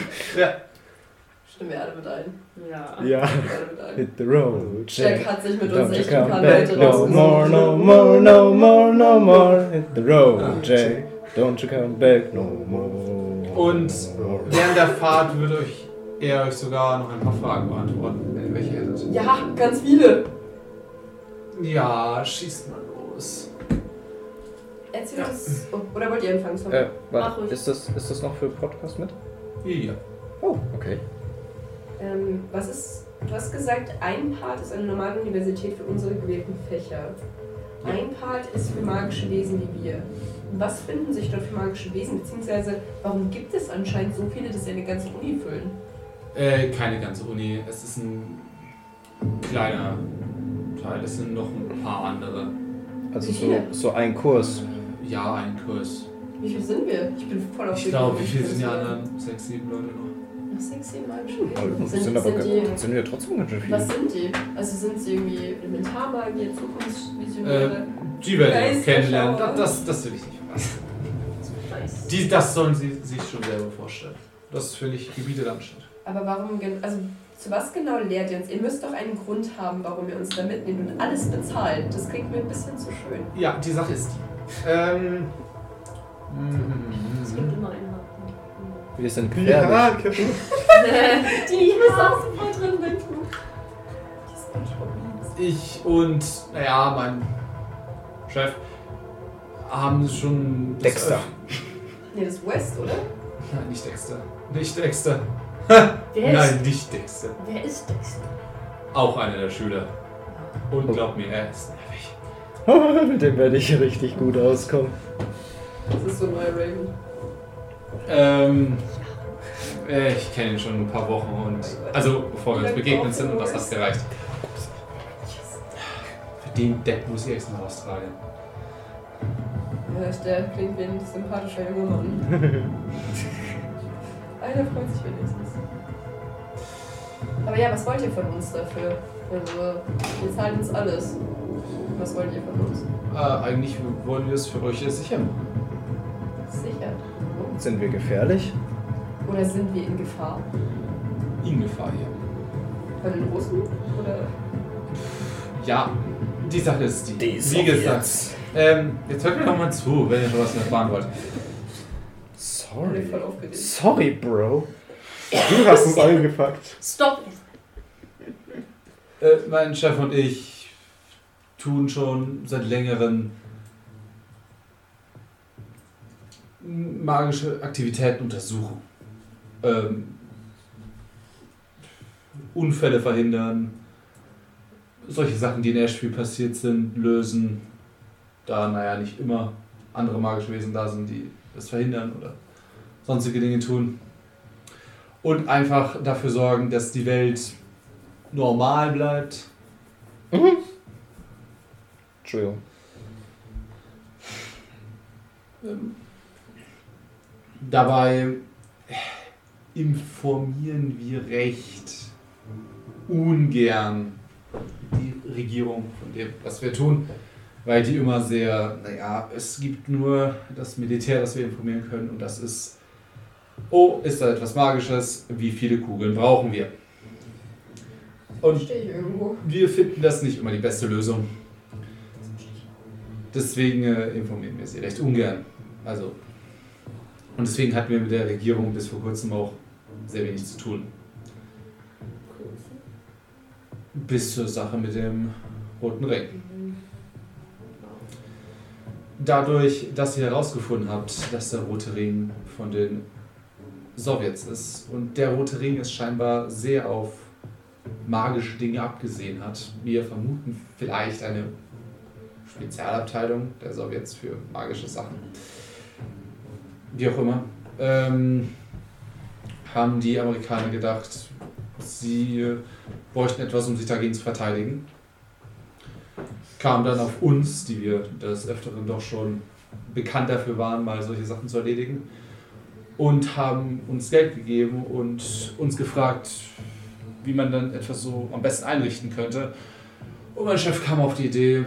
Speaker 2: Stimmen wir alle mit ein.
Speaker 4: Ja.
Speaker 6: Ja.
Speaker 2: Stimmen wir alle mit ein.
Speaker 5: Hit the Road,
Speaker 2: Jack
Speaker 5: Jack.
Speaker 2: hat sich mit uns
Speaker 5: Don't you
Speaker 2: echt ein
Speaker 5: come
Speaker 2: paar
Speaker 5: back
Speaker 2: Leute
Speaker 5: no
Speaker 2: rausgesucht.
Speaker 5: more, no more, no more, no more. Hit the road, Jack. Don't you come back no more.
Speaker 3: Und während der Fahrt würde euch er euch sogar noch ein paar Fragen beantworten, wenn ihr welche hättet.
Speaker 2: Ja, ganz viele.
Speaker 3: Ja, schießt mal los.
Speaker 2: Erzähl uns. Oh, oder wollt ihr anfangen? Sorry.
Speaker 5: Äh,
Speaker 4: Mach ruhig.
Speaker 5: warte, ist das, ist das noch für Podcast mit?
Speaker 3: Ja.
Speaker 5: Oh, okay.
Speaker 2: Ähm, was ist. Du hast gesagt, ein Part ist eine normale Universität für unsere gewählten Fächer. Ein Part ist für magische Wesen wie wir. Was finden sich dort für magische Wesen? Beziehungsweise, warum gibt es anscheinend so viele, dass sie eine ganze Uni füllen?
Speaker 3: Äh, keine ganze Uni. Es ist ein kleiner Teil. Es sind noch ein paar andere.
Speaker 5: Also
Speaker 2: Wie
Speaker 5: so,
Speaker 2: viele?
Speaker 5: so ein Kurs.
Speaker 3: Ja, ein Kurs.
Speaker 2: Wie viel sind wir? Ich bin voll auf
Speaker 3: Ich
Speaker 2: die-
Speaker 3: glaube, wie viele sind die anderen? Sechs, sieben Leute noch.
Speaker 2: Noch sechs, sieben magische Wesen.
Speaker 5: Sind,
Speaker 2: Sind,
Speaker 5: sind aber
Speaker 2: sind
Speaker 5: sind, sind wir trotzdem ganz schön
Speaker 2: die, was
Speaker 5: viele.
Speaker 2: sind die? Also sind sie irgendwie Elementarmagier, Zukunftsvisionäre?
Speaker 3: Die werden
Speaker 2: Geist-
Speaker 3: noch kennenlernen.
Speaker 2: Schauer.
Speaker 3: Das, das, das will ich nicht verpassen.
Speaker 4: Scheiße.
Speaker 3: Die, das sollen sie sich schon selber vorstellen. Das finde ich Gebiete dann statt.
Speaker 2: Aber warum, gen- also zu was genau lehrt ihr uns? Ihr müsst doch einen Grund haben, warum ihr uns da mitnehmt und alles bezahlt. Das klingt mir ein bisschen zu schön.
Speaker 3: Ja, die Sache ist die. Ähm. mhm,
Speaker 4: Es gibt immer einen Haken.
Speaker 5: Wir sind gefährlich.
Speaker 6: Ja, Captain.
Speaker 4: Die ich muss auch sofort drin bin.
Speaker 3: Ich und, naja, mein Chef haben schon. das
Speaker 5: Dexter.
Speaker 3: Öff-
Speaker 2: Nee, das ist West, oder?
Speaker 3: Nein, nicht Dexter. Nicht Dexter.
Speaker 4: Wer ist,
Speaker 3: Nein, nicht Dexter.
Speaker 4: wer ist das?
Speaker 3: Auch einer der Schüler. Und glaub mir, er ist nervig.
Speaker 5: Mit dem werde ich richtig gut auskommen.
Speaker 2: Das ist so neu, Raven.
Speaker 3: Ähm, äh, ich kenne ihn schon ein paar Wochen und. Also, bevor wir uns begegnet sind und das hat gereicht. Für den Depp muss ich extra nach Australien.
Speaker 2: Ja, der klingt wie ein sympathischer junger Mann. Einer freut sich wenigstens. Aber ja, was wollt ihr von uns dafür? Also, wir zahlen uns alles. Was wollt ihr von uns?
Speaker 3: Äh, eigentlich wollen wir es für euch jetzt sichern.
Speaker 2: Sicher.
Speaker 5: Sind wir gefährlich?
Speaker 2: Oder sind wir in Gefahr?
Speaker 3: In Gefahr hier.
Speaker 2: Von den Russen? Oder?
Speaker 3: Ja, die Sache ist die.
Speaker 5: Die
Speaker 3: Wie gesagt.
Speaker 5: Sowjets.
Speaker 3: Ähm, jetzt hört mir doch mal zu, wenn ihr schon was erfahren wollt.
Speaker 2: Ich bin
Speaker 5: Sorry.
Speaker 2: voll aufgeregt.
Speaker 5: Sorry, Bro. Du hast uns angepackt.
Speaker 4: Stop es.
Speaker 3: Äh, mein Chef und ich tun schon seit längerem magische Aktivitäten untersuchen. Ähm, Unfälle verhindern, solche Sachen, die in Ashfield passiert sind, lösen. Da, naja, nicht immer andere magische Wesen da sind, die das verhindern oder sonstige Dinge tun. Und einfach dafür sorgen, dass die Welt normal bleibt.
Speaker 5: Entschuldigung.
Speaker 3: Ähm, dabei äh, informieren wir recht ungern die Regierung von dem, was wir tun, weil die immer sehr, naja, es gibt nur das Militär, das wir informieren können und das ist, oh, ist da etwas Magisches, wie viele Kugeln brauchen wir? Und
Speaker 2: Stehe ich irgendwo?
Speaker 3: wir finden das nicht immer die beste Lösung. Deswegen äh, informieren wir sie recht ungern. Also. Und deswegen hatten wir mit der Regierung bis vor kurzem auch sehr wenig zu tun. Bis zur Sache mit dem roten Ring. Dadurch, dass ihr herausgefunden habt, dass der rote Ring von den Sowjets ist und der rote Ring ist scheinbar sehr auf magische Dinge abgesehen hat. Wir vermuten vielleicht eine Spezialabteilung der Sowjets für magische Sachen. Wie auch immer. Ähm, haben die Amerikaner gedacht, sie äh, bräuchten etwas, um sich dagegen zu verteidigen. Kamen dann auf uns, die wir des Öfteren doch schon bekannt dafür waren, mal solche Sachen zu erledigen. Und haben uns Geld gegeben und uns gefragt, wie man dann etwas so am besten einrichten könnte. Und mein Chef kam auf die Idee,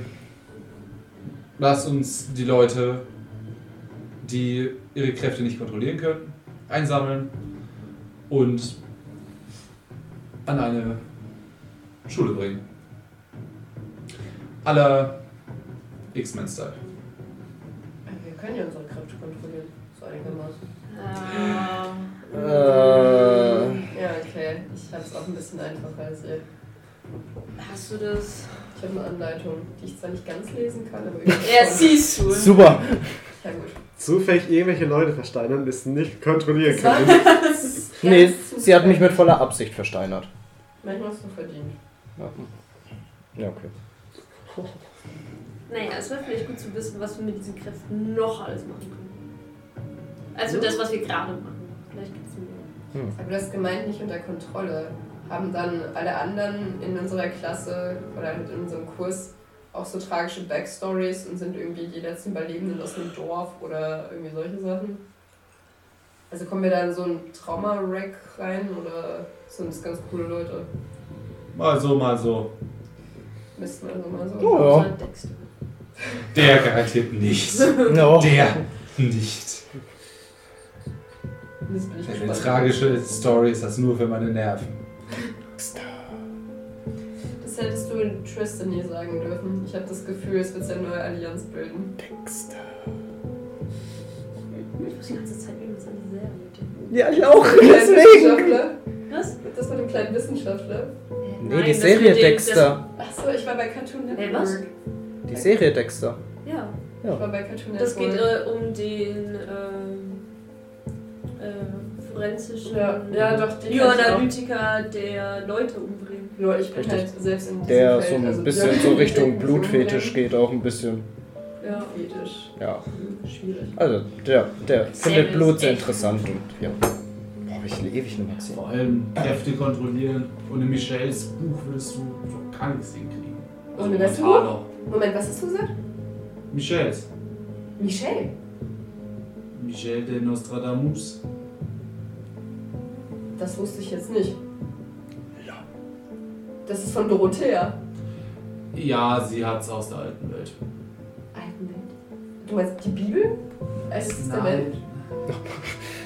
Speaker 3: lass uns die Leute, die ihre Kräfte nicht kontrollieren können, einsammeln und an eine Schule bringen. Aller X-Men-Style.
Speaker 8: Wir können ja unsere Kräfte kontrollieren. So einigermaßen.
Speaker 4: Ähm,
Speaker 5: Äh,
Speaker 2: Ja, okay. Ich hab's auch ein bisschen einfacher als ihr.
Speaker 4: Hast du das?
Speaker 2: Ich habe eine Anleitung, die ich zwar nicht ganz lesen kann, aber irgendwie.
Speaker 4: Ja,
Speaker 2: schon.
Speaker 4: siehst du.
Speaker 5: super.
Speaker 2: Ja, gut.
Speaker 6: Zufällig irgendwelche Leute versteinern, ist nicht kontrollieren
Speaker 2: Das war-
Speaker 6: können.
Speaker 2: Das ist ganz
Speaker 5: Nee, sie hat
Speaker 2: zufällig.
Speaker 5: mich mit voller Absicht versteinert.
Speaker 2: Manchmal hast du verdient.
Speaker 5: Ja, Ja, okay.
Speaker 4: Naja, es wäre vielleicht gut zu wissen, was wir mit diesen Kräften noch alles machen können. Also das, was wir gerade machen. Vielleicht gibt's mehr.
Speaker 2: Aber das gemeint nicht unter Kontrolle. Haben dann alle anderen in unserer Klasse oder halt in unserem Kurs auch so tragische Backstories und sind irgendwie die letzten Überlebenden aus dem Dorf oder irgendwie solche Sachen? Also kommen wir da in so einen Trauma-Rack rein oder sind das ganz coole Leute?
Speaker 3: Mal so, mal so.
Speaker 2: Mist, also mal so.
Speaker 5: Oh,
Speaker 4: Außer
Speaker 5: ja.
Speaker 4: Dexter.
Speaker 3: Der garantiert nicht. Oh.
Speaker 5: No.
Speaker 3: Der nicht.
Speaker 2: Mist, bin ich
Speaker 3: Eine
Speaker 2: gespannt.
Speaker 3: tragische Story ist das nur für meine Nerven.
Speaker 2: Das hättest du in Tristan nie sagen dürfen. Ich habe das Gefühl, es wird seine neue Allianz bilden.
Speaker 4: Ich muss die ganze Zeit irgendwas an die Serie denken.
Speaker 5: Ja, ich auch.
Speaker 2: Kleinen
Speaker 5: Deswegen.
Speaker 2: Wissenschaftler?
Speaker 4: Was?
Speaker 2: Das mit dem kleinen Wissenschaftler.
Speaker 5: Nee, die Serie
Speaker 4: Dexter.
Speaker 5: Dexter.
Speaker 2: Achso, ich war bei Cartoon Network.
Speaker 4: Hey, was?
Speaker 5: Die Serie Dexter.
Speaker 4: Ja, äh,
Speaker 2: Ich war bei Cartoon Network.
Speaker 4: das geht äh, um den ähm, äh, forensischen
Speaker 2: Ja, ja doch, die kann ich auch.
Speaker 4: Bioanalytiker, der Leute umbringt.
Speaker 2: Nur ich bin
Speaker 5: Richtig.
Speaker 2: halt selbst in diesem
Speaker 5: Der
Speaker 2: Feld,
Speaker 5: so
Speaker 2: also-
Speaker 5: ein bisschen so Richtung Blutfetisch geht, auch ein bisschen.
Speaker 2: Ja, fetisch. hm,
Speaker 5: Ja.
Speaker 2: Schwierig.
Speaker 5: Also, der, der findet
Speaker 4: ist
Speaker 5: Blut sehr
Speaker 4: echt.
Speaker 5: interessant und ja. Boah, hab ich ewig eine Maxi.
Speaker 3: Vor allem Kräfte kontrollieren. Ohne Michelles Buch willst du doch gar nichts hinkriegen.
Speaker 2: Ohne das
Speaker 3: Mental
Speaker 2: Buch?
Speaker 3: auch.
Speaker 2: Moment, was hast du gesagt?
Speaker 3: Michelles.
Speaker 2: Michelle.
Speaker 3: Michel de Nostradamus.
Speaker 2: Das wusste ich jetzt nicht. Ja. Das ist von Dorothea.
Speaker 3: Ja, sie hat's aus der alten Welt.
Speaker 2: Alten Welt. Du meinst die Bibel? Altes Testament?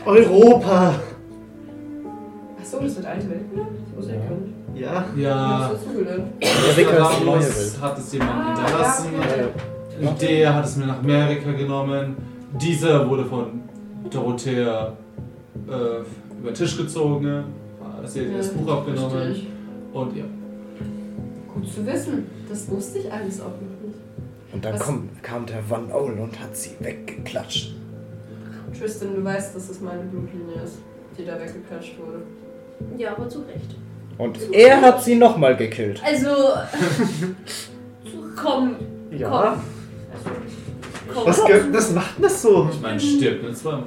Speaker 6: Europa!
Speaker 2: Achso, das wird alte Welt genannt? Ich muss ja gar nicht.
Speaker 6: Ja.
Speaker 5: Ah.
Speaker 3: Ja,
Speaker 2: Ich dazugelernt.
Speaker 5: Amerika ist die neue Welt.
Speaker 3: Nostradamus hat es jemand
Speaker 2: Ah,
Speaker 3: hinterlassen.
Speaker 2: ja, okay.
Speaker 3: Der hat es mir nach Amerika genommen. Dieser wurde von Dorothea äh, über den Tisch gezogen. Sie hat ihr das
Speaker 2: Ja,
Speaker 3: Buch
Speaker 5: Genau.
Speaker 3: abgenommen.
Speaker 2: verstehe ich.
Speaker 3: Und ja.
Speaker 2: Gut zu wissen. Das wusste ich alles auch noch nicht.
Speaker 5: Und dann
Speaker 2: Was-
Speaker 5: kommt, kam der Van Owl und hat sie weggeklatscht.
Speaker 2: Tristan, du weißt, dass es meine Blutlinie ist, die da weggeklatscht wurde.
Speaker 4: Ja, aber zu Recht.
Speaker 5: Und er hat sie nochmal gekillt.
Speaker 4: Also. komm,
Speaker 6: Ja.
Speaker 4: komm.
Speaker 6: Was, ge- das macht denn das so?
Speaker 3: Ich meine, stirbt nur zweimal.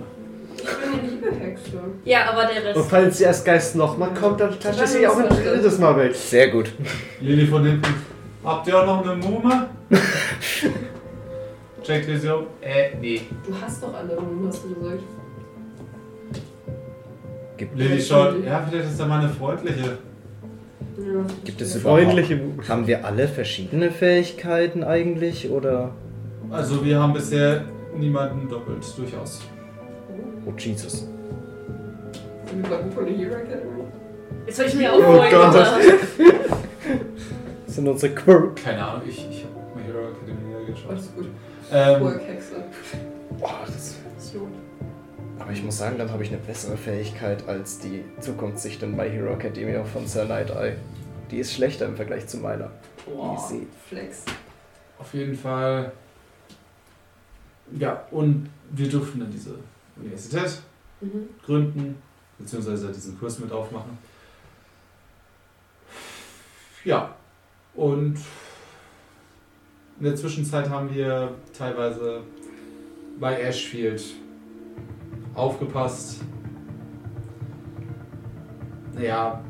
Speaker 2: Ich bin eine liebe Hexe.
Speaker 4: Ja, aber der
Speaker 6: Und
Speaker 4: Rest.
Speaker 6: falls sie als Geist nochmal kommt, dann klatscht sie auch ein drittes Mal weg.
Speaker 5: Sehr gut.
Speaker 3: Lilly von hinten. Habt ihr auch noch eine Mume? Checkt ihr sie auf? Äh, nee.
Speaker 2: Du hast doch alle Runden, hast du gesagt.
Speaker 5: Gibt,
Speaker 3: Lilly schaut. Ja, vielleicht ist er mal eine freundliche.
Speaker 2: Ja.
Speaker 5: gibt es überhaupt...
Speaker 6: Freundliche Mut.
Speaker 5: Haben wir alle verschiedene Fähigkeiten eigentlich oder...
Speaker 3: Also, wir haben bisher niemanden doppelt, durchaus.
Speaker 5: Oh Jesus.
Speaker 2: Sind wir bei Buch von der Hero Academy?
Speaker 4: Jetzt soll ich mir aufbeugen.
Speaker 6: Gott.
Speaker 4: Alter.
Speaker 5: Das sind unsere Quirk.
Speaker 3: Keine Ahnung, ich, ich hab My Hero Academia geschaut.
Speaker 2: Alles Oh, gut.
Speaker 3: Ähm,
Speaker 2: Hohe Hexe.
Speaker 5: Oh, das...
Speaker 4: So.
Speaker 5: Aber ich muss sagen, dann habe ich eine bessere Fähigkeit als die Zukunftssicht in My Hero Academia von Sir Night Eye. Die ist schlechter im Vergleich zu meiner. Easy.
Speaker 2: Oh, Flex.
Speaker 3: auf jeden Fall. Ja, und wir durften dann diese Universität
Speaker 2: Mhm.
Speaker 3: gründen, beziehungsweise diesen Kurs mit aufmachen. Ja, und in der Zwischenzeit haben wir teilweise bei Ashfield aufgepasst. Naja,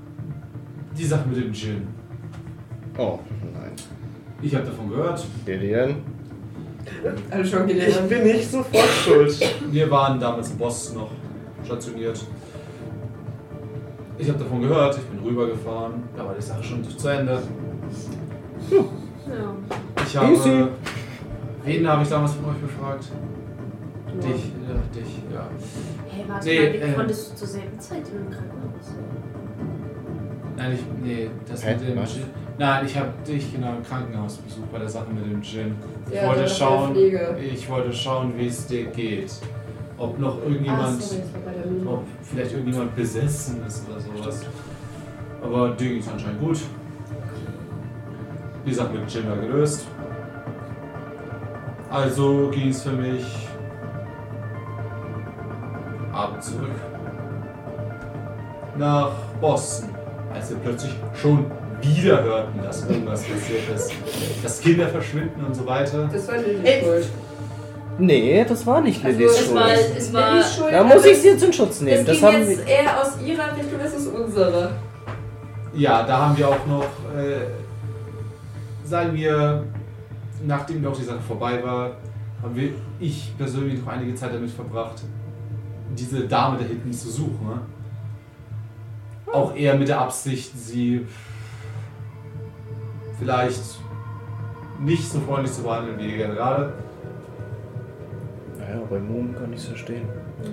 Speaker 3: die Sache mit dem Gin.
Speaker 5: Oh, nein.
Speaker 3: Ich habe davon gehört.
Speaker 5: Lillian?
Speaker 2: Alle schon
Speaker 6: Ich
Speaker 2: gelernt.
Speaker 6: bin nicht sofort schuld.
Speaker 3: Wir waren damals in Boston noch stationiert. Ich habe davon gehört, ich bin rübergefahren. Da war die Sache schon zu Ende.
Speaker 4: Ja.
Speaker 3: Ich habe.
Speaker 5: Easy.
Speaker 3: Wen habe ich damals von euch befragt?
Speaker 2: Ja.
Speaker 3: Dich, äh, dich, ja.
Speaker 4: Hey, warte
Speaker 3: Nee,
Speaker 4: mal, wie
Speaker 3: äh.
Speaker 4: konntest du zur selben Zeit in einem Krankenhaus?
Speaker 3: Nein, ich, nee, das
Speaker 5: Hä?
Speaker 3: mit dem
Speaker 5: Was?
Speaker 3: Gin. Nein, ich habe dich genau im Krankenhaus besucht bei der Sache mit dem Gin. Ich
Speaker 2: Ja,
Speaker 3: wollte
Speaker 2: der
Speaker 3: schauen,
Speaker 2: Pflege.
Speaker 3: ich wollte schauen, wie es dir geht. Ob noch
Speaker 2: Ah,
Speaker 3: irgendjemand,
Speaker 2: sorry, das war bei der
Speaker 3: ob
Speaker 5: Oh.
Speaker 2: Luna.
Speaker 3: vielleicht irgendjemand besessen ist oder sowas. Aber dir geht's anscheinend gut. Die Sache mit Gin war gelöst. Also ging es für mich abend zurück nach Boston, als wir plötzlich schon wieder hörten, dass irgendwas passiert ist. Dass Kinder verschwinden und so weiter.
Speaker 2: Das war Lilly
Speaker 4: Ey.
Speaker 2: Schuld.
Speaker 5: Nee, das war nicht
Speaker 2: Also,
Speaker 5: Lillys
Speaker 2: es
Speaker 4: Es war,
Speaker 5: Schuld.
Speaker 4: es war,
Speaker 2: Lillys Schuld,
Speaker 5: Da muss
Speaker 2: aber
Speaker 5: ich sie jetzt in Schutz nehmen.
Speaker 2: Es
Speaker 5: Das
Speaker 2: ging
Speaker 5: haben wir.
Speaker 2: jetzt eher aus ihrer Richtung, das ist unsere.
Speaker 3: Ja, da haben wir auch noch, äh, sagen wir, nachdem auch die Sache vorbei war, haben wir, ich persönlich noch einige Zeit damit verbracht, diese Dame da hinten zu suchen. Ne?
Speaker 2: Oh.
Speaker 3: Auch eher mit der Absicht, sie vielleicht nicht so freundlich zu behandeln wie ihr gerade.
Speaker 5: Naja, bei Moon kann ich es verstehen.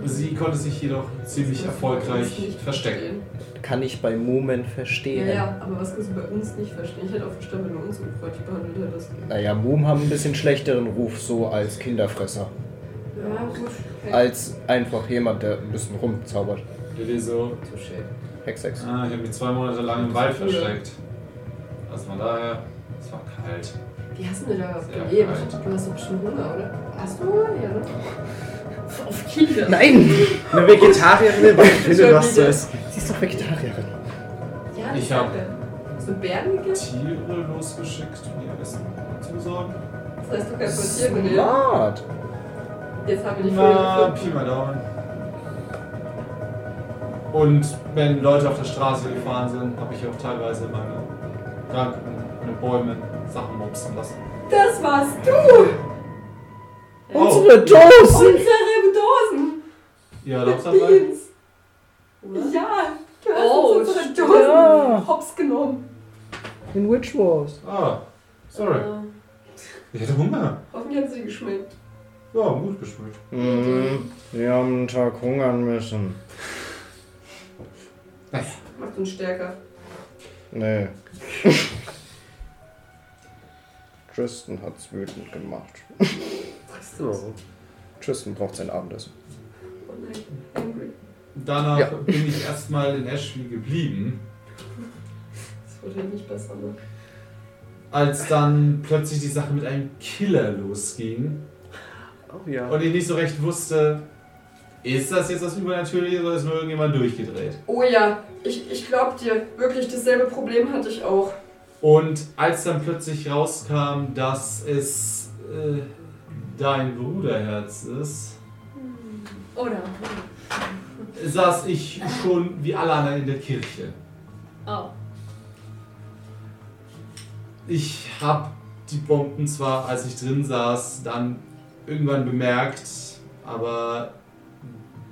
Speaker 3: Sie konnte sich jedoch ziemlich
Speaker 2: Das
Speaker 3: erfolgreich
Speaker 2: nicht
Speaker 3: verstecken.
Speaker 5: Kann ich bei Moomen
Speaker 2: Ja,
Speaker 5: verstehen.
Speaker 2: ja, aber was kannst du bei uns nicht verstehen? Ich hätte auch verstanden, wenn du uns unfreundlich behandelt hättest.
Speaker 5: Naja, Moom haben ein bisschen schlechteren Ruf so als Kinderfresser.
Speaker 2: Ja, gut. Okay.
Speaker 5: Als einfach jemand, der ein bisschen rumzaubert.
Speaker 3: Lilly so,
Speaker 2: Touché.
Speaker 5: Hexex.
Speaker 3: Ah, ich habe mich zwei Monate lang im Wald versteckt. Also von daher, es war kalt.
Speaker 2: Wie hast du denn da
Speaker 3: Sehr
Speaker 2: gelebt?
Speaker 3: kalt.
Speaker 2: Du hast doch bestimmt Hunger, oder? Hast du Hunger? Ja, ne?
Speaker 4: Auf Kinder.
Speaker 7: Nein!
Speaker 6: Eine Vegetarierin findet was zu essen.
Speaker 7: Sie ist doch Vegetarierin.
Speaker 2: Ja,
Speaker 3: Ich
Speaker 2: das
Speaker 3: hab-
Speaker 2: sagt er. So Bären gegessen?
Speaker 3: Tiere losgeschickt, um ihr Essen zu besorgen.
Speaker 2: Das heißt, du kannst Tiere nehmen.
Speaker 5: Smart.
Speaker 2: Jetzt haben wir die
Speaker 3: Na,
Speaker 2: Vögel
Speaker 3: Pi mal Daumen. Und wenn Leute auf der Straße gefahren sind, habe ich auch teilweise meine Ranken meine Bäume Sachen mopsen lassen.
Speaker 2: gefunden. Das warst du!
Speaker 3: Oh,
Speaker 7: Unsere Dosen!
Speaker 2: Unsere Dosen!
Speaker 3: Ihr erlaubt dabei?
Speaker 2: Beans! Ja! Du hast
Speaker 4: Oh,
Speaker 2: uns unsere
Speaker 4: stimmt.
Speaker 2: Dosen
Speaker 7: Ja.
Speaker 2: hops genommen.
Speaker 7: In Witch Wars.
Speaker 3: Ah, sorry. Ich hätte Hunger.
Speaker 2: Hoffentlich haben sie geschmeckt.
Speaker 3: Ja, gut gespült.
Speaker 5: Mhm. Wir haben einen Tag hungern müssen.
Speaker 2: Macht uns stärker.
Speaker 5: Nee. Tristan hat's wütend gemacht.
Speaker 6: So.
Speaker 5: Tristan braucht sein Abendessen.
Speaker 2: Oh nein, angry.
Speaker 3: Danach
Speaker 5: Ja.
Speaker 3: bin ich erstmal in Ashby geblieben.
Speaker 2: Das wurde nicht besser, ne?
Speaker 3: Als dann plötzlich die Sache mit einem Killer losging
Speaker 6: Oh ja.
Speaker 3: und ich nicht so recht wusste, ist das jetzt was Übernatürliches oder ist nur irgendjemand durchgedreht?
Speaker 2: Oh ja, ich, ich glaub dir, wirklich dasselbe Problem hatte ich auch.
Speaker 3: Und als dann plötzlich rauskam, dass es äh, dein Bruderherz ist,
Speaker 4: Oder?
Speaker 3: saß ich schon wie alle anderen in der Kirche.
Speaker 4: Oh.
Speaker 3: Ich habe die Bomben zwar, als ich drin saß, dann irgendwann bemerkt, aber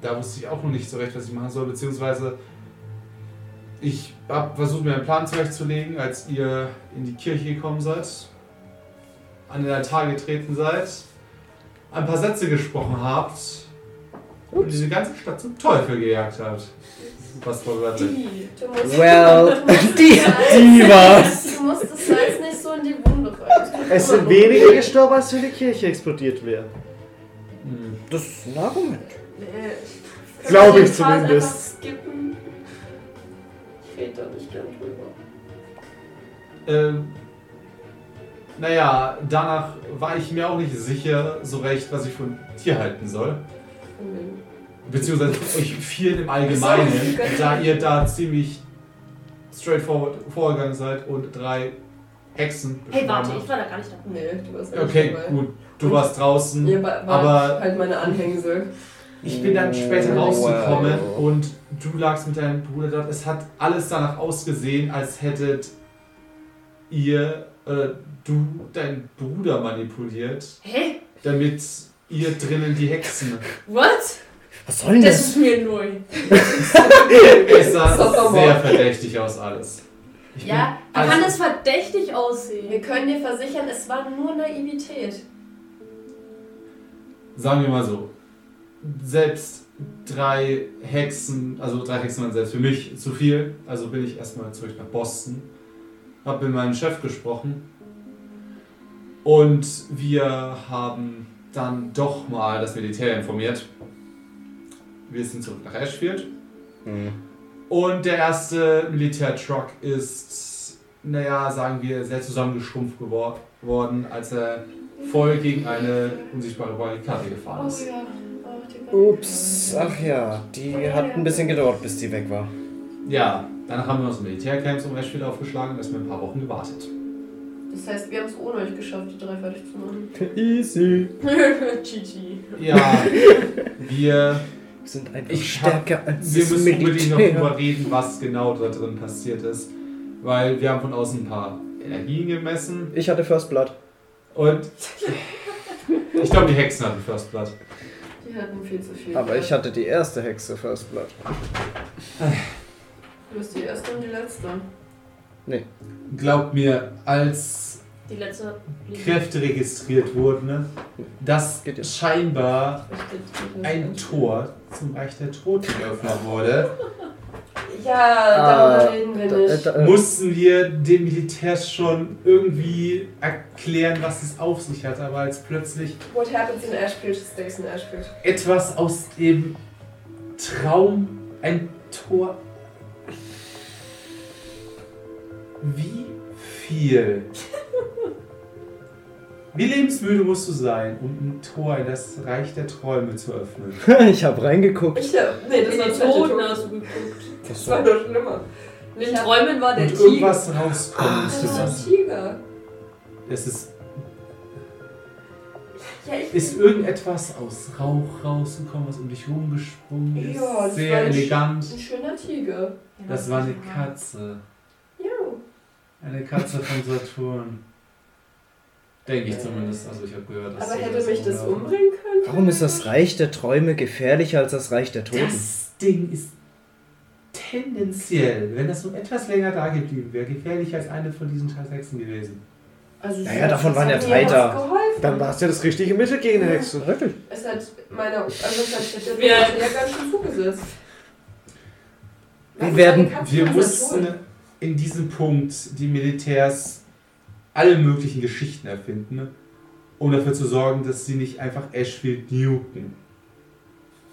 Speaker 3: da wusste ich auch noch nicht so recht, was ich machen soll, beziehungsweise ich habe versucht, mir einen Plan zurechtzulegen, als ihr in die Kirche gekommen seid, an den Altar getreten seid, ein paar Sätze gesprochen habt und diese ganze Stadt zum Teufel gejagt habt. Was vorwärts.
Speaker 2: Die, du musst,
Speaker 5: Well, die, die war's.
Speaker 2: du musst das Salz nicht so in die Wunde rein.
Speaker 6: Es sind weniger gestorben, als wenn die Kirche explodiert wäre.
Speaker 3: Hm.
Speaker 5: Das ist ein Argument.
Speaker 6: Glaube ich
Speaker 2: Den Part
Speaker 6: zumindest.
Speaker 2: einfach skippen. Ich rede da nicht gern drüber.
Speaker 3: Ähm, naja, danach war ich mir auch nicht sicher so recht, was ich von Tier halten soll. Beziehungsweise euch vielen im Allgemeinen, da ihr da ziemlich straightforward vorgegangen seid und drei Hexen
Speaker 4: Hey,
Speaker 3: beschworen
Speaker 4: warte, ich
Speaker 3: habt.
Speaker 4: war da gar nicht da.
Speaker 2: Nee, du warst
Speaker 3: Okay,
Speaker 2: dabei.
Speaker 3: gut, du warst draußen.
Speaker 2: Ihr wa- wart
Speaker 3: aber-
Speaker 2: halt meine Anhängsel.
Speaker 3: Ich bin dann später rausgekommen
Speaker 5: Wow.
Speaker 3: und du lagst mit deinem Bruder dort. Es hat alles danach ausgesehen, als hättet ihr, äh, du deinen Bruder manipuliert.
Speaker 4: Hä?
Speaker 3: damit ihr drinnen die Hexen.
Speaker 4: What?
Speaker 5: Was soll denn
Speaker 4: Das
Speaker 5: das?
Speaker 4: ist mir neu.
Speaker 3: Es sah
Speaker 2: Sodomor.
Speaker 3: sehr verdächtig aus alles. Ich bin-
Speaker 4: Ja, man
Speaker 3: also-
Speaker 4: kann das verdächtig aussehen.
Speaker 2: Wir können dir versichern, es war nur Naivität.
Speaker 3: Sagen wir mal so, selbst drei Hexen, also drei Hexen waren selbst für mich zu viel, also bin ich erstmal zurück nach Boston, habe mit meinem Chef gesprochen und wir haben dann doch mal das Militär informiert. Wir sind zurück nach Ashfield.
Speaker 5: Hm.
Speaker 3: Und der erste Militärtruck ist, naja, sagen wir, sehr zusammengeschrumpft gewor- worden, als er voll gegen eine unsichtbare Barrikade gefahren ist.
Speaker 2: Oh ja.
Speaker 5: Ups, ach ja, die hat ein bisschen gedauert, bis die weg war.
Speaker 3: Ja, danach haben wir uns Militärcamps um Ashfield aufgeschlagen und erstmal ein paar Wochen gewartet.
Speaker 2: Das heißt, wir haben es ohne euch geschafft, die drei fertig zu machen.
Speaker 5: Easy.
Speaker 2: Gigi.
Speaker 3: Ja, wir,
Speaker 5: Wir sind einfach
Speaker 3: Ich hab-
Speaker 5: stärker als
Speaker 3: wir
Speaker 5: das
Speaker 3: müssen unbedingt noch
Speaker 5: Militär.
Speaker 3: drüber reden, was genau da drin passiert ist, weil wir haben von außen ein paar Energien gemessen
Speaker 5: Ich hatte First Blood.
Speaker 3: und ich glaube, die Hexen hatten First Blood.
Speaker 2: Die hatten viel zu viel.
Speaker 5: Aber ich hatte die erste Hexe First Blood.
Speaker 2: Du bist die erste und die letzte.
Speaker 3: Glaubt mir, als
Speaker 4: Die letzte.
Speaker 3: Kräfte registriert wurden, ne? dass
Speaker 5: Geht jetzt.
Speaker 3: scheinbar
Speaker 2: Ich bin-
Speaker 3: ein Tor zum Reich der Toten geöffnet wurde,
Speaker 2: Ja, darüber reden wir
Speaker 5: Äh,
Speaker 2: nicht.
Speaker 5: da- äh,
Speaker 3: mussten wir dem Militär schon irgendwie erklären, was es auf sich hat. Aber als plötzlich
Speaker 2: What happens in Ashfield stays in Ashfield.
Speaker 3: etwas aus dem Traum ein Tor. Wie viel Wie lebensmüde musst du sein, um ein Tor in das Reich der Träume zu öffnen?
Speaker 5: ich habe reingeguckt.
Speaker 2: Ich hab, nee, das
Speaker 4: Also In
Speaker 2: war
Speaker 4: die
Speaker 2: zweite
Speaker 4: Toten
Speaker 2: Toten.
Speaker 4: hast du geguckt.
Speaker 2: Das war doch schlimmer.
Speaker 4: In den Träumen war der
Speaker 3: Und
Speaker 4: Tiger.
Speaker 3: irgendwas rauskommen
Speaker 2: Das
Speaker 3: müsste
Speaker 2: ist ein
Speaker 3: dann.
Speaker 2: Tiger.
Speaker 3: Es ist,
Speaker 2: Ja, ich
Speaker 3: ist irgendetwas aus Rauch rausgekommen, was um dich rumgesprungen ist.
Speaker 2: Ja, das war
Speaker 3: Sehr
Speaker 2: ein Sch-
Speaker 3: elegant.
Speaker 2: ein schöner Tiger.
Speaker 3: Das war eine Katze.
Speaker 2: Ja.
Speaker 3: Eine Katze von Saturn. Denke ich zumindest. Also ich habe gehört, dass
Speaker 2: Aber
Speaker 3: sie
Speaker 2: hätte mich das
Speaker 3: umgehauen hat.
Speaker 2: umbringen können?
Speaker 5: Warum ist das Reich der Träume gefährlicher als das Reich der Toten?
Speaker 3: Das Ding ist tendenziell, wenn das nur etwas länger da geblieben wäre, gefährlicher als eine von diesen drei Hexen gewesen.
Speaker 2: Also es
Speaker 5: Naja,
Speaker 2: hat-
Speaker 5: davon
Speaker 2: es
Speaker 5: waren
Speaker 2: hat
Speaker 5: ja
Speaker 2: mir
Speaker 5: drei
Speaker 2: was
Speaker 5: da.
Speaker 2: geholfen.
Speaker 6: Dann war es ja das richtige Mittel gegen die Hexe.
Speaker 5: Wirklich?
Speaker 2: Es hat meiner. Also es hat der
Speaker 4: Wir-
Speaker 2: Toten ja ganz schön zugesetzt.
Speaker 5: Wir werden-
Speaker 3: Wir mussten in diesem Punkt die Militärs alle möglichen Geschichten erfinden, um dafür zu sorgen, dass sie nicht einfach Ashfield nukten.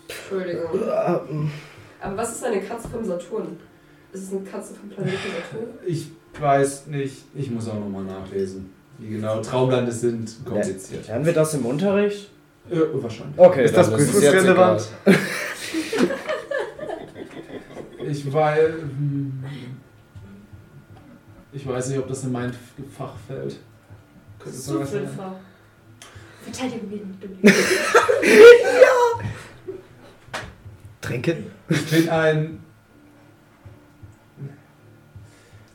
Speaker 2: Entschuldigung.
Speaker 5: Ähm,
Speaker 2: Äh, Aber was ist eine Katze vom Saturn? Ist es eine Katze vom Planeten Saturn?
Speaker 3: Ich weiß nicht, ich muss auch nochmal nachlesen. Wie genau Traumlande sind, kompliziert.
Speaker 5: Lernen wir das im Unterricht?
Speaker 3: Äh, wahrscheinlich.
Speaker 5: Okay,
Speaker 6: Ist das
Speaker 5: dann es
Speaker 6: prüfungsrelevant?
Speaker 5: jetzt
Speaker 3: Ich weiß. hm, Ich weiß nicht, ob das in mein F- Fach fällt. Könnte
Speaker 4: Das
Speaker 3: sogar
Speaker 4: ist
Speaker 3: sein.
Speaker 4: Frau. Verteidigung gegen
Speaker 5: egal. Trinken?
Speaker 3: Ich bin ein.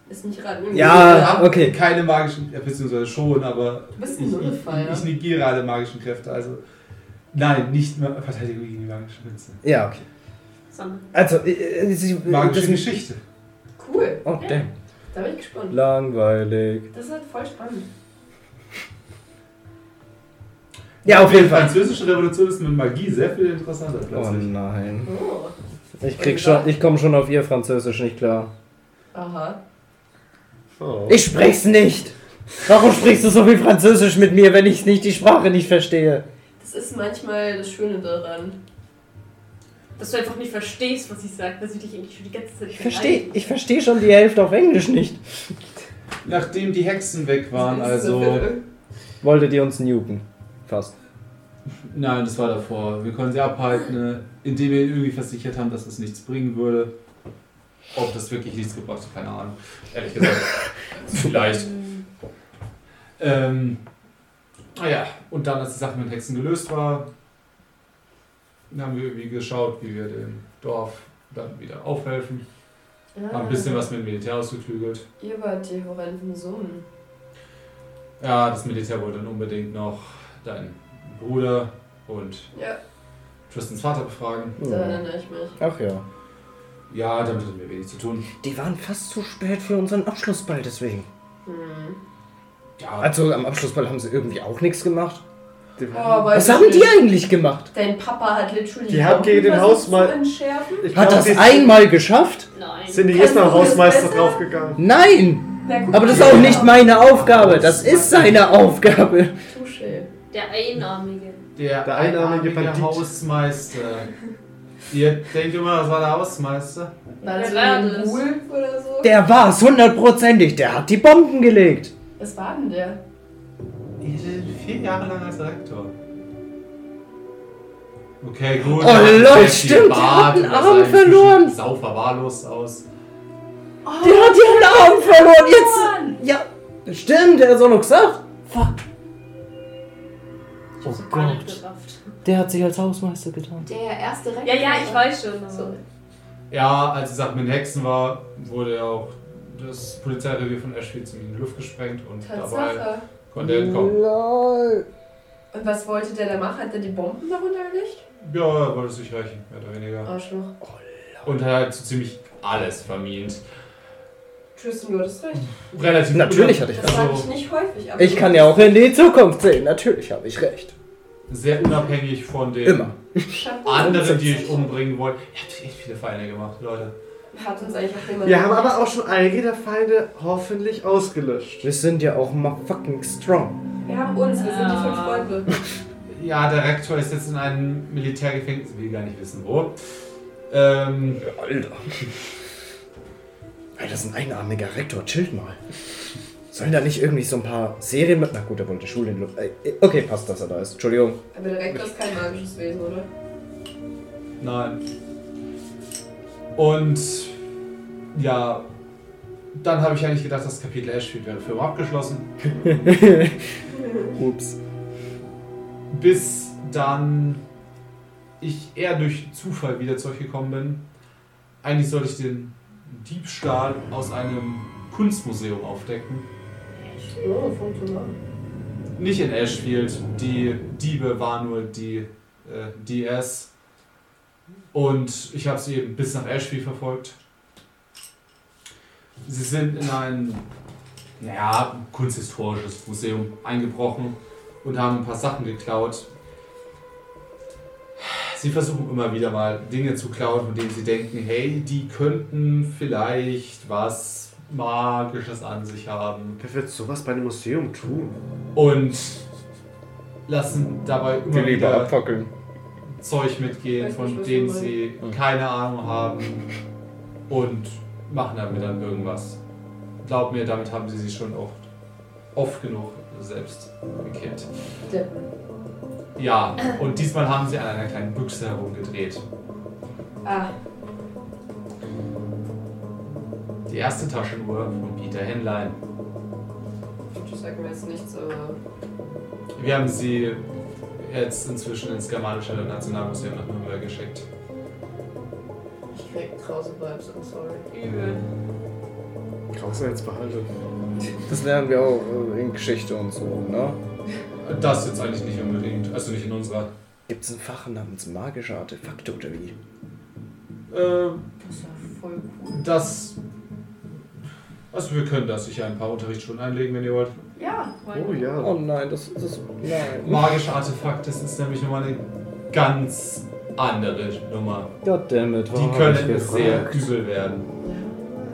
Speaker 2: Ist nicht gerade.
Speaker 5: Ja,
Speaker 3: Ich
Speaker 5: okay.
Speaker 3: keine magischen. Ja, beziehungsweise schon, aber.
Speaker 2: Du bist
Speaker 3: ich,
Speaker 2: ein
Speaker 3: ich,
Speaker 2: Nullfall.
Speaker 3: ich negiere alle magischen Kräfte. Also. Nein, nicht mehr Verteidigung gegen die magische Kräfte.
Speaker 5: Ja, okay.
Speaker 4: Sonne.
Speaker 5: Also, äh, äh, sie,
Speaker 3: Magische
Speaker 5: das,
Speaker 3: Geschichte.
Speaker 2: Cool.
Speaker 5: Oh, damn.
Speaker 2: Da bin ich gespannt.
Speaker 5: Langweilig.
Speaker 2: Das ist halt voll spannend.
Speaker 5: Ja, auf jeden
Speaker 3: Die
Speaker 5: Fall.
Speaker 3: französische Revolution ist mit Magie sehr viel interessanter
Speaker 5: Oh
Speaker 3: plötzlich.
Speaker 5: nein.
Speaker 2: Oh.
Speaker 5: Ich krieg schon, ich komme schon auf ihr Französisch nicht klar.
Speaker 2: Aha.
Speaker 6: Oh.
Speaker 5: Ich sprich's nicht! Warum sprichst du so viel Französisch mit mir, wenn ich nicht die Sprache nicht verstehe?
Speaker 2: Das ist manchmal das Schöne daran.
Speaker 4: Dass du einfach nicht verstehst, was ich sage, dass ich dich eigentlich schon die ganze Zeit
Speaker 5: Ich verstehe ich versteh schon die Hälfte auf Englisch nicht.
Speaker 3: Nachdem die Hexen weg waren,
Speaker 2: Das ist
Speaker 3: also.
Speaker 5: Wolltet ihr uns nuken? Fast.
Speaker 3: Nein, das war davor. Wir konnten sie abhalten, ne, indem wir ihnen irgendwie versichert haben, dass es nichts bringen würde. Ob das wirklich nichts gebracht hat, keine Ahnung. Ehrlich gesagt. Vielleicht. Ähm, naja, und dann, als die Sache mit Hexen gelöst war, dann haben wir irgendwie geschaut, wie wir dem Dorf dann wieder aufhelfen. Haben ein bisschen was mit dem Militär ausgeklügelt.
Speaker 2: Ah. Ihr wart die horrenden Summen.
Speaker 3: Ja, das Militär wollte dann unbedingt noch deinen Bruder und
Speaker 2: Ja,
Speaker 3: Tristans Vater befragen.
Speaker 5: Oh.
Speaker 2: da erinnere ich mich.
Speaker 5: Ach ja.
Speaker 3: Ja, damit hatten wir wenig zu tun.
Speaker 5: Die waren fast zu spät für unseren Abschlussball deswegen.
Speaker 2: Hm.
Speaker 3: Ja,
Speaker 5: Also am Abschlussball haben sie irgendwie auch nichts gemacht.
Speaker 6: Die,
Speaker 2: Oh,
Speaker 5: Was
Speaker 2: weißt du
Speaker 5: haben die
Speaker 2: nicht?
Speaker 5: eigentlich gemacht?
Speaker 2: Dein Papa hat literally
Speaker 6: Die haben gegen den
Speaker 2: versucht zu
Speaker 6: Hausmeister-
Speaker 2: entschärfen.
Speaker 6: ich glaub,
Speaker 5: Hat das
Speaker 6: die
Speaker 5: einmal geschafft?
Speaker 4: Nein.
Speaker 6: sind die
Speaker 2: Kannst
Speaker 6: jetzt nach
Speaker 2: du das
Speaker 6: Hausmeister
Speaker 2: besser?
Speaker 6: draufgegangen.
Speaker 5: Nein!
Speaker 2: Na gut, genau.
Speaker 5: Aber das ist
Speaker 2: ja.
Speaker 5: auch nicht meine Aufgabe. Das ist seine Aufgabe.
Speaker 2: Touché.
Speaker 4: Der Einarmige.
Speaker 3: Der,
Speaker 6: Der einarmige Bandit.
Speaker 3: Hausmeister. Ihr denkt immer, das war der Hausmeister.
Speaker 2: War das
Speaker 4: Wer war
Speaker 2: irgendwie ein
Speaker 4: das?
Speaker 2: Wolf oder so?
Speaker 5: Der war's, hundertprozentig. Der hat die Bomben gelegt.
Speaker 2: Was war denn der?
Speaker 3: Ihr hattet vier Jahre lang als Rektor. Okay, gut.
Speaker 5: Oh
Speaker 3: er hat
Speaker 5: Lord,
Speaker 3: sehr viel
Speaker 5: stimmt, er hat einen
Speaker 3: und das
Speaker 5: Arm
Speaker 3: sah inzwischen
Speaker 5: verloren.
Speaker 3: Saufer wahllos aus.
Speaker 5: Der hat ihren Arm verloren. Jetzt. Ja. Stimmt, der hat auch noch gesagt. Oh Fuck.
Speaker 4: Ich hab's gar nicht gerafft.
Speaker 5: Der hat sich als Hausmeister getan.
Speaker 2: Der erste Rektor.
Speaker 4: Ja, ja, ich weiß schon. aber-
Speaker 2: So.
Speaker 3: Ja, als die Sache mit den Hexen war, wurde auch das Polizeirevier von Ashfield in die Luft gesprengt und dabei
Speaker 2: Tatsache.
Speaker 3: konnte er entkommen.
Speaker 2: Und was wollte der da machen? Hat er die Bomben darunter gelegt?
Speaker 3: Ja, er wollte sich rächen, mehr oder weniger.
Speaker 2: Arschloch.
Speaker 3: Und er hat so ziemlich alles vermient.
Speaker 2: Tristan, du hattest recht.
Speaker 3: Relativ
Speaker 5: Natürlich hatte ich
Speaker 2: Das sage ich
Speaker 3: Also-
Speaker 2: nicht häufig, aber.
Speaker 5: Ich kann ja auch in die Zukunft sehen. Natürlich habe ich recht.
Speaker 3: sehr unabhängig von den
Speaker 5: Immer.
Speaker 2: Chapeau.
Speaker 3: anderen, die ich umbringen wollte. Ihr habt echt viele Feinde gemacht, Leute.
Speaker 2: Hat uns eigentlich auch jemand.
Speaker 6: Wir haben aber auch schon einige der Feinde hoffentlich ausgelöscht.
Speaker 5: Wir sind ja auch mal fucking strong.
Speaker 2: Wir haben uns, wir sind die fünf Freunde.
Speaker 3: Ja, der Rektor ist jetzt in einem Militärgefängnis, will gar nicht wissen wo. Ähm,
Speaker 5: Alter. Alter, das ist ein einarmiger Rektor. Chillt mal. Sollen da nicht irgendwie so ein paar Serien mit. Na gut, er wollte Schule in Luft. Äh, Okay, passt, dass er da ist. Entschuldigung.
Speaker 2: Aber der Rektor ist kein magisches Wesen, oder?
Speaker 3: Nein. Und ja, dann habe ich eigentlich gedacht, das Kapitel Ashfield wäre für immer abgeschlossen.
Speaker 5: Ups.
Speaker 3: bis dann ich eher durch Zufall wieder zurückgekommen bin. Eigentlich sollte ich den Diebstahl aus einem Kunstmuseum aufdecken.
Speaker 8: Oh, funktioniert.
Speaker 3: Nicht in Ashfield. Die Diebe waren nur die äh, DS. Und ich habe sie eben bis nach Ashfield verfolgt. Sie sind in ein, naja, kunsthistorisches Museum eingebrochen und haben ein paar Sachen geklaut. Sie versuchen immer wieder mal Dinge zu klauen, von denen sie denken, hey, die könnten vielleicht was Magisches an sich haben.
Speaker 6: Wer wird sowas bei einem Museum tun?
Speaker 3: und lassen dabei immer
Speaker 5: Geleber
Speaker 3: wieder
Speaker 5: abfackeln.
Speaker 3: Zeug mitgehen,
Speaker 8: Weiß
Speaker 3: von
Speaker 8: nicht, was
Speaker 3: dem
Speaker 8: du
Speaker 3: sie keine Ahnung haben und machen damit dann irgendwas. Glaub mir, damit haben sie sich schon oft, oft genug selbst gekillt. Ja, und diesmal haben sie an einer kleinen Büchse herumgedreht.
Speaker 2: Ah,
Speaker 3: Die erste Taschenuhr von Peter Henlein.
Speaker 2: das sagt mir jetzt nichts, aber.
Speaker 3: Wir haben sie jetzt inzwischen ins Germanische Nationalmuseum nach Nürnberg geschickt.
Speaker 2: Ich krieg krause Vibes, I'm sorry. Übel.
Speaker 6: Krause jetzt behalten.
Speaker 5: Das lernen wir auch äh, in Geschichte und so, ne?
Speaker 3: Das jetzt eigentlich nicht unbedingt, also nicht in unserer
Speaker 5: Gibt es ein Fach namens magische Artefakte oder wie?
Speaker 3: Äh,
Speaker 2: Das ist ja voll cool.
Speaker 3: das. Also, wir können da sicher ein paar Unterrichtsstunden einlegen, wenn ihr wollt.
Speaker 2: Ja,
Speaker 6: Oh
Speaker 5: Oh
Speaker 6: ja.
Speaker 5: nein, das ist. Nein.
Speaker 3: Magische Artefakte das ist nämlich nochmal eine ganz andere Nummer.
Speaker 5: Goddammit,
Speaker 3: Die können es sehr übel werden.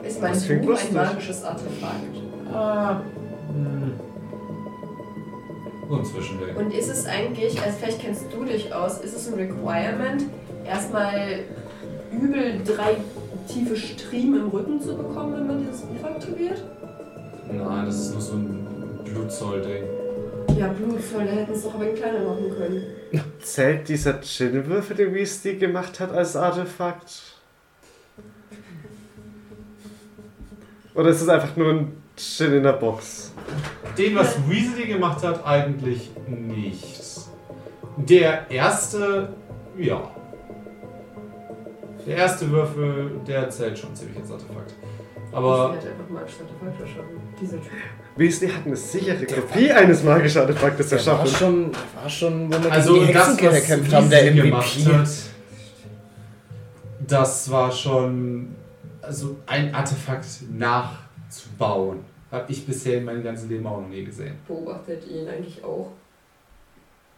Speaker 2: Ist mein
Speaker 6: Das klingt
Speaker 2: Buch
Speaker 6: lustig.
Speaker 2: ein magisches Artefakt?
Speaker 3: Ah, hm. So ein Zwischending.
Speaker 2: Und ist es eigentlich, also vielleicht kennst du dich aus, ist es ein Requirement, erstmal übel drei tiefe Striemen im Rücken zu bekommen, wenn man dieses Buch aktiviert?
Speaker 3: Nein, das ist nur so ein Blutzoll-Ding.
Speaker 2: Ja, Blutzoll, da hätten es doch aber in kleiner machen können.
Speaker 6: Zählt dieser Ginwürfel, den Weasley gemacht hat, als Artefakt? Oder ist es einfach nur ein Gin in der Box?
Speaker 3: Den, was Weasley gemacht hat, eigentlich nicht. Der erste, ja. Der erste Würfel, der zählt schon ziemlich ins Artefakt. Aber
Speaker 2: Ich hätte einfach magisches Artefakt verschaffen. Dieser Typ.
Speaker 6: Weasley hat eine sichere Kopie eines magischen Artefaktes
Speaker 5: Der war
Speaker 6: erschaffen.
Speaker 5: schon, der war schon, wo wir
Speaker 3: Also
Speaker 5: gegen die
Speaker 3: das,
Speaker 5: Hexenkiller
Speaker 3: was
Speaker 5: gekämpft haben, der
Speaker 3: Wiese
Speaker 5: MVP.
Speaker 3: gemacht hat, das war schon also ein Artefakt nachzubauen. Habe ich bisher in meinem ganzen Leben auch noch nie gesehen.
Speaker 2: Beobachtet ihn eigentlich auch.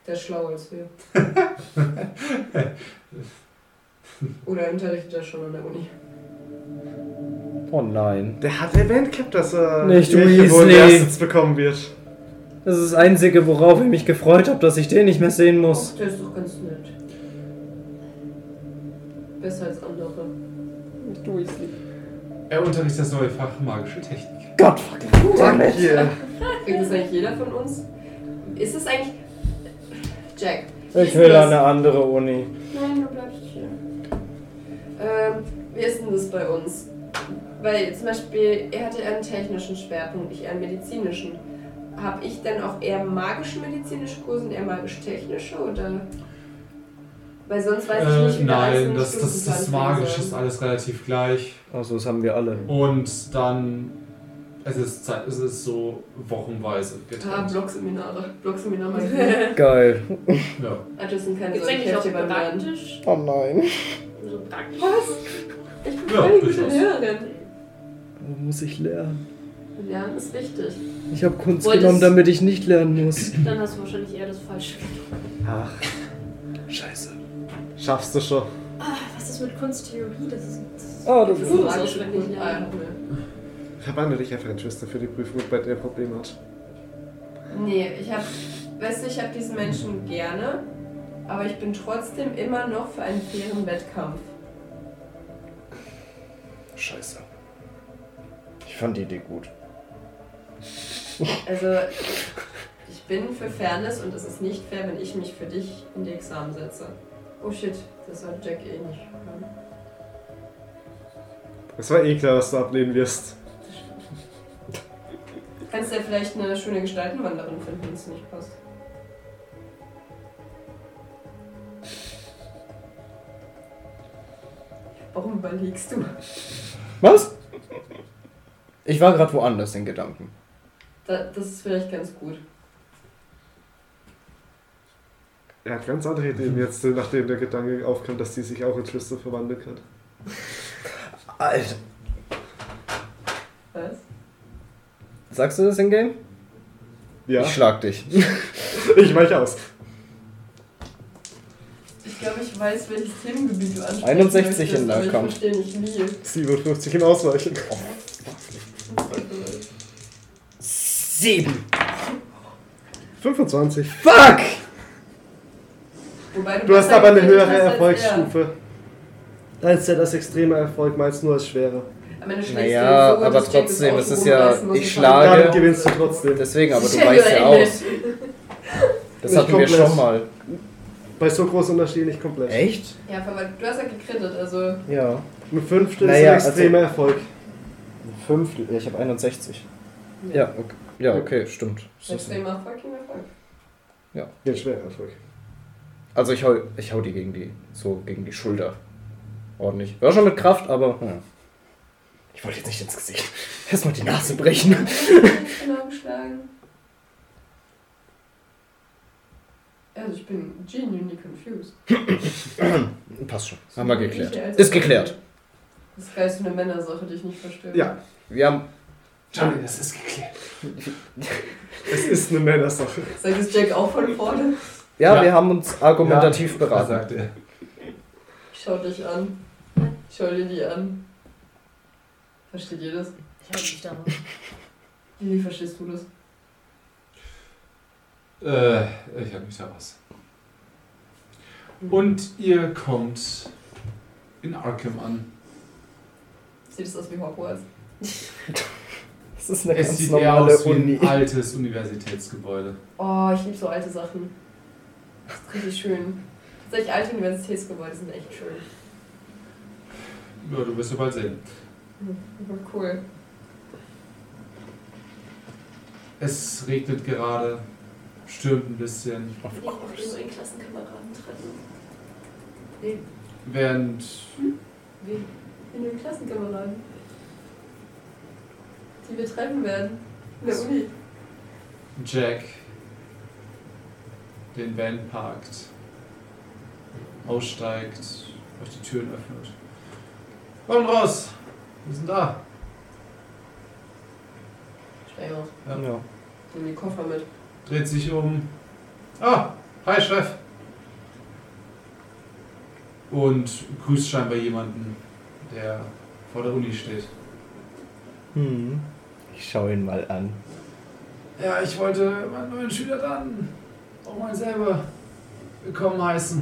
Speaker 2: Der ist schlauer als wir. Oder unterrichtet er schon an der Uni?
Speaker 5: Oh nein.
Speaker 6: Der hat erwähnt gehabt, dass er
Speaker 5: Nicht
Speaker 6: Kirche wohl
Speaker 5: Weasley.
Speaker 6: erstens bekommen wird.
Speaker 5: Das ist das Einzige, worauf ich mich gefreut habe, dass ich den nicht mehr sehen muss.
Speaker 2: Ach, der ist doch ganz nett. Besser als andere.
Speaker 3: Er unterrichtet das neue Fach magische Technik.
Speaker 5: Gott, fucking
Speaker 6: Danke.
Speaker 2: Kriegt das eigentlich jeder von uns? Ist es eigentlich. Jack.
Speaker 5: Ich will an eine andere Uni.
Speaker 2: Nein, du bleibst hier. Ähm, wie ist denn das bei uns? Weil zum Beispiel, er hatte eher einen technischen Schwerpunkt, ich eher einen medizinischen. Habe ich denn auch eher magische medizinische Kurse und eher magisch-technische? Oder? Weil sonst weiß ich nicht,
Speaker 3: Äh,
Speaker 2: wie der
Speaker 3: nein,
Speaker 2: einzelne
Speaker 3: das, das, das
Speaker 2: Stundenplan für
Speaker 3: Magische
Speaker 2: diese-
Speaker 3: ist alles relativ gleich.
Speaker 5: Also, das haben wir alle.
Speaker 3: Und dann, es ist, Zeit, es ist so wochenweise
Speaker 2: Ah,
Speaker 3: getrennt.
Speaker 2: Blogseminare. Blogseminar mal.
Speaker 5: Geil.
Speaker 3: Ja.
Speaker 2: Adjustment kann
Speaker 4: Gibt's
Speaker 2: solche
Speaker 4: eigentlich auch
Speaker 2: Hefte beim Lernen.
Speaker 4: praktisch?
Speaker 5: Oh nein.
Speaker 4: So praktisch.
Speaker 2: Was? Ich bin
Speaker 3: Ja,
Speaker 2: voll die gute
Speaker 3: durchaus.
Speaker 2: Lehrerin.
Speaker 5: Wo muss ich lernen?
Speaker 2: Lernen ist wichtig.
Speaker 5: Ich habe Kunst
Speaker 4: Wolltest-
Speaker 5: genommen, damit ich nicht lernen muss.
Speaker 4: Dann hast du wahrscheinlich eher das Falsche.
Speaker 6: Ach,
Speaker 5: Scheiße.
Speaker 6: schaffst du schon.
Speaker 4: Was ist mit Kunsttheorie? Das ist. Das ist
Speaker 5: Oh, das
Speaker 4: das
Speaker 5: ist-
Speaker 4: ist auswendig lernen.
Speaker 6: Verwandle dich einfach in Schwester für die Prüfung, bei der er Probleme hat.
Speaker 2: Nee, ich hab. Weißt du, ich hab diesen Menschen gerne, aber ich bin trotzdem immer noch für einen fairen Wettkampf.
Speaker 5: Scheiße. Ich fand die Idee gut.
Speaker 2: Also, ich bin für Fairness und es ist nicht fair, wenn ich mich für dich in die Examen setze. Oh shit, das war Jack eh nicht. hören.
Speaker 6: Es war eh klar, was du ablehnen wirst.
Speaker 2: Kannst du ja vielleicht eine schöne Gestaltenwanderin finden, wenn es nicht passt. Warum überlegst du?
Speaker 5: Was? Ich war gerade woanders in Gedanken.
Speaker 2: Da, das ist vielleicht ganz gut.
Speaker 6: Er hat ganz andere Ideen jetzt, nachdem der Gedanke aufkam, dass die sich auch in Schlüssel verwandeln kann.
Speaker 5: Alter.
Speaker 2: Was?
Speaker 5: Sagst du das in Game?
Speaker 6: Ja,
Speaker 5: Ich schlag dich.
Speaker 6: ich weiche aus.
Speaker 2: Ich glaube, ich weiß, welches Themengebiet du ansprichst.
Speaker 5: 61 in
Speaker 2: der
Speaker 5: Nahkampf.
Speaker 2: Ich verstehe nicht wie.
Speaker 6: 57 im Ausweichen.
Speaker 5: Sieben.
Speaker 6: 25.
Speaker 5: Fuck!
Speaker 2: Wobei halt
Speaker 6: Du hast
Speaker 2: besser
Speaker 6: aber eine
Speaker 2: gewählt
Speaker 6: höhere
Speaker 2: hast als
Speaker 6: Erfolgsstufe. Als der das extreme Erfolg meinst nur als schwere.
Speaker 2: er. Am Ende schlägst du
Speaker 5: Naja,
Speaker 2: so, dass
Speaker 5: aber
Speaker 2: du steckst,
Speaker 5: trotzdem,
Speaker 2: auch
Speaker 5: es ist
Speaker 2: oben
Speaker 5: ja.
Speaker 2: reißen musst,
Speaker 5: Ich
Speaker 2: das war
Speaker 6: Damit
Speaker 5: schlage.
Speaker 6: gewinnst du trotzdem.
Speaker 5: Deswegen, aber du
Speaker 2: Schön
Speaker 5: weichst ja
Speaker 2: gewendet.
Speaker 5: aus. Das hatten wir schon mal.
Speaker 6: Bei so großen Unterschied nicht komplett.
Speaker 5: Echt?
Speaker 2: Ja, aber du hast ja gekrittet, also
Speaker 5: Ja.
Speaker 6: Mit fünftel
Speaker 5: Naja,
Speaker 6: ist ein extremer Erfolg.
Speaker 5: Ein Fünftel. Ja, ich habe 61. Ja, okay. Ja, okay, stimmt. Ist das-
Speaker 2: extremer fucking Erfolg.
Speaker 6: Ja, ein schwerer Erfolg.
Speaker 5: Also ich hau, ich hau dir gegen die, so gegen die Schulter. Ordentlich. War schon mit Kraft, aber. Hm. Ich wollte jetzt nicht ins Gesicht. Erstmal die Nase brechen.
Speaker 2: genau geschlagen. Also ich bin genuinely confused.
Speaker 5: Passt schon. Haben wir
Speaker 2: Ich
Speaker 5: geklärt.
Speaker 2: als-
Speaker 5: Ist geklärt.
Speaker 2: Das ist geil, so eine Männersache, die ich nicht verstehe.
Speaker 6: Ja.
Speaker 5: Wir haben.
Speaker 3: Charlie, das ist geklärt.
Speaker 6: Es ist eine Männersache.
Speaker 2: Sagt es Jack auch von vorne?
Speaker 5: Ja,
Speaker 3: Ja.
Speaker 5: also, wir haben uns argumentativ
Speaker 3: Das
Speaker 5: beraten.
Speaker 3: sagt er.
Speaker 2: Ich schau dich an. Ich schau dir die an. Versteht ihr das?
Speaker 4: Ich habe nicht darauf.
Speaker 2: Wie verstehst du das?
Speaker 3: Äh, ich habe mich da was. Und ihr kommt in Arkham an.
Speaker 2: Sieht es aus wie Hogwarts?
Speaker 5: Das ist eine
Speaker 3: Es
Speaker 5: ganz
Speaker 3: sieht eher
Speaker 5: normale
Speaker 3: aus wie
Speaker 5: Uni.
Speaker 3: ein altes Universitätsgebäude.
Speaker 2: Oh, ich liebe so alte Sachen. Das ist richtig schön. Solche alte Universitätsgebäude sind echt schön.
Speaker 3: Ja, du wirst ja bald sehen.
Speaker 2: Voll Mhm, Cool.
Speaker 3: Es regnet gerade, stürmt ein bisschen.
Speaker 4: Ich habe so einen Klassenkameraden treffen.
Speaker 3: Während
Speaker 2: Wie? In den Klassenkameraden. Die wir treffen werden. In der Uni.
Speaker 3: Jack den Van parkt, aussteigt, euch die Türen öffnet. Kommt raus! Wir sind da!
Speaker 2: Steig auf.
Speaker 3: Ja.
Speaker 5: Ja.
Speaker 2: Nimm den Koffer mit.
Speaker 3: Dreht sich um. Ah, hi Chef! Und grüßt scheinbar jemanden, der vor der Uni steht.
Speaker 5: Hm. Ich schau ihn mal an.
Speaker 3: Ja, ich wollte meinen neuen Schüler dann auch mal selber willkommen heißen.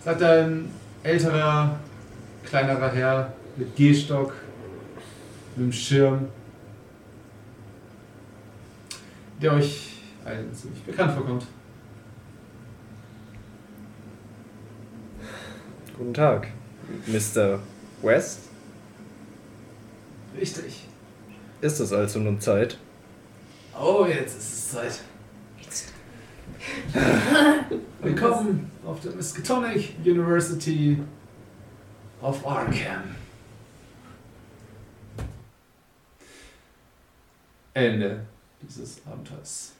Speaker 3: Es hat ein älterer, kleinerer Herr mit Gehstock, mit einem Schirm, der euch allen ziemlich bekannt vorkommt.
Speaker 5: Guten Tag, Mr. West.
Speaker 3: Richtig.
Speaker 5: Ist es also nun Zeit?
Speaker 3: Oh, jetzt ist es Zeit. Willkommen auf der Miskatonic University of Arkham. Ende dieses Abenteuers.